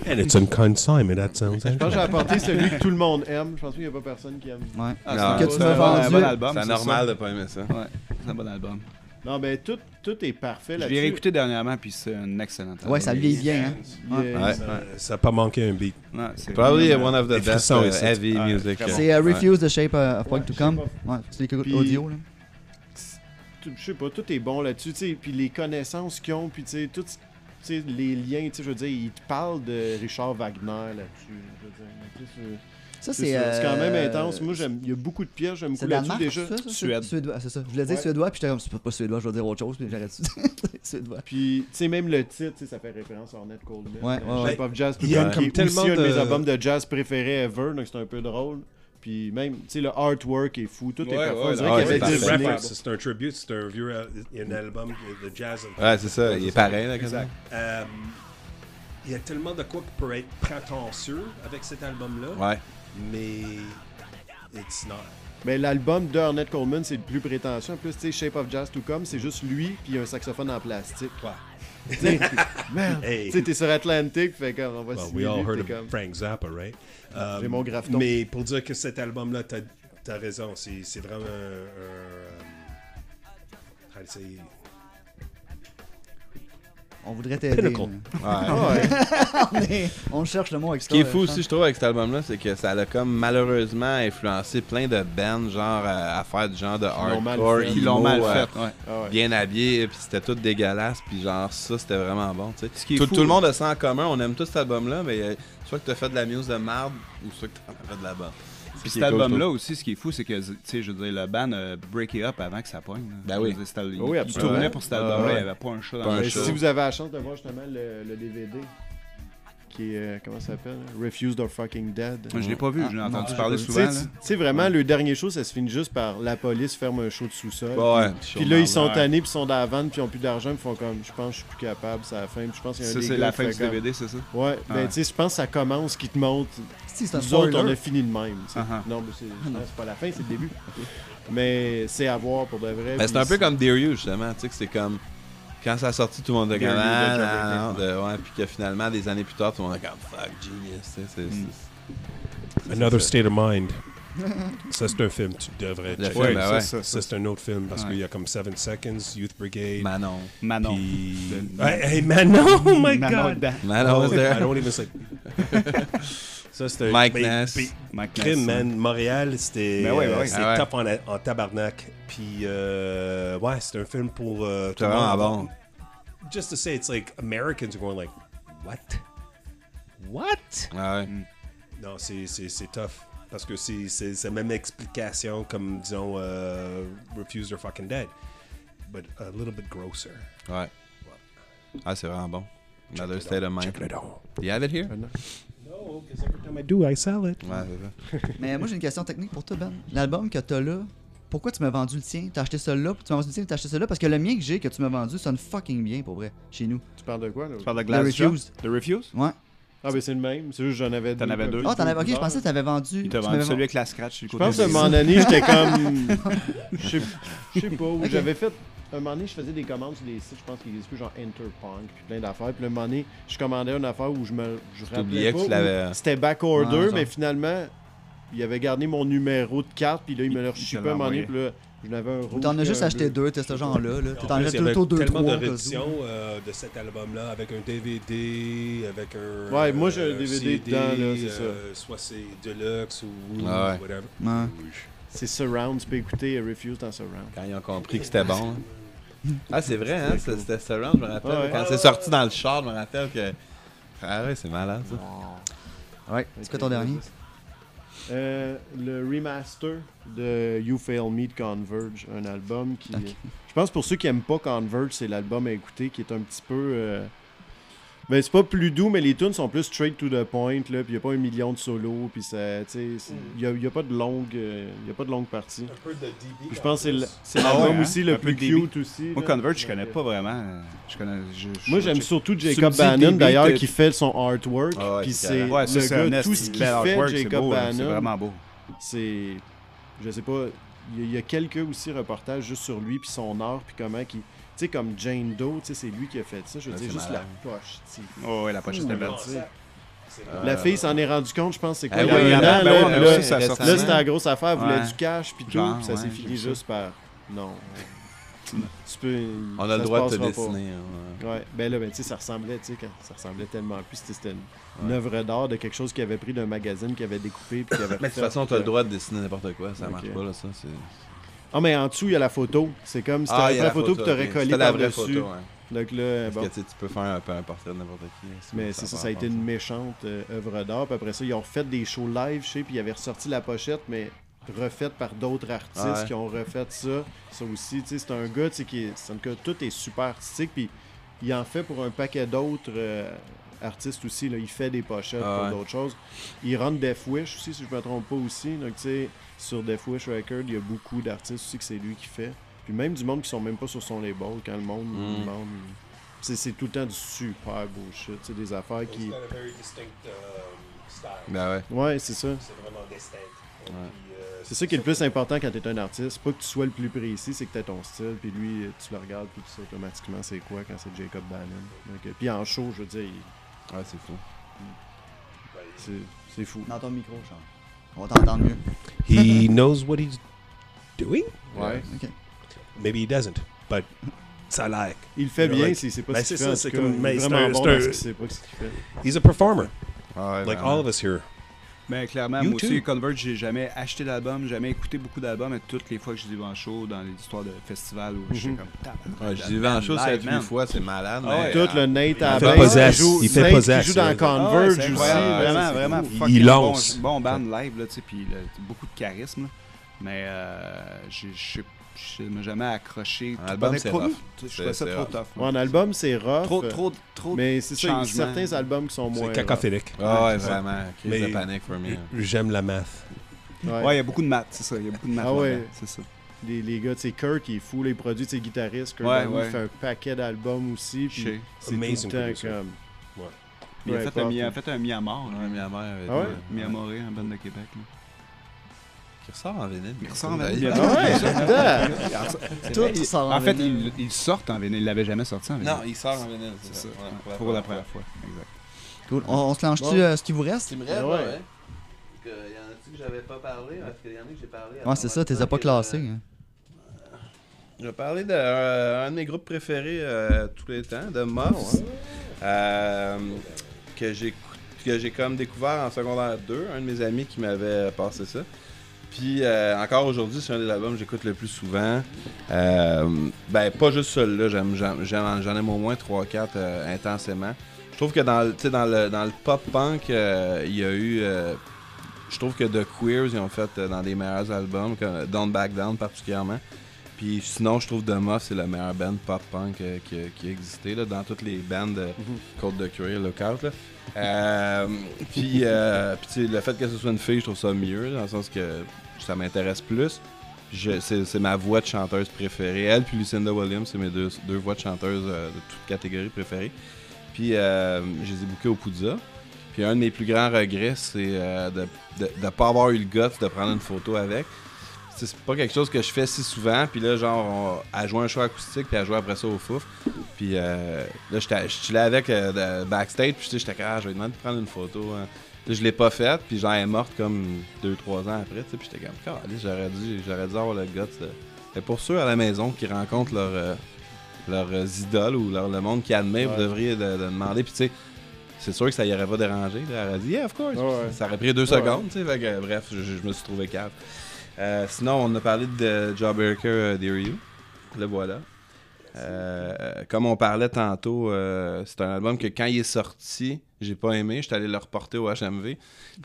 [SPEAKER 8] And it's on consignment, that sounds
[SPEAKER 3] Je pense que j'ai apporté celui que tout le monde aime. Je pense qu'il n'y a pas personne qui aime.
[SPEAKER 7] Ouais.
[SPEAKER 4] Ah,
[SPEAKER 7] que
[SPEAKER 4] c'est
[SPEAKER 7] tu
[SPEAKER 4] un
[SPEAKER 7] m'as
[SPEAKER 4] bon- un
[SPEAKER 7] vendu.
[SPEAKER 4] bon album.
[SPEAKER 6] C'est
[SPEAKER 4] ça.
[SPEAKER 6] normal de pas aimer ça.
[SPEAKER 4] Ouais, c'est un bon album.
[SPEAKER 3] Non, mais tout, tout est parfait
[SPEAKER 4] Je
[SPEAKER 3] là-dessus.
[SPEAKER 4] l'ai réécouté dernièrement, puis c'est un excellent album.
[SPEAKER 7] Ouais, ça vieillit bien, hein.
[SPEAKER 3] Il est-
[SPEAKER 6] Ouais.
[SPEAKER 8] Euh, Ça n'a pas manqué un beat.
[SPEAKER 4] Ouais, c'est
[SPEAKER 6] Probably
[SPEAKER 4] vraiment-
[SPEAKER 6] one of
[SPEAKER 8] Des
[SPEAKER 6] the best
[SPEAKER 8] frissons
[SPEAKER 6] uh,
[SPEAKER 8] ici.
[SPEAKER 6] heavy
[SPEAKER 8] Ah,
[SPEAKER 6] music.
[SPEAKER 8] vraiment.
[SPEAKER 7] C'est euh, Refuse the Shape euh, of What
[SPEAKER 3] Ouais,
[SPEAKER 7] to
[SPEAKER 3] je
[SPEAKER 7] Come.
[SPEAKER 3] sais
[SPEAKER 7] Ouais, c'est l'écoute
[SPEAKER 3] Puis-
[SPEAKER 7] audio, là.
[SPEAKER 3] tout- je sais pas, tout est bon là-dessus, tu sais, puis les connaissances qu'ils ont, puis tu sais, tout, tu sais, les liens, tu sais, je veux dire, ils te parlent de Richard Wagner là-dessus, je veux dire, mais tu sais, c'est-
[SPEAKER 7] Ça,
[SPEAKER 3] c'est
[SPEAKER 7] c'est.
[SPEAKER 3] ça, c'est quand
[SPEAKER 7] euh,
[SPEAKER 3] même intense. Moi, j'aime, il y a beaucoup de pièges, j'aime beaucoup
[SPEAKER 7] C'est
[SPEAKER 3] là-dessus
[SPEAKER 7] Danemark,
[SPEAKER 3] déjà.
[SPEAKER 7] ça, ça,
[SPEAKER 4] Suède.
[SPEAKER 7] Suédois, c'est ça. Je voulais dire
[SPEAKER 3] Ouais.
[SPEAKER 7] suédois, puis j'étais comme, c'est pas- pas suédois, je vais dire autre chose, puis j'arrête suédois.
[SPEAKER 3] Puis, tu sais, même le titre, tu sais, ça fait référence à Ornette Coleman.
[SPEAKER 7] Ouais, ouais, ouais.
[SPEAKER 3] Shape of Jazz
[SPEAKER 8] Il y a
[SPEAKER 3] Pop,
[SPEAKER 8] comme
[SPEAKER 3] qui est
[SPEAKER 8] tellement
[SPEAKER 3] aussi un de mes
[SPEAKER 8] de-
[SPEAKER 3] albums de jazz préférés ever, donc c'est un peu drôle. Puis même, tu sais, le artwork est fou, tout est
[SPEAKER 4] Ouais,
[SPEAKER 3] parfait. On
[SPEAKER 4] ouais,
[SPEAKER 6] ouais,
[SPEAKER 3] dirait qu'il y
[SPEAKER 6] c'est
[SPEAKER 3] avait des
[SPEAKER 6] parfait.
[SPEAKER 3] liens.
[SPEAKER 8] C'est un tribute, c'est un vieux al- un uh, album de, de jazz.
[SPEAKER 6] Ouais, c'est ça, il est pareil là, exact.
[SPEAKER 8] Euh, il y a tellement de quoi qui peut être prétentieux avec cet album-là,
[SPEAKER 6] Ouais.
[SPEAKER 8] mais it's not.
[SPEAKER 3] Mais l'album de Ornette Coleman, c'est le plus prétentieux. En plus, tu sais, Shape of Jazz, tout comme, c'est juste lui, puis un saxophone en plastique.
[SPEAKER 8] Bah. Hey.
[SPEAKER 3] Tu sais, t'es sur Atlantic, fait comme, on va
[SPEAKER 8] Well,
[SPEAKER 3] signer
[SPEAKER 8] we all
[SPEAKER 3] lui,
[SPEAKER 8] heard
[SPEAKER 3] t'es
[SPEAKER 8] of
[SPEAKER 3] Bah, comme...
[SPEAKER 8] Frank Zappa, right? Um,
[SPEAKER 3] J'ai mon grapheton.
[SPEAKER 8] Mais pour dire que cet album-là, t'as as raison, c'est c'est vraiment un. un, um, how to say-
[SPEAKER 7] On voudrait t'aider.
[SPEAKER 8] Pinnacle.
[SPEAKER 7] là.
[SPEAKER 6] Ouais.
[SPEAKER 7] on, est- on cherche le mot avec euh,
[SPEAKER 6] Ce qui est fou aussi, je trouve, avec cet album-là, c'est que ça l'a comme malheureusement influencé plein de bands, genre euh, à, à faire du genre de
[SPEAKER 3] l'ont mal
[SPEAKER 6] hardcore,
[SPEAKER 3] fait.
[SPEAKER 4] Ils
[SPEAKER 6] emo,
[SPEAKER 4] l'ont mal
[SPEAKER 6] euh,
[SPEAKER 4] fait, ouais.
[SPEAKER 3] Ah ouais.
[SPEAKER 6] bien habillé, puis c'était tout dégueulasse, puis genre ça, c'était vraiment bon, tu
[SPEAKER 4] Ce
[SPEAKER 6] sais.
[SPEAKER 4] qui est
[SPEAKER 6] Tout,
[SPEAKER 4] fou-
[SPEAKER 6] tout le monde a ça en commun, on aime tous cet album-là, mais euh, soit que t'as fait de la muse de marde, ou soit que t'en as fait de la bonne.
[SPEAKER 4] Puis cet album-là aussi, ce qui est fou, c'est que, tu sais, je veux dire, le band a break it up avant que ça pogne. là.
[SPEAKER 6] Ben oui.
[SPEAKER 4] Je veux dire, c'était- il-
[SPEAKER 3] Oui,
[SPEAKER 4] il
[SPEAKER 3] absolument.
[SPEAKER 4] tournait pour cet
[SPEAKER 3] Ah,
[SPEAKER 4] album-là,
[SPEAKER 3] ouais.
[SPEAKER 4] il n'y avait pas un chat dans
[SPEAKER 6] Pas un
[SPEAKER 4] le
[SPEAKER 3] Ben,
[SPEAKER 6] show.
[SPEAKER 3] si vous avez la chance de voir justement le, le DVD qui est, euh, comment ça s'appelle hein? Refused or Fucking Dead.
[SPEAKER 4] Moi, je l'ai pas vu, Ah, je l'ai entendu parler
[SPEAKER 3] Tu
[SPEAKER 4] souvent. là.
[SPEAKER 3] sais, tu tu sais, vraiment, le dernier show, ça se finit juste par la police ferme un show de sous-sol.
[SPEAKER 6] Ouais.
[SPEAKER 3] Puis là, ils sont tannés, puis ils sont dans la vente, puis ils ont plus d'argent, puis ils font comme, je pense, que je suis plus capable, c'est la fin. Puis je pense qu'il y a un
[SPEAKER 4] Ça,
[SPEAKER 3] des
[SPEAKER 4] c'est
[SPEAKER 3] gars
[SPEAKER 4] la
[SPEAKER 3] qui
[SPEAKER 4] fin
[SPEAKER 3] fait
[SPEAKER 4] du
[SPEAKER 3] comme-
[SPEAKER 4] DVD, c'est ça?
[SPEAKER 3] Ouais, ben
[SPEAKER 4] Ouais.
[SPEAKER 3] tu sais, je pense que ça commence, qui te montre.
[SPEAKER 7] Si, c'est un
[SPEAKER 3] Nous autres, on
[SPEAKER 7] spoiler.
[SPEAKER 3] a fini de même. tu sais.
[SPEAKER 4] Uh-huh.
[SPEAKER 3] Non, mais c'est non, c'est pas la fin, c'est le début. Mais c'est à voir pour de vrai.
[SPEAKER 6] Mais Ben, c'est
[SPEAKER 3] puis
[SPEAKER 6] un peu comme Dear You, justement. Tu sais, que c'est comme. Quand ça a sorti, tout le monde a comme.
[SPEAKER 3] Dear You de
[SPEAKER 6] Ah,
[SPEAKER 3] John
[SPEAKER 6] non, non, de- ouais, puis que finalement, des années plus tard, tout le monde a comme. Fuck, genius. tu sais, c'est- c'est-
[SPEAKER 8] Another State of Mind. Ça, c'est un film, tu devrais.
[SPEAKER 6] Le
[SPEAKER 8] checker.
[SPEAKER 6] film, ben ouais.
[SPEAKER 8] ça, ça, c'est un autre film parce
[SPEAKER 4] Ouais.
[SPEAKER 8] qu'il y a comme Seven Seconds, Youth Brigade.
[SPEAKER 6] Manon.
[SPEAKER 4] Manon.
[SPEAKER 8] puis- Hey, hey, Manon! Oh my
[SPEAKER 4] Manon
[SPEAKER 8] god!
[SPEAKER 4] dedans.
[SPEAKER 6] Manon,
[SPEAKER 8] I
[SPEAKER 6] c'est-
[SPEAKER 8] don't even say- Ça, c'était.
[SPEAKER 6] Mike
[SPEAKER 8] mais-
[SPEAKER 6] Ness.
[SPEAKER 8] puis-
[SPEAKER 4] Mike Ness,
[SPEAKER 8] Crime,
[SPEAKER 4] ouais.
[SPEAKER 8] man. Montréal, c'était
[SPEAKER 4] Ben ouais, ben ouais.
[SPEAKER 8] c'était
[SPEAKER 6] Ah ouais.
[SPEAKER 8] tough en, en tabarnak. Puis, euh, ouais, c'était un film pour. euh,
[SPEAKER 6] c'est
[SPEAKER 8] tout le
[SPEAKER 6] vraiment
[SPEAKER 8] monde.
[SPEAKER 6] bon.
[SPEAKER 8] Just to say, it's like Americans are going like, what? What?
[SPEAKER 6] Ah ouais.
[SPEAKER 3] Mm.
[SPEAKER 8] Non, c'est- c'est c'est tough. Parce que c'est- c'est c'est la même explication comme, disons, euh, Refuse or Fucking Dead. But a little bit grosser.
[SPEAKER 6] Ouais. Ah, c'est vraiment bon. Another State of Mind.
[SPEAKER 8] Check it out.
[SPEAKER 6] Do you have it here?
[SPEAKER 8] No, because Oh, every time I do, I sell it.
[SPEAKER 6] Ouais, c'est
[SPEAKER 7] Mais moi, j'ai une question technique pour toi, Ben. L'album que t'as là, pourquoi tu m'as vendu le tien T'as acheté celui-là, puis tu m'as vendu le tien, puis t'as acheté celui-là Parce que le mien que j'ai, que tu m'as vendu, sonne fucking bien pour vrai, chez nous.
[SPEAKER 3] Tu parles de quoi, là
[SPEAKER 4] Tu parles de
[SPEAKER 7] The
[SPEAKER 4] Glass Jaw?
[SPEAKER 7] Refuse.
[SPEAKER 4] The Refuse?
[SPEAKER 7] Ouais.
[SPEAKER 3] Ah, ben c'est le même. C'est juste, j'en avais
[SPEAKER 4] T'en
[SPEAKER 3] deux.
[SPEAKER 4] avais deux.
[SPEAKER 7] Ah, t'en avais. Ok, je pensais que t'avais vendu.
[SPEAKER 4] Il t'a
[SPEAKER 7] tu
[SPEAKER 4] vendu
[SPEAKER 7] m'avais
[SPEAKER 4] celui
[SPEAKER 7] vendu-
[SPEAKER 4] avec la scratch sur le
[SPEAKER 3] Je
[SPEAKER 4] côté.
[SPEAKER 3] pense à un
[SPEAKER 4] des-
[SPEAKER 3] moment donné, j'étais comme. Je sais- je sais pas où.
[SPEAKER 7] Ok.
[SPEAKER 3] J'avais fait. Un moment donné, je faisais des commandes sur des sites, je pense qu'ils disent plus genre Enterpunk, puis plein d'affaires. Puis le moment donné, je commandais une affaire où je me. Je
[SPEAKER 6] t'oubliais
[SPEAKER 3] rappelais
[SPEAKER 6] que
[SPEAKER 3] pas
[SPEAKER 6] tu
[SPEAKER 3] où
[SPEAKER 6] l'avais-
[SPEAKER 3] C'était
[SPEAKER 7] Ouais,
[SPEAKER 3] backorder,
[SPEAKER 7] genre.
[SPEAKER 3] mais finalement, il avait gardé mon numéro de carte, puis là, il me le
[SPEAKER 4] te
[SPEAKER 3] rechippait
[SPEAKER 4] l'a
[SPEAKER 3] un moment donné,
[SPEAKER 4] envoyé.
[SPEAKER 3] puis là, je n'avais un rouge.
[SPEAKER 7] T'en as
[SPEAKER 3] puis
[SPEAKER 7] juste
[SPEAKER 3] un
[SPEAKER 7] acheté
[SPEAKER 3] bleu.
[SPEAKER 7] deux, t'es ce genre-là. là.
[SPEAKER 8] En
[SPEAKER 7] T'en
[SPEAKER 8] plus,
[SPEAKER 7] as
[SPEAKER 8] il y
[SPEAKER 7] deux,
[SPEAKER 8] avait
[SPEAKER 7] taux, deux, trois.
[SPEAKER 8] tellement de
[SPEAKER 7] au cas où.
[SPEAKER 8] rééditions euh, de cet album-là avec un DVD, avec un.
[SPEAKER 3] Ouais, moi, j'ai un
[SPEAKER 8] euh,
[SPEAKER 3] DVD
[SPEAKER 8] CD,
[SPEAKER 3] dedans, là, c'est ça.
[SPEAKER 8] euh, Soit c'est Deluxe ou
[SPEAKER 6] Ah ouais.
[SPEAKER 8] whatever.
[SPEAKER 7] Ouais.
[SPEAKER 3] C'est Surround, tu peux écouter euh, Refuse dans Surround.
[SPEAKER 6] Quand ils ont compris que c'était bon. là. Ah, c'est vrai, hein? c'est- C'était Surround, je me rappelle.
[SPEAKER 3] Ouais.
[SPEAKER 6] Quand c'est sorti dans le char, je me rappelle que. Ah ouais, c'est malade, ça.
[SPEAKER 7] Ouais. C'est quoi ton dernier
[SPEAKER 3] Euh, le remaster de You Fail Me de Converge, un album qui. euh, Je pense pour ceux qui aiment pas Converge, c'est l'album à écouter qui est un petit peu. euh, Ben, c'est pas plus doux, mais les tunes sont plus straight to the point, là, puis y a pas un million de solos, puis ça, tu sais, c'est- y a, y a pas de longue, euh, y a pas de longue partie.
[SPEAKER 8] Mm. Un peu de DB.
[SPEAKER 3] Puis je pense que c'est le- c'est
[SPEAKER 4] Ah ouais,
[SPEAKER 3] l'album
[SPEAKER 4] hein?
[SPEAKER 3] aussi le
[SPEAKER 4] Un peu
[SPEAKER 3] plus
[SPEAKER 4] de débit.
[SPEAKER 3] cute aussi.
[SPEAKER 4] Moi,
[SPEAKER 3] là.
[SPEAKER 4] Convert, je connais
[SPEAKER 3] Donc,
[SPEAKER 4] pas vraiment. euh, Je connais. je- je-
[SPEAKER 3] moi,
[SPEAKER 4] je-
[SPEAKER 3] j'aime
[SPEAKER 4] je-
[SPEAKER 3] surtout
[SPEAKER 4] me
[SPEAKER 3] Jacob
[SPEAKER 4] dis
[SPEAKER 3] Bannon,
[SPEAKER 4] débile,
[SPEAKER 3] d'ailleurs,
[SPEAKER 4] t'es-
[SPEAKER 3] qui fait son artwork.
[SPEAKER 6] Ah ouais,
[SPEAKER 3] puis
[SPEAKER 6] c'est
[SPEAKER 3] c'est
[SPEAKER 6] carré.
[SPEAKER 4] Ouais, ça,
[SPEAKER 3] le
[SPEAKER 4] c'est un
[SPEAKER 3] gars,
[SPEAKER 4] esti
[SPEAKER 3] tout ce
[SPEAKER 4] de
[SPEAKER 3] qu'il
[SPEAKER 4] bel artwork,
[SPEAKER 3] fait,
[SPEAKER 4] c'est
[SPEAKER 3] Jacob
[SPEAKER 4] beau, là, C'est
[SPEAKER 3] Bannon,
[SPEAKER 4] vraiment beau.
[SPEAKER 3] c'est je sais pas il y a- il y, a quelques aussi reportages juste sur lui puis son art puis comment qui tu sais comme Jane Doe tu sais c'est lui qui a fait ça je veux
[SPEAKER 6] Ah,
[SPEAKER 3] dire
[SPEAKER 6] c'est
[SPEAKER 3] juste
[SPEAKER 6] malade.
[SPEAKER 3] la poche tu sais.
[SPEAKER 4] Oh, ouais, la pochette était belle.
[SPEAKER 3] la fille s'en est rendue compte je pense c'est quoi
[SPEAKER 6] Ah
[SPEAKER 3] il y a
[SPEAKER 6] oui,
[SPEAKER 3] un
[SPEAKER 6] là,
[SPEAKER 3] an,
[SPEAKER 6] ben
[SPEAKER 3] là,
[SPEAKER 6] ouais,
[SPEAKER 3] puis
[SPEAKER 6] ouais,
[SPEAKER 3] là,
[SPEAKER 6] ouais,
[SPEAKER 3] là,
[SPEAKER 6] récemment.
[SPEAKER 3] c'était la grosse affaire elle voulait
[SPEAKER 4] Ouais.
[SPEAKER 3] du cash puis tout
[SPEAKER 4] Genre,
[SPEAKER 3] puis ça s'est
[SPEAKER 4] ouais,
[SPEAKER 3] fini
[SPEAKER 4] j'ai
[SPEAKER 3] juste par non tu peux
[SPEAKER 6] On
[SPEAKER 3] ça
[SPEAKER 6] a
[SPEAKER 3] se
[SPEAKER 6] le droit de te
[SPEAKER 3] passera pas.
[SPEAKER 6] dessiner. hein, ouais.
[SPEAKER 3] Ouais, ben là, ben, tu sais, ça ressemblait, tu sais, quand- ça ressemblait tellement plus. C'était c'était une, une œuvre d'art de quelque chose qu'il avait pris d'un magazine, qu'il avait découpé, puis qu'il avait
[SPEAKER 6] Mais de toute
[SPEAKER 3] refait.
[SPEAKER 6] façon, t'as le droit de dessiner n'importe quoi, ça
[SPEAKER 3] Ok.
[SPEAKER 6] marche pas, là, ça. c'est-
[SPEAKER 3] Ah, mais en dessous, il y a la photo. C'est comme si
[SPEAKER 6] Ah,
[SPEAKER 3] t'avais
[SPEAKER 6] il y
[SPEAKER 3] fait
[SPEAKER 6] a
[SPEAKER 3] la photo, puis t'aurais
[SPEAKER 6] ok.
[SPEAKER 3] collé
[SPEAKER 6] C'était la vraie
[SPEAKER 3] par-dessus.
[SPEAKER 6] photo, hein.
[SPEAKER 3] Donc là,
[SPEAKER 6] Parce
[SPEAKER 3] bon.
[SPEAKER 6] que tu sais, tu peux faire un, peu un portrait de n'importe qui. hein,
[SPEAKER 3] Mais c'est ça, ça a été
[SPEAKER 6] rapport à
[SPEAKER 3] une méchante euh, œuvre d'art. Puis après ça, ils ont refait des shows live, je sais, puis ils avaient ressorti la pochette, mais refaite par d'autres artistes
[SPEAKER 6] Ah ouais.
[SPEAKER 3] qui ont refait ça. Ça aussi, tu sais, c'est un gars, tu sais, qui est, c'est un gars- tout est super artistique, puis il en fait pour un paquet d'autres euh, artistes aussi. Là. Il fait des pochettes
[SPEAKER 6] Ah
[SPEAKER 3] pour
[SPEAKER 6] ouais.
[SPEAKER 3] d'autres choses. Il rentre Death Wish aussi, si je me trompe pas aussi. Donc, tu sais, sur Death Wish Record, il y a beaucoup d'artistes aussi que c'est lui qui fait. Puis même du monde qui sont même pas sur son label, quand le monde
[SPEAKER 6] Mm.
[SPEAKER 3] demande. C'est, c'est tout le temps du super bullshit. C'est des affaires qui.
[SPEAKER 6] ça. Ben ouais.
[SPEAKER 3] Ouais, c'est ça.
[SPEAKER 8] um, C'est vraiment distinct. euh,
[SPEAKER 3] C'est ça qui est le plus important quand t'es un artiste. Pas que tu sois le plus précis, c'est que t'as ton style. Puis lui, tu le regardes, puis tu sais automatiquement c'est quoi quand c'est Jacob Bannon. Donc, euh, puis en show, je veux dire, il-
[SPEAKER 6] Ouais, c'est fou.
[SPEAKER 3] c'est, c'est fou.
[SPEAKER 7] Dans ton micro, Charles. On va t'entendre mieux.
[SPEAKER 8] He knows what he's doing?
[SPEAKER 3] Ouais.
[SPEAKER 8] Maybe he doesn't, but ça like.
[SPEAKER 3] Il le fait
[SPEAKER 8] Mais
[SPEAKER 3] bien,
[SPEAKER 8] like-
[SPEAKER 3] c'est, c'est pas
[SPEAKER 8] Ben,
[SPEAKER 3] ce qu'il
[SPEAKER 8] c'est
[SPEAKER 3] fait.
[SPEAKER 8] ça,
[SPEAKER 3] en
[SPEAKER 8] c'est
[SPEAKER 3] tout cas.
[SPEAKER 8] comme-
[SPEAKER 3] Il est
[SPEAKER 8] mais c'est
[SPEAKER 3] vraiment
[SPEAKER 8] un-
[SPEAKER 3] bon
[SPEAKER 8] c'est
[SPEAKER 3] dans
[SPEAKER 8] un-
[SPEAKER 3] ce qu'il sait pas ce qu'il fait.
[SPEAKER 8] He's a performer,
[SPEAKER 6] Ah ouais,
[SPEAKER 8] like
[SPEAKER 6] vraiment.
[SPEAKER 8] all of us here.
[SPEAKER 4] Mais clairement,
[SPEAKER 8] You
[SPEAKER 4] moi aussi,
[SPEAKER 8] too.
[SPEAKER 4] Converge, j'ai jamais acheté d'album, jamais écouté beaucoup d'albums, et toutes les fois que je dis en show, dans les histoires de festivals où je suis comme tabarnak,
[SPEAKER 6] Ouais, je
[SPEAKER 4] la-
[SPEAKER 6] dis en show,
[SPEAKER 4] live,
[SPEAKER 6] 7 8
[SPEAKER 4] man.
[SPEAKER 6] fois, c'est malade.
[SPEAKER 4] Ah
[SPEAKER 6] mais-
[SPEAKER 4] ouais.
[SPEAKER 3] Tout le Nate à
[SPEAKER 8] Il fait
[SPEAKER 3] la
[SPEAKER 8] pas
[SPEAKER 3] base,
[SPEAKER 8] zeste,
[SPEAKER 3] joue-
[SPEAKER 8] il fait
[SPEAKER 3] Nate
[SPEAKER 8] pas
[SPEAKER 3] qui
[SPEAKER 8] zeste,
[SPEAKER 3] joue dans
[SPEAKER 8] là.
[SPEAKER 4] Ah ouais,
[SPEAKER 3] Converge
[SPEAKER 4] c'est
[SPEAKER 3] aussi.
[SPEAKER 4] incroyable,
[SPEAKER 3] là,
[SPEAKER 4] Vraiment,
[SPEAKER 3] c'est
[SPEAKER 4] vraiment.
[SPEAKER 3] fou.
[SPEAKER 8] Il
[SPEAKER 4] fucking
[SPEAKER 8] lance.
[SPEAKER 4] Bon, bon band live, là, tu sais, puis le- beaucoup de charisme. là. Mais euh, j'ai- je sais- je ne m'ai jamais accroché.
[SPEAKER 6] Un album,
[SPEAKER 4] Ben,
[SPEAKER 6] c'est
[SPEAKER 4] trop-
[SPEAKER 6] rough.
[SPEAKER 4] Je
[SPEAKER 6] C'est-
[SPEAKER 4] trouvais ça
[SPEAKER 6] c'est
[SPEAKER 4] trop
[SPEAKER 6] rough.
[SPEAKER 4] tough.
[SPEAKER 3] Ouais, En album, c'est rough.
[SPEAKER 4] Trop, trop, trop.
[SPEAKER 3] Mais c'est ça, il y a
[SPEAKER 4] changement.
[SPEAKER 3] certains albums qui sont moins.
[SPEAKER 8] C'est
[SPEAKER 3] rough.
[SPEAKER 8] cacophonique.
[SPEAKER 6] Ah ouais, vraiment. Crise
[SPEAKER 8] Mais-
[SPEAKER 6] de panique for me. hein.
[SPEAKER 8] J'aime la math.
[SPEAKER 3] Ouais.
[SPEAKER 4] Ouais, il y a beaucoup de maths, c'est ça. Il y a beaucoup de maths.
[SPEAKER 3] Ah
[SPEAKER 4] là-dedans,
[SPEAKER 3] ouais.
[SPEAKER 4] C'est ça.
[SPEAKER 3] Les, les gars, tu sais, Kurt, il est fou, les produits, tu sais, guitariste. Kurt
[SPEAKER 4] Ouais,
[SPEAKER 3] Cobain,
[SPEAKER 4] ouais.
[SPEAKER 3] il fait un paquet d'albums aussi.
[SPEAKER 4] Je
[SPEAKER 3] puis
[SPEAKER 4] sais.
[SPEAKER 3] C'est tout
[SPEAKER 8] Amazing
[SPEAKER 3] le temps
[SPEAKER 8] producer.
[SPEAKER 3] comme.
[SPEAKER 8] Ouais.
[SPEAKER 4] Il
[SPEAKER 3] Peu
[SPEAKER 4] a fait un
[SPEAKER 3] importe,
[SPEAKER 4] mi-
[SPEAKER 3] là.
[SPEAKER 4] a fait un mi à mort.
[SPEAKER 6] Ouais, ma mère avait
[SPEAKER 3] Ah ouais?
[SPEAKER 6] dit, euh,
[SPEAKER 4] Mi à mort, un band de Québec. là.
[SPEAKER 6] Qui ressort en vinyle.
[SPEAKER 4] Il ressort en vinyle.
[SPEAKER 6] D'ailleurs.
[SPEAKER 3] Ah ouais, putain!
[SPEAKER 4] Tout-
[SPEAKER 7] vrai qu'il sort en
[SPEAKER 4] en fait,
[SPEAKER 7] vinyle.
[SPEAKER 4] ils il sortent en vinyle. Ils l'avaient jamais sorti en vinyle.
[SPEAKER 6] Non, il sort en vinyle.
[SPEAKER 4] c'est ça.
[SPEAKER 6] Ouais,
[SPEAKER 4] ouais, Pour la première fois. Exact.
[SPEAKER 7] Cool. On, on se lance-tu
[SPEAKER 3] Bon.
[SPEAKER 7] euh, ce qui vous reste
[SPEAKER 6] C'est vrai,
[SPEAKER 3] Ah ouais.
[SPEAKER 6] ouais. Il y en a-tu que j'avais pas parlé Parce qu'il y en a que j'ai parlé.
[SPEAKER 7] Ouais, c'est ça, t'es
[SPEAKER 6] euh,
[SPEAKER 7] pas classé. hein.
[SPEAKER 6] Je vais parler d'un de mes groupes préférés euh, tous les temps, de Muffs, euh, que j'ai que j'ai comme découvert en secondaire 2, un de mes amis qui m'avait passé ça. Puis euh, encore aujourd'hui, c'est un des albums que j'écoute le plus souvent. Euh, ben, pas juste celui-là, j'aime- j'aime- j'aime- j'en aime au moins 3-4 euh, intensément. Je trouve que dans, le- tu sais, dans le, dans le pop-punk, euh, il y a eu... euh, je trouve que The Queers, ils ont fait euh, dans des meilleurs albums, comme Don't Back Down particulièrement. Puis sinon, je trouve The Muff, c'est le meilleur band pop-punk euh, qui, qui a existé là, dans toutes les bandes euh, Côte de Cuir, Lookout. Là. Euh, puis euh, puis, tu sais, le fait que ce soit une fille, je trouve ça mieux, dans le sens que ça m'intéresse plus. Je- C'est c'est ma voix de chanteuse préférée. Elle puis Lucinda Williams, c'est mes deux, deux voix de chanteuse euh, de toutes catégories préférées. Puis euh, je les ai bookées au Poudza. Puis un de mes plus grands regrets, c'est euh, de ne pas avoir eu le guts de prendre une photo avec. C'est c'est pas quelque chose que je fais si souvent. Puis là, genre, on- elle jouait un show acoustique, puis elle jouait après ça au fouf. Puis euh, là, j'étais- je suis là avec euh, de- backstage, puis tu sais, j'étais comme, ah, je vais lui demander de prendre une photo. hein. Là, je l'ai pas faite, puis genre, elle est morte comme 2-3 ans après, tu sais, puis j'étais comme, Caliste, j'aurais dû, j'aurais dû avoir le guts. de- Mais pour ceux à la maison qui rencontrent leurs euh, leurs euh, idoles ou leur, le monde qui admet, vous
[SPEAKER 3] Ouais.
[SPEAKER 6] devriez de, de demander, puis tu sais, c'est sûr que ça y aurait pas dérangé. là. Elle aurait dit, yeah, of course.
[SPEAKER 3] Ouais, ouais.
[SPEAKER 6] Ça aurait pris deux
[SPEAKER 3] Ouais.
[SPEAKER 6] secondes, tu sais. fait que, euh, bref, je, je me suis trouvé cave. Euh, sinon, on a parlé de Jawbreaker euh, Dear You. Le voilà. Euh, euh, comme on parlait tantôt, euh, c'est un album que quand il est sorti, j'ai pas aimé. J'étais allé le reporter au HMV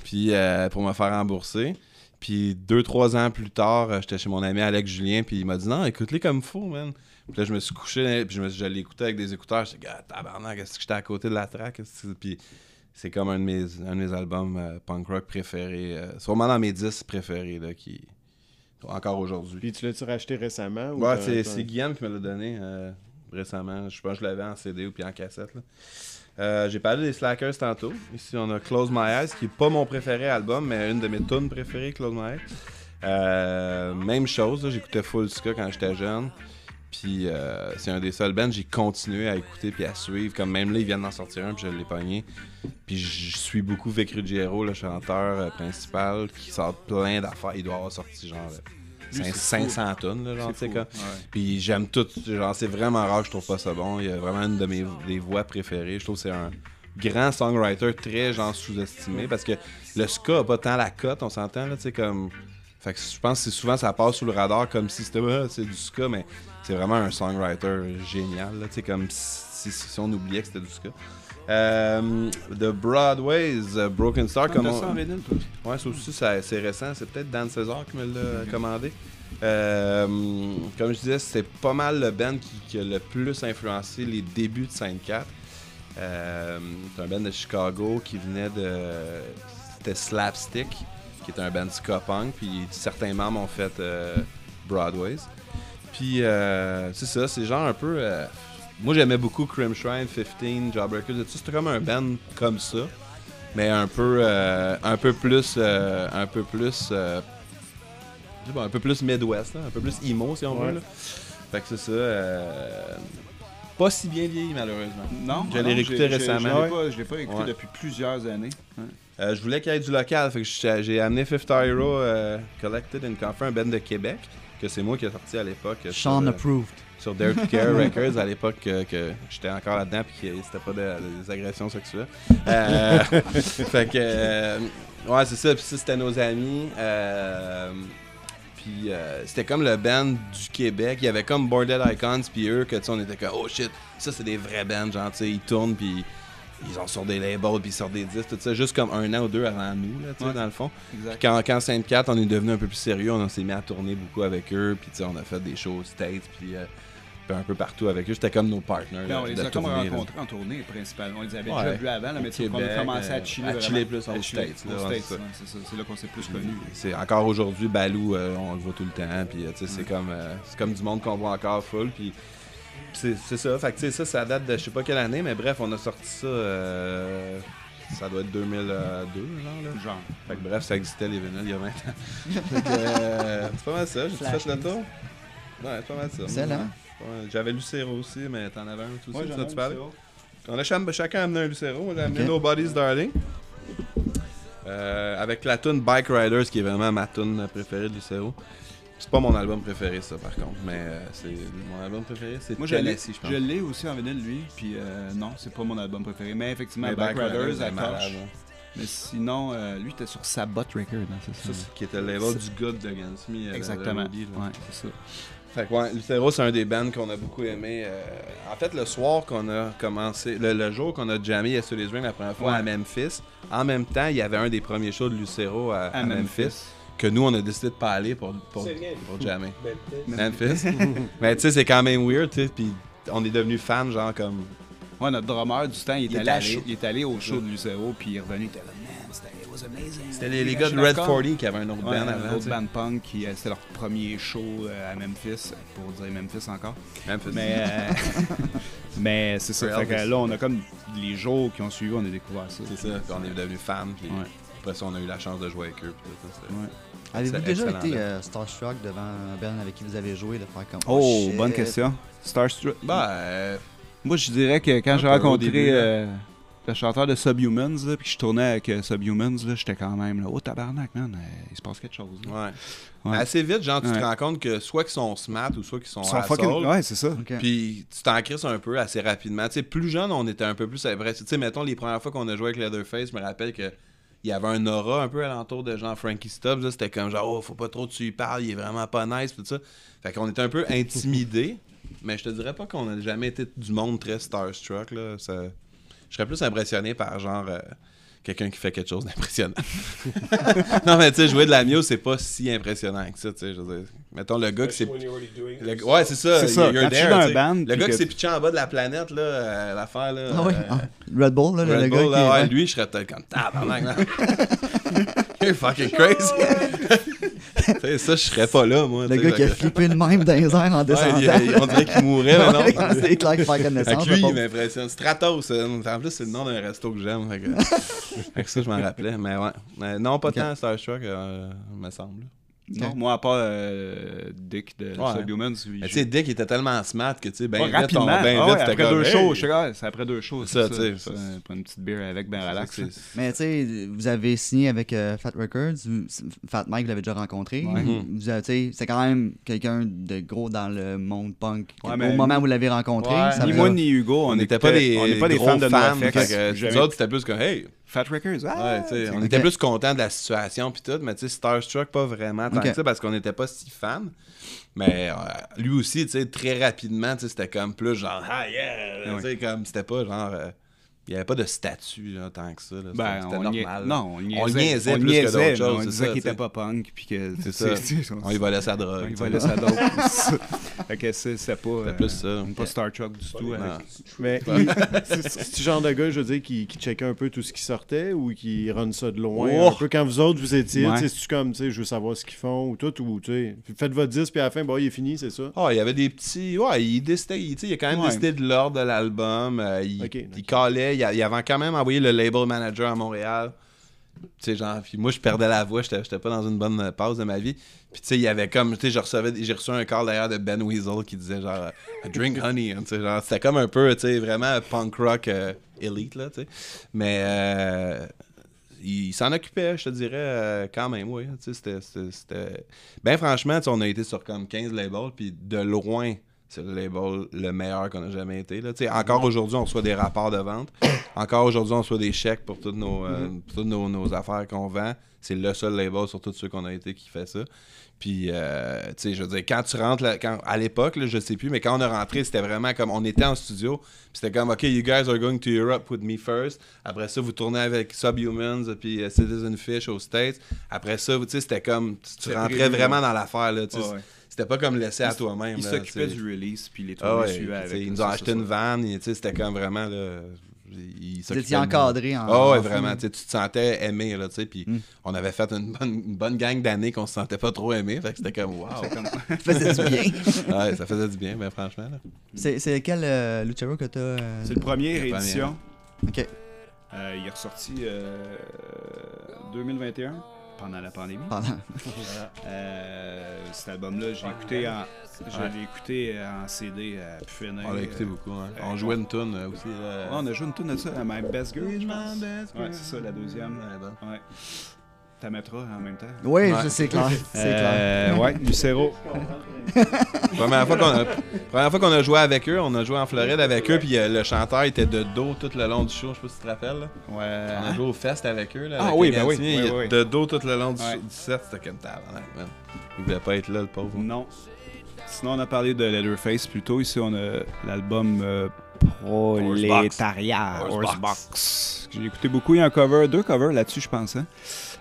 [SPEAKER 6] puis, euh, pour me faire rembourser. Puis deux, trois ans plus tard, euh, j'étais chez mon ami Alex Julien, puis il m'a dit non, écoute-les comme fou, man. Puis là, je me suis couché, puis je, me suis, je l'ai écouté avec des écouteurs. J'étais, gars, tabarnak, est-ce que j'étais à côté de la track? Est-ce que- Puis c'est comme un de mes, un de mes albums euh, punk rock préférés, euh, sûrement dans mes 10 préférés, là, qui. Encore aujourd'hui.
[SPEAKER 3] Puis tu l'as-tu racheté récemment? ou
[SPEAKER 6] Ouais,
[SPEAKER 3] t'as-
[SPEAKER 6] c'est,
[SPEAKER 3] t'as-
[SPEAKER 6] c'est Guillaume qui me l'a donné euh, récemment. Je pense que je l'avais en CD ou puis en cassette. là. Euh, j'ai parlé des Slackers tantôt. Ici, on a Close My Eyes, qui est pas mon préféré album, mais une de mes tunes préférées, Close My Eyes. Euh, même chose, là, j'écoutais Full Ska quand j'étais jeune. Puis euh, c'est un des seuls bands que j'ai continué à écouter puis à suivre. Comme même là, ils viennent d'en sortir un, puis je l'ai pogné. Puis je suis beaucoup Vecrugiero, le chanteur euh, principal, qui sort plein d'affaires. Il doit avoir sorti genre
[SPEAKER 4] Lui, c'est
[SPEAKER 6] 500 tonnes, là, genre, tu sais,
[SPEAKER 4] fou.
[SPEAKER 6] comme- puis j'aime tout. Genre, c'est vraiment rare, que je trouve pas ça bon. Il y a vraiment une de mes des voix préférées. Je trouve que c'est un grand songwriter très genre sous-estimé parce que le ska a pas tant la cote, on s'entend là, tu sais comme. Fait que je pense que c'est souvent ça passe sous le radar comme si c'était Ah, c'est du ska, mais c'est vraiment un songwriter génial là, tu sais comme si, si- si on oubliait que c'était du ska. Euh, The Broadway's euh, Broken Star, comme
[SPEAKER 4] T'as
[SPEAKER 6] on-
[SPEAKER 4] ça en vinyle, toi?
[SPEAKER 6] Ouais, ça aussi, ça- c'est récent. C'est peut-être Dan César qui me l'a commandé. Euh, comme je disais, c'est pas mal le band qui, qui a le plus influencé les débuts de 5-4. Euh, c'est un band de Chicago qui venait de. C'était Slapstick, qui est un band ska punk. Puis certains membres ont fait euh, Broadway's. Puis euh, c'est ça, c'est genre un peu. euh, moi j'aimais beaucoup Crim Shrine, 15, Jawbreakers, et tout. C'était comme un band comme ça mais un peu euh, un peu plus euh, un peu plus euh, je sais pas, un peu plus Midwest là, un peu plus emo si on
[SPEAKER 3] Ouais.
[SPEAKER 6] veut là. fait que c'est ça euh, pas si bien vieilli malheureusement
[SPEAKER 4] Non,
[SPEAKER 6] Je l'ai
[SPEAKER 4] non,
[SPEAKER 6] réécouté
[SPEAKER 4] j'ai- j'ai-
[SPEAKER 6] récemment.
[SPEAKER 4] Je l'ai pas- je l'ai pas écouté
[SPEAKER 6] Ouais.
[SPEAKER 4] depuis plusieurs années.
[SPEAKER 6] Euh, je voulais qu'il y ait du local fait que j'ai j'ai amené Fifth Hero euh, Collected and Coffee un band de Québec que c'est moi qui ai sorti à l'époque euh, sur,
[SPEAKER 7] Sean
[SPEAKER 6] euh,
[SPEAKER 7] approved.
[SPEAKER 6] sur Dare to Care Records à l'époque que, que j'étais encore là-dedans puis que c'était pas de- des agressions sexuelles. Euh, fait que euh, Ouais, c'est ça. Puis ça, c'était nos amis. Euh, Puis euh, c'était comme le band du Québec. Il y avait comme Bordel Icons. Puis eux, que tu sais, on était comme, oh shit, ça, c'est des vrais bands. Genre, tu sais, ils tournent. Puis ils ont sur des labels. Puis ils sortent des disques. Tout ça, juste comme un an ou deux avant nous, là, tu sais, dans le fond. Puis
[SPEAKER 9] Exact.
[SPEAKER 6] quand, quand 4 on est devenu un peu plus sérieux. On s'est mis à tourner beaucoup avec eux. Puis tu sais, on a fait des shows aux States. Puis. euh, puis un peu partout avec eux, c'était comme nos partners.
[SPEAKER 4] Ben,
[SPEAKER 6] là,
[SPEAKER 4] on les
[SPEAKER 6] de
[SPEAKER 4] a comme
[SPEAKER 6] tournée, là.
[SPEAKER 4] rencontrés en tournée, principalement. On les avait
[SPEAKER 6] Ouais.
[SPEAKER 4] déjà vus avant, là, mais
[SPEAKER 6] Au
[SPEAKER 4] tu sais, qu'on a
[SPEAKER 6] Québec,
[SPEAKER 4] commencé à
[SPEAKER 6] euh,
[SPEAKER 4] chiller.
[SPEAKER 6] à
[SPEAKER 4] vraiment.
[SPEAKER 6] chiller plus aux
[SPEAKER 4] À chiller,
[SPEAKER 6] States, là,
[SPEAKER 4] aux
[SPEAKER 6] ouais,
[SPEAKER 4] States,
[SPEAKER 6] c'est ça. Mm.
[SPEAKER 4] ouais, c'est ça. C'est là qu'on s'est plus connus.
[SPEAKER 6] C'est encore aujourd'hui, Balou, euh, on le voit tout le temps. Puis euh, tu sais, c'est comme, euh, c'est comme du monde qu'on voit encore full. Puis c'est c'est ça. Fait que tu sais, ça, ça date de je sais pas quelle année, mais bref, on a sorti ça. euh, ça doit être 2002, genre là.
[SPEAKER 4] Genre.
[SPEAKER 6] Fait que bref, ça existait les vinyles il y a 20 ans. Fait que, euh, c'est pas mal ça. J'ai
[SPEAKER 7] Flash
[SPEAKER 6] fait le tour. Ouais, c'est pas mal ça.
[SPEAKER 7] Excellent.
[SPEAKER 6] Ouais. Ouais, J'avais Lucero aussi, mais t'en avais un aussi.
[SPEAKER 4] Ouais,
[SPEAKER 6] ça,
[SPEAKER 4] j'en ai
[SPEAKER 6] tu
[SPEAKER 4] un,
[SPEAKER 6] parlais?
[SPEAKER 4] Lucero.
[SPEAKER 6] On a cham- chacun amené un Lucero. Moi, J'ai amené
[SPEAKER 7] Ok.
[SPEAKER 6] Nobody's Darling. Euh, avec la tune Bike Riders, qui est vraiment ma tune préférée de Lucero. C'est pas mon album préféré, ça, par contre. Mais euh, c'est mon album préféré, c'est
[SPEAKER 4] Moi, je l'ai,
[SPEAKER 6] Tennessee, je pense.
[SPEAKER 4] je l'ai aussi en vinyle, lui. Puis euh, non, c'est pas mon album préféré. Mais effectivement,
[SPEAKER 6] Mais
[SPEAKER 4] Back Riders,
[SPEAKER 6] Riders,
[SPEAKER 4] à
[SPEAKER 6] c'est malade,
[SPEAKER 4] torche.
[SPEAKER 6] hein.
[SPEAKER 4] Mais sinon, euh, lui, était sur Sabot Record, hein, c'est ça?
[SPEAKER 6] Ça, c'est qui était le label du gars de Gun Smith. euh,
[SPEAKER 4] Exactement.
[SPEAKER 6] Melody, là.
[SPEAKER 4] Ouais, c'est ça.
[SPEAKER 6] Fait que ouais, Lucero, c'est un des bands qu'on a beaucoup aimé. euh, en fait, le soir qu'on a commencé, le, le jour qu'on a jammé à les Ring la première fois à Memphis, en même temps, il y avait un des premiers shows de Lucero à, à Memphis, que nous, on a décidé de pas aller pour, pour, pour jammer. Memphis. Mais tu sais, c'est quand même weird, tu sais, puis on est devenu fan, genre comme.
[SPEAKER 4] Ouais, notre drummer du temps, il est,
[SPEAKER 6] Il est
[SPEAKER 4] allé, à-
[SPEAKER 6] allé.
[SPEAKER 4] il est allé au show de Lucero, puis il est revenu, il était là, man, c'était- it was amazing.
[SPEAKER 6] C'était les, les
[SPEAKER 4] Puis
[SPEAKER 6] gars
[SPEAKER 4] je
[SPEAKER 6] de
[SPEAKER 4] suis
[SPEAKER 6] Red
[SPEAKER 4] d'accord.
[SPEAKER 6] 40 qui avaient un autre
[SPEAKER 4] Ouais,
[SPEAKER 6] band
[SPEAKER 4] un
[SPEAKER 6] avant. tu
[SPEAKER 4] autre
[SPEAKER 6] sais.
[SPEAKER 4] band punk, qui, euh, c'était leur premier show euh, à Memphis, pour dire Memphis encore.
[SPEAKER 6] Memphis.
[SPEAKER 4] Mais, euh, mais c'est ça.
[SPEAKER 6] Real
[SPEAKER 4] Fait que
[SPEAKER 6] Elvis.
[SPEAKER 4] là, on a comme les jours qui ont suivi, on a découvert ça.
[SPEAKER 6] C'est ça, puis on est devenu fan, puis
[SPEAKER 4] Ouais.
[SPEAKER 6] après ça, on a eu la chance de jouer avec eux. puis tout ça, c'était-
[SPEAKER 4] Ouais.
[SPEAKER 7] Avez-vous
[SPEAKER 6] C'est
[SPEAKER 7] déjà
[SPEAKER 6] excellent,
[SPEAKER 7] été
[SPEAKER 6] là.
[SPEAKER 7] euh, starstruck devant un band avec qui vous avez joué de faire comme
[SPEAKER 4] Oh,
[SPEAKER 7] shit.
[SPEAKER 4] bonne question. Starstruck.
[SPEAKER 6] Ben, euh,
[SPEAKER 4] Moi, je dirais que quand j'ai
[SPEAKER 6] peu au début,
[SPEAKER 4] rencontré
[SPEAKER 6] là.
[SPEAKER 4] euh, le chanteur de Subhumans, là, puis que je tournais avec euh, Subhumans, là, j'étais quand même là, oh tabarnak, man, euh, il se passe quelque chose. là.
[SPEAKER 6] Ouais.
[SPEAKER 4] Ouais.
[SPEAKER 6] Assez vite, genre, tu te
[SPEAKER 4] Ouais.
[SPEAKER 6] rends compte que soit qu'ils sont smart ou soit qu'ils sont,
[SPEAKER 4] Ils sont
[SPEAKER 6] assholes,
[SPEAKER 4] fucking. Ouais, c'est ça.
[SPEAKER 7] Ok.
[SPEAKER 6] Puis tu t'en crisses un peu assez rapidement. Tu sais, plus jeune, on était un peu plus impressionnés. Tu sais, mettons, les premières fois qu'on a joué avec Leatherface, je me rappelle que il y avait un aura un peu alentour de genre Frankie Stubbs. là. C'était comme genre, oh, faut pas trop que tu y parles, il est vraiment pas nice, pis tout ça. Fait qu'on était un peu intimidés, mais je te dirais pas qu'on a jamais été du monde très starstruck, là. Ça... Je serais plus impressionné par genre. euh, Quelqu'un qui fait quelque chose d'impressionnant. non, mais tu sais, jouer de la mio, c'est pas si impressionnant que ça, tu sais. je veux dire. Mettons le gars qui s'est. Le- Ouais, c'est ça.
[SPEAKER 4] C'est ça,
[SPEAKER 6] You're
[SPEAKER 4] quand tu
[SPEAKER 6] there,
[SPEAKER 4] es dans un
[SPEAKER 6] tu sais.
[SPEAKER 4] band,
[SPEAKER 6] le
[SPEAKER 4] puis
[SPEAKER 6] gars
[SPEAKER 4] que-
[SPEAKER 6] qui s'est pitché en bas de la planète, là, euh, l'affaire, là.
[SPEAKER 7] Ah oui,
[SPEAKER 6] euh,
[SPEAKER 7] ah, Red Bull, là, le-
[SPEAKER 6] Red
[SPEAKER 7] le
[SPEAKER 6] Bull,
[SPEAKER 7] gars
[SPEAKER 6] là, ouais,
[SPEAKER 7] qui. ouais.
[SPEAKER 6] lui, je serais peut-être comme tabarnak, là. You're fucking crazy. Tu sais, ça, je serais pas là, moi.
[SPEAKER 7] Le
[SPEAKER 6] tu sais,
[SPEAKER 7] gars qui a
[SPEAKER 6] fait que-
[SPEAKER 7] flippé de même dans les airs en
[SPEAKER 6] Ouais,
[SPEAKER 7] descendant.
[SPEAKER 6] il- il- on dirait qu'il mourrait, mais non.
[SPEAKER 7] Ouais, c'est clair qu'il fait connaissance.
[SPEAKER 6] Fait que lui,
[SPEAKER 7] je pense.
[SPEAKER 6] il m'impressionne. Stratos, euh, en plus, c'est le nom d'un resto que j'aime. Fait que, fait que ça, je m'en rappelais. Mais ouais. Euh, non, pas
[SPEAKER 7] Ok.
[SPEAKER 6] tant Starstruck, euh, me semble.
[SPEAKER 4] Non, moi, à part euh, Dick de
[SPEAKER 6] Ouais.
[SPEAKER 4] Subhumans,
[SPEAKER 6] Mais tu sais, Dick était tellement smart que, tu sais, ben,
[SPEAKER 4] Ouais,
[SPEAKER 6] vite, on-
[SPEAKER 4] rapidement.
[SPEAKER 6] ben vite,
[SPEAKER 4] Ah ouais,
[SPEAKER 6] t'es
[SPEAKER 4] après
[SPEAKER 6] comme,
[SPEAKER 4] deux
[SPEAKER 6] hey.
[SPEAKER 4] shows, je sais pas, c'est après deux shows.
[SPEAKER 6] C'est ça, tu sais,
[SPEAKER 4] c'est
[SPEAKER 6] ça,
[SPEAKER 4] Prendre une petite bière avec, ben relax.
[SPEAKER 6] C'est-
[SPEAKER 4] là.
[SPEAKER 7] Mais tu sais, vous avez signé avec euh, Fat Records, vous- Fat Mike, vous l'avez déjà rencontré.
[SPEAKER 6] Mm-hmm.
[SPEAKER 7] Vous avez- tu sais, C'est quand même quelqu'un de gros dans le monde punk.
[SPEAKER 4] Ouais,
[SPEAKER 7] Au
[SPEAKER 4] mais-
[SPEAKER 7] moment où vous l'avez rencontré,
[SPEAKER 6] Ouais.
[SPEAKER 7] ça
[SPEAKER 4] Ni
[SPEAKER 7] vous
[SPEAKER 4] moi
[SPEAKER 7] a-
[SPEAKER 4] ni Hugo, on
[SPEAKER 6] on
[SPEAKER 4] n'était
[SPEAKER 6] n'était pas des,
[SPEAKER 4] on n'est pas des
[SPEAKER 6] gros
[SPEAKER 4] fans de
[SPEAKER 6] fans,
[SPEAKER 4] NoFX.
[SPEAKER 6] fait que,
[SPEAKER 4] Jamais-
[SPEAKER 6] nous autres, c'était plus comme hey.
[SPEAKER 4] Fat Records,
[SPEAKER 6] Ouais,
[SPEAKER 4] ah!
[SPEAKER 6] tu sais, on
[SPEAKER 7] ok.
[SPEAKER 6] était plus contents de la situation puis tout, mais tu sais, Starstruck pas vraiment tant
[SPEAKER 7] Ok.
[SPEAKER 6] que ça parce qu'on n'était pas si fan. Mais euh, lui aussi, tu sais, très rapidement, tu sais, c'était comme plus genre ah yeah, tu sais, comme c'était pas genre euh, il n'y avait pas de statut là, tant que ça. là. C'était
[SPEAKER 4] Ben,
[SPEAKER 6] c'était
[SPEAKER 4] on
[SPEAKER 6] normal.
[SPEAKER 4] nia-
[SPEAKER 6] là.
[SPEAKER 4] Non, on niaisait,
[SPEAKER 6] On le niaisait
[SPEAKER 4] on
[SPEAKER 6] plus que
[SPEAKER 4] niaisait,
[SPEAKER 6] d'autres choses,
[SPEAKER 4] mais On
[SPEAKER 6] c'est
[SPEAKER 4] disait
[SPEAKER 6] ça,
[SPEAKER 4] qu'il
[SPEAKER 6] tu sais.
[SPEAKER 4] était pas punk, puis que.
[SPEAKER 6] C'est ça. On y volait sa drogue.
[SPEAKER 4] On y
[SPEAKER 6] tu sais.
[SPEAKER 4] volait sa dope. C'est ça. fait que c'est- c'était pas. euh,
[SPEAKER 6] plus ça.
[SPEAKER 4] Pas Star Trek du tout. hein.
[SPEAKER 6] Non.
[SPEAKER 4] avec-
[SPEAKER 3] Mais il- c'est ce genre de gars, je veux dire, qui, qui checkait un peu tout ce qui sortait ou qui run ça de loin.
[SPEAKER 4] Oh!
[SPEAKER 3] Un peu quand vous autres vous étiez,
[SPEAKER 4] Ouais.
[SPEAKER 3] tu sais, c'est-tu comme, tu sais, je veux savoir ce qu'ils font ou tout, ou tu sais, faites votre disque puis à la fin, bon, il est fini, c'est ça.
[SPEAKER 6] Ah, il y avait des petits. Ouais, il décidait. Il, tu sais, il a quand même
[SPEAKER 4] Ouais.
[SPEAKER 6] décidé de l'ordre de l'album. euh, il,
[SPEAKER 3] Ok,
[SPEAKER 6] il
[SPEAKER 3] ok.
[SPEAKER 6] calait. Il, a- il avait quand même envoyé le label manager à Montréal. Tu sais, genre, puis moi, je perdais la voix. J'étais j'étais pas dans une bonne euh, pause de ma vie. Puis, tu sais, il y avait comme. Tu sais, je recevais. J'ai reçu un call d'ailleurs de Ben Weasel qui disait genre. euh, I drink honey. hein, tu sais, genre, c'était comme un peu, tu sais, vraiment punk rock euh, elite, là, tu sais. Mais. euh, il s'en occupait, je te dirais, euh, quand même, oui. Tu sais, c'était- c'était- c'était- Ben franchement, tu sais, on a été sur comme 15 labels, puis de loin, c'est le label le meilleur qu'on a jamais été. Là. Tu sais, Encore aujourd'hui, on reçoit des rapports de vente. Encore aujourd'hui, on reçoit des chèques pour toutes nos, euh, pour toutes nos, nos affaires qu'on vend. C'est le seul label sur tous ceux qu'on a été qui fait ça. Puis, euh, tu sais, je veux dire, quand tu rentres, là- quand, à l'époque, là, je sais plus, mais quand on est rentré, c'était vraiment comme, on était en studio, puis c'était comme, OK, you guys are going to Europe with me first. Après ça, vous tournez avec Subhumans, puis euh, Citizen Fish aux States. Après ça, vous- tu sais, c'était comme, tu- tu rentrais vraiment dans l'affaire, là, tu sais.
[SPEAKER 9] Ouais, ouais.
[SPEAKER 6] C'était pas comme laissé à toi-même.
[SPEAKER 9] Ils
[SPEAKER 6] là,
[SPEAKER 9] s'occupaient
[SPEAKER 6] tu sais.
[SPEAKER 9] du release, puis les
[SPEAKER 6] Ah
[SPEAKER 9] tournées
[SPEAKER 6] ouais,
[SPEAKER 9] suivaient
[SPEAKER 6] tu sais,
[SPEAKER 9] avec.
[SPEAKER 6] ils nous
[SPEAKER 9] ça,
[SPEAKER 6] ont
[SPEAKER 9] ça,
[SPEAKER 6] acheté
[SPEAKER 9] ça.
[SPEAKER 6] une vanne, et, tu sais, c'était comme vraiment, là, ils
[SPEAKER 7] Vous
[SPEAKER 6] s'occupaient
[SPEAKER 7] étiez
[SPEAKER 6] de nous.
[SPEAKER 7] encadré en.
[SPEAKER 6] Ah ouais,
[SPEAKER 7] en
[SPEAKER 6] vraiment.
[SPEAKER 7] fou. Hmm.
[SPEAKER 6] tu sais, Tu te sentais aimé, là, tu sais. Puis on avait fait une bonne, une bonne gang d'années qu'on se sentait pas trop aimé. Fait que c'était comme, wow.
[SPEAKER 7] Faisait du bien.
[SPEAKER 6] ouais, ça faisait du bien, ben franchement. Là.
[SPEAKER 7] C'est c'est quel euh, Lucero que t'as. euh,
[SPEAKER 4] C'est le
[SPEAKER 6] La
[SPEAKER 4] premier
[SPEAKER 6] première.
[SPEAKER 4] édition.
[SPEAKER 7] Ok.
[SPEAKER 4] Euh, il est ressorti euh, 2021, pendant la pandémie.
[SPEAKER 7] pendant-
[SPEAKER 4] Euh, cet album-là, j'ai écouté en, je l'ai écouté en CD à pu finir.
[SPEAKER 6] On l'a écouté
[SPEAKER 4] Euh,
[SPEAKER 6] beaucoup. hein.
[SPEAKER 4] euh,
[SPEAKER 6] on jouait une tune aussi. euh,
[SPEAKER 4] ouais,
[SPEAKER 6] là.
[SPEAKER 4] Ah, on a joué une tune de ça, à My Best Girl. je pense.
[SPEAKER 6] Ouais,
[SPEAKER 4] Ouais, c'est ça, la deuxième.
[SPEAKER 6] Ouais, bon.
[SPEAKER 4] Ouais. T'as mettras en même temps.
[SPEAKER 7] Oui,
[SPEAKER 6] Ouais.
[SPEAKER 7] je- c'est clair. C'est clair.
[SPEAKER 4] Euh, ouais, Lucero.
[SPEAKER 6] Première fois qu'on a, première fois qu'on a joué avec eux, on a joué en Floride avec eux, puis euh, le chanteur était de dos tout le long du show, je sais pas si tu te rappelles. là.
[SPEAKER 4] Ouais.
[SPEAKER 6] On a joué au fest avec eux. Là,
[SPEAKER 4] Hein? Ah
[SPEAKER 6] avec
[SPEAKER 4] oui,
[SPEAKER 6] les
[SPEAKER 4] ben oui,
[SPEAKER 6] Gatineaux,
[SPEAKER 4] oui,
[SPEAKER 6] il
[SPEAKER 4] oui.
[SPEAKER 6] De dos tout le long du,
[SPEAKER 4] Ouais.
[SPEAKER 6] du set, c'était comme tabarnak, man. Il voulait pas être là, le pauvre.
[SPEAKER 4] Non. Sinon, on a parlé de Leatherface plus tôt. Ici, on a l'album euh,
[SPEAKER 6] Ah,
[SPEAKER 4] Prolétariat,
[SPEAKER 6] Horse Box.
[SPEAKER 4] Horsebox. que J'ai écouté beaucoup. Il y a un cover, deux covers là-dessus, je pense. hein.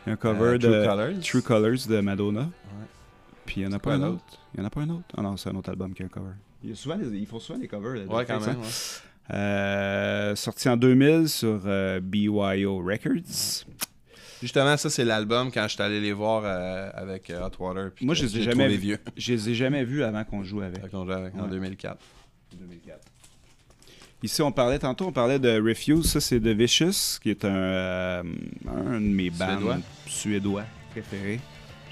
[SPEAKER 4] Il y a un cover
[SPEAKER 6] Euh,
[SPEAKER 4] de
[SPEAKER 6] True Colours.
[SPEAKER 4] True Colors de Madonna. Puis il n'y en a pas
[SPEAKER 6] pas
[SPEAKER 4] un
[SPEAKER 6] un
[SPEAKER 4] autre. Il n'y en a pas un autre. Ah non, c'est un autre album qui a un cover. Il y a souvent des- ils font souvent des covers.
[SPEAKER 6] Ouais,
[SPEAKER 4] Leatherface,
[SPEAKER 6] quand même.
[SPEAKER 4] hein.
[SPEAKER 6] ouais.
[SPEAKER 4] Euh, sorti en 2000 sur euh, BYO Records.
[SPEAKER 6] Justement, ça, c'est l'album quand je suis allé les voir euh, avec euh, Hot Water. puis
[SPEAKER 4] Moi,
[SPEAKER 6] que
[SPEAKER 4] je les ai
[SPEAKER 6] j'ai
[SPEAKER 4] jamais
[SPEAKER 6] trouvé
[SPEAKER 4] vus.
[SPEAKER 6] vieux.
[SPEAKER 4] Je les ai jamais vus avant qu'on joue avec.
[SPEAKER 6] Fait qu'on jouait avec en
[SPEAKER 4] Ouais.
[SPEAKER 6] 2004.
[SPEAKER 4] Ici, on parlait tantôt, on parlait de Refuse, ça c'est de Vicious, qui est un, euh, un de mes bands
[SPEAKER 6] Suédois.
[SPEAKER 4] suédois, préférés.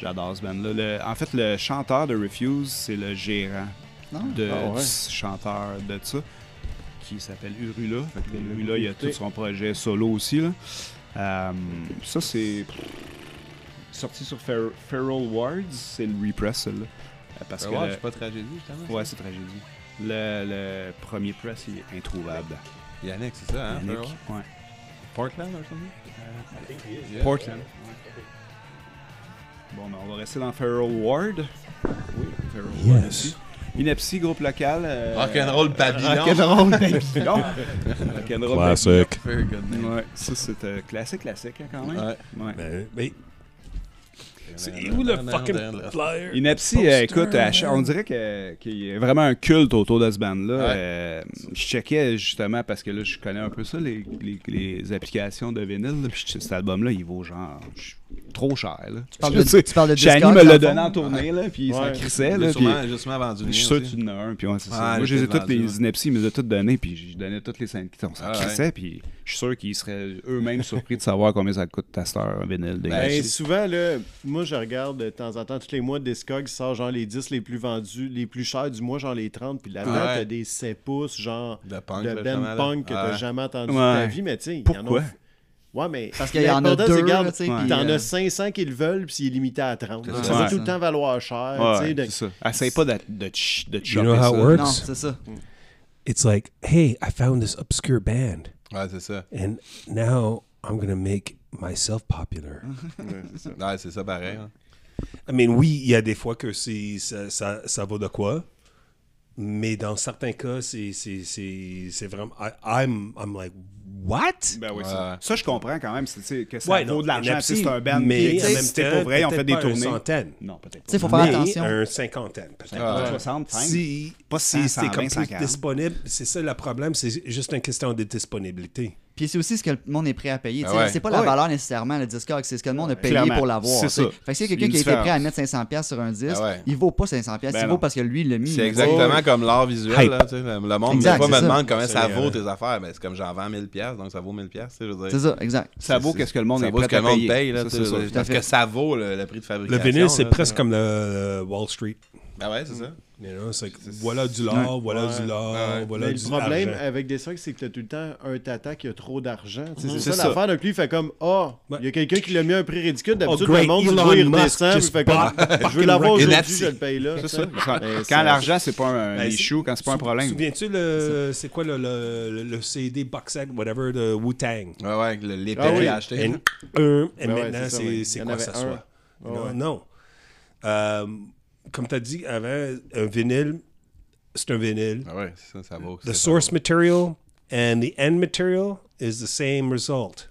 [SPEAKER 4] J'adore ce band-là. Le- En fait, le chanteur de Refuse, c'est le gérant
[SPEAKER 7] Ah.
[SPEAKER 4] de,
[SPEAKER 10] Ah ouais.
[SPEAKER 4] du chanteur de ça, qui s'appelle Urula. Fait que Urula, il a tout son projet solo aussi. là. Euh, ça, c'est sorti sur Fer- Feral Wards, c'est le repress, celle-là. Euh, Parce que le-
[SPEAKER 6] pas tragédie, justement.
[SPEAKER 4] Ouais, c'est tragédie. Le, le premier press, il est introuvable.
[SPEAKER 6] Yannick, c'est ça, hein?
[SPEAKER 4] Yannick,
[SPEAKER 6] Pearl?
[SPEAKER 4] ouais.
[SPEAKER 6] Portland, or something? Yeah.
[SPEAKER 4] Portland. Bon, ben, on va rester dans Feral Ward. Oui, Feral Ward aussi. Inepsi, groupe local. Euh,
[SPEAKER 6] Rock'n'roll Babylon.
[SPEAKER 4] Rock'n'roll Babylon. Rock'n'roll
[SPEAKER 10] Classic.
[SPEAKER 6] Very good name.
[SPEAKER 4] Babylon. Ouais, ça c'est euh, classique, classique hein, quand même.
[SPEAKER 6] Ouais.
[SPEAKER 4] Ouais.
[SPEAKER 10] Mais, mais- c'est- et où le fucking flyer?
[SPEAKER 4] Inepsi, euh, écoute, à ch- on dirait que- qu'il y a vraiment un culte autour de ce band-là.
[SPEAKER 6] Ouais.
[SPEAKER 4] Euh, je checkais justement parce que là, je connais un peu ça, les, les- les applications de vinyle. là, puis je- cet album-là, il vaut genre je- trop cher. Là.
[SPEAKER 7] Tu parles de-
[SPEAKER 4] sais,
[SPEAKER 7] tu parles de
[SPEAKER 4] Shani
[SPEAKER 7] Discord,
[SPEAKER 4] me
[SPEAKER 7] dans
[SPEAKER 4] l'a
[SPEAKER 7] le
[SPEAKER 4] donné
[SPEAKER 7] fond?
[SPEAKER 4] en tournée, là, puis il s'en
[SPEAKER 3] Ouais.
[SPEAKER 4] crissait.
[SPEAKER 6] Elle
[SPEAKER 4] Là,
[SPEAKER 6] a
[SPEAKER 4] puis
[SPEAKER 6] sûrement, j'ai sûrement vendu le
[SPEAKER 4] je suis
[SPEAKER 6] mien
[SPEAKER 4] sûr que
[SPEAKER 6] aussi.
[SPEAKER 4] tu en as un. Puis ouais, c'est ça.
[SPEAKER 6] Ouais,
[SPEAKER 4] Moi, je les ai
[SPEAKER 6] j'étais
[SPEAKER 4] toutes
[SPEAKER 6] vendu,
[SPEAKER 4] les inepties, ils me les ont toutes données, puis je donnais toutes les indications. On s'en
[SPEAKER 6] Ah ouais.
[SPEAKER 4] crissait, puis je suis sûr qu'ils seraient eux-mêmes surpris de savoir combien ça coûte à cette heure un vinyle. des
[SPEAKER 3] Ben,
[SPEAKER 4] Inepsi.
[SPEAKER 3] souvent, là, moi, je regarde de temps en temps, tous les mois, Discog sort genre les 10 les plus vendus, les plus chers du mois, genre les 30. Puis là-dedans,
[SPEAKER 6] Ouais.
[SPEAKER 3] t'as des 7 pouces, genre
[SPEAKER 6] De punk,
[SPEAKER 3] de
[SPEAKER 6] là,
[SPEAKER 3] Ben
[SPEAKER 6] justement, là.
[SPEAKER 3] Punk que t'as
[SPEAKER 6] Ouais.
[SPEAKER 3] jamais entendu
[SPEAKER 4] Ouais.
[SPEAKER 3] de ta vie, mais tu sais, il y en a-
[SPEAKER 4] Pourquoi?
[SPEAKER 3] Ouais, mais.
[SPEAKER 7] Parce qu'il y en a
[SPEAKER 3] l'important, c'est,
[SPEAKER 7] deux,
[SPEAKER 3] regarde,
[SPEAKER 7] là, tu sais, puis,
[SPEAKER 3] T'en
[SPEAKER 7] euh,
[SPEAKER 3] as 500 qui le veulent, puis il est limité à 30. Ça
[SPEAKER 4] ça.
[SPEAKER 3] va tout le temps valoir cher.
[SPEAKER 4] Ouais,
[SPEAKER 3] tu sais, de-
[SPEAKER 4] Ah, c'est ça. Essaye pas de, de, ch- de te
[SPEAKER 11] You know
[SPEAKER 4] choper
[SPEAKER 11] how
[SPEAKER 4] ça.
[SPEAKER 11] it works?
[SPEAKER 7] Non, c'est ça.
[SPEAKER 11] It's like, hey, I found this obscure band,
[SPEAKER 6] Ouais, c'est ça.
[SPEAKER 11] and now I'm gonna make myself popular.
[SPEAKER 6] Ouais, c'est ça, pareil. hein.
[SPEAKER 8] I mean, oui, il y a des fois que c'est- ça, ça, ça vaut de quoi, mais dans certains cas, c'est c'est- c'est- c'est vraiment. I- I'm, I'm like, what?
[SPEAKER 4] Ben oui,
[SPEAKER 6] Ouais.
[SPEAKER 4] ça. Ça, je comprends quand même. c'est- c'est que ça
[SPEAKER 8] Ouais,
[SPEAKER 4] vaut
[SPEAKER 8] non,
[SPEAKER 4] de l'argent.
[SPEAKER 8] Inepsi,
[SPEAKER 4] si C'est un band
[SPEAKER 8] mais
[SPEAKER 4] qui
[SPEAKER 8] en même
[SPEAKER 4] existe. C'était
[SPEAKER 8] temps,
[SPEAKER 4] pour vrai, on fait
[SPEAKER 8] peut-être
[SPEAKER 4] des
[SPEAKER 8] pas une
[SPEAKER 4] tournées.
[SPEAKER 8] centaine.
[SPEAKER 4] Non, peut-être
[SPEAKER 7] Tu sais,
[SPEAKER 4] pas. Ben,
[SPEAKER 7] faut faire
[SPEAKER 8] Mais
[SPEAKER 7] attention.
[SPEAKER 8] un cinquantaine. peut-être.
[SPEAKER 6] Ah, ouais.
[SPEAKER 4] 65.
[SPEAKER 8] Si,
[SPEAKER 4] Pas
[SPEAKER 8] si
[SPEAKER 4] 100,
[SPEAKER 8] c'est comme
[SPEAKER 4] 120,
[SPEAKER 8] plus
[SPEAKER 4] 140.
[SPEAKER 8] disponible, c'est ça le problème, c'est juste une question de disponibilité.
[SPEAKER 7] Puis c'est aussi ce que le monde est prêt à payer. tu
[SPEAKER 6] Ah
[SPEAKER 7] sais,
[SPEAKER 6] ouais.
[SPEAKER 7] C'est pas la
[SPEAKER 4] Ouais.
[SPEAKER 7] valeur nécessairement, le Discog, c'est ce que le monde a payé
[SPEAKER 4] Clairement.
[SPEAKER 7] pour l'avoir.
[SPEAKER 4] C'est
[SPEAKER 7] tu sais.
[SPEAKER 4] ça.
[SPEAKER 7] Fait que s'il y
[SPEAKER 4] C'est
[SPEAKER 7] a quelqu'un
[SPEAKER 4] une
[SPEAKER 7] qui a été prêt à
[SPEAKER 4] différence.
[SPEAKER 7] mettre 500$ sur un disque,
[SPEAKER 6] Ah ouais.
[SPEAKER 7] il vaut pas 500$,
[SPEAKER 4] Ben
[SPEAKER 7] il
[SPEAKER 4] non.
[SPEAKER 7] vaut parce que lui, il l'a mis.
[SPEAKER 6] C'est exactement comme l'art visuel.
[SPEAKER 11] Hype.
[SPEAKER 6] Là, tu sais, le, le monde
[SPEAKER 7] Exact,
[SPEAKER 6] des fois,
[SPEAKER 7] c'est
[SPEAKER 6] me
[SPEAKER 7] ça.
[SPEAKER 6] demande comment
[SPEAKER 8] C'est,
[SPEAKER 6] ça
[SPEAKER 8] euh,
[SPEAKER 6] vaut tes affaires. Mais c'est comme j'en vends 1000$, piastres, donc ça vaut 1000$. piastres, tu sais, je veux
[SPEAKER 7] C'est
[SPEAKER 6] dire.
[SPEAKER 7] ça, exact.
[SPEAKER 4] Ça vaut qu'est-ce que le monde
[SPEAKER 6] ça
[SPEAKER 4] est
[SPEAKER 6] vaut ce
[SPEAKER 4] prêt
[SPEAKER 6] que le
[SPEAKER 4] à
[SPEAKER 6] monde
[SPEAKER 4] payer.
[SPEAKER 6] paye. Là,
[SPEAKER 4] Ça,
[SPEAKER 6] tu
[SPEAKER 4] c'est
[SPEAKER 6] sais,
[SPEAKER 4] sûr.
[SPEAKER 6] parce
[SPEAKER 7] fait.
[SPEAKER 6] que ça vaut le, le prix de
[SPEAKER 8] Le
[SPEAKER 6] fabrication.
[SPEAKER 8] vinyle, c'est
[SPEAKER 6] là.
[SPEAKER 8] presque comme le le euh, Wall Street.
[SPEAKER 6] Ah ouais, c'est ça.
[SPEAKER 10] You know, c'est que voilà du lard, voilà
[SPEAKER 3] Ouais.
[SPEAKER 10] du lard, voilà
[SPEAKER 3] Mais
[SPEAKER 10] du
[SPEAKER 3] le problème
[SPEAKER 10] argent.
[SPEAKER 3] avec des sacs, c'est que t'as tout le temps un tata qui a trop d'argent. Tu
[SPEAKER 4] Mhm.
[SPEAKER 3] sais,
[SPEAKER 10] C'est
[SPEAKER 3] C'est ça,
[SPEAKER 10] ça.
[SPEAKER 3] l'affaire. Donc lui, il fait comme Ah, il y a quelqu'un qui l'a mis à un prix ridicule. D'habitude,
[SPEAKER 11] Oh,
[SPEAKER 3] le
[SPEAKER 11] great,
[SPEAKER 3] monde du
[SPEAKER 11] Elon
[SPEAKER 3] doigt, il
[SPEAKER 11] Musk
[SPEAKER 3] redescend. puis il
[SPEAKER 11] just
[SPEAKER 3] fait comme Je veux l'avoir
[SPEAKER 6] Et
[SPEAKER 3] aujourd'hui,
[SPEAKER 6] that's
[SPEAKER 3] je
[SPEAKER 6] it.
[SPEAKER 3] le paye là.
[SPEAKER 4] C'est
[SPEAKER 3] tu sais.
[SPEAKER 4] ça. Quand,
[SPEAKER 3] Ben,
[SPEAKER 4] quand
[SPEAKER 3] ça-
[SPEAKER 4] l'argent, c'est pas un
[SPEAKER 10] Ben, c'est-
[SPEAKER 4] issue, quand c'est pas un problème.
[SPEAKER 10] Souviens-tu, le, c'est quoi le, le, le- le CD box set, whatever, de Wu-Tang?
[SPEAKER 6] Ouais, ouais, le- l'épée
[SPEAKER 3] Ah oui.
[SPEAKER 6] qu'il a acheté.
[SPEAKER 10] Et, euh, et
[SPEAKER 3] Ben ouais,
[SPEAKER 10] maintenant,
[SPEAKER 3] c'est ça,
[SPEAKER 10] c'est
[SPEAKER 3] ouais.
[SPEAKER 10] c'est
[SPEAKER 3] Il y en
[SPEAKER 10] quoi
[SPEAKER 3] avait
[SPEAKER 10] ça
[SPEAKER 3] un.
[SPEAKER 10] soit?
[SPEAKER 3] Ah
[SPEAKER 10] non,
[SPEAKER 3] ouais.
[SPEAKER 10] non. Euh, comme tu as dit avant, un vinyle, c'est un vinyle.
[SPEAKER 6] Ah ouais, c'est ça, ça va.
[SPEAKER 10] The source material and the end material is the same result.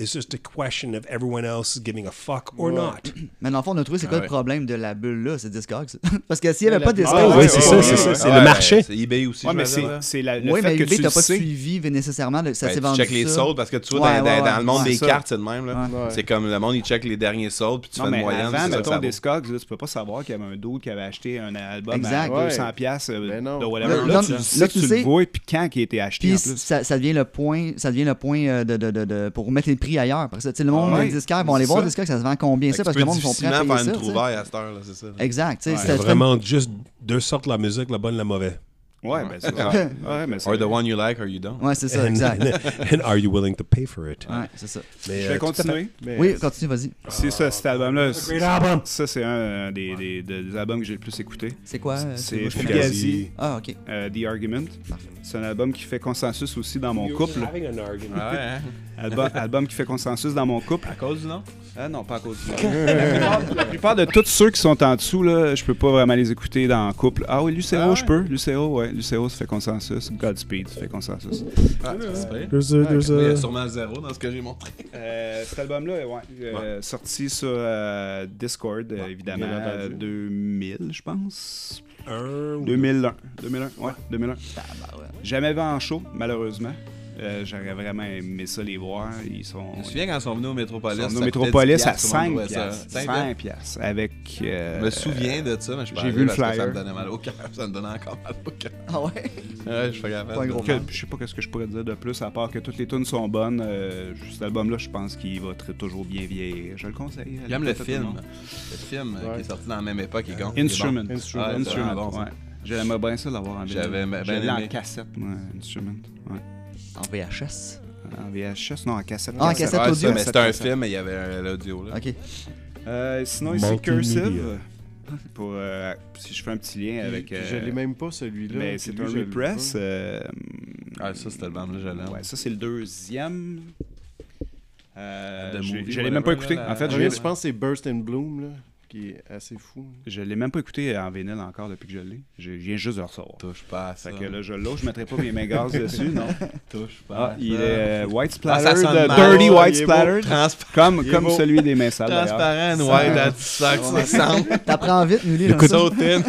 [SPEAKER 10] It's just a question of everyone else giving a fuck or not.
[SPEAKER 7] Mais dans le fond, on a trouvé c'est quoi
[SPEAKER 6] ouais.
[SPEAKER 7] le problème de la bulle-là, c'est Discogs. Parce que s'il n'y
[SPEAKER 3] Mais
[SPEAKER 7] avait pas
[SPEAKER 3] la-
[SPEAKER 7] Discogs.
[SPEAKER 3] Ah
[SPEAKER 10] oui, c'est ça, c'est ça, c'est le marché.
[SPEAKER 6] C'est eBay aussi.
[SPEAKER 4] Ouais, mais
[SPEAKER 6] j'imagine,
[SPEAKER 4] c'est
[SPEAKER 6] là.
[SPEAKER 4] c'est la- le
[SPEAKER 7] Oui,
[SPEAKER 4] fait
[SPEAKER 7] mais
[SPEAKER 4] que tu
[SPEAKER 7] tu
[SPEAKER 4] le
[SPEAKER 7] t'as pas
[SPEAKER 4] sais.
[SPEAKER 7] suivi nécessairement, le- ça
[SPEAKER 6] Ben,
[SPEAKER 7] s'est
[SPEAKER 6] tu
[SPEAKER 7] vendu.
[SPEAKER 6] check les
[SPEAKER 7] ça.
[SPEAKER 6] soldes parce que tu vois,
[SPEAKER 7] Ouais,
[SPEAKER 6] dans,
[SPEAKER 7] ouais,
[SPEAKER 6] dans- dans le monde
[SPEAKER 7] ouais.
[SPEAKER 6] des
[SPEAKER 4] C'est ça.
[SPEAKER 6] cartes, c'est le même. là.
[SPEAKER 3] Ouais.
[SPEAKER 6] C'est comme le monde, il check les derniers soldes, puis tu
[SPEAKER 4] Non,
[SPEAKER 6] fais
[SPEAKER 4] mais
[SPEAKER 6] une moyenne.
[SPEAKER 4] avant,
[SPEAKER 6] c'est ça que
[SPEAKER 4] mettons,
[SPEAKER 6] ça vaut.
[SPEAKER 4] Discogs, là, tu peux pas savoir qu'il y avait un dude qui avait acheté un album
[SPEAKER 7] Exact.
[SPEAKER 4] à
[SPEAKER 3] Ouais.
[SPEAKER 4] 200 pièces
[SPEAKER 3] Ben non.
[SPEAKER 4] euh, de whatever.
[SPEAKER 7] Là,
[SPEAKER 4] Là,
[SPEAKER 7] là,
[SPEAKER 4] tu
[SPEAKER 7] là,
[SPEAKER 4] sais que
[SPEAKER 7] tu
[SPEAKER 4] tu
[SPEAKER 7] sais.
[SPEAKER 4] le vois, puis quand il a été acheté, en
[SPEAKER 7] Puis
[SPEAKER 4] plus.
[SPEAKER 7] ça, ça devient le point, ça devient le point euh, de, de, de, de- pour mettre les prix ailleurs. Parce que tu sais, le monde
[SPEAKER 4] Ah ouais,
[SPEAKER 7] des disquaires vont aller
[SPEAKER 4] c'est
[SPEAKER 7] voir
[SPEAKER 4] ça.
[SPEAKER 7] Discogs, ça se vend combien
[SPEAKER 6] Fait
[SPEAKER 7] ça
[SPEAKER 6] que
[SPEAKER 7] parce
[SPEAKER 6] tu
[SPEAKER 7] que
[SPEAKER 6] peux
[SPEAKER 7] le monde sont prêts
[SPEAKER 6] difficilement
[SPEAKER 7] à
[SPEAKER 6] faire
[SPEAKER 7] payer ça.
[SPEAKER 6] une
[SPEAKER 7] tu sais.
[SPEAKER 6] trouvaille à cette heure, là, c'est ça. là.
[SPEAKER 7] Exact. tu sais,
[SPEAKER 4] Ouais.
[SPEAKER 7] ça
[SPEAKER 10] C'est
[SPEAKER 7] fait-
[SPEAKER 10] vraiment juste deux sortes la musique, la bonne la mauvaise.
[SPEAKER 4] Ouais, ben c'est ça. Ouais, mais c'est-
[SPEAKER 6] Or the one you like or you don't.
[SPEAKER 7] Ouais, c'est ça,
[SPEAKER 10] And,
[SPEAKER 7] exact.
[SPEAKER 10] and are you willing to pay for it?
[SPEAKER 7] Ouais, c'est ça.
[SPEAKER 10] Mais,
[SPEAKER 4] Je
[SPEAKER 10] euh,
[SPEAKER 4] vais continuer.
[SPEAKER 3] Mais-
[SPEAKER 7] Oui, continue, vas-y.
[SPEAKER 4] C'est ça, cet album-là. c'est- Ça, c'est un euh, des, des- des albums que j'ai le plus écouté.
[SPEAKER 7] C'est quoi euh,
[SPEAKER 4] C'est
[SPEAKER 7] je-
[SPEAKER 4] Fugazi,
[SPEAKER 7] Ah, ok.
[SPEAKER 4] euh, The Argument. C'est un album qui fait consensus aussi dans mon couple.
[SPEAKER 6] Ah ouais, hein?
[SPEAKER 4] Alba- album qui fait consensus dans mon couple.
[SPEAKER 6] À cause du nom?
[SPEAKER 4] Ah non, pas à cause du la, plupart, la plupart de tous ceux qui sont en dessous, là, je peux pas vraiment les écouter dans couple. Ah oui, Lucero,
[SPEAKER 6] Ah ouais?
[SPEAKER 4] je peux. Lucero, ouais. Lucero, ça fait consensus. Godspeed, ça fait consensus.
[SPEAKER 6] Ah, c'est vrai.
[SPEAKER 11] There's a, there's
[SPEAKER 6] Il y a
[SPEAKER 11] a,
[SPEAKER 6] sûrement zéro dans ce que j'ai montré.
[SPEAKER 4] Euh, cet album-là, ouais, euh, sorti sur euh, Discord, euh, évidemment,
[SPEAKER 3] bien entendu.
[SPEAKER 4] euh, 2000, je pense. 2001. 2001, ouais, 2001. Jamais vu en show, malheureusement. Euh, J'aurais vraiment aimé ça les voir. Ils sont.
[SPEAKER 6] Je me souviens quand ils sont venus au Métropolis.
[SPEAKER 4] Sur nos
[SPEAKER 6] ça coûtait
[SPEAKER 4] métropolis
[SPEAKER 6] 10
[SPEAKER 4] à
[SPEAKER 6] piastres, tout le monde trouvait
[SPEAKER 4] 5
[SPEAKER 6] ça.
[SPEAKER 4] piastres.
[SPEAKER 6] Cinq hein?
[SPEAKER 4] 5 piastres. Avec. euh,
[SPEAKER 6] Je me souviens de ça, mais je
[SPEAKER 4] j'ai
[SPEAKER 6] parlais
[SPEAKER 4] vu le
[SPEAKER 6] parce que Ça
[SPEAKER 4] flyer.
[SPEAKER 6] me donnait mal au cœur. Ça me donnait encore mal au cœur.
[SPEAKER 7] Ah ouais?
[SPEAKER 6] Ouais, je fais gaffe.
[SPEAKER 7] Pas un gros
[SPEAKER 4] Euh, que- je sais pas ce que je pourrais dire de plus, à part que toutes les tunes sont bonnes. Euh, cet album-là, je pense qu'il va très- toujours bien vieillir. Je le conseille.
[SPEAKER 6] J'aime le
[SPEAKER 4] Peut-être à tout
[SPEAKER 6] film.
[SPEAKER 4] monde.
[SPEAKER 6] Le film euh,
[SPEAKER 3] Ouais.
[SPEAKER 6] qui est sorti dans la même époque. il est con. Il est bon.
[SPEAKER 4] Instrument.
[SPEAKER 3] Instrument.
[SPEAKER 6] Ah, c'est
[SPEAKER 4] Instrument,
[SPEAKER 6] vraiment bon, ça.
[SPEAKER 4] ouais. J'aimerais bien ça l'avoir en vidéo.
[SPEAKER 6] J'avais ben
[SPEAKER 4] Je l'ai en
[SPEAKER 6] aimé.
[SPEAKER 4] cassette, moi, Instrument. Ouais.
[SPEAKER 7] En VHS.
[SPEAKER 4] En VHS, non, en cassette.
[SPEAKER 7] Ah, en
[SPEAKER 6] Ouais,
[SPEAKER 7] cassette
[SPEAKER 6] c'est
[SPEAKER 7] audio.
[SPEAKER 6] ça, mais c'était un
[SPEAKER 4] Cassette.
[SPEAKER 6] film, mais il y avait un- l'audio. là.
[SPEAKER 7] Ok.
[SPEAKER 4] Euh, sinon, ici,
[SPEAKER 11] Multimédia.
[SPEAKER 4] Cursive. Pour, euh, si je fais un petit lien avec.
[SPEAKER 3] Je
[SPEAKER 4] euh,
[SPEAKER 3] l'ai même pas celui-là.
[SPEAKER 4] Mais
[SPEAKER 3] puis
[SPEAKER 4] c'est
[SPEAKER 3] lui,
[SPEAKER 4] un
[SPEAKER 3] je l'ai
[SPEAKER 4] repress.
[SPEAKER 3] pas.
[SPEAKER 4] euh,
[SPEAKER 6] Ah, ça, cet album-là, je l'aime.
[SPEAKER 4] Ouais, ça, c'est le deuxième. Euh,
[SPEAKER 6] The
[SPEAKER 4] j'ai-
[SPEAKER 6] Movie,
[SPEAKER 4] je l'ai même pas
[SPEAKER 6] whatever,
[SPEAKER 4] écouté.
[SPEAKER 6] là, Ah
[SPEAKER 4] en fait,
[SPEAKER 6] la-
[SPEAKER 3] Je,
[SPEAKER 4] je, l'ai-
[SPEAKER 3] Ah je pense que c'est Burst and Bloom, là, qui est assez fou.
[SPEAKER 4] je l'ai même pas écouté en vinyle encore depuis que je l'ai. Je je viens juste de le recevoir.
[SPEAKER 6] Touche pas à ça.
[SPEAKER 4] Fait que là, je l'autre, je mettrai pas mes mains gaz dessus, non.
[SPEAKER 6] touche pas.
[SPEAKER 4] Ah,
[SPEAKER 6] à
[SPEAKER 4] il
[SPEAKER 6] ça.
[SPEAKER 4] est euh, White
[SPEAKER 6] Ah,
[SPEAKER 4] Splatter,
[SPEAKER 6] ça sonne
[SPEAKER 4] de
[SPEAKER 6] mal.
[SPEAKER 4] Dirty
[SPEAKER 6] Oh,
[SPEAKER 4] White
[SPEAKER 6] il est beau.
[SPEAKER 4] Splatter.
[SPEAKER 6] Transparent.
[SPEAKER 4] Comme,
[SPEAKER 6] Il est
[SPEAKER 4] comme
[SPEAKER 6] beau.
[SPEAKER 4] celui des mains sales, d'ailleurs.
[SPEAKER 6] Transparent, ouais, that sucks, ça semble.
[SPEAKER 7] T'apprends vite, nous, les
[SPEAKER 11] Écoute-
[SPEAKER 6] Saute in.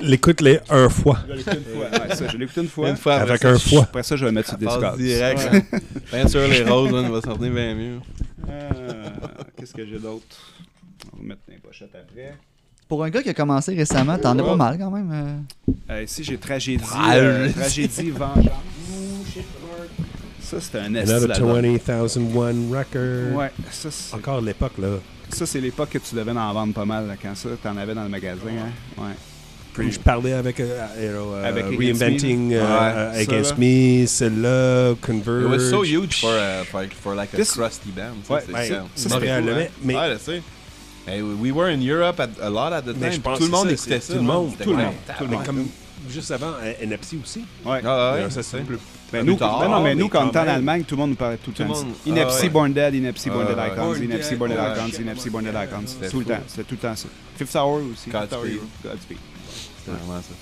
[SPEAKER 11] l'écoute-les un fois.
[SPEAKER 4] Je l'ai écouté une fois. Ouais, ça, je l'ai écouté une fois.
[SPEAKER 6] Une fois après
[SPEAKER 11] Avec
[SPEAKER 6] ça,
[SPEAKER 11] un
[SPEAKER 6] tu
[SPEAKER 11] foie.
[SPEAKER 4] Après ça, je vais le mettre sur
[SPEAKER 6] passes
[SPEAKER 4] Discord.
[SPEAKER 6] direct. hein. Bien sûr, les roses, on va sortir bien mieux.
[SPEAKER 4] Euh, Qu'est-ce que j'ai d'autre? On va mettre dans les pochettes après.
[SPEAKER 7] Pour un gars qui a commencé récemment, t'en as pas mal quand même. euh.
[SPEAKER 4] Euh, ici, j'ai Tragédie,
[SPEAKER 6] Ah,
[SPEAKER 4] euh,
[SPEAKER 6] je-
[SPEAKER 4] Tragédie Vengeance. Ça, c'est un
[SPEAKER 11] Another
[SPEAKER 4] S.
[SPEAKER 11] 20,001 record.
[SPEAKER 4] Ouais, ça, c'est-
[SPEAKER 11] Encore l'époque, là.
[SPEAKER 4] ça, c'est l'époque que tu devais en vendre pas mal, là, quand ça, t'en avais dans le magasin, hein? Ouais.
[SPEAKER 11] Puis je parlais avec, euh, you know, euh,
[SPEAKER 4] Avec Against
[SPEAKER 11] Reinventing
[SPEAKER 4] Me,
[SPEAKER 11] euh,
[SPEAKER 4] là.
[SPEAKER 11] euh,
[SPEAKER 4] Ouais, ça,
[SPEAKER 11] Against
[SPEAKER 4] là.
[SPEAKER 11] Me, celle-là, Converge.
[SPEAKER 6] It was so huge for, uh, for, for like a
[SPEAKER 4] This-
[SPEAKER 6] crusty band. Ça,
[SPEAKER 4] Ouais,
[SPEAKER 6] c'est
[SPEAKER 11] ouais, ben,
[SPEAKER 6] ça.
[SPEAKER 11] ça, c'était cool, hein. Mais-
[SPEAKER 6] Ouais, je sais. Hey, we were in Europe at- a lot at the
[SPEAKER 11] Mais
[SPEAKER 6] time.
[SPEAKER 11] je pense
[SPEAKER 6] Tout le
[SPEAKER 11] que
[SPEAKER 6] monde
[SPEAKER 11] c'est-
[SPEAKER 6] écoutait
[SPEAKER 11] c'est
[SPEAKER 6] ça.
[SPEAKER 11] Tout le
[SPEAKER 6] man.
[SPEAKER 11] monde,
[SPEAKER 6] C'était
[SPEAKER 11] tout le
[SPEAKER 6] comme-
[SPEAKER 11] monde.
[SPEAKER 6] Ah,
[SPEAKER 11] Tout le
[SPEAKER 6] ouais.
[SPEAKER 11] monde. Comme juste avant, euh, NPC aussi.
[SPEAKER 4] Ouais.
[SPEAKER 6] Ah, ouais,
[SPEAKER 11] Alors, ça, c'est
[SPEAKER 6] ouais.
[SPEAKER 11] plus-
[SPEAKER 4] Ben,
[SPEAKER 6] plus
[SPEAKER 4] nous,
[SPEAKER 6] tard,
[SPEAKER 4] ben non,
[SPEAKER 11] mais
[SPEAKER 4] mais nous, quand on
[SPEAKER 11] quand
[SPEAKER 4] était en
[SPEAKER 11] même.
[SPEAKER 4] Allemagne, tout le monde nous parlait tout le
[SPEAKER 6] Tout le
[SPEAKER 4] temps.
[SPEAKER 6] monde-
[SPEAKER 4] Inepsi,
[SPEAKER 6] Ah ouais.
[SPEAKER 4] Born Dead, Inepsi, Born Dead
[SPEAKER 6] Ah ouais.
[SPEAKER 4] Icons, Inepsi, Born Dead
[SPEAKER 6] Ah ouais.
[SPEAKER 4] Icons, Inepsi, Born Dead Icons.
[SPEAKER 6] C'était
[SPEAKER 4] Tout le
[SPEAKER 6] fou.
[SPEAKER 4] temps, c'est tout le temps ça. Fifth Hour aussi. Fifth Hour
[SPEAKER 6] Godspeed.
[SPEAKER 4] Hero. Godspeed.
[SPEAKER 6] C'était vraiment ça.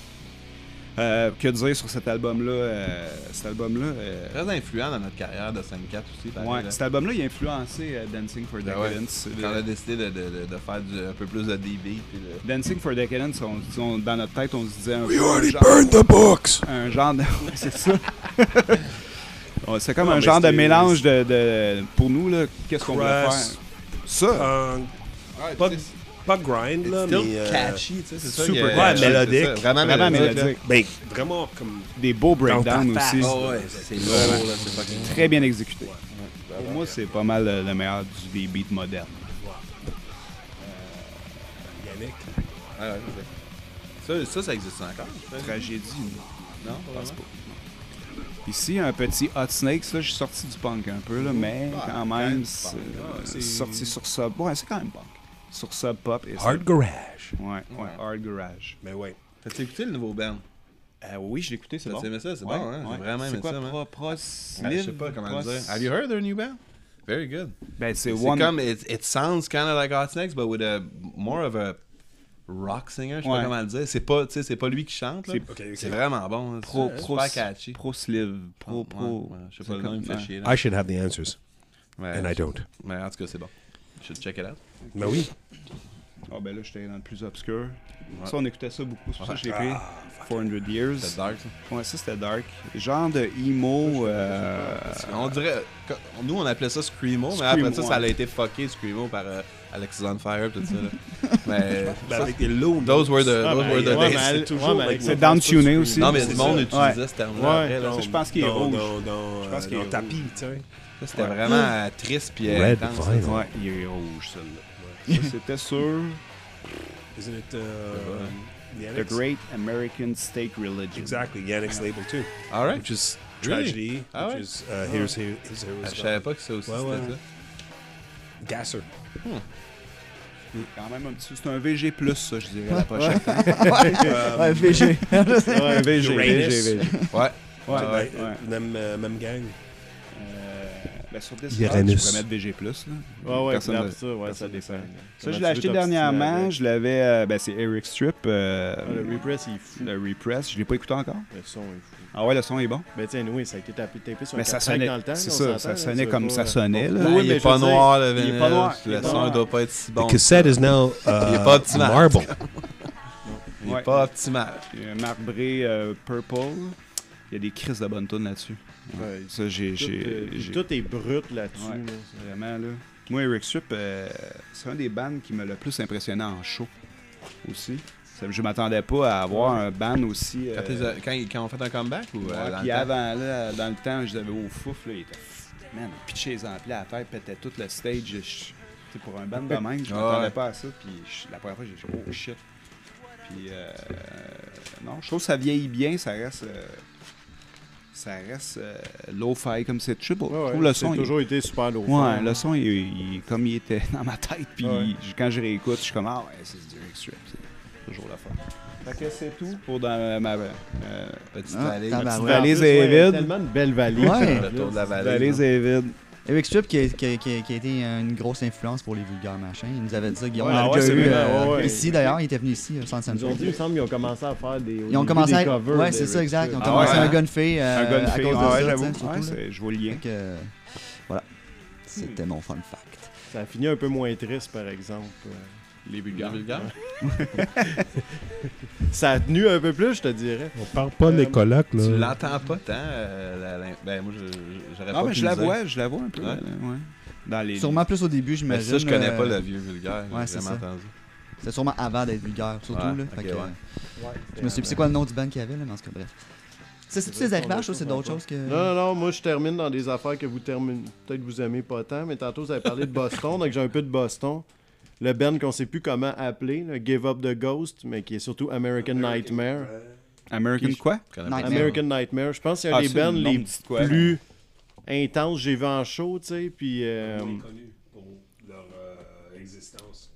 [SPEAKER 4] Euh, que dire sur cet album-là? euh, cet album-là... euh,
[SPEAKER 6] Très influent dans notre carrière de 5-4 aussi. pareil,
[SPEAKER 4] Ouais,
[SPEAKER 6] là.
[SPEAKER 4] cet album-là, il a influencé euh, Dancing for
[SPEAKER 6] Ah ouais.
[SPEAKER 4] Decadence. Euh,
[SPEAKER 6] Quand on a décidé de, de, de, de faire du- un peu plus de DB. puis de-
[SPEAKER 4] Dancing for Decadence, on, on- dans notre tête, on se disait un, peu
[SPEAKER 11] You
[SPEAKER 4] un
[SPEAKER 11] already
[SPEAKER 4] genre,
[SPEAKER 11] burned the books!
[SPEAKER 4] un genre de. Ouais, c'est ça. Ouais, c'est comme
[SPEAKER 10] Non,
[SPEAKER 4] un
[SPEAKER 10] mais
[SPEAKER 4] genre de
[SPEAKER 10] c'était-
[SPEAKER 4] mélange de, de- Pour nous, là, qu'est-ce qu'on voulait faire
[SPEAKER 10] Crass.
[SPEAKER 4] Ça
[SPEAKER 11] Euh,
[SPEAKER 10] Punk,
[SPEAKER 6] Ouais,
[SPEAKER 10] pas,
[SPEAKER 6] tu sais,
[SPEAKER 10] pas grind, là,
[SPEAKER 6] It's
[SPEAKER 10] mais.
[SPEAKER 6] still
[SPEAKER 10] euh,
[SPEAKER 6] catchy, tu sais, c'est ça.
[SPEAKER 10] super
[SPEAKER 6] il y a-
[SPEAKER 10] ouais,
[SPEAKER 6] c'est ça,
[SPEAKER 10] mélodique.
[SPEAKER 6] Vraiment
[SPEAKER 4] Vraiment
[SPEAKER 6] mélodique. là.
[SPEAKER 4] mélodique.
[SPEAKER 10] ben, vraiment comme.
[SPEAKER 4] Des beaux breakdowns
[SPEAKER 10] Dans ta
[SPEAKER 4] aussi.
[SPEAKER 6] Ah ouais, c'est lourd, là, c'est fucking
[SPEAKER 4] Très bien exécuté. Pour moi, c'est pas mal euh, le meilleur du, des beats modernes.
[SPEAKER 6] Ah ouais, c'est ça. Ça, ça, ça existe encore.
[SPEAKER 4] Tragédie.
[SPEAKER 6] Non, pas
[SPEAKER 4] pense
[SPEAKER 6] vraiment.
[SPEAKER 4] Ici, un petit Hot Snakes, là, je suis sorti du Oh, punk un peu, là, mais quand même, c'est
[SPEAKER 6] punk, là, c'est-
[SPEAKER 4] sorti sur Sub. Ouais, c'est quand même punk. Sur Sub Pop et
[SPEAKER 11] Hard Garage.
[SPEAKER 4] Sub- Ouais, ouais, Hard Garage.
[SPEAKER 10] Mais ouais.
[SPEAKER 6] T'as-tu écouté le nouveau band?
[SPEAKER 4] Euh, oui, je l'ai écouté, c'est
[SPEAKER 6] T'as
[SPEAKER 4] bon.
[SPEAKER 6] aimé ça? C'est
[SPEAKER 4] Ouais,
[SPEAKER 6] bon, hein?
[SPEAKER 4] ouais.
[SPEAKER 6] J'ai vraiment
[SPEAKER 4] C'est
[SPEAKER 6] aimé
[SPEAKER 4] quoi,
[SPEAKER 6] ça, man.
[SPEAKER 4] Pro- Pros-
[SPEAKER 6] Ah, Je sais
[SPEAKER 4] Live?
[SPEAKER 6] pas comment le
[SPEAKER 4] Pros-
[SPEAKER 6] dire. Have you heard their new band? Very good.
[SPEAKER 4] Ben, c'est
[SPEAKER 6] C'est
[SPEAKER 4] One.
[SPEAKER 6] comme, it, it sounds kind of like Hot Snakes, but with a more of a rock singer, je sais
[SPEAKER 4] Ouais.
[SPEAKER 6] pas comment le dire. C'est pas, tu sais, c'est pas lui qui chante, là.
[SPEAKER 4] C'est-
[SPEAKER 6] C'est vraiment bon. hein.
[SPEAKER 4] Pro,
[SPEAKER 6] C'est
[SPEAKER 4] pro,
[SPEAKER 6] super catchy.
[SPEAKER 4] pro Slive. Pro,
[SPEAKER 6] Ouais,
[SPEAKER 4] pro.
[SPEAKER 6] ouais, je sais
[SPEAKER 4] c'est
[SPEAKER 6] pas le nom,
[SPEAKER 4] comme-
[SPEAKER 6] il me fait
[SPEAKER 4] ouais.
[SPEAKER 6] chier. là.
[SPEAKER 11] I should have the answers,
[SPEAKER 6] Ouais,
[SPEAKER 11] and I don't.
[SPEAKER 6] mais en tout cas, c'est bon. Je should check it out.
[SPEAKER 11] Mais oui.
[SPEAKER 4] Ah, ben là, j'étais dans le plus obscur. Ça, on écoutait ça beaucoup, c'est pour ça que je l'ai pris. 400 Years.
[SPEAKER 6] C'est Ah, dark, ça.
[SPEAKER 4] Ouais, ça, c'était dark. Genre de emo. euh,
[SPEAKER 6] On dirait. que- Nous, on appelait ça Screamo, mais
[SPEAKER 4] Screamo,
[SPEAKER 6] après ça, ça a
[SPEAKER 4] ouais.
[SPEAKER 6] été fucké, Screamo, par euh, Alexis on Fire, tout ça. là. mais.
[SPEAKER 10] Ben, avec des lows.
[SPEAKER 6] Those were the,
[SPEAKER 3] Ah,
[SPEAKER 6] those
[SPEAKER 3] ben,
[SPEAKER 6] were the
[SPEAKER 3] ouais,
[SPEAKER 6] days.
[SPEAKER 3] mais elle- ouais, mais avec
[SPEAKER 4] C'est
[SPEAKER 3] ça,
[SPEAKER 4] downtuné aussi.
[SPEAKER 6] Non, mais
[SPEAKER 4] c'est
[SPEAKER 6] le monde
[SPEAKER 4] ça.
[SPEAKER 6] utilisait
[SPEAKER 4] Ouais.
[SPEAKER 6] ce terme-là. après, là.
[SPEAKER 4] Ça, je pense qu'il est
[SPEAKER 10] Non,
[SPEAKER 4] rouge.
[SPEAKER 10] non, non.
[SPEAKER 4] Je pense qu'il est rouge.
[SPEAKER 10] tapis, tu sais.
[SPEAKER 6] Ça, C'était vraiment euh, triste puis euh,
[SPEAKER 11] Red
[SPEAKER 6] intense.
[SPEAKER 11] Vine.
[SPEAKER 4] Ouais, il est rouge, celle-là. Ça, c'était sur
[SPEAKER 10] Isn't it, euh, the
[SPEAKER 4] The
[SPEAKER 10] Annex?
[SPEAKER 4] Great American State Religion.
[SPEAKER 10] Exactly, the Annex label too.
[SPEAKER 6] All right.
[SPEAKER 10] Which is
[SPEAKER 6] Really?
[SPEAKER 10] tragedy.
[SPEAKER 6] Ah
[SPEAKER 10] which
[SPEAKER 6] ouais?
[SPEAKER 10] is uh, here's here, here's here
[SPEAKER 6] Je savais pas que ça aussi
[SPEAKER 10] Ouais,
[SPEAKER 6] c'était
[SPEAKER 10] ouais.
[SPEAKER 6] ça.
[SPEAKER 10] uh, Gasser.
[SPEAKER 4] Quand même un petit. C'est un VG, ça, je dirais, la prochaine.
[SPEAKER 7] Ouais, VG.
[SPEAKER 4] Ouais, un VG.
[SPEAKER 10] Uranus.
[SPEAKER 4] VG.
[SPEAKER 6] Ouais.
[SPEAKER 4] Ouais, ouais,
[SPEAKER 10] Ben,
[SPEAKER 4] ouais.
[SPEAKER 10] Même, euh, même gang.
[SPEAKER 4] Euh, ben, sur Discord,
[SPEAKER 11] Uranus.
[SPEAKER 4] tu pourrais mettre VG+. Là.
[SPEAKER 3] Ah Ouais, ouais,
[SPEAKER 4] Personne
[SPEAKER 3] puis
[SPEAKER 4] ne-
[SPEAKER 3] après ça, ouais, ça
[SPEAKER 4] personne ne
[SPEAKER 3] dépend.
[SPEAKER 4] sait. Ça,
[SPEAKER 3] Comment
[SPEAKER 4] je
[SPEAKER 3] tu
[SPEAKER 4] l'ai
[SPEAKER 3] veux
[SPEAKER 4] acheté
[SPEAKER 3] t'obstiner
[SPEAKER 4] dernièrement.
[SPEAKER 3] avec?
[SPEAKER 4] Je l'avais. euh, ben, c'est Eric Strip. euh,
[SPEAKER 3] Ah, le repress, il est fou.
[SPEAKER 4] le Repress. Je l'ai pas écouté encore.
[SPEAKER 3] Le son est fou.
[SPEAKER 4] Ah ouais, le son est bon.
[SPEAKER 3] Ben, tiens, oui, ça a été tapé, tapé sur un
[SPEAKER 4] Mais ça
[SPEAKER 3] quatre tracks
[SPEAKER 4] sonnait.
[SPEAKER 3] dans le temps.
[SPEAKER 4] c'est
[SPEAKER 3] là, on
[SPEAKER 4] ça.
[SPEAKER 3] s'entend,
[SPEAKER 4] Ça
[SPEAKER 3] là,
[SPEAKER 4] sonnait
[SPEAKER 3] veux
[SPEAKER 4] comme
[SPEAKER 3] pas-
[SPEAKER 4] ça sonnait. Là.
[SPEAKER 3] Oui,
[SPEAKER 6] Ben, il
[SPEAKER 3] mais
[SPEAKER 6] est
[SPEAKER 3] je
[SPEAKER 6] pas
[SPEAKER 3] veux dire,
[SPEAKER 6] noir, le
[SPEAKER 3] il est
[SPEAKER 6] vinyle.
[SPEAKER 3] pas noir, il est
[SPEAKER 6] Le
[SPEAKER 3] pas
[SPEAKER 6] son
[SPEAKER 3] noir.
[SPEAKER 6] doit pas être si bon.
[SPEAKER 11] The cassette is now
[SPEAKER 6] Il
[SPEAKER 11] uh,
[SPEAKER 6] est pas optimal.
[SPEAKER 11] marble.
[SPEAKER 6] Il
[SPEAKER 4] Ouais.
[SPEAKER 6] est pas optimal.
[SPEAKER 4] Il y a un marbré euh, purple. Il y a des crises de bonne tune là-dessus.
[SPEAKER 3] Ouais,
[SPEAKER 4] Ça, j'ai.
[SPEAKER 3] tout, euh,
[SPEAKER 4] j'ai-
[SPEAKER 3] puis
[SPEAKER 4] j'ai-
[SPEAKER 3] tout est brut là-dessus.
[SPEAKER 4] Ouais.
[SPEAKER 3] là, c'est-
[SPEAKER 4] Vraiment, là. Moi, Eric Strip, euh, c'est un des bands qui me l'a plus impressionné en show aussi. Ça- Je m'attendais pas à avoir un band aussi. euh,
[SPEAKER 6] Quand, t'es- quand, ils- quand on fait un comeback ou euh,
[SPEAKER 4] Ouais,
[SPEAKER 6] dans
[SPEAKER 4] puis
[SPEAKER 6] le temps?
[SPEAKER 4] avant, là, dans le temps, je les avais au fouf, là, il était man, pitché les amplis à terre, pétait tout le stage. je- tu sais, pour un band de même, je
[SPEAKER 6] Ouais.
[SPEAKER 4] m'attendais pas à ça, puis je- la première fois, j'ai dit « oh shit ». Puis, euh, non, je trouve que ça vieillit bien, ça reste... euh, ça reste euh, low-fi comme c'est triple.
[SPEAKER 3] Ouais, ouais,
[SPEAKER 4] je trouve le
[SPEAKER 3] c'est
[SPEAKER 4] son... il-
[SPEAKER 3] toujours été super lourd.
[SPEAKER 4] Ouais, le son, il, il- il- comme il était dans ma tête, puis
[SPEAKER 3] Ouais.
[SPEAKER 4] il- je- quand je réécoute, je suis comme, ah ouais, c'est du Direct Strip, c'est toujours la fun. Fait que c'est tout pour dans ma euh,
[SPEAKER 6] Petite
[SPEAKER 7] Ah,
[SPEAKER 6] vallée.
[SPEAKER 7] tabarouette.
[SPEAKER 4] petite
[SPEAKER 7] ouais.
[SPEAKER 4] valise
[SPEAKER 3] Valise
[SPEAKER 4] est vide.
[SPEAKER 3] tellement de belles valises.
[SPEAKER 7] Ouais.
[SPEAKER 6] Le tour de la
[SPEAKER 4] La
[SPEAKER 6] vallée.
[SPEAKER 4] valise hein. est vide.
[SPEAKER 7] Eric Strip qui a, qui, a- qui a- qui a été une grosse influence pour les vulgaires machins. Il nous avait dit ça, Guillaume.
[SPEAKER 3] Ouais,
[SPEAKER 7] on l'a
[SPEAKER 3] ouais,
[SPEAKER 7] déjà
[SPEAKER 3] c'est
[SPEAKER 7] eu,
[SPEAKER 3] vrai,
[SPEAKER 7] euh,
[SPEAKER 3] ouais, ouais.
[SPEAKER 7] Ici d'ailleurs, il était venu ici, euh, sans
[SPEAKER 3] Ils ont dit, il me semble qu'ils ont commencé à faire des. au
[SPEAKER 7] Ils ont
[SPEAKER 3] début,
[SPEAKER 7] commencé
[SPEAKER 3] des
[SPEAKER 7] à.
[SPEAKER 3] covers
[SPEAKER 7] Ouais,
[SPEAKER 3] de
[SPEAKER 7] c'est ça,
[SPEAKER 3] Rick
[SPEAKER 7] exact. Ils ont
[SPEAKER 6] Ah
[SPEAKER 7] commencé
[SPEAKER 6] ouais.
[SPEAKER 7] à un gunfay.
[SPEAKER 4] Un
[SPEAKER 7] euh, à
[SPEAKER 4] gunfire,
[SPEAKER 7] cause de
[SPEAKER 4] ouais,
[SPEAKER 7] ça,
[SPEAKER 4] j'avoue.
[SPEAKER 7] tu sais, surtout,
[SPEAKER 4] Ouais,
[SPEAKER 7] là.
[SPEAKER 4] c'est- Ah, je vois le lien.
[SPEAKER 7] Fait que, euh, Voilà. C'était mon fun fact.
[SPEAKER 3] Strip. Ça a fini un peu moins triste, par exemple.
[SPEAKER 6] Les Bulgares.
[SPEAKER 3] Ça a tenu un peu plus, je te dirais.
[SPEAKER 11] On parle pas des colocs,
[SPEAKER 6] Tu
[SPEAKER 11] là.
[SPEAKER 6] l'entends pas tant. euh, la- la- ben, moi, je- je- j'aurais pas
[SPEAKER 4] Non, mais
[SPEAKER 6] pu
[SPEAKER 4] je
[SPEAKER 6] le
[SPEAKER 4] la
[SPEAKER 6] dire.
[SPEAKER 4] vois, je la vois un peu.
[SPEAKER 6] Ouais.
[SPEAKER 4] là, là, ouais. Dans les.
[SPEAKER 7] Sûrement plus au début,
[SPEAKER 6] Mais
[SPEAKER 7] j'imagine.
[SPEAKER 6] ça, je connais
[SPEAKER 7] euh,
[SPEAKER 6] pas le vieux vulgaire.
[SPEAKER 7] ouais,
[SPEAKER 6] J'ai
[SPEAKER 7] c'est
[SPEAKER 6] jamais
[SPEAKER 7] ça.
[SPEAKER 6] entendu.
[SPEAKER 7] C'était sûrement avant d'être vulgaire, surtout.
[SPEAKER 6] Ouais,
[SPEAKER 7] là.
[SPEAKER 6] ok,
[SPEAKER 7] Fait que,
[SPEAKER 6] ouais.
[SPEAKER 7] euh, je me suis dit, c'est quoi le nom du band qu'il y avait, là, mais en tout cas, bref. C'est c'est-tu des arrivages, ça, c'est d'autres choses que.
[SPEAKER 3] Non, non, non, moi je termine dans des affaires que vous terminez. Peut-être que vous aimez pas tant, mais tantôt vous avez parlé de Boston, donc j'ai un peu de Boston. Le band qu'on sait plus comment appeler, le Give Up the Ghost, mais qui est surtout American, Nightmare.
[SPEAKER 4] American quoi
[SPEAKER 6] Je connais
[SPEAKER 7] Nightmare.
[SPEAKER 6] pas.
[SPEAKER 3] American Nightmare, je pense que c'est un
[SPEAKER 4] Ah,
[SPEAKER 3] des
[SPEAKER 4] ça, le
[SPEAKER 3] bands
[SPEAKER 4] nom
[SPEAKER 3] les
[SPEAKER 4] me dit de quoi,
[SPEAKER 3] plus intenses que j'ai vu en show, tu sais. Puis, euh,
[SPEAKER 10] connu pour leur euh, existence.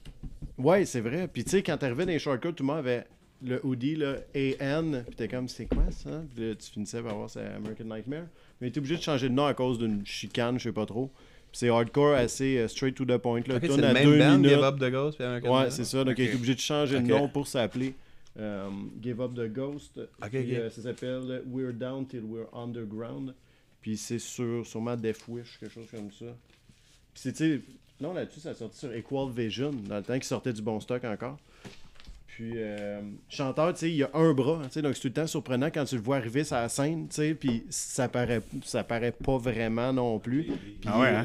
[SPEAKER 3] ouais, c'est vrai. Puis, tu sais, quand t'arrivais dans les Sharkers, tout le monde avait le hoodie, là, AN, puis t'es comme, c'est quoi ça? Puis là, tu finissais par voir, c'est American Nightmare. Mais t'es obligé de changer de nom à cause d'une chicane, je sais pas trop. Puis c'est hardcore assez euh, straight to the point, là.
[SPEAKER 6] Ok,
[SPEAKER 3] Tourne
[SPEAKER 6] c'est le
[SPEAKER 3] à
[SPEAKER 6] même
[SPEAKER 3] deux
[SPEAKER 6] band,
[SPEAKER 3] minutes.
[SPEAKER 6] Give Up the Ghost. puis American
[SPEAKER 3] Ouais,
[SPEAKER 6] Nightmare?
[SPEAKER 3] c'est ça. Donc, il
[SPEAKER 6] Ok.
[SPEAKER 2] euh,
[SPEAKER 3] est obligé de changer de
[SPEAKER 6] Ok.
[SPEAKER 3] nom pour s'appeler euh, Give Up the Ghost. Puis,
[SPEAKER 6] ok.
[SPEAKER 3] euh, ça s'appelle We're Down Till We're Underground. Puis c'est sur sûrement Death Wish, quelque chose comme ça. Puis c'est, tu sais, non, là-dessus, ça sortait sur Equal Vision, dans le temps qui sortait du bon stock encore. Puis, euh, chanteur, tu sais, il a un bras, tu sais, donc c'est tout le temps surprenant quand tu le vois arriver sur la scène, tu sais, puis ça paraît, ça paraît pas vraiment non plus. euh,
[SPEAKER 4] Ah ouais, hein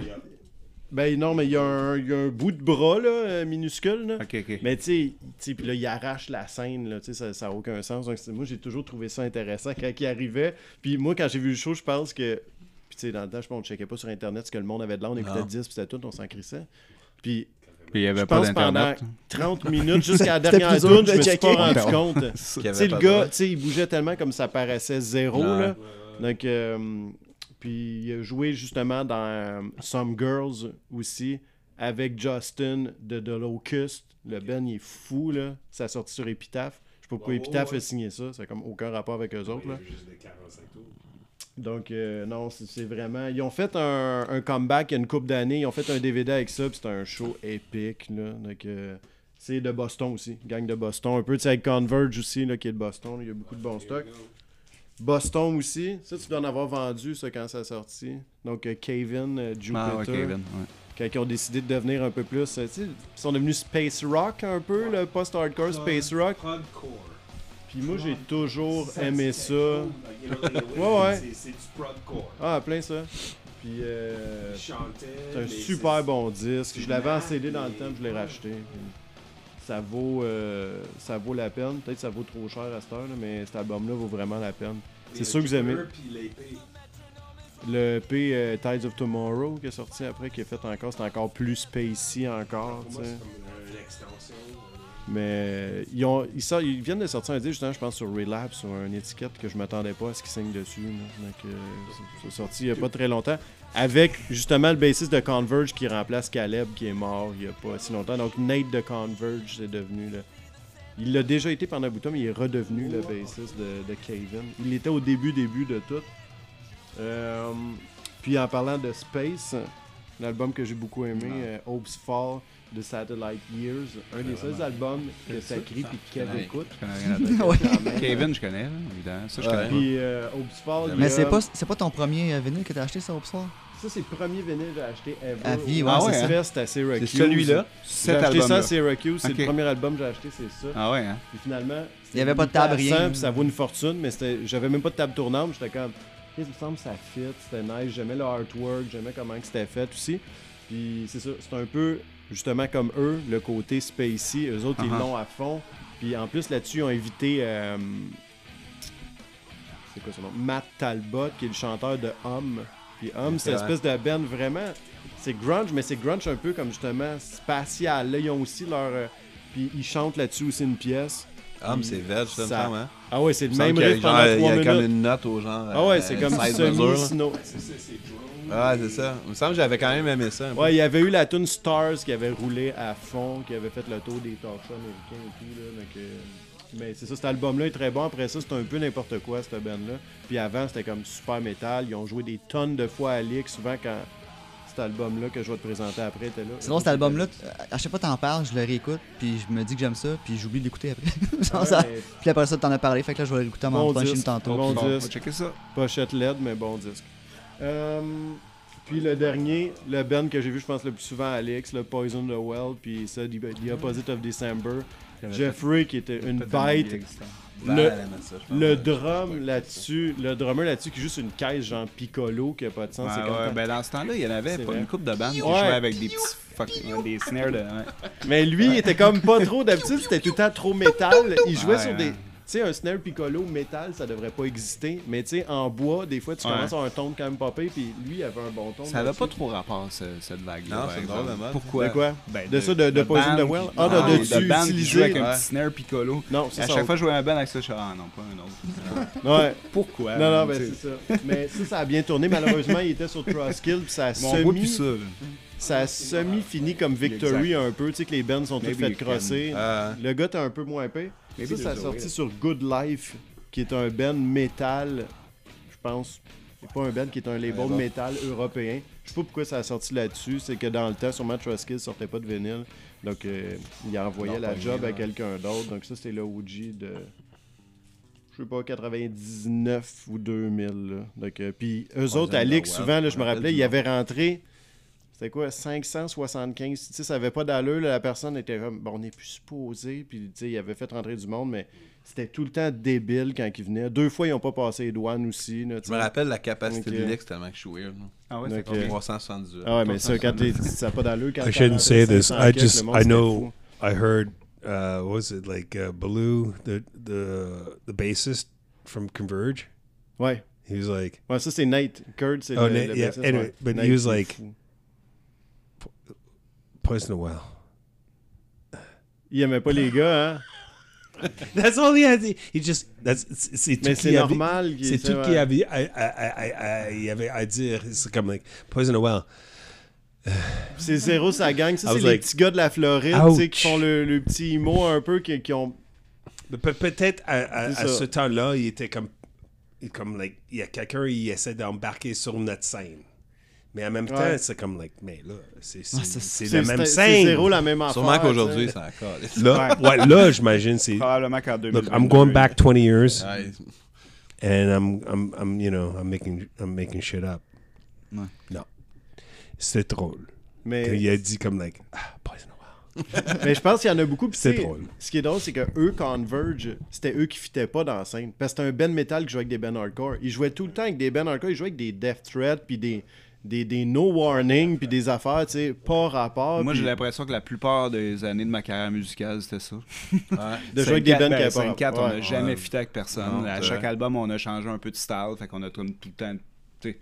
[SPEAKER 3] Ben non, mais il y, a un- il y a un bout de bras, là, euh, minuscule, là.
[SPEAKER 4] Ok, ok.
[SPEAKER 3] Mais tu sais, tu sais, puis là, il arrache la scène, là, tu sais, ça- ça n'a aucun sens. Donc, c'est- moi, j'ai toujours trouvé ça intéressant quand il arrivait. Puis moi, quand j'ai vu le show, je pense que. Puis tu sais, dans le temps, je pense qu'on checkait pas sur Internet ce que le monde avait de là, on écoutait
[SPEAKER 6] Non.
[SPEAKER 3] 10, puis c'était tout, on s'en crissait. Puis
[SPEAKER 4] Puis il n'y avait
[SPEAKER 2] Je
[SPEAKER 4] pas
[SPEAKER 2] pense pendant
[SPEAKER 4] d'Internet.
[SPEAKER 2] 30 minutes jusqu'à la
[SPEAKER 12] C'était
[SPEAKER 2] dernière
[SPEAKER 12] plus dur
[SPEAKER 2] tourne,
[SPEAKER 12] de
[SPEAKER 2] hein. je me suis pas
[SPEAKER 12] checker.
[SPEAKER 2] rendu
[SPEAKER 4] Ouais.
[SPEAKER 2] compte.
[SPEAKER 4] Qu'il y
[SPEAKER 2] Tu
[SPEAKER 4] avait
[SPEAKER 2] sais, le
[SPEAKER 4] pas
[SPEAKER 2] gars,
[SPEAKER 4] de-
[SPEAKER 2] tu sais, il bougeait tellement comme ça paraissait zéro,
[SPEAKER 4] Ouais.
[SPEAKER 2] là. Donc, euh, puis il a joué justement dans euh, Some Girls aussi, avec Justin de The Locust. Le Ben, il est fou, là. Ça a sorti sur Epitaph. Je sais pas pourquoi Epitaph a signé ça. Ça n'a comme aucun rapport avec eux autres, là. Donc, euh, non, c'est c'est vraiment. Ils ont fait un, un comeback il y a une couple d'années. Ils ont fait un DVD avec ça. Puis c'est un show épique. Là. Donc, euh, c'est de Boston aussi. Gang de Boston. Un peu, tu sais, avec Converge aussi, là, qui est de Boston. Il y a beaucoup de bons stocks. Boston aussi. Ça, tu dois en avoir vendu, ça, quand ça a sorti. Donc, euh, Kevin, euh, Jupiter.
[SPEAKER 13] Ah, ouais, Kevin. ouais.
[SPEAKER 2] Quand ils ont décidé de devenir un peu plus. euh, tu sais, ils sont devenus space rock un peu, le post-hardcore space rock. Puis moi, j'ai toujours aimé ça. Ouais, ouais.
[SPEAKER 14] C'est du prodcore.
[SPEAKER 2] Ah, plein ça. Puis, euh,
[SPEAKER 14] Chanté.
[SPEAKER 2] c'est un super bon disque. Je l'avais en CD dans le temps, je l'ai racheté. Ça vaut, euh, ça vaut la peine. Peut-être que ça vaut trop cher à cette heure, là, mais cet album-là vaut vraiment la peine. C'est sûr que vous aimez. Le P euh, Tides of Tomorrow qui est sorti après, qui est fait encore, c'est encore plus spacey encore. tu sais. Mais euh, ils, ont, ils, sortent- ils viennent de sortir un disque, justement, je pense, sur Relapse, sur une étiquette que je m'attendais pas à ce qu'ils signent dessus. là. Donc, euh, c'est- c'est sorti il n'y a pas très longtemps. Avec, justement, le bassiste de Converge qui remplace Caleb, qui est mort il n'y a pas si longtemps. Donc, Nate de Converge, c'est devenu... Là, il l'a déjà été pendant un bout de temps, mais il est redevenu le bassiste de, de Caven. Il était au début, début de tout. Euh, puis en parlant de Space, l'album que j'ai beaucoup aimé, euh, Hopes Fall de Satellite Years, un des seuls albums que ça crie puis que Kev
[SPEAKER 4] Ouais.
[SPEAKER 2] écoute.
[SPEAKER 4] Je connais rien Ah, là-dedans.
[SPEAKER 7] Ouais.
[SPEAKER 4] Kevin, je connais, là, évidemment. Ça, je
[SPEAKER 6] Ouais.
[SPEAKER 4] connais.
[SPEAKER 2] Puis euh, Hopes Fall, il y
[SPEAKER 7] Mais
[SPEAKER 2] a-
[SPEAKER 7] c'est pas, c'est pas ton premier euh, vinyle que t'as acheté ça au soir?
[SPEAKER 2] Ça, c'est le premier vinyle que j'ai acheté ever.
[SPEAKER 7] À vie,
[SPEAKER 2] au
[SPEAKER 7] ouais, hein.
[SPEAKER 4] c'est ça.
[SPEAKER 2] Fest à
[SPEAKER 4] C'est
[SPEAKER 2] Syracuse.
[SPEAKER 4] celui-là,
[SPEAKER 2] J'ai
[SPEAKER 4] cet
[SPEAKER 2] acheté ça
[SPEAKER 4] album-là.
[SPEAKER 2] à Syracuse, c'est
[SPEAKER 4] Ok.
[SPEAKER 2] le premier album que j'ai acheté, c'est ça.
[SPEAKER 4] Ah ouais, hein?
[SPEAKER 2] Puis finalement,
[SPEAKER 7] Il y avait pas de table,
[SPEAKER 2] c'était à
[SPEAKER 7] rien.
[SPEAKER 2] 100, puis ça vaut une fortune, mais c'était- j'avais même pas de table tournante. J'étais comme, qu'est-ce me semble, ça fit, c'était nice. J'aimais le artwork, j'aimais comment que c'était fait aussi. Puis c'est ça, c'est un peu justement comme eux, le côté spacey. Eux autres, ils
[SPEAKER 4] Uh-huh.
[SPEAKER 2] l'ont à fond. Puis en plus, là-dessus, ils ont invité. euh, c'est quoi son nom Matt Talbot, qui est le chanteur de Homme. Puis Homme, c'est une espèce de band vraiment. C'est grunge, mais c'est grunge un peu comme justement spatial. Là, ils ont aussi leur. euh, puis ils chantent là-dessus aussi une pièce.
[SPEAKER 6] Ah, mais c'est veg, ça, me
[SPEAKER 2] Ça-
[SPEAKER 6] semble, hein?
[SPEAKER 2] Ah ouais, c'est le
[SPEAKER 6] Il
[SPEAKER 2] même
[SPEAKER 6] semble qu'il y a
[SPEAKER 2] riff pendant
[SPEAKER 6] genre- Il y
[SPEAKER 2] 3
[SPEAKER 6] a comme
[SPEAKER 2] minutes.
[SPEAKER 6] une note au genre.
[SPEAKER 2] Ah ouais,
[SPEAKER 6] euh,
[SPEAKER 2] c'est comme
[SPEAKER 6] side measure, là.
[SPEAKER 2] semi-snow.
[SPEAKER 6] Ah, c'est ça. Il me semble que j'avais quand même aimé ça. un peu.
[SPEAKER 2] Ouais, il y avait eu la tune Stars qui avait roulé à fond, qui avait fait le tour des talk shows américains et tout. Là, donc, euh, mais c'est ça, cet album-là est très bon. Après ça, c'était un peu n'importe quoi, cette band-là. Puis avant, c'était comme super métal. Ils ont joué des tonnes de fois à Lick, souvent quand cet album-là que je vais te présenter après était là.
[SPEAKER 7] Sinon, cet album-là, t-
[SPEAKER 1] euh,
[SPEAKER 7] à chaque fois que t'en parles, je le réécoute, puis je me dis que j'aime ça, puis j'oublie de l'écouter après. Genre ça-
[SPEAKER 2] Ouais,
[SPEAKER 7] Puis après ça, t'en as parlé, fait que là, je vais l'écouter à mon
[SPEAKER 2] Bon
[SPEAKER 7] punching
[SPEAKER 2] disque.
[SPEAKER 7] tantôt.
[SPEAKER 2] Bon
[SPEAKER 4] Bon, on va
[SPEAKER 2] disque.
[SPEAKER 4] checker ça.
[SPEAKER 2] Pochette LED, mais bon disque. Euh, puis le dernier, le band que j'ai vu, je pense, le plus souvent, Alex, le Poison the Well, puis ça, The, The Opposite of December. Jeffrey, qui était une bête.
[SPEAKER 6] Ben,
[SPEAKER 2] Le-
[SPEAKER 6] elle aimait ça, je pense.
[SPEAKER 2] Le drum là-dessus, le drummer là-dessus qui est juste une caisse genre piccolo qui a pas de sens. c'est
[SPEAKER 4] Ouais,
[SPEAKER 2] comme
[SPEAKER 4] ouais,
[SPEAKER 2] quand-
[SPEAKER 4] ben dans ce temps-là, il y en avait
[SPEAKER 2] C'est
[SPEAKER 4] pas
[SPEAKER 2] vrai.
[SPEAKER 4] une coupe de bandes qui
[SPEAKER 2] Ouais.
[SPEAKER 4] jouaient avec des petits fuck, ouais, des snares de. ouais.
[SPEAKER 2] Mais lui, il était comme pas trop d'habitude, c'était tout le temps trop métal. Il jouait
[SPEAKER 4] Ouais, hein.
[SPEAKER 2] sur
[SPEAKER 4] ouais.
[SPEAKER 2] des. Tu sais, un snare piccolo métal, ça devrait pas exister. Mais tu sais, en bois, des fois, tu
[SPEAKER 4] Ouais.
[SPEAKER 2] commences à avoir un ton quand même popé, puis lui, il avait un bon ton.
[SPEAKER 4] Ça avait
[SPEAKER 2] là-dessus.
[SPEAKER 4] pas trop rapport ce- cette vague-là.
[SPEAKER 6] Non,
[SPEAKER 4] par
[SPEAKER 6] c'est
[SPEAKER 4] exemple.
[SPEAKER 6] drôle, la mode.
[SPEAKER 4] Pourquoi
[SPEAKER 2] De quoi
[SPEAKER 4] Ben,
[SPEAKER 2] De ça, de- de Poison
[SPEAKER 4] band
[SPEAKER 2] the Well?
[SPEAKER 4] qui-
[SPEAKER 2] Ah, de-
[SPEAKER 4] ouais,
[SPEAKER 2] de
[SPEAKER 4] le
[SPEAKER 2] tu
[SPEAKER 4] band qui
[SPEAKER 2] utiliser-
[SPEAKER 4] jouait avec un
[SPEAKER 6] Ouais.
[SPEAKER 4] petit snare piccolo.
[SPEAKER 2] Non, ça,
[SPEAKER 4] à
[SPEAKER 2] ça-
[SPEAKER 4] chaque fois, je jouais un band avec ça, je suis ah non, pas un autre.
[SPEAKER 2] Ouais.
[SPEAKER 4] Pourquoi
[SPEAKER 2] Non, non,
[SPEAKER 4] mais
[SPEAKER 2] ben c'est ça. Mais ça, ça a bien tourné. Malheureusement, il était sur Trustkill, puis ça a
[SPEAKER 4] Mon goût,
[SPEAKER 2] semi,
[SPEAKER 4] plus ça. là.
[SPEAKER 2] ça a semi fini comme Victory un peu. Tu sais que les bands sont tous
[SPEAKER 4] Maybe
[SPEAKER 2] fait
[SPEAKER 4] you can. euh,
[SPEAKER 2] crosser.
[SPEAKER 6] Ah,
[SPEAKER 2] Le gars, t'es un peu moins épais.
[SPEAKER 4] Maybe
[SPEAKER 2] Ça, ça a
[SPEAKER 4] there's a
[SPEAKER 2] sorti
[SPEAKER 4] way.
[SPEAKER 2] sur Good Life, qui est un band metal, je pense. C'est pas un band qui est un label metal européen. Je sais pas pourquoi ça a sorti là-dessus. C'est que dans le temps, sûrement Trustkill sortait pas de vinyle. Donc, euh, il envoyait
[SPEAKER 6] Non,
[SPEAKER 2] la
[SPEAKER 6] pas
[SPEAKER 2] job
[SPEAKER 6] vinyle,
[SPEAKER 2] à
[SPEAKER 6] hein.
[SPEAKER 2] quelqu'un d'autre. Donc, ça, c'était le OG de. Je sais pas, 99 ou 2000. là. Donc, euh, puis eux autres, à Lick,
[SPEAKER 6] Web,
[SPEAKER 2] souvent, là, je me
[SPEAKER 6] on appelle
[SPEAKER 2] rappelais,
[SPEAKER 6] du
[SPEAKER 2] ils avaient rentré. C'était quoi, 575? Tu sais, ça avait pas d'allure. là, La personne était comme, bon, on n'est plus supposé. Puis, tu sais, il avait fait rentrer du monde, mais c'était tout le temps débile quand ils venaient. Deux fois, ils n'ont pas passé les douanes aussi. là, tu
[SPEAKER 6] Je me
[SPEAKER 2] sais.
[SPEAKER 6] rappelle la capacité
[SPEAKER 2] Ok.
[SPEAKER 6] de Lix tellement que je suis weird. là.
[SPEAKER 4] Ah ouais, c'est
[SPEAKER 2] Ok.
[SPEAKER 4] combien?
[SPEAKER 6] 378.
[SPEAKER 2] Ah ouais, mais ça, quand t'es- ça n'a pas d'allure. Quand
[SPEAKER 8] I
[SPEAKER 2] t'as
[SPEAKER 8] shouldn't
[SPEAKER 2] rentré
[SPEAKER 8] say this.
[SPEAKER 2] 500
[SPEAKER 8] I
[SPEAKER 2] quelques,
[SPEAKER 8] just
[SPEAKER 2] le monde,
[SPEAKER 8] I
[SPEAKER 2] c'était
[SPEAKER 8] know
[SPEAKER 2] fou.
[SPEAKER 8] I heard uh what was it like uh Baloo the the the bassist from Converge.
[SPEAKER 2] Ouais.
[SPEAKER 8] He was like
[SPEAKER 2] ouais, ça, c'est Nate. Kurd, c'est
[SPEAKER 8] Oh,
[SPEAKER 2] le,
[SPEAKER 3] ben,
[SPEAKER 8] Nate,
[SPEAKER 2] le
[SPEAKER 8] yeah,
[SPEAKER 2] bassiste,
[SPEAKER 8] anyway,
[SPEAKER 2] ouais.
[SPEAKER 8] but he
[SPEAKER 2] Nate,
[SPEAKER 8] was
[SPEAKER 2] c'est
[SPEAKER 8] like-
[SPEAKER 2] fou.
[SPEAKER 8] Poison the Well.
[SPEAKER 3] Il aimait pas les gars, hein?
[SPEAKER 8] That's all he had. He just, that's, c'est- c'est tout
[SPEAKER 3] Mais
[SPEAKER 8] qu'il
[SPEAKER 3] c'est
[SPEAKER 8] avait-
[SPEAKER 3] normal qu'il-
[SPEAKER 8] C'est
[SPEAKER 3] ça,
[SPEAKER 8] tout
[SPEAKER 3] ouais.
[SPEAKER 8] qu'il avait à, à- à- à- il avait à dire. C'est comme like Poison Well.
[SPEAKER 3] C'est zéro sa gang. Ça,
[SPEAKER 8] I
[SPEAKER 3] c'est
[SPEAKER 8] was
[SPEAKER 3] les
[SPEAKER 8] like,
[SPEAKER 3] petits gars de la Floride, tu sais, qui
[SPEAKER 8] ouch.
[SPEAKER 3] font le, le petit mot un peu, qui, qui ont...
[SPEAKER 8] Mais Pe peut-être à, à-
[SPEAKER 3] C'est
[SPEAKER 8] à
[SPEAKER 3] ça.
[SPEAKER 8] ce temps-là, il était comme comme like il y a quelqu'un il essaie d'embarquer sur notre scène. Mais en même temps,
[SPEAKER 3] Ouais.
[SPEAKER 8] c'est comme like mais là, c'est c'est-
[SPEAKER 7] Ouais, c'est-
[SPEAKER 8] c'est
[SPEAKER 3] C'est
[SPEAKER 8] la
[SPEAKER 3] C'est
[SPEAKER 8] même scène.
[SPEAKER 3] zéro la même affaire.
[SPEAKER 6] Sûrement qu'aujourd'hui,
[SPEAKER 3] tu sais.
[SPEAKER 6] ça a collé.
[SPEAKER 8] Là, ouais, là, j'imagine c'est
[SPEAKER 4] Probablement qu'en 2000.
[SPEAKER 8] Look, I'm going back 20 years
[SPEAKER 6] Ouais,
[SPEAKER 8] and I'm I'm I'm you know, I'm making I'm making shit up.
[SPEAKER 7] Ouais.
[SPEAKER 8] Non. C'est drôle. Quand
[SPEAKER 3] Mais,
[SPEAKER 8] il a dit comme like ah, Poison Well.
[SPEAKER 3] mais je pense qu'il y en a beaucoup. puis
[SPEAKER 8] C'est
[SPEAKER 3] tu sais,
[SPEAKER 8] drôle.
[SPEAKER 3] Ce qui est drôle, c'est que eux, Converge, c'était eux qui fitaient pas dans la scène. Parce que c'était un Ben Metal qui jouait avec des Ben Hardcore. Ils jouaient tout le temps avec des Ben Hardcore. Ils jouaient avec des Death Threat, puis des, des, des No Warning, puis des affaires, tu sais, pas rapport.
[SPEAKER 4] Moi,
[SPEAKER 3] Ah, puis
[SPEAKER 4] j'ai l'impression que la plupart des années de ma carrière musicale, c'était ça.
[SPEAKER 3] De jouer avec des bands qui avaient pas
[SPEAKER 4] 5 4 on
[SPEAKER 3] rapport.
[SPEAKER 4] n'a
[SPEAKER 3] Ouais.
[SPEAKER 4] jamais fité avec personne.
[SPEAKER 6] Non,
[SPEAKER 4] à
[SPEAKER 6] c'est
[SPEAKER 4] chaque
[SPEAKER 6] vrai.
[SPEAKER 4] album, on a changé un peu de style. Fait qu'on a tout, tout le temps. tu sais,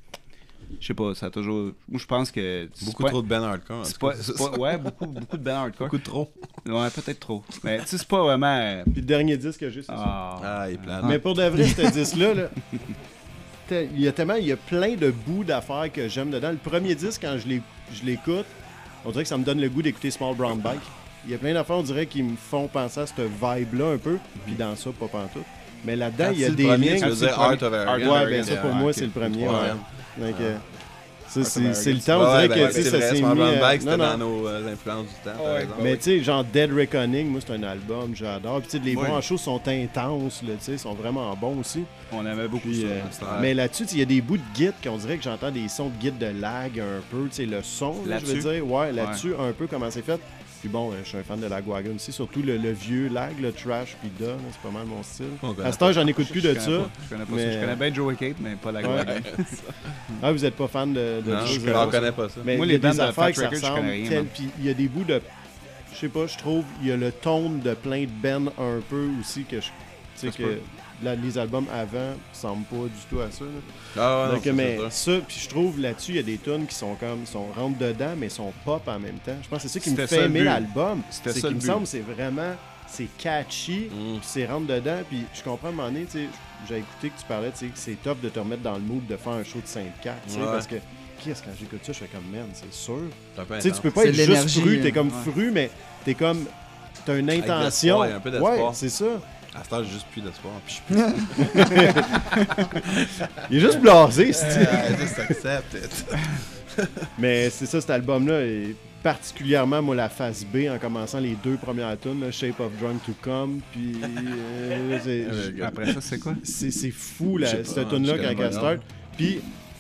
[SPEAKER 4] Je sais pas, ça a toujours. Moi, je pense que. c'est
[SPEAKER 6] Beaucoup
[SPEAKER 4] pas-
[SPEAKER 6] trop de Ben Hardcore. en
[SPEAKER 4] c'est
[SPEAKER 6] tout
[SPEAKER 4] pas-
[SPEAKER 6] cas.
[SPEAKER 4] c'est pas- ouais, beaucoup, beaucoup de bands hardcore.
[SPEAKER 6] Beaucoup trop.
[SPEAKER 4] Ouais, peut-être trop. Mais tu sais, c'est pas vraiment. euh,
[SPEAKER 3] Puis le dernier disque que j'ai, c'est ça.
[SPEAKER 4] ah.
[SPEAKER 6] Ah, il plane.
[SPEAKER 3] Mais pour de vrai, ce disque-là, là, t'as- il y a tellement, il y a plein de bouts d'affaires que j'aime dedans. Le premier disque, quand je l'ai- je l'écoute, on dirait que ça me donne le goût d'écouter Small Brown Bike. Il y a plein d'affaires, on dirait, qui me font penser à cette vibe-là un peu, puis dans ça, pas pantoute. Mais là-dedans,
[SPEAKER 6] Quand
[SPEAKER 3] il y a
[SPEAKER 6] c'est le
[SPEAKER 3] des
[SPEAKER 6] premier,
[SPEAKER 3] lignes.
[SPEAKER 6] tu veux
[SPEAKER 3] c'est
[SPEAKER 6] dire
[SPEAKER 3] le
[SPEAKER 6] Art of
[SPEAKER 3] premier.
[SPEAKER 6] Arrogance.
[SPEAKER 3] Ouais, ben ça, pour
[SPEAKER 6] Ah,
[SPEAKER 3] moi,
[SPEAKER 6] ok.
[SPEAKER 3] c'est le premier.
[SPEAKER 6] Ouais.
[SPEAKER 3] ouais. Donc, euh, ça, c'est c'est le
[SPEAKER 6] Ouais,
[SPEAKER 3] temps, on dirait
[SPEAKER 6] ben,
[SPEAKER 3] que
[SPEAKER 6] ouais,
[SPEAKER 3] tu sais,
[SPEAKER 6] c'est
[SPEAKER 3] ça
[SPEAKER 6] vrai,
[SPEAKER 3] s'est
[SPEAKER 6] Small
[SPEAKER 3] mis...
[SPEAKER 6] Brown
[SPEAKER 3] euh,
[SPEAKER 6] Bike,
[SPEAKER 3] non,
[SPEAKER 6] c'était dans
[SPEAKER 3] non.
[SPEAKER 6] nos euh, influences du temps. t'as raison.
[SPEAKER 3] Mais tu sais, genre Dead Reckoning, moi c'est un album, j'adore. Puis tu sais, les voix en show sont intenses, là, tu sais, sont vraiment bons aussi.
[SPEAKER 4] On aimait beaucoup
[SPEAKER 3] Puis,
[SPEAKER 4] ça.
[SPEAKER 3] euh,
[SPEAKER 4] c'était vrai.
[SPEAKER 3] Mais là-dessus, tu sais, il y a des bouts de git qu'on dirait que j'entends des sons de git de lag un peu, tu sais, le son, là, je veux
[SPEAKER 4] Là-dessus?
[SPEAKER 3] dire, ouais, là-dessus, un peu comment c'est fait. Puis bon, euh, je suis un fan de Lagwagon aussi, surtout le, le vieux lag, le trash, puis da, là, c'est pas mal mon style.
[SPEAKER 6] On connaît
[SPEAKER 3] À ce temps, j'en écoute plus
[SPEAKER 4] Je
[SPEAKER 3] de
[SPEAKER 4] connais
[SPEAKER 3] ça.
[SPEAKER 4] pas- Je connais pas
[SPEAKER 3] mais-
[SPEAKER 4] ça.
[SPEAKER 3] euh,
[SPEAKER 4] Je connais bien Joey Cape, mais pas la
[SPEAKER 3] Ouais.
[SPEAKER 4] Guagan.
[SPEAKER 3] Ah, vous êtes pas fan de, de
[SPEAKER 6] Non,
[SPEAKER 3] choses,
[SPEAKER 6] je
[SPEAKER 3] euh,
[SPEAKER 6] ne connais pas ça.
[SPEAKER 3] Mais
[SPEAKER 4] Moi,
[SPEAKER 3] il y
[SPEAKER 4] les
[SPEAKER 3] a
[SPEAKER 4] bandes
[SPEAKER 3] des
[SPEAKER 4] de
[SPEAKER 3] affaires
[SPEAKER 4] Fat
[SPEAKER 3] qui ça
[SPEAKER 4] Wreckers, je
[SPEAKER 3] ressemble
[SPEAKER 4] connais rien,
[SPEAKER 3] tel,
[SPEAKER 4] man.
[SPEAKER 3] puis il y a des bouts de... Je sais pas, je trouve, il y a le tone de plein de ben un peu aussi que je... Tu sais
[SPEAKER 6] Ça se
[SPEAKER 3] que
[SPEAKER 6] peut.
[SPEAKER 3] la- les albums avant ressemblent pas du tout à ça. là.
[SPEAKER 6] Ah, ouais, non,
[SPEAKER 3] Donc,
[SPEAKER 6] c'est
[SPEAKER 3] mais
[SPEAKER 6] sûr.
[SPEAKER 3] ça, puis je trouve là-dessus, il y a des tunes qui sont comme, sont rentrent dedans, mais sont pop en même temps. Je pense que c'est ça qui me
[SPEAKER 4] C'était
[SPEAKER 3] fait
[SPEAKER 4] ça, le
[SPEAKER 3] aimer
[SPEAKER 4] but.
[SPEAKER 3] l'album.
[SPEAKER 4] C'était
[SPEAKER 3] C'est
[SPEAKER 4] ça,
[SPEAKER 3] qu'il
[SPEAKER 4] le
[SPEAKER 3] me
[SPEAKER 4] but.
[SPEAKER 3] semble, c'est vraiment, c'est catchy,
[SPEAKER 6] Mm.
[SPEAKER 3] puis c'est rentre dedans, puis je comprends à un moment donné, tu sais, j'ai écouté que tu parlais, tu sais, que c'est top de te remettre dans le mood de faire un show de 5-4, tu sais,
[SPEAKER 6] Ouais. Ben
[SPEAKER 3] parce que, qu'est-ce quand j'écoute ça, je fais comme, man, c'est sûr.
[SPEAKER 6] C'est un peu
[SPEAKER 3] Tu sais,
[SPEAKER 6] intense.
[SPEAKER 3] tu peux pas
[SPEAKER 7] C'est
[SPEAKER 3] être
[SPEAKER 7] de
[SPEAKER 3] juste
[SPEAKER 7] l'énergie,
[SPEAKER 3] fru, t'es
[SPEAKER 7] euh,
[SPEAKER 3] comme
[SPEAKER 7] ouais.
[SPEAKER 3] fru, mais t'es comme, t'as une
[SPEAKER 6] de l'espoir,
[SPEAKER 3] intention.
[SPEAKER 6] il y a un peu
[SPEAKER 3] ouais,
[SPEAKER 6] d'espoir.
[SPEAKER 3] c'est ça.
[SPEAKER 6] À ce temps, j'ai juste plus d'espoir. Puis je
[SPEAKER 3] Il est juste blasé, c'est
[SPEAKER 6] peux juste accept it.
[SPEAKER 3] Mais c'est ça, cet album-là, et particulièrement, moi, la phase B, en commençant les deux premières tunes, là, Shape of Drunk to Come, puis...
[SPEAKER 4] Oh
[SPEAKER 3] euh,
[SPEAKER 6] Oh
[SPEAKER 3] c'est-
[SPEAKER 4] Après ça, c'est quoi
[SPEAKER 3] c'est c'est fou, la,
[SPEAKER 6] Je sais pas,
[SPEAKER 3] cette
[SPEAKER 6] hein,
[SPEAKER 3] tune-là,
[SPEAKER 6] je
[SPEAKER 3] quand
[SPEAKER 6] connais
[SPEAKER 3] elle
[SPEAKER 6] pas,
[SPEAKER 3] start. Puis,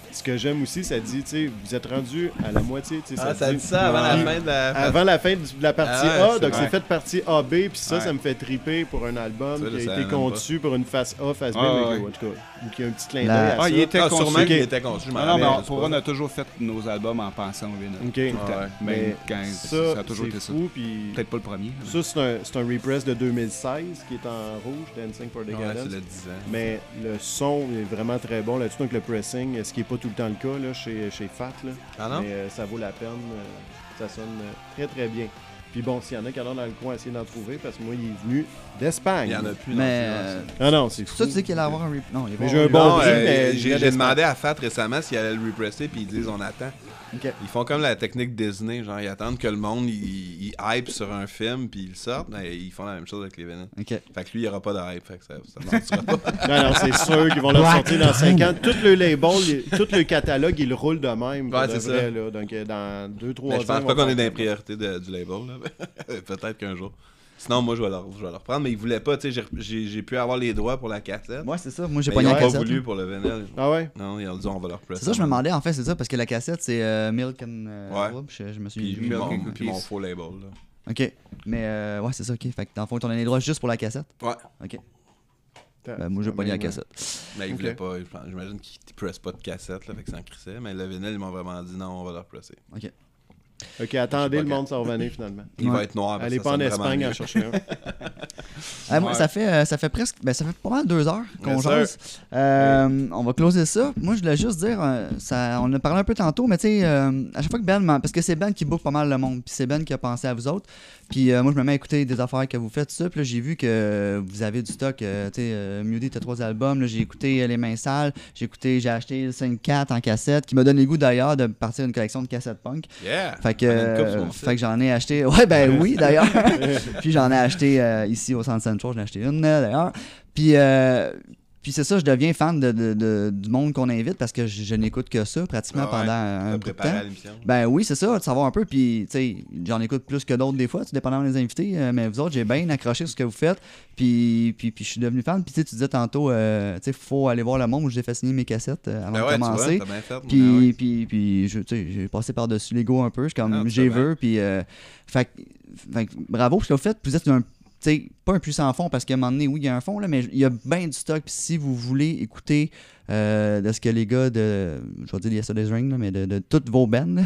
[SPEAKER 3] ce que j'aime aussi, ça dit, tu sais, vous êtes rendu à la moitié, tu sais,
[SPEAKER 6] Ah, ça dit ça avant la
[SPEAKER 3] Puis,
[SPEAKER 6] fin de la.
[SPEAKER 3] Avant la fin du- de la partie
[SPEAKER 6] Ah ouais,
[SPEAKER 3] A,
[SPEAKER 6] c'est
[SPEAKER 3] donc
[SPEAKER 6] vrai.
[SPEAKER 3] c'est fait partie AB, puis ça,
[SPEAKER 4] Ouais.
[SPEAKER 3] ça me fait triper pour un album
[SPEAKER 6] Ça, je
[SPEAKER 3] qui a
[SPEAKER 6] savais
[SPEAKER 3] été
[SPEAKER 6] même pas.
[SPEAKER 3] conçu pour une face A, face B,
[SPEAKER 4] Ah
[SPEAKER 3] mais
[SPEAKER 4] ouais.
[SPEAKER 3] que- en tout cas, ou qui a un petit clin d'œil
[SPEAKER 7] La-
[SPEAKER 3] à
[SPEAKER 4] Ah,
[SPEAKER 3] ça.
[SPEAKER 4] il était
[SPEAKER 6] Ah,
[SPEAKER 4] conçu.
[SPEAKER 6] sûrement
[SPEAKER 3] Ok.
[SPEAKER 6] qu'il était conçu. je
[SPEAKER 3] Ah,
[SPEAKER 6] m'en
[SPEAKER 4] Non, non, mais
[SPEAKER 6] rappelle,
[SPEAKER 4] on-
[SPEAKER 6] je
[SPEAKER 4] pour
[SPEAKER 6] sais
[SPEAKER 4] eux, on a toujours fait nos albums en pensant au vinyle.
[SPEAKER 3] OK.
[SPEAKER 4] Tout le temps.
[SPEAKER 6] Ouais.
[SPEAKER 4] Même quand
[SPEAKER 3] ça,
[SPEAKER 4] ça a toujours été
[SPEAKER 3] c'est
[SPEAKER 4] ça.
[SPEAKER 3] fou, puis...
[SPEAKER 4] Peut-être pas le premier. mais-
[SPEAKER 3] Ça, c'est un, c'est un repress de 2016 qui est en rouge, Dancing for
[SPEAKER 6] pas. Ouais,
[SPEAKER 3] Decadence.
[SPEAKER 6] c'est le 10 ans.
[SPEAKER 3] mais le son est vraiment très bon là-dessus, donc le pressing, ce qui n'est pas tout le temps le cas là, chez, chez Fat. Là.
[SPEAKER 6] Ah non?
[SPEAKER 3] Mais euh, ça vaut la peine, euh, ça sonne euh, très très bien. Puis bon, s'il y en a qui en ont dans le coin, essayez d'en trouver parce que moi, il est venu d'Espagne.
[SPEAKER 6] Il y en a plus. dans
[SPEAKER 7] Mais.
[SPEAKER 6] le
[SPEAKER 7] euh,
[SPEAKER 6] film,
[SPEAKER 3] Ah non, c'est fou.
[SPEAKER 7] Ça, tu dis qu'il allait avoir un replay. Non, il
[SPEAKER 3] Mais
[SPEAKER 7] va avoir
[SPEAKER 3] j'ai
[SPEAKER 7] un
[SPEAKER 3] un
[SPEAKER 6] ça.
[SPEAKER 3] bon
[SPEAKER 6] Non,
[SPEAKER 3] prix,
[SPEAKER 6] euh,
[SPEAKER 3] mais il y a
[SPEAKER 6] j'ai j'ai
[SPEAKER 3] des
[SPEAKER 6] demandé à Fat récemment s'il allait le represser, puis ils disent on attend.
[SPEAKER 7] Ok.
[SPEAKER 6] Ils font comme la technique Disney, genre ils attendent que le monde il, il hype sur un film, puis ils le sortent, mais ils font la même chose avec les vénins.
[SPEAKER 7] Ok.
[SPEAKER 6] Fait que lui, il n'y aura pas de hype, fait que ça, ça marchera pas.
[SPEAKER 3] Non, non, c'est sûr qu'ils vont le
[SPEAKER 7] Ouais.
[SPEAKER 3] sortir dans 5 ans. Tout le label, il- tout le catalogue, il roule de même. pour
[SPEAKER 6] Ouais,
[SPEAKER 3] de
[SPEAKER 6] c'est
[SPEAKER 3] vrai, là. Donc euh, dans 2-3 ans.
[SPEAKER 6] Mais je pense
[SPEAKER 3] on
[SPEAKER 6] pas
[SPEAKER 3] va
[SPEAKER 6] qu'on est
[SPEAKER 3] faire-
[SPEAKER 6] dans les priorités de- du label. là. Peut-être qu'un jour. Sinon, moi, je vais, leur, je vais leur prendre. Mais ils voulaient pas. Tu sais, j'ai- j'ai j'ai pu avoir les droits pour la cassette.
[SPEAKER 7] Ouais, c'est ça. Moi, j'ai
[SPEAKER 6] mais
[SPEAKER 7] pas
[SPEAKER 6] ils
[SPEAKER 7] la
[SPEAKER 6] ont pas
[SPEAKER 7] cassette.
[SPEAKER 6] voulu
[SPEAKER 1] hein.
[SPEAKER 7] là.
[SPEAKER 6] pour le vinyle.
[SPEAKER 3] Ah ouais?
[SPEAKER 6] Non, ils ont dit on va leur presser.
[SPEAKER 7] C'est ça, je me demandais, en fait, c'est ça, parce que la cassette, c'est euh, Milk and. euh,
[SPEAKER 6] Ouais.
[SPEAKER 7] Whoop, je, je me suis
[SPEAKER 6] Puis,
[SPEAKER 7] dit.
[SPEAKER 6] mon,
[SPEAKER 4] Milk and
[SPEAKER 6] puis mon
[SPEAKER 4] Cookies.
[SPEAKER 6] faux label. Là.
[SPEAKER 7] Ok. Mais euh, ouais, c'est ça, ok. Fait que dans le fond, t'en as les droits juste pour la cassette.
[SPEAKER 6] Ouais.
[SPEAKER 7] Ok. Ben, moi, j'ai pas
[SPEAKER 3] Quand
[SPEAKER 7] la
[SPEAKER 3] même,
[SPEAKER 7] cassette.
[SPEAKER 6] Ah, Mais ils
[SPEAKER 3] Ok.
[SPEAKER 6] voulaient pas. je pense- J'imagine qu'ils ne pressent pas de cassette. Là, fait que ça en crissait. Mais le vinyle, ils m'ont vraiment dit non, on va leur presser.
[SPEAKER 7] Ok.
[SPEAKER 3] Ok, attendez,
[SPEAKER 6] Je sais pas
[SPEAKER 3] le
[SPEAKER 6] quand.
[SPEAKER 3] monde s'en revenir finalement.
[SPEAKER 6] Il
[SPEAKER 1] Ouais.
[SPEAKER 6] va être noir. parce
[SPEAKER 3] Allez
[SPEAKER 6] que
[SPEAKER 3] pas
[SPEAKER 6] ça
[SPEAKER 3] en
[SPEAKER 6] sonne vraiment
[SPEAKER 3] Espagne
[SPEAKER 6] mieux.
[SPEAKER 3] en chercher un.
[SPEAKER 1] Euh, moi, ça fait, euh, ça fait presque, ben, ça fait pas mal deux heures qu'on
[SPEAKER 6] Yes, sir.
[SPEAKER 1] jase. Euh, On va closer ça. Moi, je voulais juste dire, euh, ça, on en a parlé un peu tantôt, mais tu sais, euh, à chaque fois que Ben, m'en- parce que c'est Ben qui book pas mal le monde, puis c'est Ben qui a pensé à vous autres. Puis euh, moi, je me mets à écouter des affaires que vous faites, tout ça. Puis là, j'ai vu que vous avez du stock. euh, tu sais, euh, Muddy, t'as trois albums. Là, j'ai écouté euh, Les Mains Sales. J'ai écouté, j'ai acheté le 5-4 en cassette, qui me donne le goût d'ailleurs de partir une collection de cassettes punk.
[SPEAKER 6] Yeah!
[SPEAKER 1] Fait que,
[SPEAKER 6] On a une coupe
[SPEAKER 1] euh,
[SPEAKER 6] sur mon
[SPEAKER 1] fait que j'en ai acheté. Ouais, ben oui, d'ailleurs. puis j'en ai acheté euh, ici au Centre Central, j'en ai acheté une, euh, d'ailleurs. Puis, euh, puis c'est ça, je deviens fan de, de- de- du monde qu'on invite parce que je, je n'écoute que ça pratiquement
[SPEAKER 6] Ah ouais,
[SPEAKER 1] pendant un
[SPEAKER 6] T'as
[SPEAKER 1] bout de
[SPEAKER 6] préparé
[SPEAKER 1] temps.
[SPEAKER 6] à l'émission.
[SPEAKER 1] Ben oui, c'est ça, de savoir un peu. Puis, tu sais, j'en écoute plus que d'autres des fois, tout dépendant des invités. euh, mais vous autres, j'ai bien accroché sur ce que vous faites. Puis, puis, puis je suis devenu fan. Puis, tu sais, tu disais tantôt, euh, tu sais, faut aller voir le monde où j'ai fait signer mes cassettes euh, avant
[SPEAKER 6] Ben
[SPEAKER 1] de
[SPEAKER 6] ouais, tu vois,
[SPEAKER 1] commencer.
[SPEAKER 6] t'as bien fait.
[SPEAKER 1] Puis,
[SPEAKER 6] Ah ouais.
[SPEAKER 1] puis, puis je- tu sais, j'ai passé par-dessus l'ego un peu. Je suis
[SPEAKER 6] Ah,
[SPEAKER 1] comme,
[SPEAKER 6] tu
[SPEAKER 1] j'ai
[SPEAKER 6] fais bien.
[SPEAKER 1] vu. Puis, euh, fait, que- fait que bravo, parce qu'au fait, vous êtes un. tu sais, pas un puissant fond, parce qu'à un moment donné, oui, il y a un fond, là, mais il y a bien du stock. Puis si vous voulez écouter euh, de ce que les gars de, je vais dire Yesterday's Ring, là, mais de, de toutes vos bandes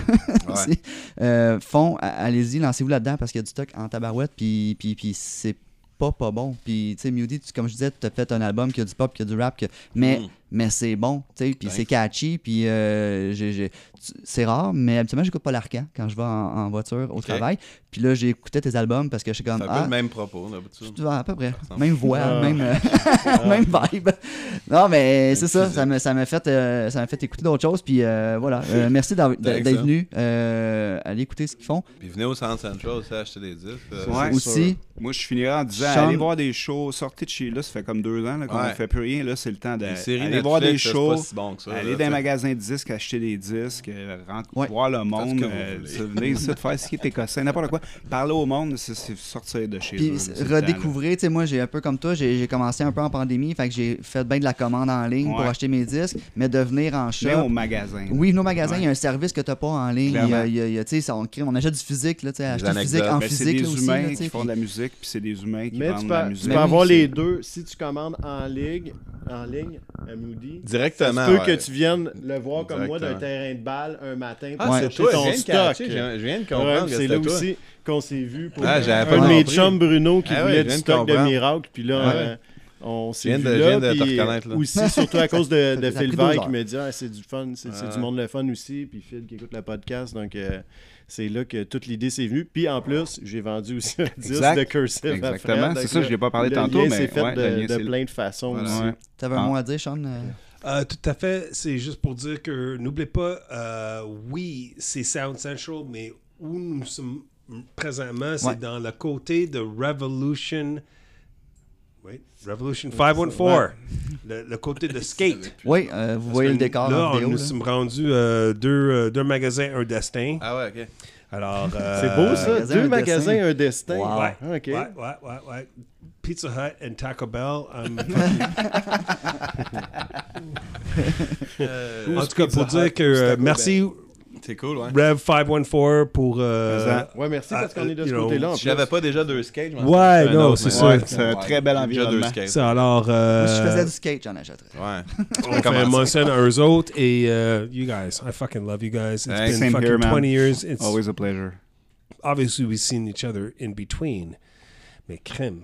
[SPEAKER 1] aussi, euh, font, a- allez-y, lancez-vous là-dedans, parce qu'il y a du stock en tabarouette, puis, puis, puis c'est pas pas bon. Puis, tu sais, Mewdy, tu- comme je disais, tu as fait un album qui a du pop, qui a du rap, que- mais,
[SPEAKER 6] Mm.
[SPEAKER 1] mais c'est bon, tu sais, puis c'est catchy, puis euh, j'ai- j'ai- tu- c'est rare, mais habituellement, j'écoute pas l'arcan quand je vais en, en voiture au travail. Puis là, j'écoutais tes albums parce que je suis comme,
[SPEAKER 6] C'est un peu
[SPEAKER 1] ah,
[SPEAKER 6] le même propos, d'habitude.
[SPEAKER 1] tu vois, à peu près.
[SPEAKER 6] ressemble.
[SPEAKER 1] Même voix,
[SPEAKER 3] Ah.
[SPEAKER 1] même, euh, même vibe. Non, mais c'est ça.
[SPEAKER 6] physique.
[SPEAKER 1] Ça m'a ça m'a fait, euh, ça m'a fait écouter d'autres choses. Puis euh, voilà. Euh, merci d'av- d'a-
[SPEAKER 6] Avec
[SPEAKER 1] d'être
[SPEAKER 6] ça.
[SPEAKER 1] venu. Euh, allez écouter ce qu'ils font.
[SPEAKER 6] Puis venez au Centre Central aussi acheter des disques. euh,
[SPEAKER 4] Ouais.
[SPEAKER 1] Aussi,
[SPEAKER 4] Moi, je finirais en disant
[SPEAKER 1] Sean-
[SPEAKER 4] allez voir des shows, sortez de chez là, ça fait comme deux ans là, qu'on
[SPEAKER 6] Ouais.
[SPEAKER 4] ne fait plus rien. Là, c'est le temps
[SPEAKER 6] Une série
[SPEAKER 4] d'aller
[SPEAKER 6] Netflix,
[SPEAKER 4] voir des
[SPEAKER 6] ça, c'est
[SPEAKER 4] shows.
[SPEAKER 6] pas si bon que ça,
[SPEAKER 4] Allez
[SPEAKER 6] là,
[SPEAKER 4] dans les
[SPEAKER 6] t'sais.
[SPEAKER 4] magasins de disques, acheter des disques, euh, rentre-
[SPEAKER 1] Ouais.
[SPEAKER 4] voir le monde,
[SPEAKER 6] que vous
[SPEAKER 4] euh,
[SPEAKER 6] voulez.
[SPEAKER 4] se- venez ici de faire ce qui est écossais, n'importe quoi. Parler au monde, c'est c'est sortir de chez eux.
[SPEAKER 1] puis
[SPEAKER 4] là, c'est le temps, là.
[SPEAKER 1] redécouvrir. Tu sais, moi, j'ai un peu comme toi, j'ai j'ai commencé un peu en pandémie. Fait que j'ai fait bien de la commande en ligne pour
[SPEAKER 4] Ouais.
[SPEAKER 1] acheter mes disques, mais de venir en shop.
[SPEAKER 4] Mais au magasin. là.
[SPEAKER 1] Oui, nos magasins, il y a un service que tu n'as pas en ligne. Il y a-
[SPEAKER 4] Clairement.
[SPEAKER 1] il y a- il y a- tu sais, ça, on, crée- on achète du physique, là, tu sais, acheter
[SPEAKER 6] anecdotes.
[SPEAKER 1] physique en
[SPEAKER 4] Ben, c'est
[SPEAKER 1] physique.
[SPEAKER 4] des
[SPEAKER 1] là, aussi,
[SPEAKER 4] humains
[SPEAKER 1] là, tu sais,
[SPEAKER 4] qui font de la musique, puis c'est des humains qui
[SPEAKER 3] Mais
[SPEAKER 4] vendent
[SPEAKER 3] tu
[SPEAKER 4] de la
[SPEAKER 3] peux, tu
[SPEAKER 4] musique.
[SPEAKER 3] peux
[SPEAKER 1] Mais
[SPEAKER 3] avoir
[SPEAKER 1] oui,
[SPEAKER 3] les
[SPEAKER 1] c'est-
[SPEAKER 3] deux. Si tu commandes en ligne, en ligne, à Moody,
[SPEAKER 6] Directement.
[SPEAKER 3] tu peux
[SPEAKER 6] ouais.
[SPEAKER 3] que tu viennes le voir comme moi d'un
[SPEAKER 6] Exactement.
[SPEAKER 3] terrain de balle un matin
[SPEAKER 6] Ah,
[SPEAKER 3] pour
[SPEAKER 6] c'est
[SPEAKER 3] acheter
[SPEAKER 6] toi,
[SPEAKER 3] ton
[SPEAKER 6] je viens de
[SPEAKER 3] stock.
[SPEAKER 6] catcher, je je viens de
[SPEAKER 3] Ouais,
[SPEAKER 6] comprendre que
[SPEAKER 3] c'est là
[SPEAKER 6] c'était toi.
[SPEAKER 3] aussi qu'on s'est vu pour
[SPEAKER 6] Ah, j'avais pas
[SPEAKER 3] un de mes
[SPEAKER 6] compris.
[SPEAKER 3] chums Bruno qui
[SPEAKER 6] Ah ouais,
[SPEAKER 3] voulait
[SPEAKER 6] je
[SPEAKER 3] du
[SPEAKER 6] viens de
[SPEAKER 3] stock de
[SPEAKER 6] comprendre.
[SPEAKER 3] miracle puis là
[SPEAKER 6] Ah ouais.
[SPEAKER 3] euh, on s'est
[SPEAKER 6] Je viens
[SPEAKER 3] vu
[SPEAKER 6] de- je
[SPEAKER 3] là,
[SPEAKER 6] viens de te
[SPEAKER 3] puis, euh,
[SPEAKER 6] reconnaître, là.
[SPEAKER 3] aussi surtout à cause de, de
[SPEAKER 1] Ça a pris
[SPEAKER 3] Phil
[SPEAKER 1] deux
[SPEAKER 3] Veil
[SPEAKER 1] heures.
[SPEAKER 3] qui me dit ah, c'est du fun c'est c'est du monde le fun aussi puis Phil qui écoute le podcast donc euh, c'est là que toute l'idée s'est venue puis en plus j'ai vendu aussi un disque
[SPEAKER 4] Exact.
[SPEAKER 3] de Cursive à Fred.
[SPEAKER 4] Exactement, c'est
[SPEAKER 3] Donc,
[SPEAKER 4] ça,
[SPEAKER 3] le-
[SPEAKER 4] je l'ai pas parlé
[SPEAKER 3] le
[SPEAKER 4] tantôt,
[SPEAKER 3] lien
[SPEAKER 4] mais
[SPEAKER 3] s'est fait
[SPEAKER 4] ouais,
[SPEAKER 3] de,
[SPEAKER 4] le lien,
[SPEAKER 3] de
[SPEAKER 4] c'est le-
[SPEAKER 3] plein de façons
[SPEAKER 4] Voilà.
[SPEAKER 3] aussi.
[SPEAKER 4] Ouais.
[SPEAKER 1] T'avais un mot à dire, Sean? euh?
[SPEAKER 8] Euh, tout à fait. C'est juste pour dire que n'oubliez pas, euh, oui, c'est Sound Central, mais où nous sommes présentement, c'est
[SPEAKER 1] Ouais.
[SPEAKER 8] dans le côté de Revolution. Wait, Revolution 514. Le, le côté de skate.
[SPEAKER 1] Oui, euh, vous voyez le décor
[SPEAKER 8] Là,
[SPEAKER 1] en
[SPEAKER 8] on-
[SPEAKER 1] vidéo.
[SPEAKER 8] nous
[SPEAKER 1] là.
[SPEAKER 8] sommes rendus euh, deux, euh, deux magasins, un destin.
[SPEAKER 6] Ah ouais, ok.
[SPEAKER 8] Alors, euh,
[SPEAKER 3] C'est beau ça,
[SPEAKER 1] magasin,
[SPEAKER 3] deux
[SPEAKER 1] un
[SPEAKER 3] magasins,
[SPEAKER 1] dessin.
[SPEAKER 3] un destin.
[SPEAKER 1] Wow.
[SPEAKER 8] Ouais,
[SPEAKER 3] Ah, ok.
[SPEAKER 8] ouais, ouais, ouais, ouais. Pizza Hut and Taco Bell. um,
[SPEAKER 6] Euh,
[SPEAKER 8] en tout cas, pour dire que euh, merci
[SPEAKER 6] C'est cool, ouais.
[SPEAKER 8] Rev 514 pour. euh,
[SPEAKER 3] Ouais, merci parce
[SPEAKER 8] Ah,
[SPEAKER 3] qu'on est de
[SPEAKER 8] you
[SPEAKER 3] ce
[SPEAKER 8] know,
[SPEAKER 3] côté-là. en
[SPEAKER 6] Si
[SPEAKER 3] plus.
[SPEAKER 6] j'avais pas déjà deux skates, je m'en
[SPEAKER 8] Ouais,
[SPEAKER 6] serais fait un
[SPEAKER 8] non,
[SPEAKER 6] autre,
[SPEAKER 8] c'est
[SPEAKER 6] mais
[SPEAKER 8] ça.
[SPEAKER 6] ouais,
[SPEAKER 4] C'est un
[SPEAKER 6] ouais,
[SPEAKER 4] très bel
[SPEAKER 6] Déjà deux
[SPEAKER 4] environnement.
[SPEAKER 6] skates.
[SPEAKER 8] ça, alors. euh,
[SPEAKER 1] Moi, si je faisais du skate, j'en achèterais.
[SPEAKER 6] Ouais.
[SPEAKER 8] on fait mention à eux autres et euh, you guys, I fucking love you guys. It's
[SPEAKER 4] Thanks.
[SPEAKER 8] been
[SPEAKER 4] Same
[SPEAKER 8] fucking
[SPEAKER 4] here, man.
[SPEAKER 8] 20 years. It's
[SPEAKER 4] Always a pleasure.
[SPEAKER 8] obviously we've seen each other in between. Mais crème,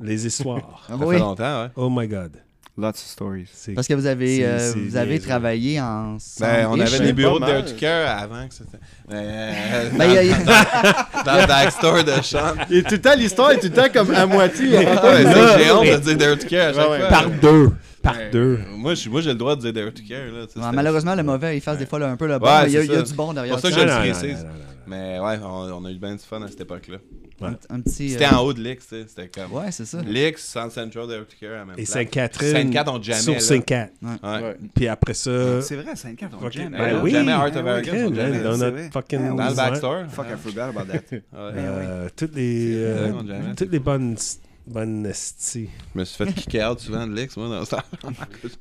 [SPEAKER 8] les histoires.
[SPEAKER 1] Ah
[SPEAKER 6] Ça
[SPEAKER 1] oui,
[SPEAKER 6] fait longtemps, ouais.
[SPEAKER 8] oh my god.
[SPEAKER 4] Lots of stories.
[SPEAKER 8] C'est
[SPEAKER 1] parce que vous avez,
[SPEAKER 8] C'est-
[SPEAKER 1] euh,
[SPEAKER 8] c'est
[SPEAKER 1] vous avez
[SPEAKER 8] niaiseux.
[SPEAKER 1] travaillé ensemble.
[SPEAKER 6] Ben, on avait
[SPEAKER 1] Ish.
[SPEAKER 6] des bureaux
[SPEAKER 3] pas
[SPEAKER 6] de
[SPEAKER 3] mal.
[SPEAKER 6] Dirty Cœur avant que c'était. Euh,
[SPEAKER 1] Ben, il y a- il y a-
[SPEAKER 6] dans, dans le Dark Store de Sean.
[SPEAKER 3] Et tout le temps, l'histoire est tout le temps comme à moitié.
[SPEAKER 6] Ah, ben, c'est- J'ai honte de dire Dirty Cœur à chaque
[SPEAKER 3] Ouais, ouais.
[SPEAKER 6] fois.
[SPEAKER 8] par deux. Par
[SPEAKER 6] Ouais.
[SPEAKER 8] deux.
[SPEAKER 6] Moi, j'ai moi, j'ai le droit de dire Dirty Cœur. là, tu sais,
[SPEAKER 1] Ouais,
[SPEAKER 6] c'était-
[SPEAKER 1] malheureusement, le mauvais, il fasse des fois là, un peu le bon.
[SPEAKER 6] Ouais,
[SPEAKER 1] mais Ah ben, il y, a-
[SPEAKER 6] c'est
[SPEAKER 1] il y a
[SPEAKER 6] ça.
[SPEAKER 1] du bon
[SPEAKER 6] C'est
[SPEAKER 1] derrière
[SPEAKER 6] pour ça que
[SPEAKER 1] ça.
[SPEAKER 6] je le
[SPEAKER 8] Non, non,
[SPEAKER 6] précise.
[SPEAKER 8] non, non, non, non.
[SPEAKER 6] Mais ouais, on, on a eu bien du fun à cette époque-là.
[SPEAKER 1] Un, un petit.
[SPEAKER 6] C'était
[SPEAKER 1] euh,
[SPEAKER 6] en haut de l'Ix, tu sais, c'était comme.
[SPEAKER 1] Ouais, c'est ça.
[SPEAKER 6] L'Ix, San Central, Dirty Cœur, à la même
[SPEAKER 8] Et
[SPEAKER 6] place.
[SPEAKER 8] Sainte-Catherine.
[SPEAKER 6] Sainte-Cat, on jamais. là.
[SPEAKER 8] Sur Sainte-Cat.
[SPEAKER 6] Ouais.
[SPEAKER 3] Ouais.
[SPEAKER 8] Puis après ça.
[SPEAKER 4] C'est vrai, 5-4, on
[SPEAKER 8] Ok,
[SPEAKER 4] jam.
[SPEAKER 8] ben
[SPEAKER 4] Eh
[SPEAKER 8] oui.
[SPEAKER 6] Jamais Heart
[SPEAKER 4] Eh
[SPEAKER 6] of
[SPEAKER 4] oui,
[SPEAKER 6] Arrogance,
[SPEAKER 8] crème,
[SPEAKER 6] on
[SPEAKER 8] là,
[SPEAKER 6] jamais.
[SPEAKER 8] dans
[SPEAKER 4] c'est
[SPEAKER 8] notre
[SPEAKER 4] vrai.
[SPEAKER 8] fucking.
[SPEAKER 6] Dans le
[SPEAKER 8] design.
[SPEAKER 6] backstore.
[SPEAKER 4] Fuck, I forgot about that.
[SPEAKER 6] Ouais.
[SPEAKER 8] Euh, toutes les. euh,
[SPEAKER 6] Non, jamais.
[SPEAKER 8] toutes les bonnes. Bonnes sti.
[SPEAKER 6] Je me suis fait kicker out souvent de l'ex, moi, dans ça.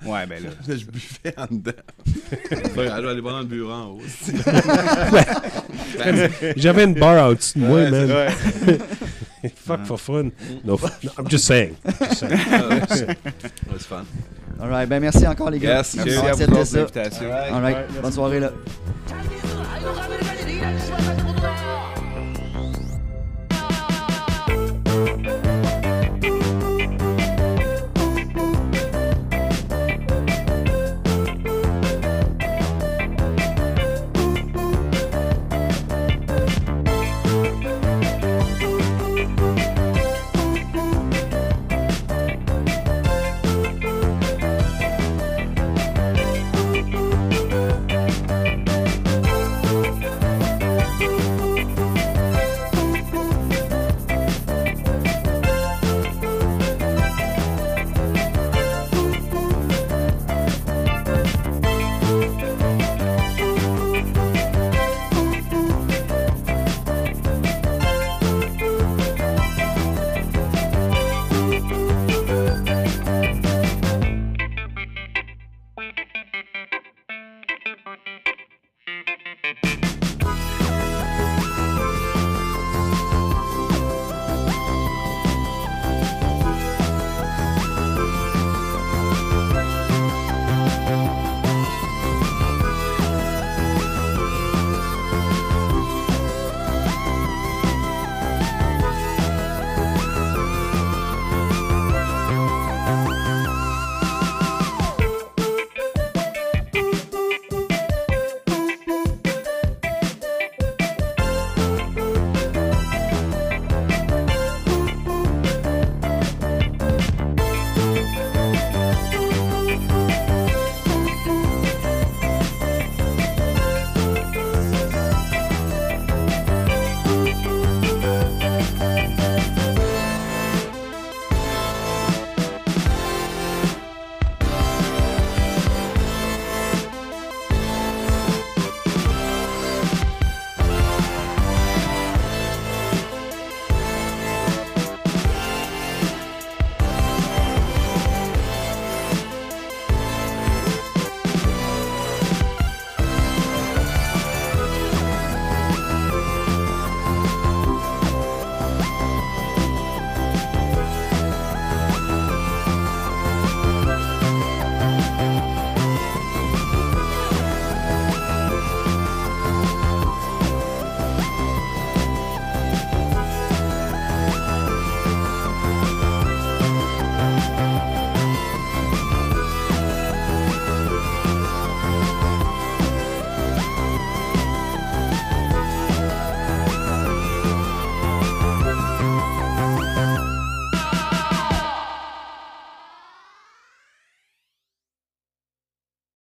[SPEAKER 4] Ouais, ben là.
[SPEAKER 6] je buvais en dedans. Pas grave, je vais aller boire dans le bureau en haut.
[SPEAKER 8] J'avais une bar en dessous de moi,
[SPEAKER 6] Ouais, c'est
[SPEAKER 8] man. Fuck for fun. No, f- no, I'm just saying. Just saying.
[SPEAKER 6] Ouais, c'est fun.
[SPEAKER 1] Alright, ben merci encore, les gars.
[SPEAKER 6] Yes,
[SPEAKER 1] Merci
[SPEAKER 6] merci
[SPEAKER 4] à vous
[SPEAKER 1] d'accepter
[SPEAKER 4] autres de
[SPEAKER 1] ça.
[SPEAKER 4] l'invitation.
[SPEAKER 1] Alright, bonne soirée, là.
[SPEAKER 15] Tell me, I don't have any money. I just want to